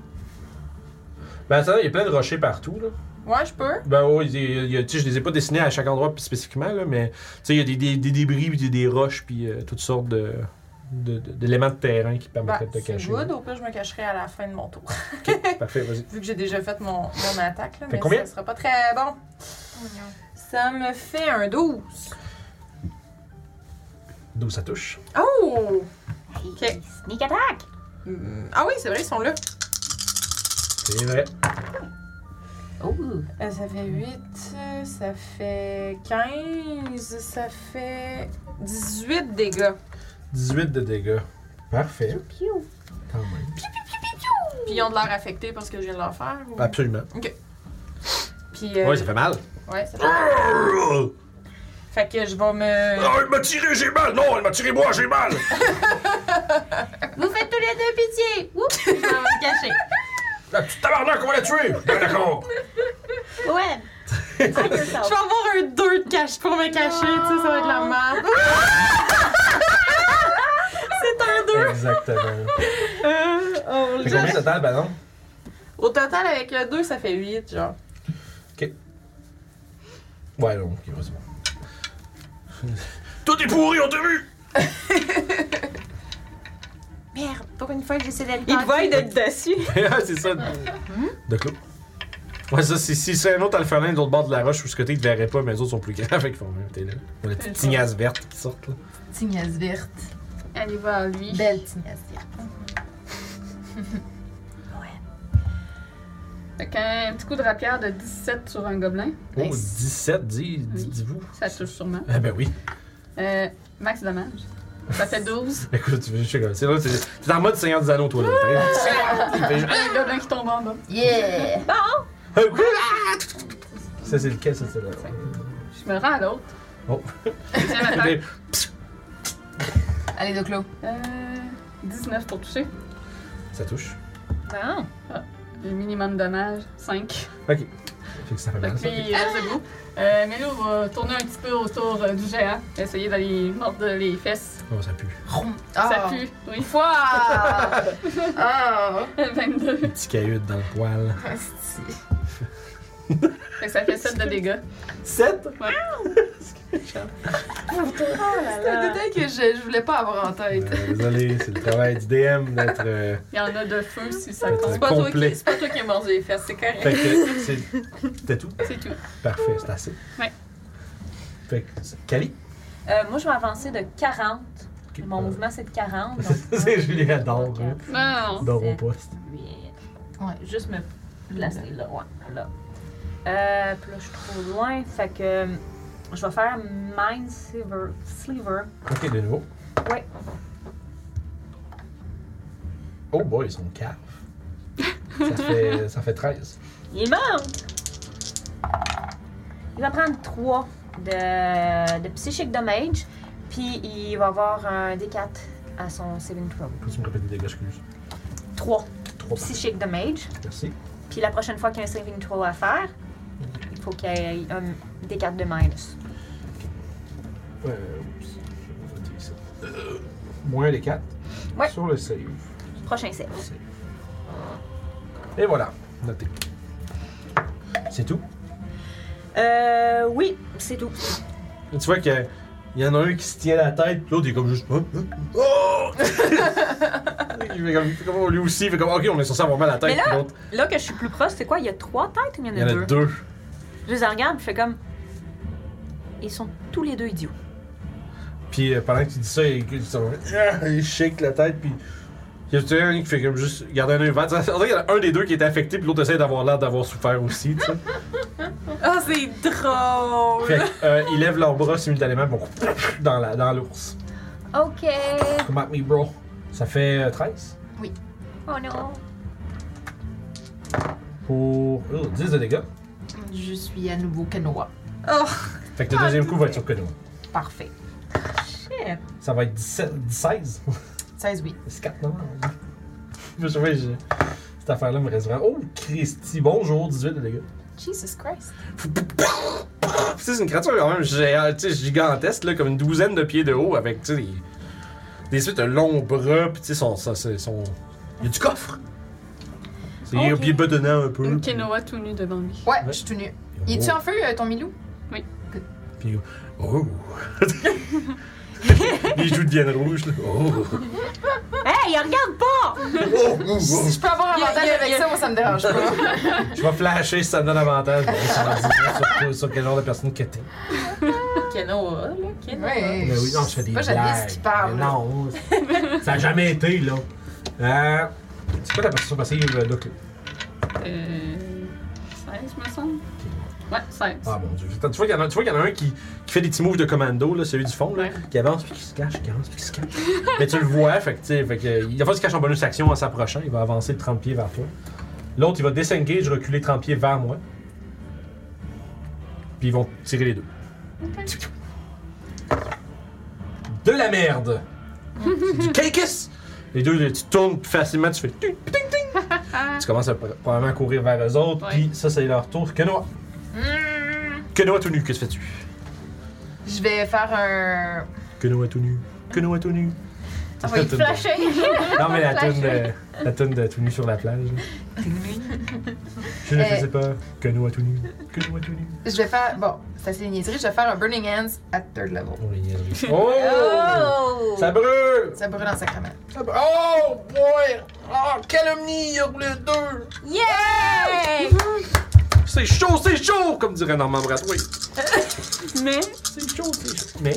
Speaker 1: Ben, attends, il y a plein de rochers partout, là.
Speaker 5: Ouais, je peux.
Speaker 1: Ben oui, il y a- il y a- tu sais, je les ai pas dessinés à chaque endroit spécifiquement, là, mais tu sais, il y a des, des- des débris, puis des, des roches, puis euh, toutes sortes de, de- de- d'éléments de terrain qui
Speaker 5: Bah,
Speaker 1: permettraient de te
Speaker 5: c'est
Speaker 1: cacher.
Speaker 5: good. Au pire, je me cacherai à la fin de mon tour.
Speaker 1: Parfait, vas-y.
Speaker 5: Vu que j'ai déjà fait mon, mon attaque, là,
Speaker 1: Fait
Speaker 5: mais
Speaker 1: combien?
Speaker 5: ça sera pas très bon. Ça me fait un 12.
Speaker 1: D'où ça touche.
Speaker 5: Oh!
Speaker 6: Ok. Sneak attack!
Speaker 5: Hum, Ah oui, c'est vrai, ils sont là.
Speaker 1: C'est vrai.
Speaker 6: Oh!
Speaker 5: Euh, ça fait 8, euh, ça fait 15, ça fait 18 dégâts.
Speaker 1: 18 de dégâts. Parfait.
Speaker 6: Piou!
Speaker 1: Quand même.
Speaker 5: Puis ils ont de l'air affectés parce que je viens de leur faire. ou-
Speaker 1: Absolument.
Speaker 5: Puis, euh,
Speaker 1: Ouais, ça fait mal.
Speaker 5: ouais, ça fait- Fait que je vais me.
Speaker 1: elle Ah, m'a tiré, j'ai mal! Non, elle m'a tiré moi, j'ai mal!
Speaker 6: Vous faites tous les deux pitié! Oups! Je vais me cacher.
Speaker 1: La petite tabarnak, on va la tuer! Ben d'accord!
Speaker 6: Ouais! Hide yourself.
Speaker 5: Je vais avoir un 2 de cache pour me cacher, tu sais, ça va être la merde.
Speaker 1: Exactement. Fait combien total, ben non?
Speaker 5: Au total, avec le 2, ça fait 8, genre.
Speaker 1: Ouais, non, ok, vas-y. Bon. Tout est pourri, on t'a vu!
Speaker 7: Merde, pour une fois, j'essaie d'aller
Speaker 5: Il va être dessus.
Speaker 1: Ah, c'est ça. De clos. Ouais, ça, si, si c'est un autre alphalin de l'autre bord de la roche ou ce côté, ils te verraient pas, mais les autres sont plus graves. Fait qu'ils font, t'es là. Ou la petite tignasse verte qui sort, là.
Speaker 2: Tignasse verte.
Speaker 4: Elle y va à lui.
Speaker 2: Belle tignasse verte.
Speaker 4: Fait qu'un petit coup de rapière de 17 sur un gobelin.
Speaker 1: Oh,
Speaker 2: Nice.
Speaker 1: 17, dis- dis-
Speaker 4: Oui.
Speaker 1: dis-vous.
Speaker 4: Ça touche sûrement.
Speaker 1: ah ben oui.
Speaker 4: Euh, max dommage. Ça fait 12.
Speaker 1: Écoute, tu veux juste comme. C'est là, t'es t'es en mode Seigneur des Anneaux, toi, là. T'arrives, il fait juste-
Speaker 4: Un gobelin qui tombe en bas.
Speaker 2: Yeah!
Speaker 1: Ah, oui, ah! Ça, c'est lequel, ça, c'est là?
Speaker 4: Je me rends à l'autre.
Speaker 1: Oh.
Speaker 4: Deuxième attaque.
Speaker 2: Allez, Doclo.
Speaker 4: Euh, 19 pour toucher.
Speaker 1: Ça touche.
Speaker 6: Non!
Speaker 4: Le minimum dommage, 5.
Speaker 1: Ok. Fait que ça fait
Speaker 4: Fait
Speaker 1: mal,
Speaker 4: que
Speaker 1: Ah, ça.
Speaker 4: lui, il reste debout. Euh, Melo va tourner un petit peu autour euh, du géant, essayer d'aller mordre les fesses.
Speaker 1: Oh, ça pue.
Speaker 4: Ça pue, oui.
Speaker 2: Ah! Ah!
Speaker 4: 22.
Speaker 1: Des petits cailloux dans le poil.
Speaker 4: Fait que ça fait 7 de dégâts.
Speaker 1: 7?
Speaker 2: C'est un détail que je, je voulais pas avoir en tête.
Speaker 1: Euh, désolé, c'est le travail du DM d'être. euh,
Speaker 4: Il y en a de feu si ça
Speaker 1: d'être
Speaker 4: compte.
Speaker 5: C'est pas, toi
Speaker 1: complet.
Speaker 5: qui- c'est pas toi qui es mordu les fesses, c'est correct.
Speaker 1: Fait que c'est. C'était tout.
Speaker 4: C'est tout.
Speaker 1: Parfait, c'est assez.
Speaker 4: Ouais.
Speaker 1: Fait que. c'est- Cali?
Speaker 6: Euh, moi, je vais avancer de 40.
Speaker 1: Ok.
Speaker 6: Mon
Speaker 1: Euh,
Speaker 6: mouvement, c'est de 40.
Speaker 1: C'est Julien adore, hein.
Speaker 2: Ah,
Speaker 4: Non,
Speaker 1: Dans mon poste.
Speaker 6: Ouais, juste me placer là, ouais, là. Euh, puis là, je suis trop loin, fait que euh, je vais faire Mind Sliver. Sliver.
Speaker 1: Ok, de nouveau.
Speaker 6: Ouais.
Speaker 1: Oh boy, ils sont caves. ça, fait, ça fait 13.
Speaker 6: Il monte! Il va prendre 3 de, de Psychic Damage, puis il va avoir un D4 à son saving throw.
Speaker 1: Peux tu me répéter des dégâts, excuse?
Speaker 6: 3
Speaker 1: 3 par.
Speaker 6: Psychic Damage,
Speaker 1: Merci.
Speaker 6: puis la prochaine fois qu'il y a un saving throw à faire, il faut qu'il y ait un D4 de minus.
Speaker 1: Euh, oups, je vais noter ici. Euh, Moins les 4.
Speaker 6: Ouais.
Speaker 1: Sur le save.
Speaker 6: Prochain save.
Speaker 1: Save. Et voilà, noté. C'est tout.
Speaker 6: Euh, oui, c'est tout.
Speaker 1: Tu vois que il y en a un qui se tient la tête, puis l'autre il est comme juste. Oh! oh! il fait comme, comme lui aussi, il fait comme ok, on est censé avoir mal à la tête,
Speaker 6: Mais là-
Speaker 1: puis l'autre.
Speaker 6: Là que je suis plus proche, c'est quoi Il y a trois têtes ou il y en
Speaker 1: Il
Speaker 6: a,
Speaker 1: y en a
Speaker 6: deux?
Speaker 1: deux.
Speaker 6: Je les regarde, je fais comme. Ils sont tous les deux idiots.
Speaker 1: Puis euh, pendant que tu dis ça, il, il, s'en va, Ah! il shake la tête, puis. Il y en a un qui fait comme juste. Il y en a un œil vert. En vrai, il y en a un des deux qui est affecté, puis l'autre essaie d'avoir l'air d'avoir souffert aussi, tu sais.
Speaker 5: Ah, c'est drôle!
Speaker 1: Fait que, euh, ils lèvent leurs bras simultanément pour dans la- dans l'ours.
Speaker 6: Ok.
Speaker 1: Come at me, bro. Ça fait euh, 13
Speaker 6: Oh non.
Speaker 1: pour oh, 10 de dégâts.
Speaker 2: Je suis à nouveau canoa.
Speaker 1: Fait que le deuxième coup va être sur Kono.
Speaker 2: Parfait.
Speaker 6: Shit.
Speaker 1: Ça va être 17, 16.
Speaker 2: 16, oui.
Speaker 1: C'est 4 non? Je sais pas, je- cette affaire-là me reste vraiment. Oh, Christy, bonjour, 18 de dégâts.
Speaker 2: Jesus Christ.
Speaker 1: Tu sais, C'est une créature quand même géante, tu sais, gigantesque, là, comme une douzaine de pieds de haut, avec tu sais, des, des suites de longs bras, puis tu sais, son, ça, c'est son. Il y a du coffre! C'est il est
Speaker 6: Ok.
Speaker 1: il est bedonnant un peu.
Speaker 4: Une
Speaker 1: puis-
Speaker 4: quinoa tout nu devant lui.
Speaker 2: Ouais,
Speaker 1: Ouais.
Speaker 2: je suis tout nu.
Speaker 1: Oh.
Speaker 2: Il est-tu en feu, euh, ton Milou?
Speaker 1: Puis, oh! Les joues deviennent rouges, là. Oh!
Speaker 6: Hey, regarde pas
Speaker 1: Oh! oh, oh.
Speaker 2: Si je peux avoir un
Speaker 5: y a-
Speaker 2: avantage
Speaker 5: y a-
Speaker 2: avec
Speaker 5: y a-
Speaker 2: ça, moi, ça me dérange pas.
Speaker 1: Je vais flasher si ça me donne avantage. Je vais savoir sur, sur quel genre de personne que t'es.
Speaker 5: Kenoa, là, Kenoa.
Speaker 2: Ouais.
Speaker 1: Ben oui, non, je fais des
Speaker 2: Moi, j'aime bien ce
Speaker 1: blagues.
Speaker 2: qu'il parle.
Speaker 1: Mais non, ça a jamais été, là. Euh, c'est quoi ta perception passive, euh, Doc?
Speaker 4: Euh. 16, me semble. Ouais, 16.
Speaker 1: Ah, mon Dieu. Attends, tu vois qu'il y en a, tu vois qu'il y en a un qui, qui fait des petits moves de commando, là, celui du fond, là,
Speaker 4: Ouais.
Speaker 1: qui avance, puis qui se cache, qui avance, puis qui se cache. Mais tu le vois, fait que, tu sais, fait que, il- des fois, il se cache en bonus action en s'approchant. Il va avancer de 30 pieds vers toi. L'autre, il va disengage, reculer 30 pieds vers moi. Puis ils vont tirer les deux. De la merde! C'est du cakes! Les deux, là, tu tournes puis facilement, tu fais ting, ting, ting. Tu commences à pr- probablement courir vers eux autres,
Speaker 4: Ouais.
Speaker 1: puis ça, c'est leur tour. Kenoa! Kenoa tout nu, qu'est-ce que fais-tu?
Speaker 2: Hmm. Je vais faire un.
Speaker 1: Kenoa tout nu, Kenoa tout nu.
Speaker 2: On va y
Speaker 1: C'est la toune
Speaker 2: flasher.
Speaker 1: de- Non, mais la toune, de, la toune de tout nu sur la plage. Je ne
Speaker 2: Euh.
Speaker 1: faisais pas Kenoa tout nu, Kenoa tout nu.
Speaker 2: Je vais faire. Bon, ça c'est une niaiserie. Je vais faire un Burning Hands at third level.
Speaker 1: Oh, les niaiseries. Oh! Ça brûle!
Speaker 2: Ça brûle en sacrament.
Speaker 1: Ça brûle. Oh, boy! Oh, calomnie, il y a roulé deux!
Speaker 5: Yeah!
Speaker 1: C'est chaud, c'est chaud! Comme dirait Normand Bratway.
Speaker 4: Mais.
Speaker 1: C'est chaud, c'est chaud. Mais.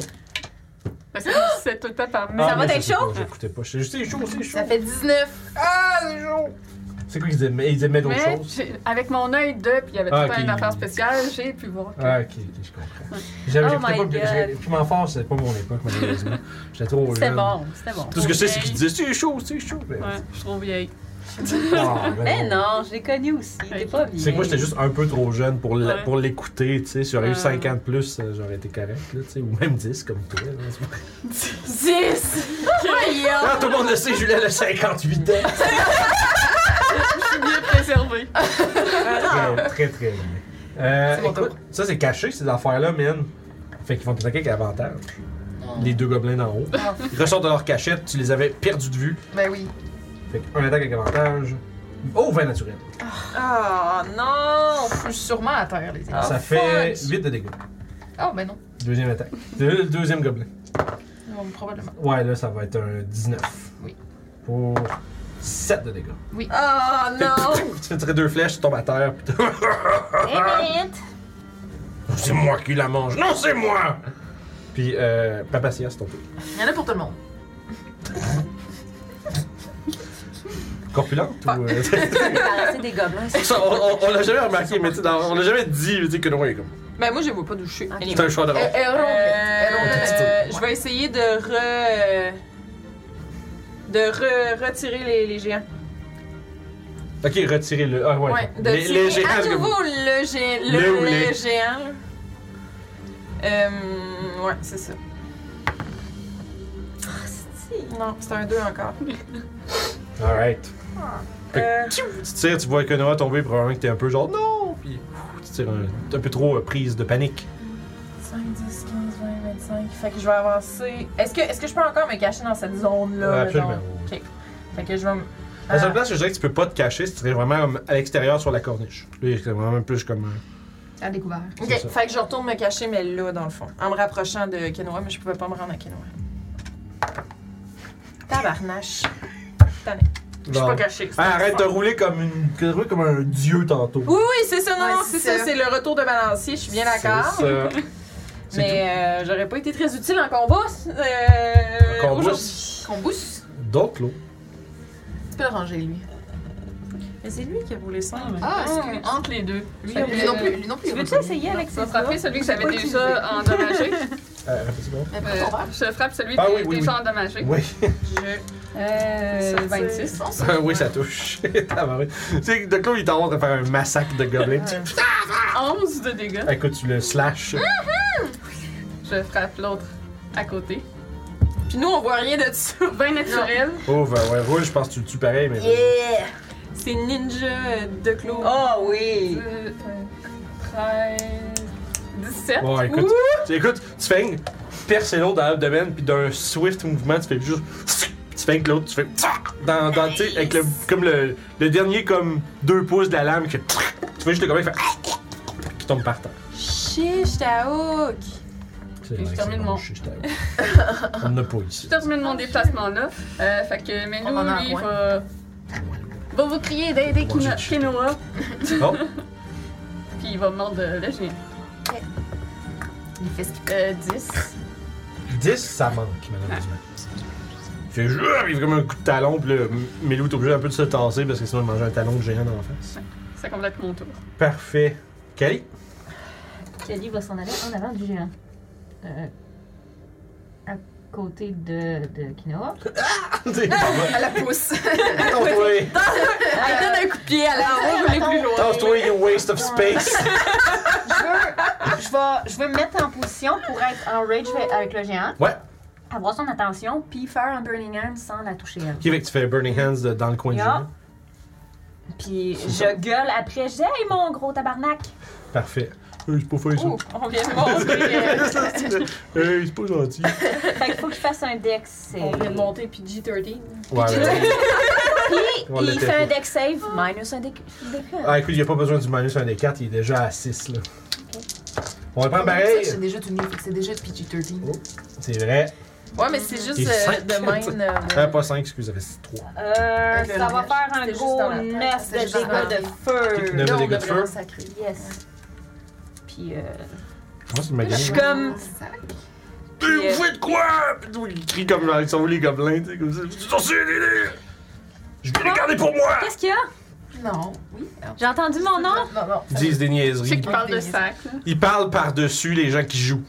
Speaker 4: Parce que c'est tout le temps par
Speaker 1: Ah,
Speaker 4: Ça va
Speaker 1: mais
Speaker 4: être
Speaker 1: c'est
Speaker 4: chaud?
Speaker 1: pas- J'écoutais pas. C'est juste, c'est chaud, c'est chaud.
Speaker 2: Ça fait 19.
Speaker 1: Ah, c'est chaud! C'est quoi qu'ils disaient? Mais Ils disaient mettre autre
Speaker 4: Mais
Speaker 1: chose?
Speaker 4: j'ai- avec mon œil de, puis il y avait tout
Speaker 1: Ah,
Speaker 4: le temps
Speaker 1: ok.
Speaker 4: une affaire spéciale, j'ai pu voir. que-
Speaker 1: Ah, ok, ok, je comprends. J'avais
Speaker 6: Oh
Speaker 1: j'écoutais
Speaker 6: my
Speaker 1: pas.
Speaker 6: God.
Speaker 1: j'ai- Piment fort, c'était pas mon époque, malheureusement. J'étais trop jeune.
Speaker 6: C'était bon, c'était bon.
Speaker 1: Ah, Tout ce que je sais, c'est qu'ils disaient c'est chaud, c'est chaud. Mais,
Speaker 4: Ouais, je suis trop vieille.
Speaker 1: Ah, ben
Speaker 6: Mais non, je l'ai connu aussi. T'es pas bien.
Speaker 1: C'est que moi, j'étais juste un peu trop jeune pour la-
Speaker 4: Ouais.
Speaker 1: pour l'écouter, tu sais. Si j'aurais eu
Speaker 4: Ouais.
Speaker 1: 5 ans de plus, euh, j'aurais été correct, là, tu sais. Ou même 10, comme toi. là, c'est pas-
Speaker 5: 10!
Speaker 1: Ah, tout le monde le sait, Julien a 58 ans.
Speaker 4: Bien préservée.
Speaker 1: très, très, très bien. Euh,
Speaker 2: Ah. C'est mon
Speaker 1: écoute,
Speaker 2: tour.
Speaker 1: ça, c'est caché, ces affaires-là, man. Fait qu'ils vont t'attaquer avec avantage. Les deux gobelins d'en haut.
Speaker 2: Ah.
Speaker 1: Ils ressortent de leur cachette, tu les avais perdus de vue.
Speaker 2: Ben oui.
Speaker 1: Fait qu'un attaque avec avantage. Oh, 20 naturel.
Speaker 5: Oh non!
Speaker 2: Je suis sûrement à terre, les gars.
Speaker 1: ça fait 8 de dégâts.
Speaker 2: Oh, ben non.
Speaker 1: Deuxième attaque. Deux- deuxième gobelin.
Speaker 2: Non, Probablement.
Speaker 1: Ouais, là, ça va être un 19.
Speaker 2: Oui.
Speaker 1: Pour 7 de dégâts.
Speaker 5: Oh non!
Speaker 1: Tu fais tirer deux flèches, tu tombes à terre, pis
Speaker 6: Eh,
Speaker 1: Ah!
Speaker 6: Émite.
Speaker 1: C'est moi qui la mange. Non, c'est moi! Puis, euh, Papa Sia, c'est ton tour.
Speaker 2: Il y en a pour tout le monde.
Speaker 1: Corpulente
Speaker 2: Ah.
Speaker 1: ou. euh,
Speaker 6: Débarrasser des gobelins. c'est-
Speaker 1: Ça, on, on- on l'a jamais remarqué, mais tu sais, dans- on l'a jamais dit, tu sais, que non, il est comme.
Speaker 5: Ben moi, je vois pas d'où je suis. Anyway.
Speaker 1: C'est un choix de
Speaker 2: Elle
Speaker 1: rôle.
Speaker 2: elle ronde. Elle ronde.
Speaker 5: Euh, je vais essayer de re... de re- retirer les, les géants.
Speaker 1: Ok, retirez-le. Ah, ouais.
Speaker 5: Ouais, de
Speaker 1: les,
Speaker 5: tirer
Speaker 1: les géants,
Speaker 5: à
Speaker 1: c'est comme-
Speaker 5: nouveau le, gé- le,
Speaker 1: Le ou
Speaker 5: le
Speaker 1: les.
Speaker 5: géant. là. Euh, ouais, c'est ça. Ah, Non, c'est un 2 encore.
Speaker 1: Alright.
Speaker 5: Euh,
Speaker 1: Tu tires, tu vois que Noah tomber, probablement que t'es un peu genre non, puis ouf, tu tires un, t'es un peu trop euh, prise de panique.
Speaker 5: 5, 10, 15, 20, 25. Fait que je vais avancer. Est-ce que, est-ce que je peux encore me cacher dans cette zone-là?
Speaker 1: Ouais,
Speaker 5: mettons?
Speaker 1: absolument.
Speaker 5: Ok. Fait que je vais me.
Speaker 1: À
Speaker 5: Ah.
Speaker 1: cette place, je dirais que tu peux pas te cacher, tu serais vraiment comme à l'extérieur sur la corniche. Là, c'est vraiment plus comme. euh,
Speaker 2: à découvert.
Speaker 5: Ok,
Speaker 1: C'est ça.
Speaker 5: fait que je retourne me cacher, mais là, dans le fond. En me rapprochant de Kenoa, mais je pouvais pas me rendre à Kenoa. Tabarnache. Je suis
Speaker 1: Bon.
Speaker 5: pas cachée. c'est
Speaker 8: Ah, arrête de
Speaker 5: fort.
Speaker 8: rouler comme, une, que- rouler comme un dieu tantôt.
Speaker 5: Oui, oui, c'est ça, non,
Speaker 2: Ouais,
Speaker 5: non,
Speaker 2: c'est
Speaker 5: c'est ça.
Speaker 2: ça.
Speaker 5: C'est le retour de Balancier, je suis bien d'accord.
Speaker 1: C'est ça. C'est
Speaker 5: Mais euh, j'aurais pas été très utile en combat. euh,
Speaker 1: tout. Qu'on
Speaker 5: aujourd'hui.
Speaker 1: bousse
Speaker 2: Qu'on bousse.
Speaker 1: D'autres l'eau.
Speaker 2: Tu peux le ranger, lui.
Speaker 5: Mais c'est lui qui a roulé ça. mais-
Speaker 2: Ah, excuse.
Speaker 4: Entre les deux.
Speaker 2: Lui,
Speaker 4: Fait
Speaker 2: lui
Speaker 4: que-
Speaker 2: non plus. Lui non plus.
Speaker 6: Tu veux-tu essayer avec
Speaker 4: Je
Speaker 6: ces
Speaker 4: vais
Speaker 6: doigts?
Speaker 4: frapper celui que j'avais
Speaker 2: Faut utiliser.
Speaker 4: déjà endommagé.
Speaker 1: Euh, répétez-moi.
Speaker 2: Mais
Speaker 4: Euh,
Speaker 2: prends ton verre.
Speaker 4: je frappe celui
Speaker 1: Ah
Speaker 4: qui
Speaker 1: oui,
Speaker 4: est
Speaker 1: oui,
Speaker 4: déjà endommagé.
Speaker 1: Oui.
Speaker 6: Euh,
Speaker 5: Ça, c'est-
Speaker 6: 26.
Speaker 1: Ah oui, ça touche. Tabarouette. tu sais, de quoi il t'en va de faire un massacre de gobelins. Tu-
Speaker 4: 11 de dégâts.
Speaker 1: Écoute, tu le slash.
Speaker 4: Je frappe l'autre à côté.
Speaker 5: Puis nous, on voit rien de ça.
Speaker 4: 20 naturel.
Speaker 1: Oh, ben, ouais, rouge, je pense que tu le tues pareil, mais.
Speaker 5: C'est Ninja euh, de Claude.
Speaker 6: Oh oui!
Speaker 4: Euh, euh, 13. 17.
Speaker 1: Bon, écoute, tu, écoute, tu fais percer l'autre dans l'abdomen, puis d'un swift mouvement, tu fais juste. Tu fais que l'autre, tu fais. Dans, dans, tu sais, avec le, comme le, le dernier, comme deux pouces de la lame, que, tu fais juste le gobelin qui fait. qui tombe par terre.
Speaker 5: Chiche, ta hook.
Speaker 4: Puis je termine mon-
Speaker 1: On n'a pas ici.
Speaker 4: Je termine mon déplacement là. Euh, fait que
Speaker 2: On en
Speaker 4: Melou,
Speaker 2: a
Speaker 4: lui,
Speaker 2: un.
Speaker 4: va, va vous crier d'aider
Speaker 1: Moi,
Speaker 4: Kino-
Speaker 1: j'ai-
Speaker 4: Kinoa.
Speaker 1: Oh.
Speaker 4: Puis il va mordre le géant.
Speaker 2: Il fait ce qu'il
Speaker 4: Euh, 10.
Speaker 1: 10, ça manque, malheureusement. Il fait juste, il fait comme un coup de talon, puis là, M- Melou est obligé un peu de se tasser parce que sinon il mangeait un talon de géant dans la face.
Speaker 4: Ça complète mon tour.
Speaker 1: Parfait. Kali?
Speaker 6: Kelly va s'en aller en avant du géant. Euh, à côté de, de Quinoa.
Speaker 1: T'es-
Speaker 2: fait. À la pousse.
Speaker 1: Tasse-toi!
Speaker 6: Ah,
Speaker 5: Elle donne un coup de pied à la roue, les plus loin.
Speaker 1: Tasse-toi, you waste of space!
Speaker 6: Je veux, je, vais, je veux me mettre en position pour être en rage avec- avec le géant.
Speaker 1: Ouais.
Speaker 6: Avoir son attention, puis faire un Burning Hand sans la toucher elle.
Speaker 1: Qui fait que tu fais Burning Hands de- dans le coin du
Speaker 6: Yeah.
Speaker 1: géant?
Speaker 6: Puis je gueule après, je dis Hey mon gros tabarnak!
Speaker 1: Parfait. Euh, c'est pas fait ça.
Speaker 5: Ouh, on vient de monter. euh,
Speaker 1: Euh, c'est pas gentil.
Speaker 6: Fait qu'il faut que je fasse un dex. save.
Speaker 5: on vient de monter PG-13.
Speaker 1: Ouais, ouais.
Speaker 6: Puis
Speaker 1: On l'a
Speaker 6: il
Speaker 1: tapé.
Speaker 6: fait un dex save, minus un dex.
Speaker 1: Ah, écoute, il a pas besoin du minus 1 des 4, il est déjà à 6 là. On va prendre pareil.
Speaker 2: C'est déjà tout nul, fait que c'est déjà de PG-13.
Speaker 1: Oh. C'est vrai.
Speaker 5: Ouais, mais c'est juste
Speaker 1: Et
Speaker 5: euh,
Speaker 1: cinq.
Speaker 5: de même.
Speaker 1: Ah,
Speaker 5: euh,
Speaker 1: pas 5, excusez, ça fait 3.
Speaker 6: Euh,
Speaker 2: Avec le
Speaker 6: ça va
Speaker 2: langage,
Speaker 6: faire un
Speaker 5: c'était juste
Speaker 6: gros
Speaker 5: dans la tête,
Speaker 6: mess de
Speaker 2: c'était juste dans la
Speaker 6: dégâts de
Speaker 2: tête.
Speaker 6: feu.
Speaker 1: Neuf
Speaker 2: Là, on
Speaker 1: dégâts
Speaker 2: a
Speaker 1: de feu.
Speaker 2: vraiment sacré.
Speaker 6: Yes. Puis euh,
Speaker 1: Moi, c'est une magasin.
Speaker 6: Je suis comme-
Speaker 1: Hey, Vous faites quoi? Puis tout, Il crie comme ils sont où les gobelins, tu sais, comme ça. Je suis censé aider! Je vais les garder pour
Speaker 5: Ah.
Speaker 1: moi!
Speaker 6: qu'est-ce qu'il y a?
Speaker 2: Non, oui. non.
Speaker 6: J'ai entendu mon nom?
Speaker 2: Non, non.
Speaker 1: Ils disent des
Speaker 4: Je sais
Speaker 1: niaiseries.
Speaker 4: qu'il parle de sac. là.
Speaker 1: Ils parlent par-dessus les gens qui jouent.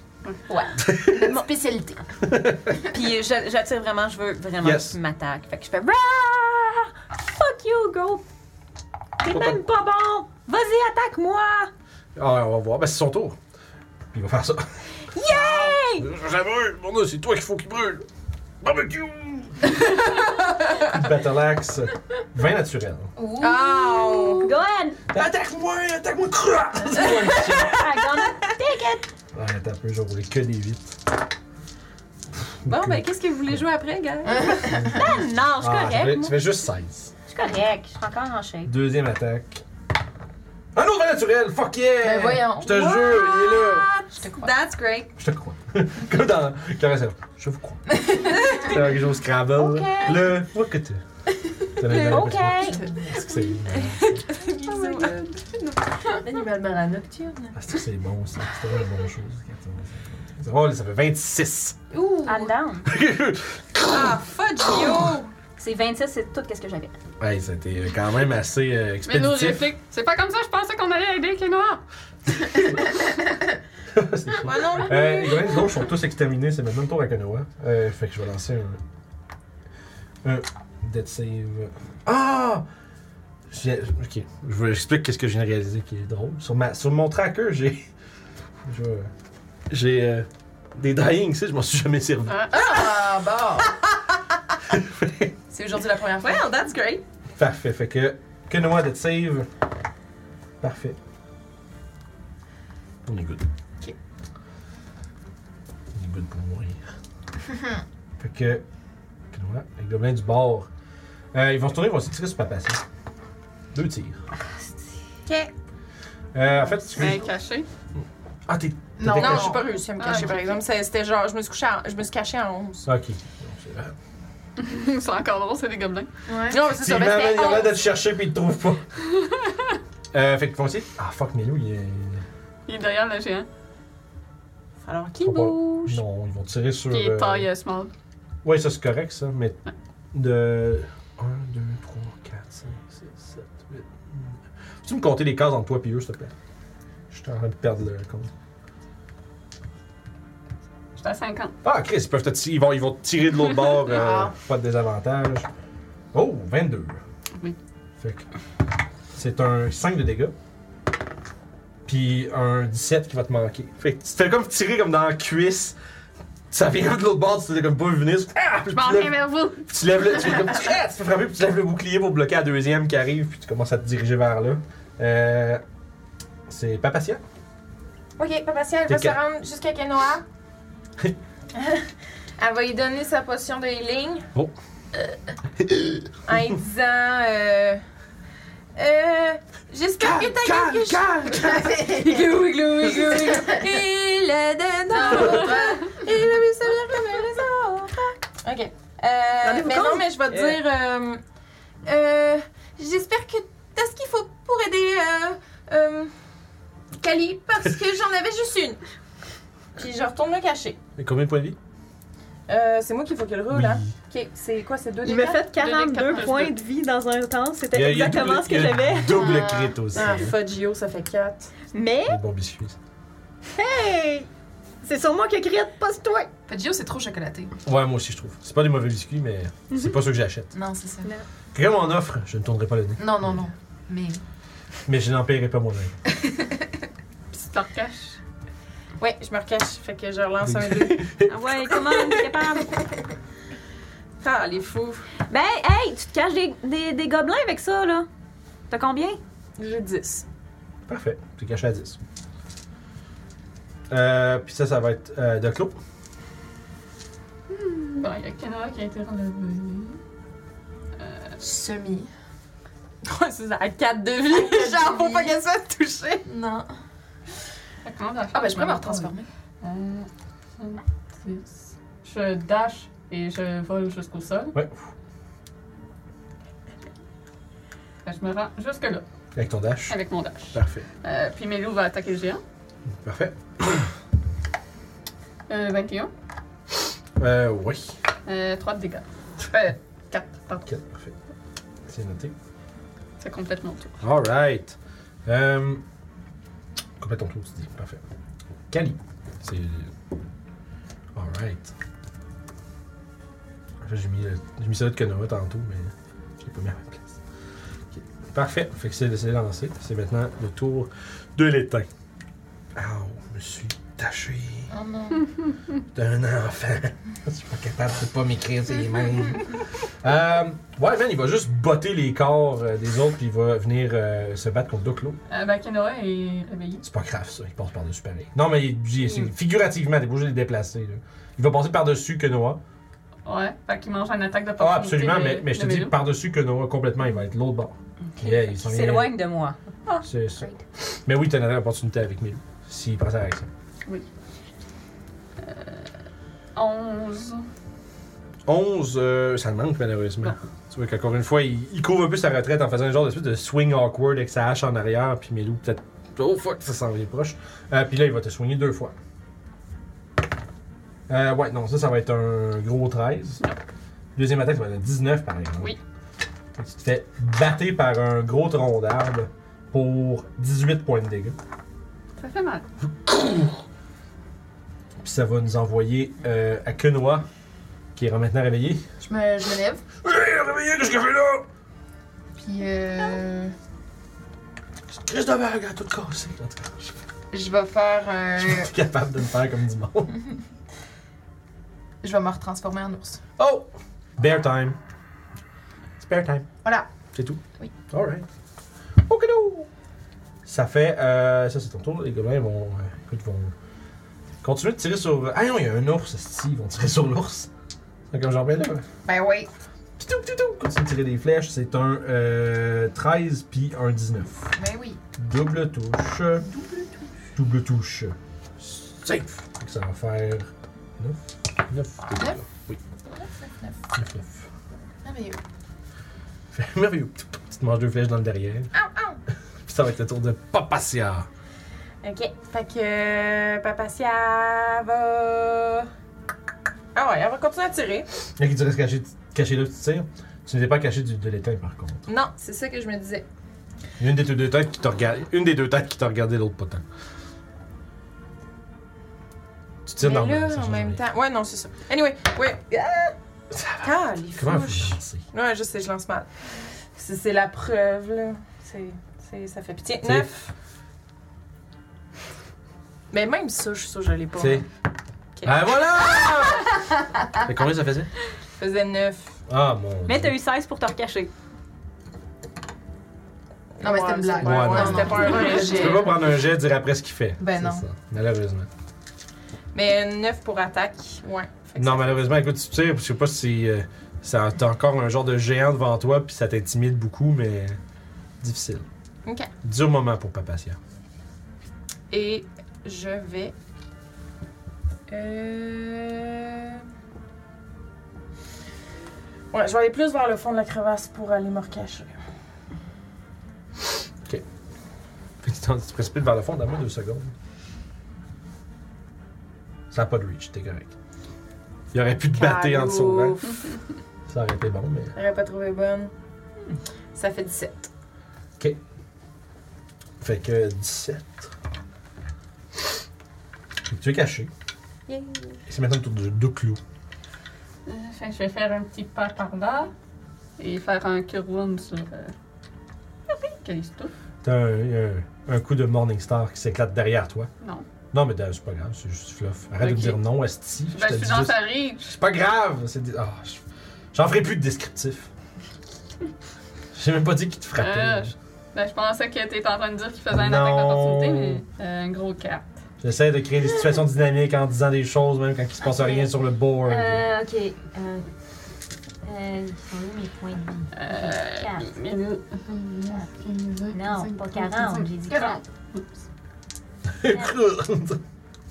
Speaker 2: Notre spécialité.
Speaker 5: Puis euh, j'a- j'attire vraiment, je veux vraiment
Speaker 1: Yes.
Speaker 5: qu'il m'attaque. Fait que je fais.
Speaker 6: Rah! Fuck you, gros! T'es même pas bon! Vas-y, attaque-moi!
Speaker 1: Ah, on va voir. Ben, c'est son tour. Il va faire ça.
Speaker 6: Yay!
Speaker 1: Ça brûle! Mon dieu, c'est toi qu'il faut qu'il brûle! Barbecue! Battle Axe, 20 naturel.
Speaker 5: Oh!
Speaker 6: Go ahead!
Speaker 1: Attaque-moi! Attaque-moi! Crouah!
Speaker 6: I gonna take it!
Speaker 1: Ah, attends un peu, j'ai roulé que des 8.
Speaker 5: Bon, ben, qu'est-ce que vous voulez jouer après, gars?
Speaker 6: Non, je suis
Speaker 1: Ah, tu fais-
Speaker 6: correct,
Speaker 1: tu
Speaker 6: moi.
Speaker 1: fais juste 16.
Speaker 6: Je suis correct, je suis encore en shape.
Speaker 1: Deuxième attaque. Un autre naturel! Fuck yeah!
Speaker 2: Ben voyons.
Speaker 1: Je te jure, il est là!
Speaker 2: Je te crois.
Speaker 5: That's great.
Speaker 1: Je te crois. Comme dans Caresse, je vous crois. C'est quelque chose Scrabble.
Speaker 6: Ok.
Speaker 1: Le Wakata.
Speaker 6: Ok!
Speaker 1: Est-ce que c'est
Speaker 6: L'animal marin nocturne.
Speaker 1: est-ce que c'est bon ça? C'est vraiment une bonne chose. C'est drôle, ça fait 26.
Speaker 5: Ouh!
Speaker 6: I'm down.
Speaker 5: Ah, fudge yo!
Speaker 6: C'est 26, c'est tout ce que j'avais.
Speaker 1: Ouais, c'était quand même assez euh,
Speaker 4: Mais nous,
Speaker 1: expéditif.
Speaker 4: réplique. C'est pas comme ça, je pensais qu'on allait aider Kinoa.
Speaker 1: C'est chiant.
Speaker 5: Moi non plus!
Speaker 1: Euh, les gobelins du gauche sont tous exterminés, c'est maintenant le tour à Kanoa. Euh, fait que je vais lancer un. Un. Dead Save. Ah! J'ai- Ok, je vous explique qu'est-ce que je viens de réaliser qui est drôle. Sur, ma, sur mon tracker, j'ai. je vais- J'ai. euh, des dying, tu sais, je m'en suis jamais servi.
Speaker 2: Ah, bon. C'est aujourd'hui la première fois.
Speaker 5: Well, that's great.
Speaker 1: Parfait, fait que. Kanoa Dead Save. Parfait. On est good.
Speaker 2: Ok.
Speaker 1: On est good pour mourir. fait que. Kanoa, les gobelins du bord. Euh, ils vont se tourner, ils vont se tirer sur Papa. Deux tirs.
Speaker 5: Ok.
Speaker 1: Euh, en fait, excuse-
Speaker 4: Mais Ben, caché.
Speaker 1: Ah, t'es.
Speaker 2: Non,
Speaker 1: t'étais
Speaker 2: non,
Speaker 5: Non,
Speaker 1: caché.
Speaker 5: j'ai pas réussi à me
Speaker 4: Ah,
Speaker 5: cacher,
Speaker 4: ok,
Speaker 5: par
Speaker 4: ok.
Speaker 5: exemple. Ça, C'était genre, je me suis couchée à- je me suis cachée à 11.
Speaker 1: Ah, Ok. Donc,
Speaker 4: c'est encore drôle, c'est des gobelins.
Speaker 5: Non, mais
Speaker 1: Si
Speaker 5: c'est ça,
Speaker 1: il
Speaker 5: mais c'était
Speaker 1: a l'air
Speaker 5: 11.
Speaker 1: de te chercher puis il te trouve pas. euh, fait que faut essayer. Ah fuck, Mélou, il est.
Speaker 4: Il est derrière le géant.
Speaker 5: Alors, qui
Speaker 1: Faut pas-
Speaker 5: bouge?
Speaker 1: Non, ils vont tirer sur.
Speaker 4: Puis il
Speaker 1: euh,
Speaker 4: est taille euh, small.
Speaker 1: Ouais, ça c'est correct ça, mais. De. 1, 2, 3, 4, 5, 6, 7, 8. Peux-tu me compter les cases entre toi et eux, s'il te plaît? Je suis en train de perdre le compte.
Speaker 4: J'étais à 50.
Speaker 1: Ah, Chris, ils peuvent te tirer. Ils vont, ils vont te tirer de l'autre bord. euh,
Speaker 2: Ah.
Speaker 1: Pas de désavantage. Oh, 22.
Speaker 4: Oui.
Speaker 1: Fait que c'est un 5 de dégâts. Puis un 17 qui va te manquer. Fait que tu te fais comme tirer comme dans la cuisse. Ça vient de l'autre bord, tu t'es comme pas vu venir. Ah! Puis
Speaker 4: Je m'en
Speaker 1: tu lèves-
Speaker 4: viens vers vous.
Speaker 1: puis tu lèves le, tu fais comme, ah, tu fais frapper, puis tu lèves le bouclier pour bloquer la deuxième qui arrive, puis tu commences à te diriger vers là. Euh, c'est pas patient.
Speaker 5: Ok, Papa Ciel
Speaker 1: T'es
Speaker 5: va se
Speaker 1: ca-
Speaker 5: rendre jusqu'à Kenoa. Elle va lui donner sa potion de healing.
Speaker 1: Oh.
Speaker 5: en lui disant. Euh, euh, J'espère que t'as quelque chose. Igloo, igloo, igloo, igloo. Il est des nôtres. Il veut mieux servir comme les autres. Ok. Euh,
Speaker 3: Rendez-vous
Speaker 5: mais
Speaker 3: compte?
Speaker 5: non, mais je vais te dire. euh, euh, J'espère que t'as ce qu'il faut pour aider euh, euh, Kali parce que j'en avais juste une. Puis je retourne me cacher.
Speaker 1: Et combien de points de vie?
Speaker 5: Euh, c'est moi qu'il faut qu'elle roule,
Speaker 1: Oui.
Speaker 5: hein? Ok, c'est quoi, c'est deux des
Speaker 3: Il m'a
Speaker 5: quatre?
Speaker 3: fait 42 points de vie dans un temps.
Speaker 1: Il y a-
Speaker 3: C'était
Speaker 1: il y a
Speaker 3: exactement
Speaker 1: double-
Speaker 3: ce que
Speaker 1: il y a
Speaker 3: j'avais.
Speaker 1: Double
Speaker 2: Ah.
Speaker 1: crit aussi. hein.
Speaker 5: Ah, Fudgio, ça fait quatre.
Speaker 3: Mais,
Speaker 1: Des bons biscuits.
Speaker 3: hey! C'est sur moi que crit, pas sur toi!
Speaker 2: Fudgio, c'est trop chocolaté.
Speaker 1: Ouais, moi aussi, je trouve. C'est pas des mauvais biscuits, mais c'est pas ceux que j'achète.
Speaker 2: Non, c'est ça.
Speaker 1: Quelqu'un m'en offre, je ne tournerai pas le nez.
Speaker 2: Non, non, non. Mais
Speaker 1: Mais je n'en paierai pas moi-même.
Speaker 4: Puis tu te recaches.
Speaker 5: Ouais, je me recache, fait que je relance un deux.
Speaker 6: Ah ouais, comment on est capable?
Speaker 5: Ah, les fous.
Speaker 6: Ben, hey, tu te caches des, des, des gobelins avec ça, là. T'as combien?
Speaker 5: J'ai 10.
Speaker 1: Parfait, c'est caché à 10. Euh, puis ça, ça va être euh, de clos.
Speaker 4: Bon, il y a Kenora qui a été relevé.
Speaker 2: semi.
Speaker 5: c'est ça, à 4 de vie. Genre, faut pas qu'elle soit touchée.
Speaker 2: Non.
Speaker 4: Fait que comment on va faire?
Speaker 2: Ah, ben je pourrais me retransformer.
Speaker 4: Euh, cinq, six. Je dash et je vole jusqu'au sol.
Speaker 1: Ouais.
Speaker 4: Fait que Ben, je me rends jusque-là
Speaker 1: Avec ton dash.
Speaker 4: avec mon dash.
Speaker 1: Parfait.
Speaker 4: Euh, puis Melou va attaquer le géant.
Speaker 1: Parfait.
Speaker 4: Euh, 21.
Speaker 1: Euh, oui.
Speaker 4: Euh, 3 de dégâts. Euh, 4, pardon.
Speaker 1: Ok, parfait. C'est noté.
Speaker 4: C'est complètement tout.
Speaker 1: Alright. Euh, complète ton tour, tu dis. Parfait. Cali. C'est. Alright. En fait, j'ai mis, le- j'ai mis ça de Konoha tantôt, mais je l'ai pas mis à ma place. Ok. Parfait. Fait que c'est laissé lancer. C'est maintenant le tour de l'étain. Ow, je me suis taché
Speaker 5: Ah,
Speaker 2: Oh non.
Speaker 1: d'un enfant. Je suis pas capable de pas m'écrire c'est les mêmes. Euh, ouais, man, il va juste botter les corps euh, des autres, puis il va venir euh, se battre contre Doclo.
Speaker 4: Euh, ben, Kenora est réveillée.
Speaker 1: C'est pas grave, ça. Il passe par-dessus pareil. Non, mais il, il- c'est figurativement, t'es pas obligé de le déplacer. là. Il va passer par-dessus que Noah.
Speaker 4: Ouais, fait qu'il mange une attaque de
Speaker 1: Ah, absolument, mais, mais je te dis par-dessus que Noah complètement, il va être l'autre bord. Yeah, il s'en
Speaker 6: Il
Speaker 1: vient-
Speaker 6: s'éloigne de moi.
Speaker 1: C'est ça. Mais oui, t'as une opportunité avec Milou, s'il prend sa réaction.
Speaker 4: 11.
Speaker 1: 11, euh, ça le manque malheureusement. Tu vois qu'encore une fois, il, il couvre un peu sa retraite en faisant un genre d'espèce de swing awkward avec sa hache en arrière, puis Melou peut-être. Oh fuck, ça s'en vient proche. Euh, puis là, il va te soigner deux fois. Euh, ouais, non, ça, ça va être un gros 13. Deuxième attaque, ça va être un 19 par exemple.
Speaker 4: Oui.
Speaker 1: Fait que Tu te fais battre par un gros tronc d'arbre pour 18 points de dégâts.
Speaker 4: Ça fait mal.
Speaker 1: Puis ça va nous envoyer euh, à Quenoa, qui est maintenant réveillé.
Speaker 2: Je me, je me lève,
Speaker 1: Hey, réveillé, qu'est-ce que je fais là?
Speaker 2: puis euh,
Speaker 1: Chris de bague à tout casser. En tout cas, je suis
Speaker 2: je vais faire un.
Speaker 1: pas capable de me faire comme du monde.
Speaker 2: Je vais me retransformer en ours.
Speaker 1: Oh! Bear time. C'est bear time.
Speaker 2: Voilà.
Speaker 1: C'est tout.
Speaker 2: Oui.
Speaker 1: Alright. Ok, no. Ça fait. Euh, ça, c'est ton tour. Les gobelins vont. euh, écoute, ils vont. Continuer de tirer sur. Ah non, il y a un ours, esti, Ils vont tirer sur l'ours. C'est comme genre, ben là.
Speaker 2: Ben oui.
Speaker 1: Puis tout, tout, tout. Continue de tirer des flèches. C'est un euh, 13 puis un 19.
Speaker 2: Ben oui.
Speaker 1: Double touche. Double touche. Safe. Fait que Ça va faire 9. 9.
Speaker 2: Neuf?
Speaker 1: Oui.
Speaker 2: neuf.
Speaker 1: 9, 9.
Speaker 5: Ah,
Speaker 2: Merveilleux.
Speaker 1: Merveilleux. Tu te manges deux flèches dans le derrière. Puis ça va être le tour de Papacia.
Speaker 5: Ok. Fait que euh, Papacia va. Ah ouais, elle va continuer à tirer.
Speaker 1: Il y en a qui dirait se cacher, cacher là, tu tires. Tu n'étais pas caché du- de l'étain, par contre.
Speaker 5: Non, c'est ça que je me disais.
Speaker 1: Il y a une des deux, deux têtes qui te regarde. Une des deux têtes qui t'a regardé, l'autre pas tant. Tu tires
Speaker 5: Mais
Speaker 1: dans
Speaker 5: là, en même temps. Ouais, non, c'est ça. Anyway, ouais. Ah, les
Speaker 1: Comment
Speaker 5: fouches.
Speaker 1: vous lancez?
Speaker 5: Ouais, je sais, je lance mal. C'est c'est la preuve, là. C'est, c'est- ça fait pitié.
Speaker 1: Tu sais,
Speaker 5: Neuf. Mais même ça, je suis sûre que je l'ai pas.
Speaker 1: tu sais. Ah voilà! fait combien ça faisait?
Speaker 5: Je faisais neuf.
Speaker 1: Ah mon
Speaker 6: Mais
Speaker 1: dieu.
Speaker 6: t'as eu 16 pour te recacher.
Speaker 2: Non, mais c'était une
Speaker 5: Ouais,
Speaker 2: blague.
Speaker 1: ouais,
Speaker 2: non,
Speaker 1: non,
Speaker 5: c'était
Speaker 2: non.
Speaker 5: pas un vrai
Speaker 1: Tu peux
Speaker 5: jet.
Speaker 1: pas prendre un jet et dire après ce qu'il fait.
Speaker 2: Ben
Speaker 1: C'est
Speaker 2: non.
Speaker 1: ça, Malheureusement.
Speaker 5: Mais neuf pour attaque, ouais. Fait que
Speaker 1: Non,
Speaker 5: ça-
Speaker 1: malheureusement, écoute, tu tires, je sais pas si euh, ça t'as encore un genre de géant devant toi, puis ça t'intimide beaucoup, mais difficile.
Speaker 5: Ok.
Speaker 1: Dur moment pour Papacia.
Speaker 5: Et je vais. Euh. Ouais, je vais aller plus vers le fond de la crevasse pour aller me recacher.
Speaker 1: Fait que tu t'en- tu te précipites vers le fond, donne-moi deux secondes. Ça n'a pas de reach, t'es correct. Il aurait pu te battre en hein? te sauvant. Ça aurait été bon, mais.
Speaker 5: Ah, J'aurais pas trouvé bonne. Ça fait 17.
Speaker 1: Fait que 17. Fait que tu es caché.
Speaker 6: Yay.
Speaker 1: Et c'est maintenant le tour de Douclou.
Speaker 4: Euh, fait que je vais faire un petit pas par là et faire un curwound sur. Euh... Calisto.
Speaker 1: T'as un, un- un coup de Morningstar qui s'éclate derrière toi.
Speaker 4: Non.
Speaker 1: Non, mais d'ailleurs, c'est pas grave, c'est juste fluff. Arrête de
Speaker 4: Ok.
Speaker 1: me dire non, Esti.
Speaker 4: Ben, je
Speaker 1: te
Speaker 4: suis
Speaker 1: dis
Speaker 4: dans
Speaker 1: juste-
Speaker 4: sa reach.
Speaker 1: C'est pas grave! c'est des- ah, je- J'en ferai plus de descriptif. J'ai même pas dit qu'il te frappait.
Speaker 4: Euh, Ben, je pensais que t'étais en train de dire qu'il faisait une attaque
Speaker 1: Non.
Speaker 4: d'opportunité, mais euh, un gros 4.
Speaker 1: J'essaie de créer des situations dynamiques en disant des choses, même quand il se passe rien sur le board.
Speaker 6: Euh, ok. Euh, euh, ils sont où mes points de vie?
Speaker 4: Euh,
Speaker 6: Quatre.
Speaker 4: mais nous,
Speaker 6: Non, pas 40, j'ai dit 40.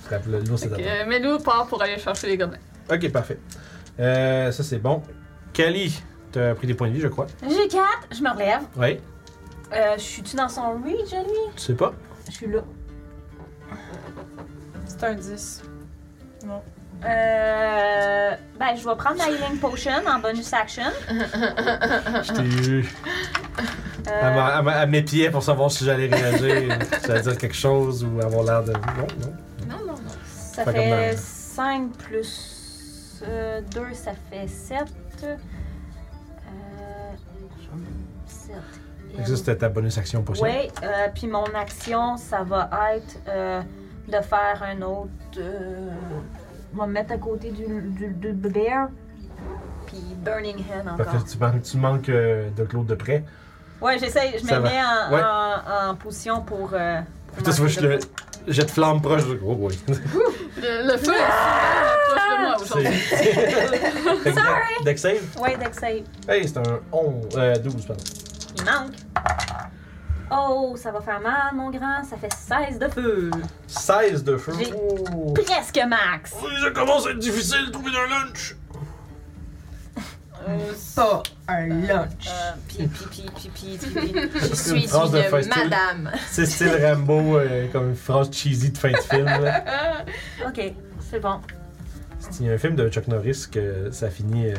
Speaker 1: Frappe le lourd, c'est
Speaker 4: fait que,
Speaker 1: d'abord.
Speaker 4: euh, Melou part pour aller chercher les gobelins.
Speaker 1: Ok, parfait. Euh, ça, c'est bon. Kali, t'as pris des points de vie, je crois.
Speaker 6: J'ai 4, je me relève.
Speaker 1: Oui,
Speaker 6: Euh, je suis-tu dans son reach, à lui?
Speaker 1: tu sais pas.
Speaker 6: Je suis là.
Speaker 5: C'est un 10.
Speaker 6: Euh, ben, je vais prendre la healing potion en bonus action.
Speaker 4: Euh,
Speaker 1: Je t'ai eu. Elle
Speaker 6: Euh,
Speaker 1: m'a- elle m'a- elle m'épiait pour savoir si j'allais réagir, si j'allais dire quelque chose ou avoir l'air de. Non, non.
Speaker 2: Non, non, non.
Speaker 6: ça
Speaker 1: pas comme
Speaker 6: fait
Speaker 1: dans-
Speaker 6: 5 plus 2, ça fait 7. Euh, 7.
Speaker 1: Fait que ça, c'était ta bonus action pour ça.
Speaker 6: Oui, euh, puis mon action, ça va être euh, de faire un autre. euh, je vais me mettre à côté du, du, du bear. Puis Burning Hand
Speaker 1: Parce
Speaker 6: encore.
Speaker 1: que tu manques, tu manques euh, de Claude de près.
Speaker 6: Ouais, j'essaie, je
Speaker 1: Ça
Speaker 6: me
Speaker 1: va.
Speaker 6: mets en,
Speaker 1: Ouais.
Speaker 6: en- en position pour. euh, pour
Speaker 1: Putain, tu vois,
Speaker 6: manquer
Speaker 1: je
Speaker 6: de-
Speaker 1: le jet de flamme proche de. Oh boy.
Speaker 4: Le, le feu est proche de moi
Speaker 1: C'est.
Speaker 4: aujourd'hui.
Speaker 1: Fait que deck- Deck save.
Speaker 6: Ouais, deck save.
Speaker 1: Hey, c'est un 11. Euh, 12, pardon.
Speaker 6: Il manque. Oh, ça va faire mal, mon grand. Ça fait 16 de feu.
Speaker 1: 16 de feu.
Speaker 6: J'ai-
Speaker 1: Oh.
Speaker 6: Presque max.
Speaker 1: Oui, ça commence à être difficile de trouver un lunch.
Speaker 2: Pas un lunch.
Speaker 5: Euh, pi, pi, pi, pi, pi, pi, pi.
Speaker 1: Je
Speaker 5: suis une madame.
Speaker 1: C'est style Rambo, euh, comme une phrase cheesy de fin de film. là.
Speaker 6: Ok, c'est bon.
Speaker 1: C'est un film de Chuck Norris que ça finit euh,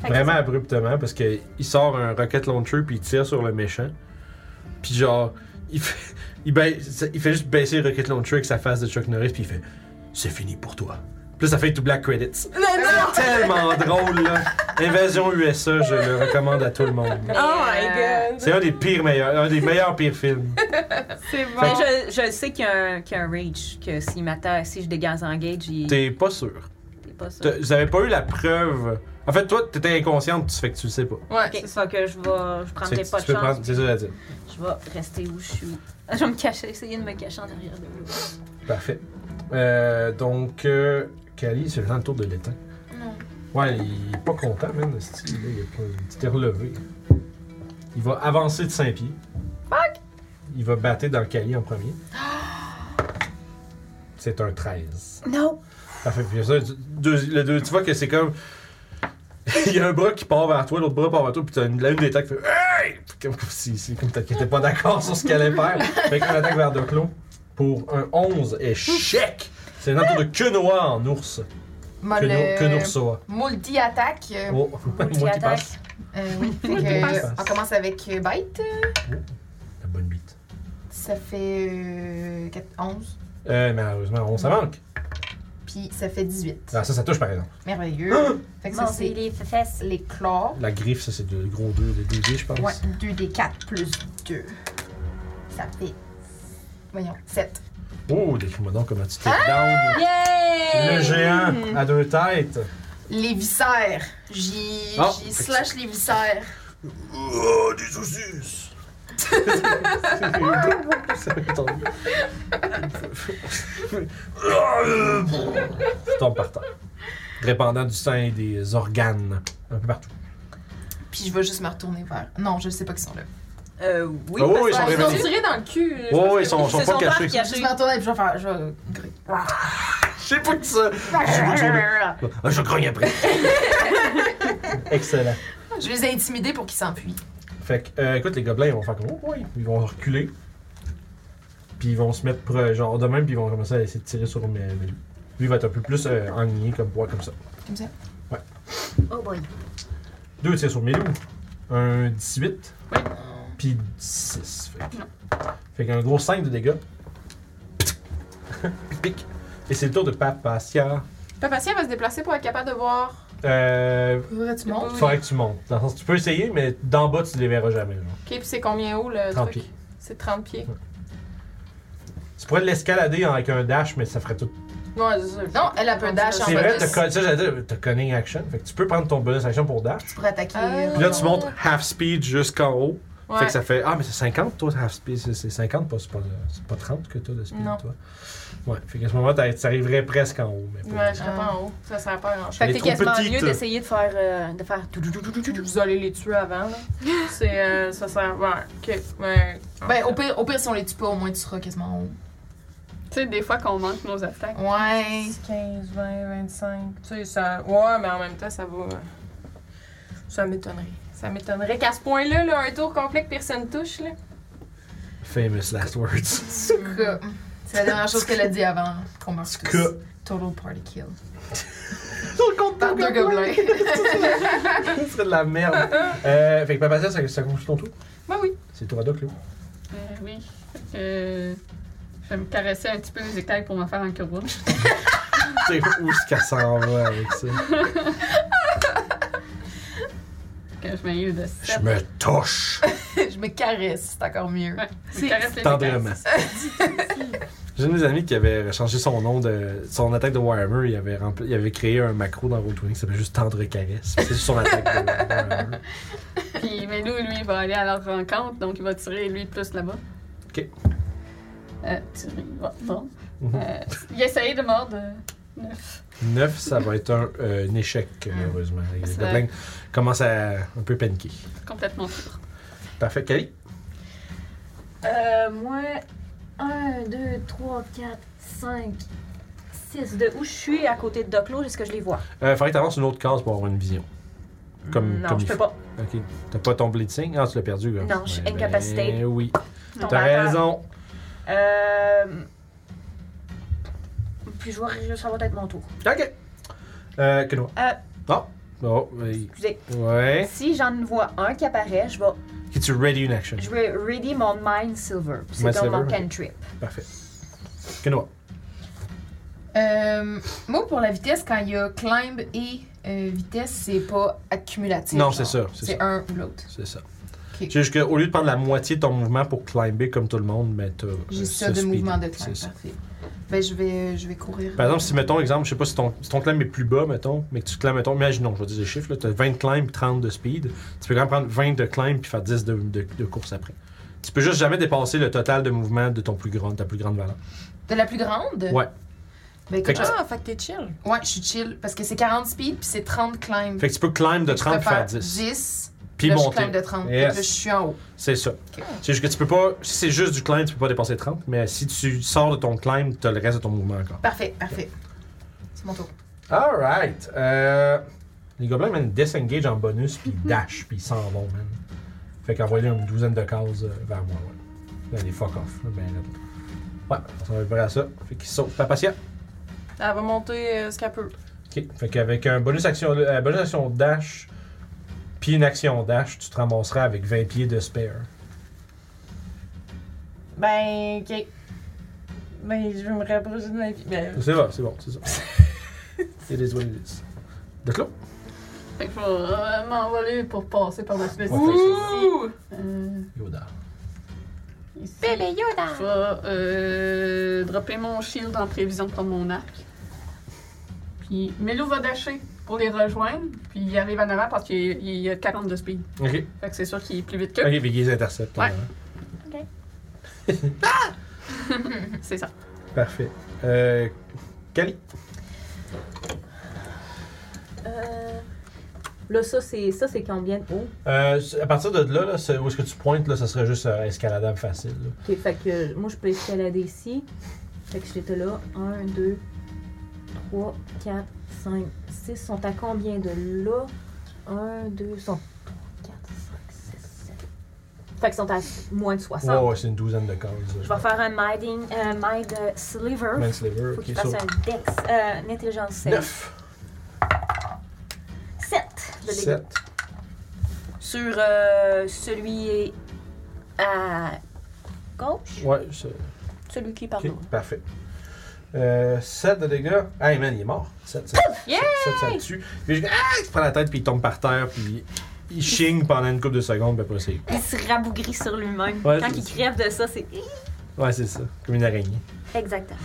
Speaker 6: Fait que
Speaker 1: vraiment abruptement parce que il sort un rocket launcher puis il tire sur le méchant. Puis genre, il fait, il baisse- il fait juste baisser le rocket launcher avec sa face de Chuck Norris puis il fait C'est fini pour toi. Puis là, ça fait tout black credits. C'est tellement drôle là. Invasion USA, je le recommande à tout le monde.
Speaker 5: Oh my god.
Speaker 1: C'est un des pires meilleurs, un des meilleurs pires films.
Speaker 5: C'est bon.
Speaker 1: Fait
Speaker 5: Mais je, je sais qu'il y, a un- qu'il y a un reach, que s'il m'attaque, si je dégage en gauge, il.
Speaker 1: T'es pas sûr.
Speaker 5: T'es pas ça.
Speaker 1: T'as- Vous avez pas eu la preuve. En fait, toi, t'étais inconsciente, ça fait que tu le sais pas.
Speaker 4: Ouais,
Speaker 6: Ok, ça que je vais. Je
Speaker 1: Fait
Speaker 6: prendrai
Speaker 1: que
Speaker 6: pas
Speaker 1: tu
Speaker 6: de
Speaker 1: peux
Speaker 6: chance.
Speaker 1: prendre- C'est ça à dire.
Speaker 6: Je vais rester où je suis. Je vais me cacher, essayer de me cacher en arrière de vous.
Speaker 1: Parfait. Euh, donc, euh, Kali, c'est le temps de tour de l'étain.
Speaker 2: Non.
Speaker 1: Ouais, il est pas content, man. le style, là, Il est pas- il s'était relevé. Il va avancer de 5 pieds. Il va battre dans le calier en premier. C'est un 13.
Speaker 3: Non.
Speaker 1: Parfait. Puis ça, tu- deux- le deux, tu vois que c'est comme. Il y a un bras qui part vers toi, l'autre bras part vers toi, puis t'as une, la une des têtes qui fait Hey! Puis Comme, comme si, si- comme t'as- t'étais pas d'accord sur ce qu'elle allait faire. Fait qu'on attaque vers Doclo pour un 11 échec! C'est un tour de queue noire en ours.
Speaker 2: Moi,
Speaker 1: Que,
Speaker 2: le-
Speaker 1: noursois.
Speaker 2: Multi-attaque. euh,
Speaker 1: Oh, moi qui
Speaker 2: multi-attaque.
Speaker 1: passe.
Speaker 2: Euh, oui. Fait
Speaker 1: Multi
Speaker 2: que,
Speaker 1: passe.
Speaker 2: on commence avec euh, Bite.
Speaker 1: La bonne bite.
Speaker 2: Ça fait euh, quatre- 11.
Speaker 1: Euh, malheureusement, on ça manque.
Speaker 2: Puis ça fait 18.
Speaker 1: Ah, ça, ça touche par exemple.
Speaker 2: Merveilleux. fait que ça,
Speaker 6: Bon, c'est
Speaker 2: c'est
Speaker 6: les fesses.
Speaker 2: les claws.
Speaker 1: La griffe, ça, c'est de gros 2, de 2D, je pense.
Speaker 2: Ouais, 2 des 4 plus 2. Ça fait. Voyons, 7.
Speaker 1: Oh, décris-moi donc comment tu t'es
Speaker 2: Ah!
Speaker 1: down. Le géant à deux têtes.
Speaker 2: Les viscères. J'y
Speaker 1: Ah,
Speaker 2: j'y
Speaker 1: fait que
Speaker 2: slash les viscères.
Speaker 1: Oh, des saucisses! Ça tombe. Ça tombe par terre. Répandant du sang et des organes un peu partout.
Speaker 2: Puis je vais juste me retourner vers. Non, je sais pas qui sont là.
Speaker 5: Euh, oui,
Speaker 1: Oh,
Speaker 5: parce
Speaker 1: ils sont
Speaker 5: qu'ils
Speaker 1: réveillés.
Speaker 5: ont tiré dans le cul. je
Speaker 1: Oh,
Speaker 5: pense
Speaker 1: ils
Speaker 5: que-
Speaker 1: sont- sont
Speaker 5: se
Speaker 1: pas
Speaker 5: pas
Speaker 1: cachés.
Speaker 2: Je vais me retourner et je vais faire. Je vais griller.
Speaker 1: Je sais pas qui ça. Ah, je grogne après. Excellent.
Speaker 2: Je les ai intimidés pour qu'ils s'enfuient.
Speaker 1: Fait que, euh, écoute, les gobelins, ils vont faire comme, oh, oui. Ils vont reculer. Puis ils vont se mettre, pre- genre, de même, puis ils vont commencer à essayer de tirer sur mes. mes- Lui, il va être un peu plus euh, enligné comme poids, comme ça.
Speaker 2: Comme ça.
Speaker 6: Oh boy.
Speaker 1: Deux tirs sur Milou. Un 18. Puis 6. Fait, que- fait qu'un gros 5 de dégâts. Pic. Et c'est le tour de Papacia.
Speaker 5: Papatia va se déplacer pour être capable de voir.
Speaker 1: Euh.
Speaker 2: Ouvre, tu montes.
Speaker 1: Il faudrait que tu montes. Dans le sens, tu peux essayer, mais d'en bas, tu les verras jamais. genre.
Speaker 5: Ok, puis c'est combien haut le
Speaker 1: 30
Speaker 5: truc?
Speaker 1: pieds.
Speaker 5: C'est 30 pieds.
Speaker 1: Tu pourrais l'escalader avec un dash, mais ça ferait tout.
Speaker 5: Ouais, c'est sûr.
Speaker 2: Non, elle a peu dash en
Speaker 1: C'est vrai, t'as
Speaker 2: bonus.
Speaker 1: con- ça, j'allais dire, t'as cunning action. Fait que tu peux prendre ton bonus action pour dash.
Speaker 2: Tu pourrais attaquer. euh,
Speaker 5: Ah.
Speaker 1: Puis là, tu montes half speed jusqu'en haut.
Speaker 5: Ouais.
Speaker 1: Fait que ça fait. Ah, mais c'est 50, toi, half speed. C'est- C'est 50, pas, c'est pas, c'est pas 30 que t'as de speed,
Speaker 5: Non.
Speaker 1: toi. Ouais, fait qu'à ce moment, t'as- t'arriverais presque en haut. Mais pas
Speaker 5: Ouais, je serais pas en haut. Ça sert pas à grand chose.
Speaker 1: Elle
Speaker 5: Fait
Speaker 1: est
Speaker 5: que t'es
Speaker 1: trop
Speaker 5: quasiment
Speaker 1: petite.
Speaker 5: mieux d'essayer de faire. euh, de faire. tout, tout, tout, tout, tout, tout. Vous allez les tuer avant, là. C'est. euh, ça sert. Ouais, ok. Ouais.
Speaker 2: Ben, au pire, au pire, si on les tue pas, au moins tu seras quasiment en haut.
Speaker 4: Tu sais, des fois qu'on manque nos attaques.
Speaker 2: Ouais.
Speaker 5: 15, 20, 25. Tu sais, ça. Ouais, mais en même temps, ça va. euh, Ça m'étonnerait. Ça m'étonnerait qu'à ce point-là, là, un tour complet que personne touche, là.
Speaker 1: Famous last words.
Speaker 2: Ska. C'est la dernière chose qu'elle a dit avant qu'on meure tous.
Speaker 1: Ska.
Speaker 2: Total party kill.
Speaker 1: Content
Speaker 2: Par deux gobelins.
Speaker 1: C'est de la merde. Euh, fait que Papa Zia, ça, ça conclut ton tour.
Speaker 5: Bah oui.
Speaker 1: C'est toi, Doc, là.
Speaker 4: Euh, oui. Fait que, je vais me caresser un petit peu les écailles pour me faire un cure rouge.
Speaker 1: C'est où ce qu'elle s'en va avec ça?
Speaker 4: Que je m'aille de 7.
Speaker 1: Je me touche.
Speaker 2: je me caresse, c'est encore mieux.
Speaker 4: Je me caresse les écailles.
Speaker 1: Tendrement. J'ai un de mes amis qui avait changé son nom de. Son attaque de Warhammer, il avait, rempli- il avait créé un macro dans Roll20 qui s'appelait juste Tendre Caresse. C'est juste son attaque de Warhammer.
Speaker 4: Puis Melou, lui, il va aller à leur rencontre, donc il va tirer lui plus là-bas.
Speaker 1: Ok.
Speaker 4: Euh, tirer, bon, bon.
Speaker 1: Mhm.
Speaker 4: Euh, il a essayé de mordre. euh,
Speaker 1: 9, ça va être un, euh, un échec,
Speaker 6: Mm.
Speaker 1: heureusement. Les
Speaker 4: C'est
Speaker 1: gobelins commencent à un peu paniquer.
Speaker 4: complètement sûr.
Speaker 1: Parfait, Kali.
Speaker 6: Euh, moi, 1, 2, 3, 4, 5, 6. De où je suis à côté de Doclo, est-ce que je les vois?
Speaker 1: Euh, faudrait que t'avances une autre case pour avoir une vision. Comme,
Speaker 6: non,
Speaker 1: comme
Speaker 6: je
Speaker 1: il
Speaker 6: peux
Speaker 1: faut.
Speaker 6: pas.
Speaker 1: Ok. T'as pas ton bleeding? Ah, tu l'as perdu, là.
Speaker 6: Non, je suis
Speaker 1: Ouais,
Speaker 6: incapacitée.
Speaker 1: ben oui.
Speaker 6: Tomber
Speaker 1: T'as
Speaker 6: à terre.
Speaker 1: raison.
Speaker 6: Euh... Puis je vois, ça va être mon tour.
Speaker 1: Ok. Euh, que non.
Speaker 6: Euh.
Speaker 1: Oh. Oh, oui.
Speaker 6: Excusez.
Speaker 1: Ouais.
Speaker 6: Si j'en vois un qui apparaît, je vais,
Speaker 1: Que tu ready une action.
Speaker 6: je vais ready mon Mind Silver. C'est
Speaker 1: Mind
Speaker 6: dans
Speaker 1: Silver,
Speaker 6: mon
Speaker 1: ok.
Speaker 6: cantrip.
Speaker 1: Parfait. Que non.
Speaker 2: Euh, moi, pour la vitesse, quand il y a climb et euh, vitesse, c'est pas accumulatif.
Speaker 1: Non,
Speaker 2: genre.
Speaker 1: c'est ça. C'est
Speaker 2: C'est
Speaker 1: ça.
Speaker 2: un ou l'autre.
Speaker 1: C'est ça.
Speaker 2: Ok.
Speaker 1: C'est juste qu'au lieu de prendre la moitié de ton mouvement pour climber comme tout le monde, mais t'as.
Speaker 2: J'ai
Speaker 1: euh,
Speaker 2: ça
Speaker 1: ce
Speaker 2: de
Speaker 1: speed.
Speaker 2: mouvement de
Speaker 1: C'est
Speaker 2: climb.
Speaker 1: ça.
Speaker 2: Parfait. Ben, je vais, je vais courir.
Speaker 1: Par exemple, si, mettons, exemple, je sais pas si ton, si ton climb est plus bas, mettons, mais que tu climbes, mettons, imaginons, je vais dire des chiffres, là, t'as 20 de climb, 30 de speed, tu peux quand même prendre 20 de climb puis faire 10 de, de, de course après. Tu peux juste jamais dépasser le total de mouvement de ton plus grand, ta plus grande valeur.
Speaker 2: De la plus grande?
Speaker 1: Ouais.
Speaker 2: Ben, écoute,
Speaker 1: Fait que-
Speaker 5: Ah, fait que t'es chill.
Speaker 2: je- ouais, je suis chill. Parce que c'est 40 speed, puis c'est 30 climb.
Speaker 1: Fait que tu peux climb de
Speaker 2: Je
Speaker 1: 30
Speaker 2: peux
Speaker 1: puis faire
Speaker 2: faire
Speaker 1: 10.
Speaker 2: 10.
Speaker 1: Puis
Speaker 2: là, je
Speaker 1: monter.
Speaker 2: climb de 30.
Speaker 1: Yes.
Speaker 2: Fait que là, je suis en haut.
Speaker 1: C'est ça. C'est juste que tu peux pas. Si c'est juste du climb, tu peux pas dépasser 30. Mais si tu sors de ton climb, t'as le reste de ton mouvement encore.
Speaker 2: Parfait, parfait. C'est mon tour.
Speaker 1: Alright. Euh, les gobelins, man, disengage en bonus, puis ils dash, puis ils s'en vont, man. Fait qu'envoyer une douzaine de cases euh, vers moi, ouais. Là, les fuck off. là, ben, là. Ouais, ça va être vrai à ça. Fait qu'ils sautent. Papatia.
Speaker 5: Elle va monter euh, ce qu'elle peut.
Speaker 1: Ok. Fait qu'avec un bonus action, euh, bonus action dash, puis une action dash, tu te ramasseras avec 20 pieds de spare.
Speaker 5: Ben, ok. Ben, je vais me rapprocher de ma vie. Ben,
Speaker 1: C'est bon, c'est bon, c'est ça. it is what it is. De clos.
Speaker 4: Fait que je vais euh, m'envoler pour passer par-dessus les
Speaker 1: Ouais,
Speaker 4: Ouh! Euh,
Speaker 1: Yoda.
Speaker 4: ici.
Speaker 3: Bébé Yoda!
Speaker 4: Je vais euh, dropper mon shield en prévision pour mon arc. Puis Melou va dasher pour les rejoindre. Puis il arrive en avant parce qu'il il a 40 de speed.
Speaker 1: Ok.
Speaker 4: Fait que c'est sûr qu'il est plus vite
Speaker 1: Ok,
Speaker 4: qu'eux.
Speaker 1: fait qu'ils interceptent.
Speaker 4: Ouais.
Speaker 1: hein.
Speaker 4: C'est ça.
Speaker 1: Parfait. Euh. Cali.
Speaker 6: Euh, Là, ça, c'est ça, c'est combien de haut?
Speaker 1: Euh, à partir de là, là c'est- où est-ce que tu pointes, là, ça serait juste euh, escaladable facile. là.
Speaker 6: Ok, fait que euh, moi, je peux escalader ici. Fait que j'étais là. 1, 2, 3, 4, 5, 6. sont à combien de là? 1, 2, sont 4, 5, 6, 7. Fait qu'ils sont à moins de 60.
Speaker 1: Ouais, ouais, c'est une douzaine de cases.
Speaker 6: Ah, Je vais faire un Minding, euh, Mind euh, Sliver.
Speaker 1: Manslaver,
Speaker 6: Faut
Speaker 1: ok,
Speaker 6: qu'il fasse
Speaker 1: ça.
Speaker 6: un Dex, euh, une intelligence 7.
Speaker 1: 9,
Speaker 6: 7 de dégâts.
Speaker 1: 7.
Speaker 6: Sur euh, celui à gauche.
Speaker 1: Ouais, c'est.
Speaker 6: Celui qui est par
Speaker 1: Ok,
Speaker 6: nous.
Speaker 1: parfait. Euh, 7 de dégâts. Hey man, il est mort. 7, 7. 7, ça le tue. Puis je, ah, il se prend la tête, puis il tombe par terre, puis il, il chigne pendant une couple de secondes, puis après c'est.
Speaker 6: Il se rabougrit sur lui-même.
Speaker 1: Ouais,
Speaker 6: Quand
Speaker 1: c'est
Speaker 6: il
Speaker 1: ça.
Speaker 6: crève de ça, c'est.
Speaker 1: Ouais, c'est ça. Comme une araignée.
Speaker 6: Exactement.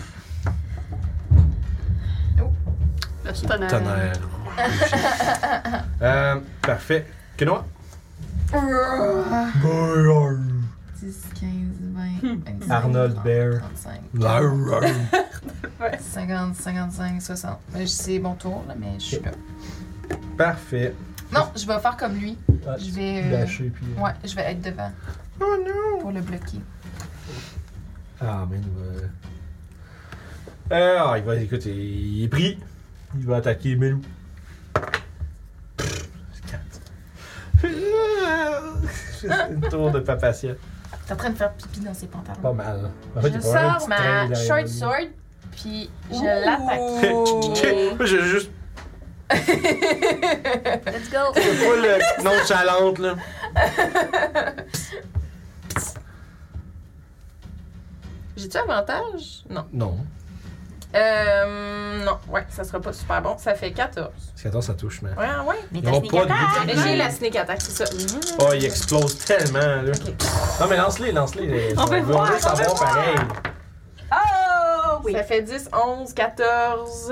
Speaker 4: Le tonnerre.
Speaker 1: Tonnerre. euh, parfait. Quenoa.
Speaker 2: 10, 15, 20, 25.
Speaker 1: Arnold
Speaker 2: 30,
Speaker 1: Bear.
Speaker 2: 35.
Speaker 1: Larry.
Speaker 2: 50, 55, 60. Ben, je- C'est mon tour, là, mais je suis là.
Speaker 1: Parfait.
Speaker 2: Non, je vais faire comme lui.
Speaker 1: Ah,
Speaker 2: Je vais. euh,
Speaker 8: Lâcher, puis.
Speaker 2: ouais, je vais être devant. Oh non! Pour le bloquer.
Speaker 1: Ah, man, il va. Euh, ah, il va, écoute, il, il est pris. Il va attaquer Melou. C'est une tour de papatia.
Speaker 2: T'es en train de faire pipi dans ses pantalons.
Speaker 1: Pas mal. En
Speaker 2: je
Speaker 1: il va avoir un
Speaker 2: sors
Speaker 1: petit train
Speaker 2: ma
Speaker 1: derrière
Speaker 2: short
Speaker 1: lui.
Speaker 2: sword, puis je l'attaque.
Speaker 1: Moi, j'ai juste
Speaker 6: Let's go!
Speaker 1: full euh, nonchalante, là.
Speaker 5: j'ai-tu avantage? Non.
Speaker 1: Non.
Speaker 5: Euh, non, ouais, ça sera pas super bon. Ça fait 14.
Speaker 1: Parce qu'attends, ça touche, mais.
Speaker 5: Ouais, ouais.
Speaker 6: Mais
Speaker 1: Ils ont
Speaker 6: t'as sneak
Speaker 1: pas de
Speaker 6: attack! hein?
Speaker 5: Mais j'ai la sneak attack, c'est ça.
Speaker 1: Oh, il explose tellement, là. Non, mais lance-les, lance-les.
Speaker 6: On veut
Speaker 1: veut
Speaker 6: voir,
Speaker 1: juste
Speaker 6: on veut
Speaker 1: savoir
Speaker 6: voir.
Speaker 1: pareil.
Speaker 5: Oh!
Speaker 6: oui.
Speaker 5: Ça fait 10, 11, 14,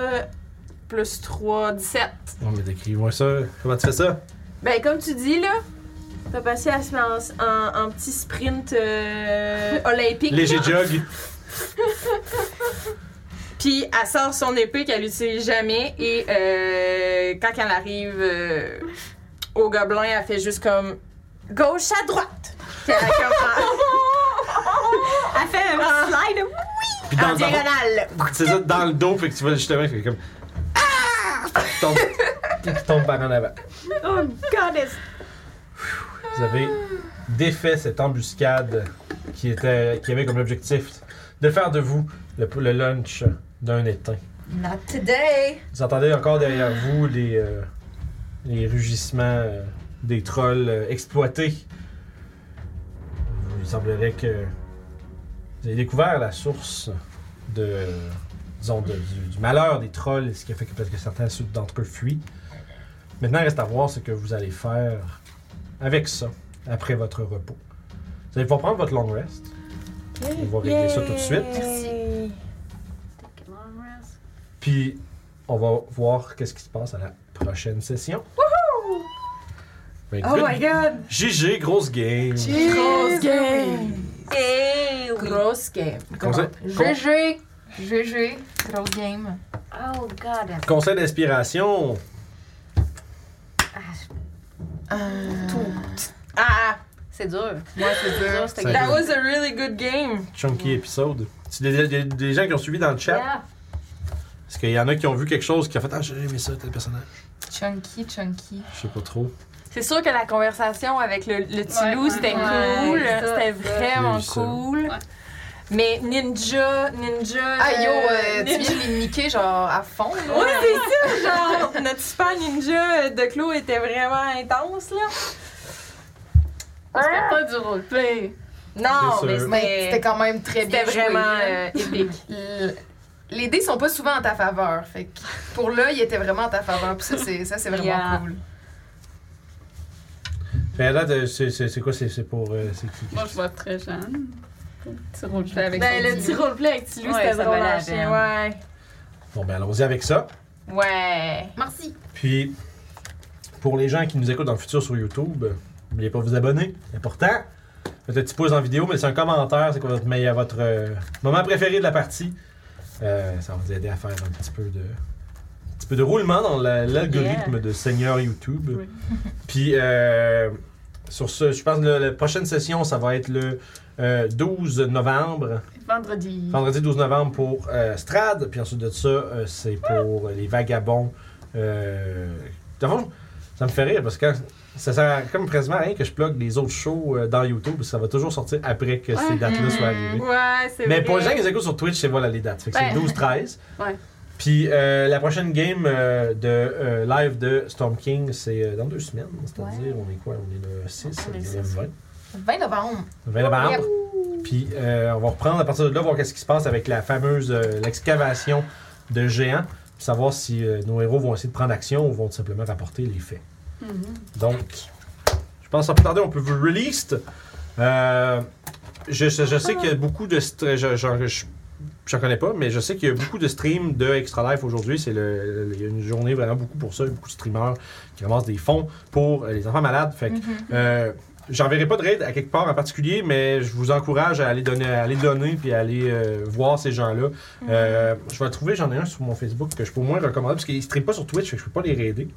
Speaker 5: plus 3, 17.
Speaker 1: Non, mais décris-moi ça. Comment tu fais ça?
Speaker 5: Ben, comme tu dis, là, t'as passé à se lancer en, en petit sprint euh, olympique.
Speaker 1: Léger
Speaker 5: là.
Speaker 1: jog.
Speaker 5: Puis elle sort son épée qu'elle n'utilise jamais et euh, quand elle arrive euh, au gobelin, elle fait juste comme gauche à droite. Puis elle, comme,
Speaker 6: Ah, Elle fait un petit slide!
Speaker 1: Puis
Speaker 5: en,
Speaker 1: dans
Speaker 6: Ah,
Speaker 5: en
Speaker 1: le bas-
Speaker 5: diagonale.
Speaker 1: C'est ça, dans le dos, fait que tu vois justement, fait comme. Ah! Puis tombe, puis qui tombe par en avant.
Speaker 6: Oh, goddess!
Speaker 1: Vous avez défait cette embuscade qui, était, qui avait comme objectif de faire de vous le, le lunch d'un étain.
Speaker 2: Not today!
Speaker 1: Vous entendez encore derrière vous les, euh, les rugissements euh, des trolls euh, exploités. Il semblerait que vous avez découvert la source de, euh, disons, de- du, du malheur des trolls, ce qui a fait que, parce que certains d'entre eux fuient. Maintenant, il reste à voir ce que vous allez faire avec ça après votre repos. Vous allez pouvoir prendre votre long rest. On va régler ça tout de suite.
Speaker 2: Merci.
Speaker 1: Puis on va voir qu'est-ce qui se passe à la prochaine session. Ben, Wouhou!
Speaker 5: Oh my god!
Speaker 1: GG, grosse game.
Speaker 5: Grosse game!
Speaker 6: Eh oui!
Speaker 5: Grosse game.
Speaker 1: Conseil- con-
Speaker 5: GG!
Speaker 2: GG, gros game.
Speaker 6: Oh, God. that's-
Speaker 1: Conseil d'inspiration.
Speaker 6: ah, je-
Speaker 5: Ah,
Speaker 6: C'est dur.
Speaker 2: Moi, c'est dur.
Speaker 6: C'était
Speaker 1: Ça-
Speaker 5: that was a really good game.
Speaker 1: Chunky épisode. C'est des, des- des gens qui ont suivi dans le chat.
Speaker 6: Yeah.
Speaker 1: Parce qu'il y en a qui ont vu quelque chose qui a fait Ah, j'ai aimé ça, tel personnage.
Speaker 2: Chunky, chunky.
Speaker 1: Je sais pas trop.
Speaker 5: C'est sûr que la conversation avec le, le petit
Speaker 6: Ouais,
Speaker 5: loup,
Speaker 6: ouais,
Speaker 5: c'était
Speaker 6: ouais,
Speaker 5: cool.
Speaker 6: ça,
Speaker 5: C'était
Speaker 6: ça.
Speaker 5: vraiment
Speaker 1: J'ai vu ça.
Speaker 5: cool. Mais Ninja, Ninja.
Speaker 2: Ah yo,
Speaker 5: euh,
Speaker 2: euh, tu viens de mimiquer genre à fond. là.
Speaker 5: Oui, c'est ça, genre, notre super ninja de Clo était vraiment intense, là.
Speaker 4: C'était pas du roleplay.
Speaker 5: Non,
Speaker 1: C'est
Speaker 5: mais
Speaker 1: sûr.
Speaker 2: Mais c'était
Speaker 5: c'était
Speaker 2: quand même très bien
Speaker 5: c'était
Speaker 2: joué,
Speaker 5: vraiment
Speaker 2: là.
Speaker 5: euh, épique.
Speaker 2: L- Les dés sont pas souvent en ta faveur. Fait que pour là, il était vraiment en ta faveur. Puis ça, c'est ça, c'est vraiment
Speaker 5: Yeah.
Speaker 2: cool.
Speaker 1: Mais là, de- c'est c'est- c'est quoi C'est c'est pour. euh, c'est qui-
Speaker 4: Moi, je vois très jeune. Petit roleplay avec
Speaker 5: Ben,
Speaker 4: son
Speaker 5: le
Speaker 4: petit
Speaker 5: petit roleplay avec Tilou,
Speaker 6: Ouais,
Speaker 5: c'était
Speaker 6: ça
Speaker 5: drôle
Speaker 6: valait
Speaker 5: à
Speaker 6: la
Speaker 5: chien,
Speaker 6: peine.
Speaker 5: ouais.
Speaker 1: Bon, ben allons-y avec ça.
Speaker 5: Ouais.
Speaker 2: Merci.
Speaker 1: Puis, pour les gens qui nous écoutent dans le futur sur YouTube, euh, n'oubliez pas de vous abonner. C'est important. Faites un petit pouce en vidéo, mais c'est un commentaire. C'est quoi votre, meilleur, votre euh, moment préféré de la partie? Euh, ça va vous aider à faire un petit peu de, un petit peu de roulement dans la- l'algorithme de Seigneur YouTube.
Speaker 4: Oui.
Speaker 1: Puis, euh, sur ce, je pense que le- la prochaine session, ça va être le euh, 12 novembre.
Speaker 4: vendredi.
Speaker 1: Vendredi 12 novembre pour euh, Strad, puis ensuite de ça, euh, c'est pour euh, les vagabonds. Euh, dans le fond, ça me fait rire parce que quand- ça sert à- comme quasiment à rien que je plug les autres shows euh, dans YouTube, parce que ça va toujours sortir après que ces dates-là soient arrivées.
Speaker 5: Ouais, c'est
Speaker 1: Mais
Speaker 5: vrai.
Speaker 1: pour les gens qui les écoutent sur Twitch, c'est voilà les dates. Fait que c'est
Speaker 4: Ouais.
Speaker 1: 12-13.
Speaker 4: Ouais.
Speaker 1: Puis euh, la prochaine game euh, de euh, live de Storm King, c'est euh, dans deux semaines. C'est-à-dire, on est quoi On est le 6,
Speaker 4: On est
Speaker 1: on
Speaker 4: le
Speaker 1: est le 20.
Speaker 2: 20 novembre.
Speaker 1: 20 novembre. Puis euh, on va reprendre à partir de là, voir qu'est-ce qui se passe avec la fameuse euh, l'excavation de géants, puis savoir si euh, nos héros vont essayer de prendre action ou vont tout simplement rapporter les faits.
Speaker 4: Mhm.
Speaker 1: Donc, je pense sans plus tarder, on peut vous release. Euh, je, je- je sais qu'il y a beaucoup de stre- je- je- je- J'en connais pas, mais je sais qu'il y a beaucoup de streams de Extra Life aujourd'hui. C'est le, le- il y a une journée vraiment beaucoup pour ça. Il y a beaucoup de streamers qui ramassent des fonds pour euh, les enfants malades. Fait que, euh, J'enverrai pas de raid à quelque part en particulier, mais je vous encourage à aller donner, à aller donner puis à aller euh, voir ces gens-là. Euh, je vais le trouver, j'en ai un sur mon Facebook que je peux au moins recommander parce qu'ils streament pas sur Twitch, fait que je peux pas les raider.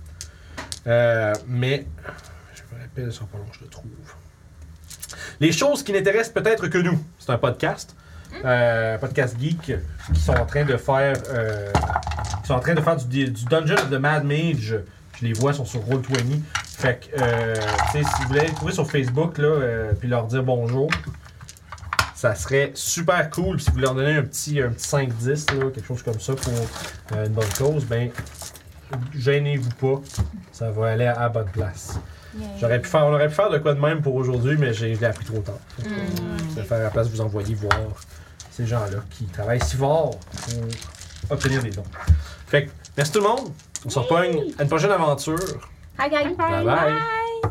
Speaker 1: Euh, mais je me rappelle, ça sera pas long, que je le trouve. Les choses qui n'intéressent peut-être que nous. C'est un podcast, euh, podcast geek, qui sont en train de faire, euh, qui sont en train de faire du, du Dungeon of the Mad Mage. Je les vois, sont sur Roll20. Fait que, euh, tu sais, si vous voulez les trouver sur Facebook, là, euh, puis leur dire bonjour, ça serait super cool. Si vous leur donnez un petit, un petit 5-10, là, quelque chose comme ça pour euh, une bonne cause, ben, gênez-vous pas. Ça va aller à la bonne place. J'aurais pu faire, on aurait pu faire de quoi de même pour aujourd'hui, mais j'ai, je l'ai appris trop tard. Donc, euh,
Speaker 2: Hmm.
Speaker 1: Je vais faire à la place vous envoyer voir ces gens-là qui travaillent si fort pour obtenir des dons. Fait que, merci tout le monde. On se repogne à une prochaine aventure.
Speaker 6: Hi, guys.
Speaker 1: bye. bye.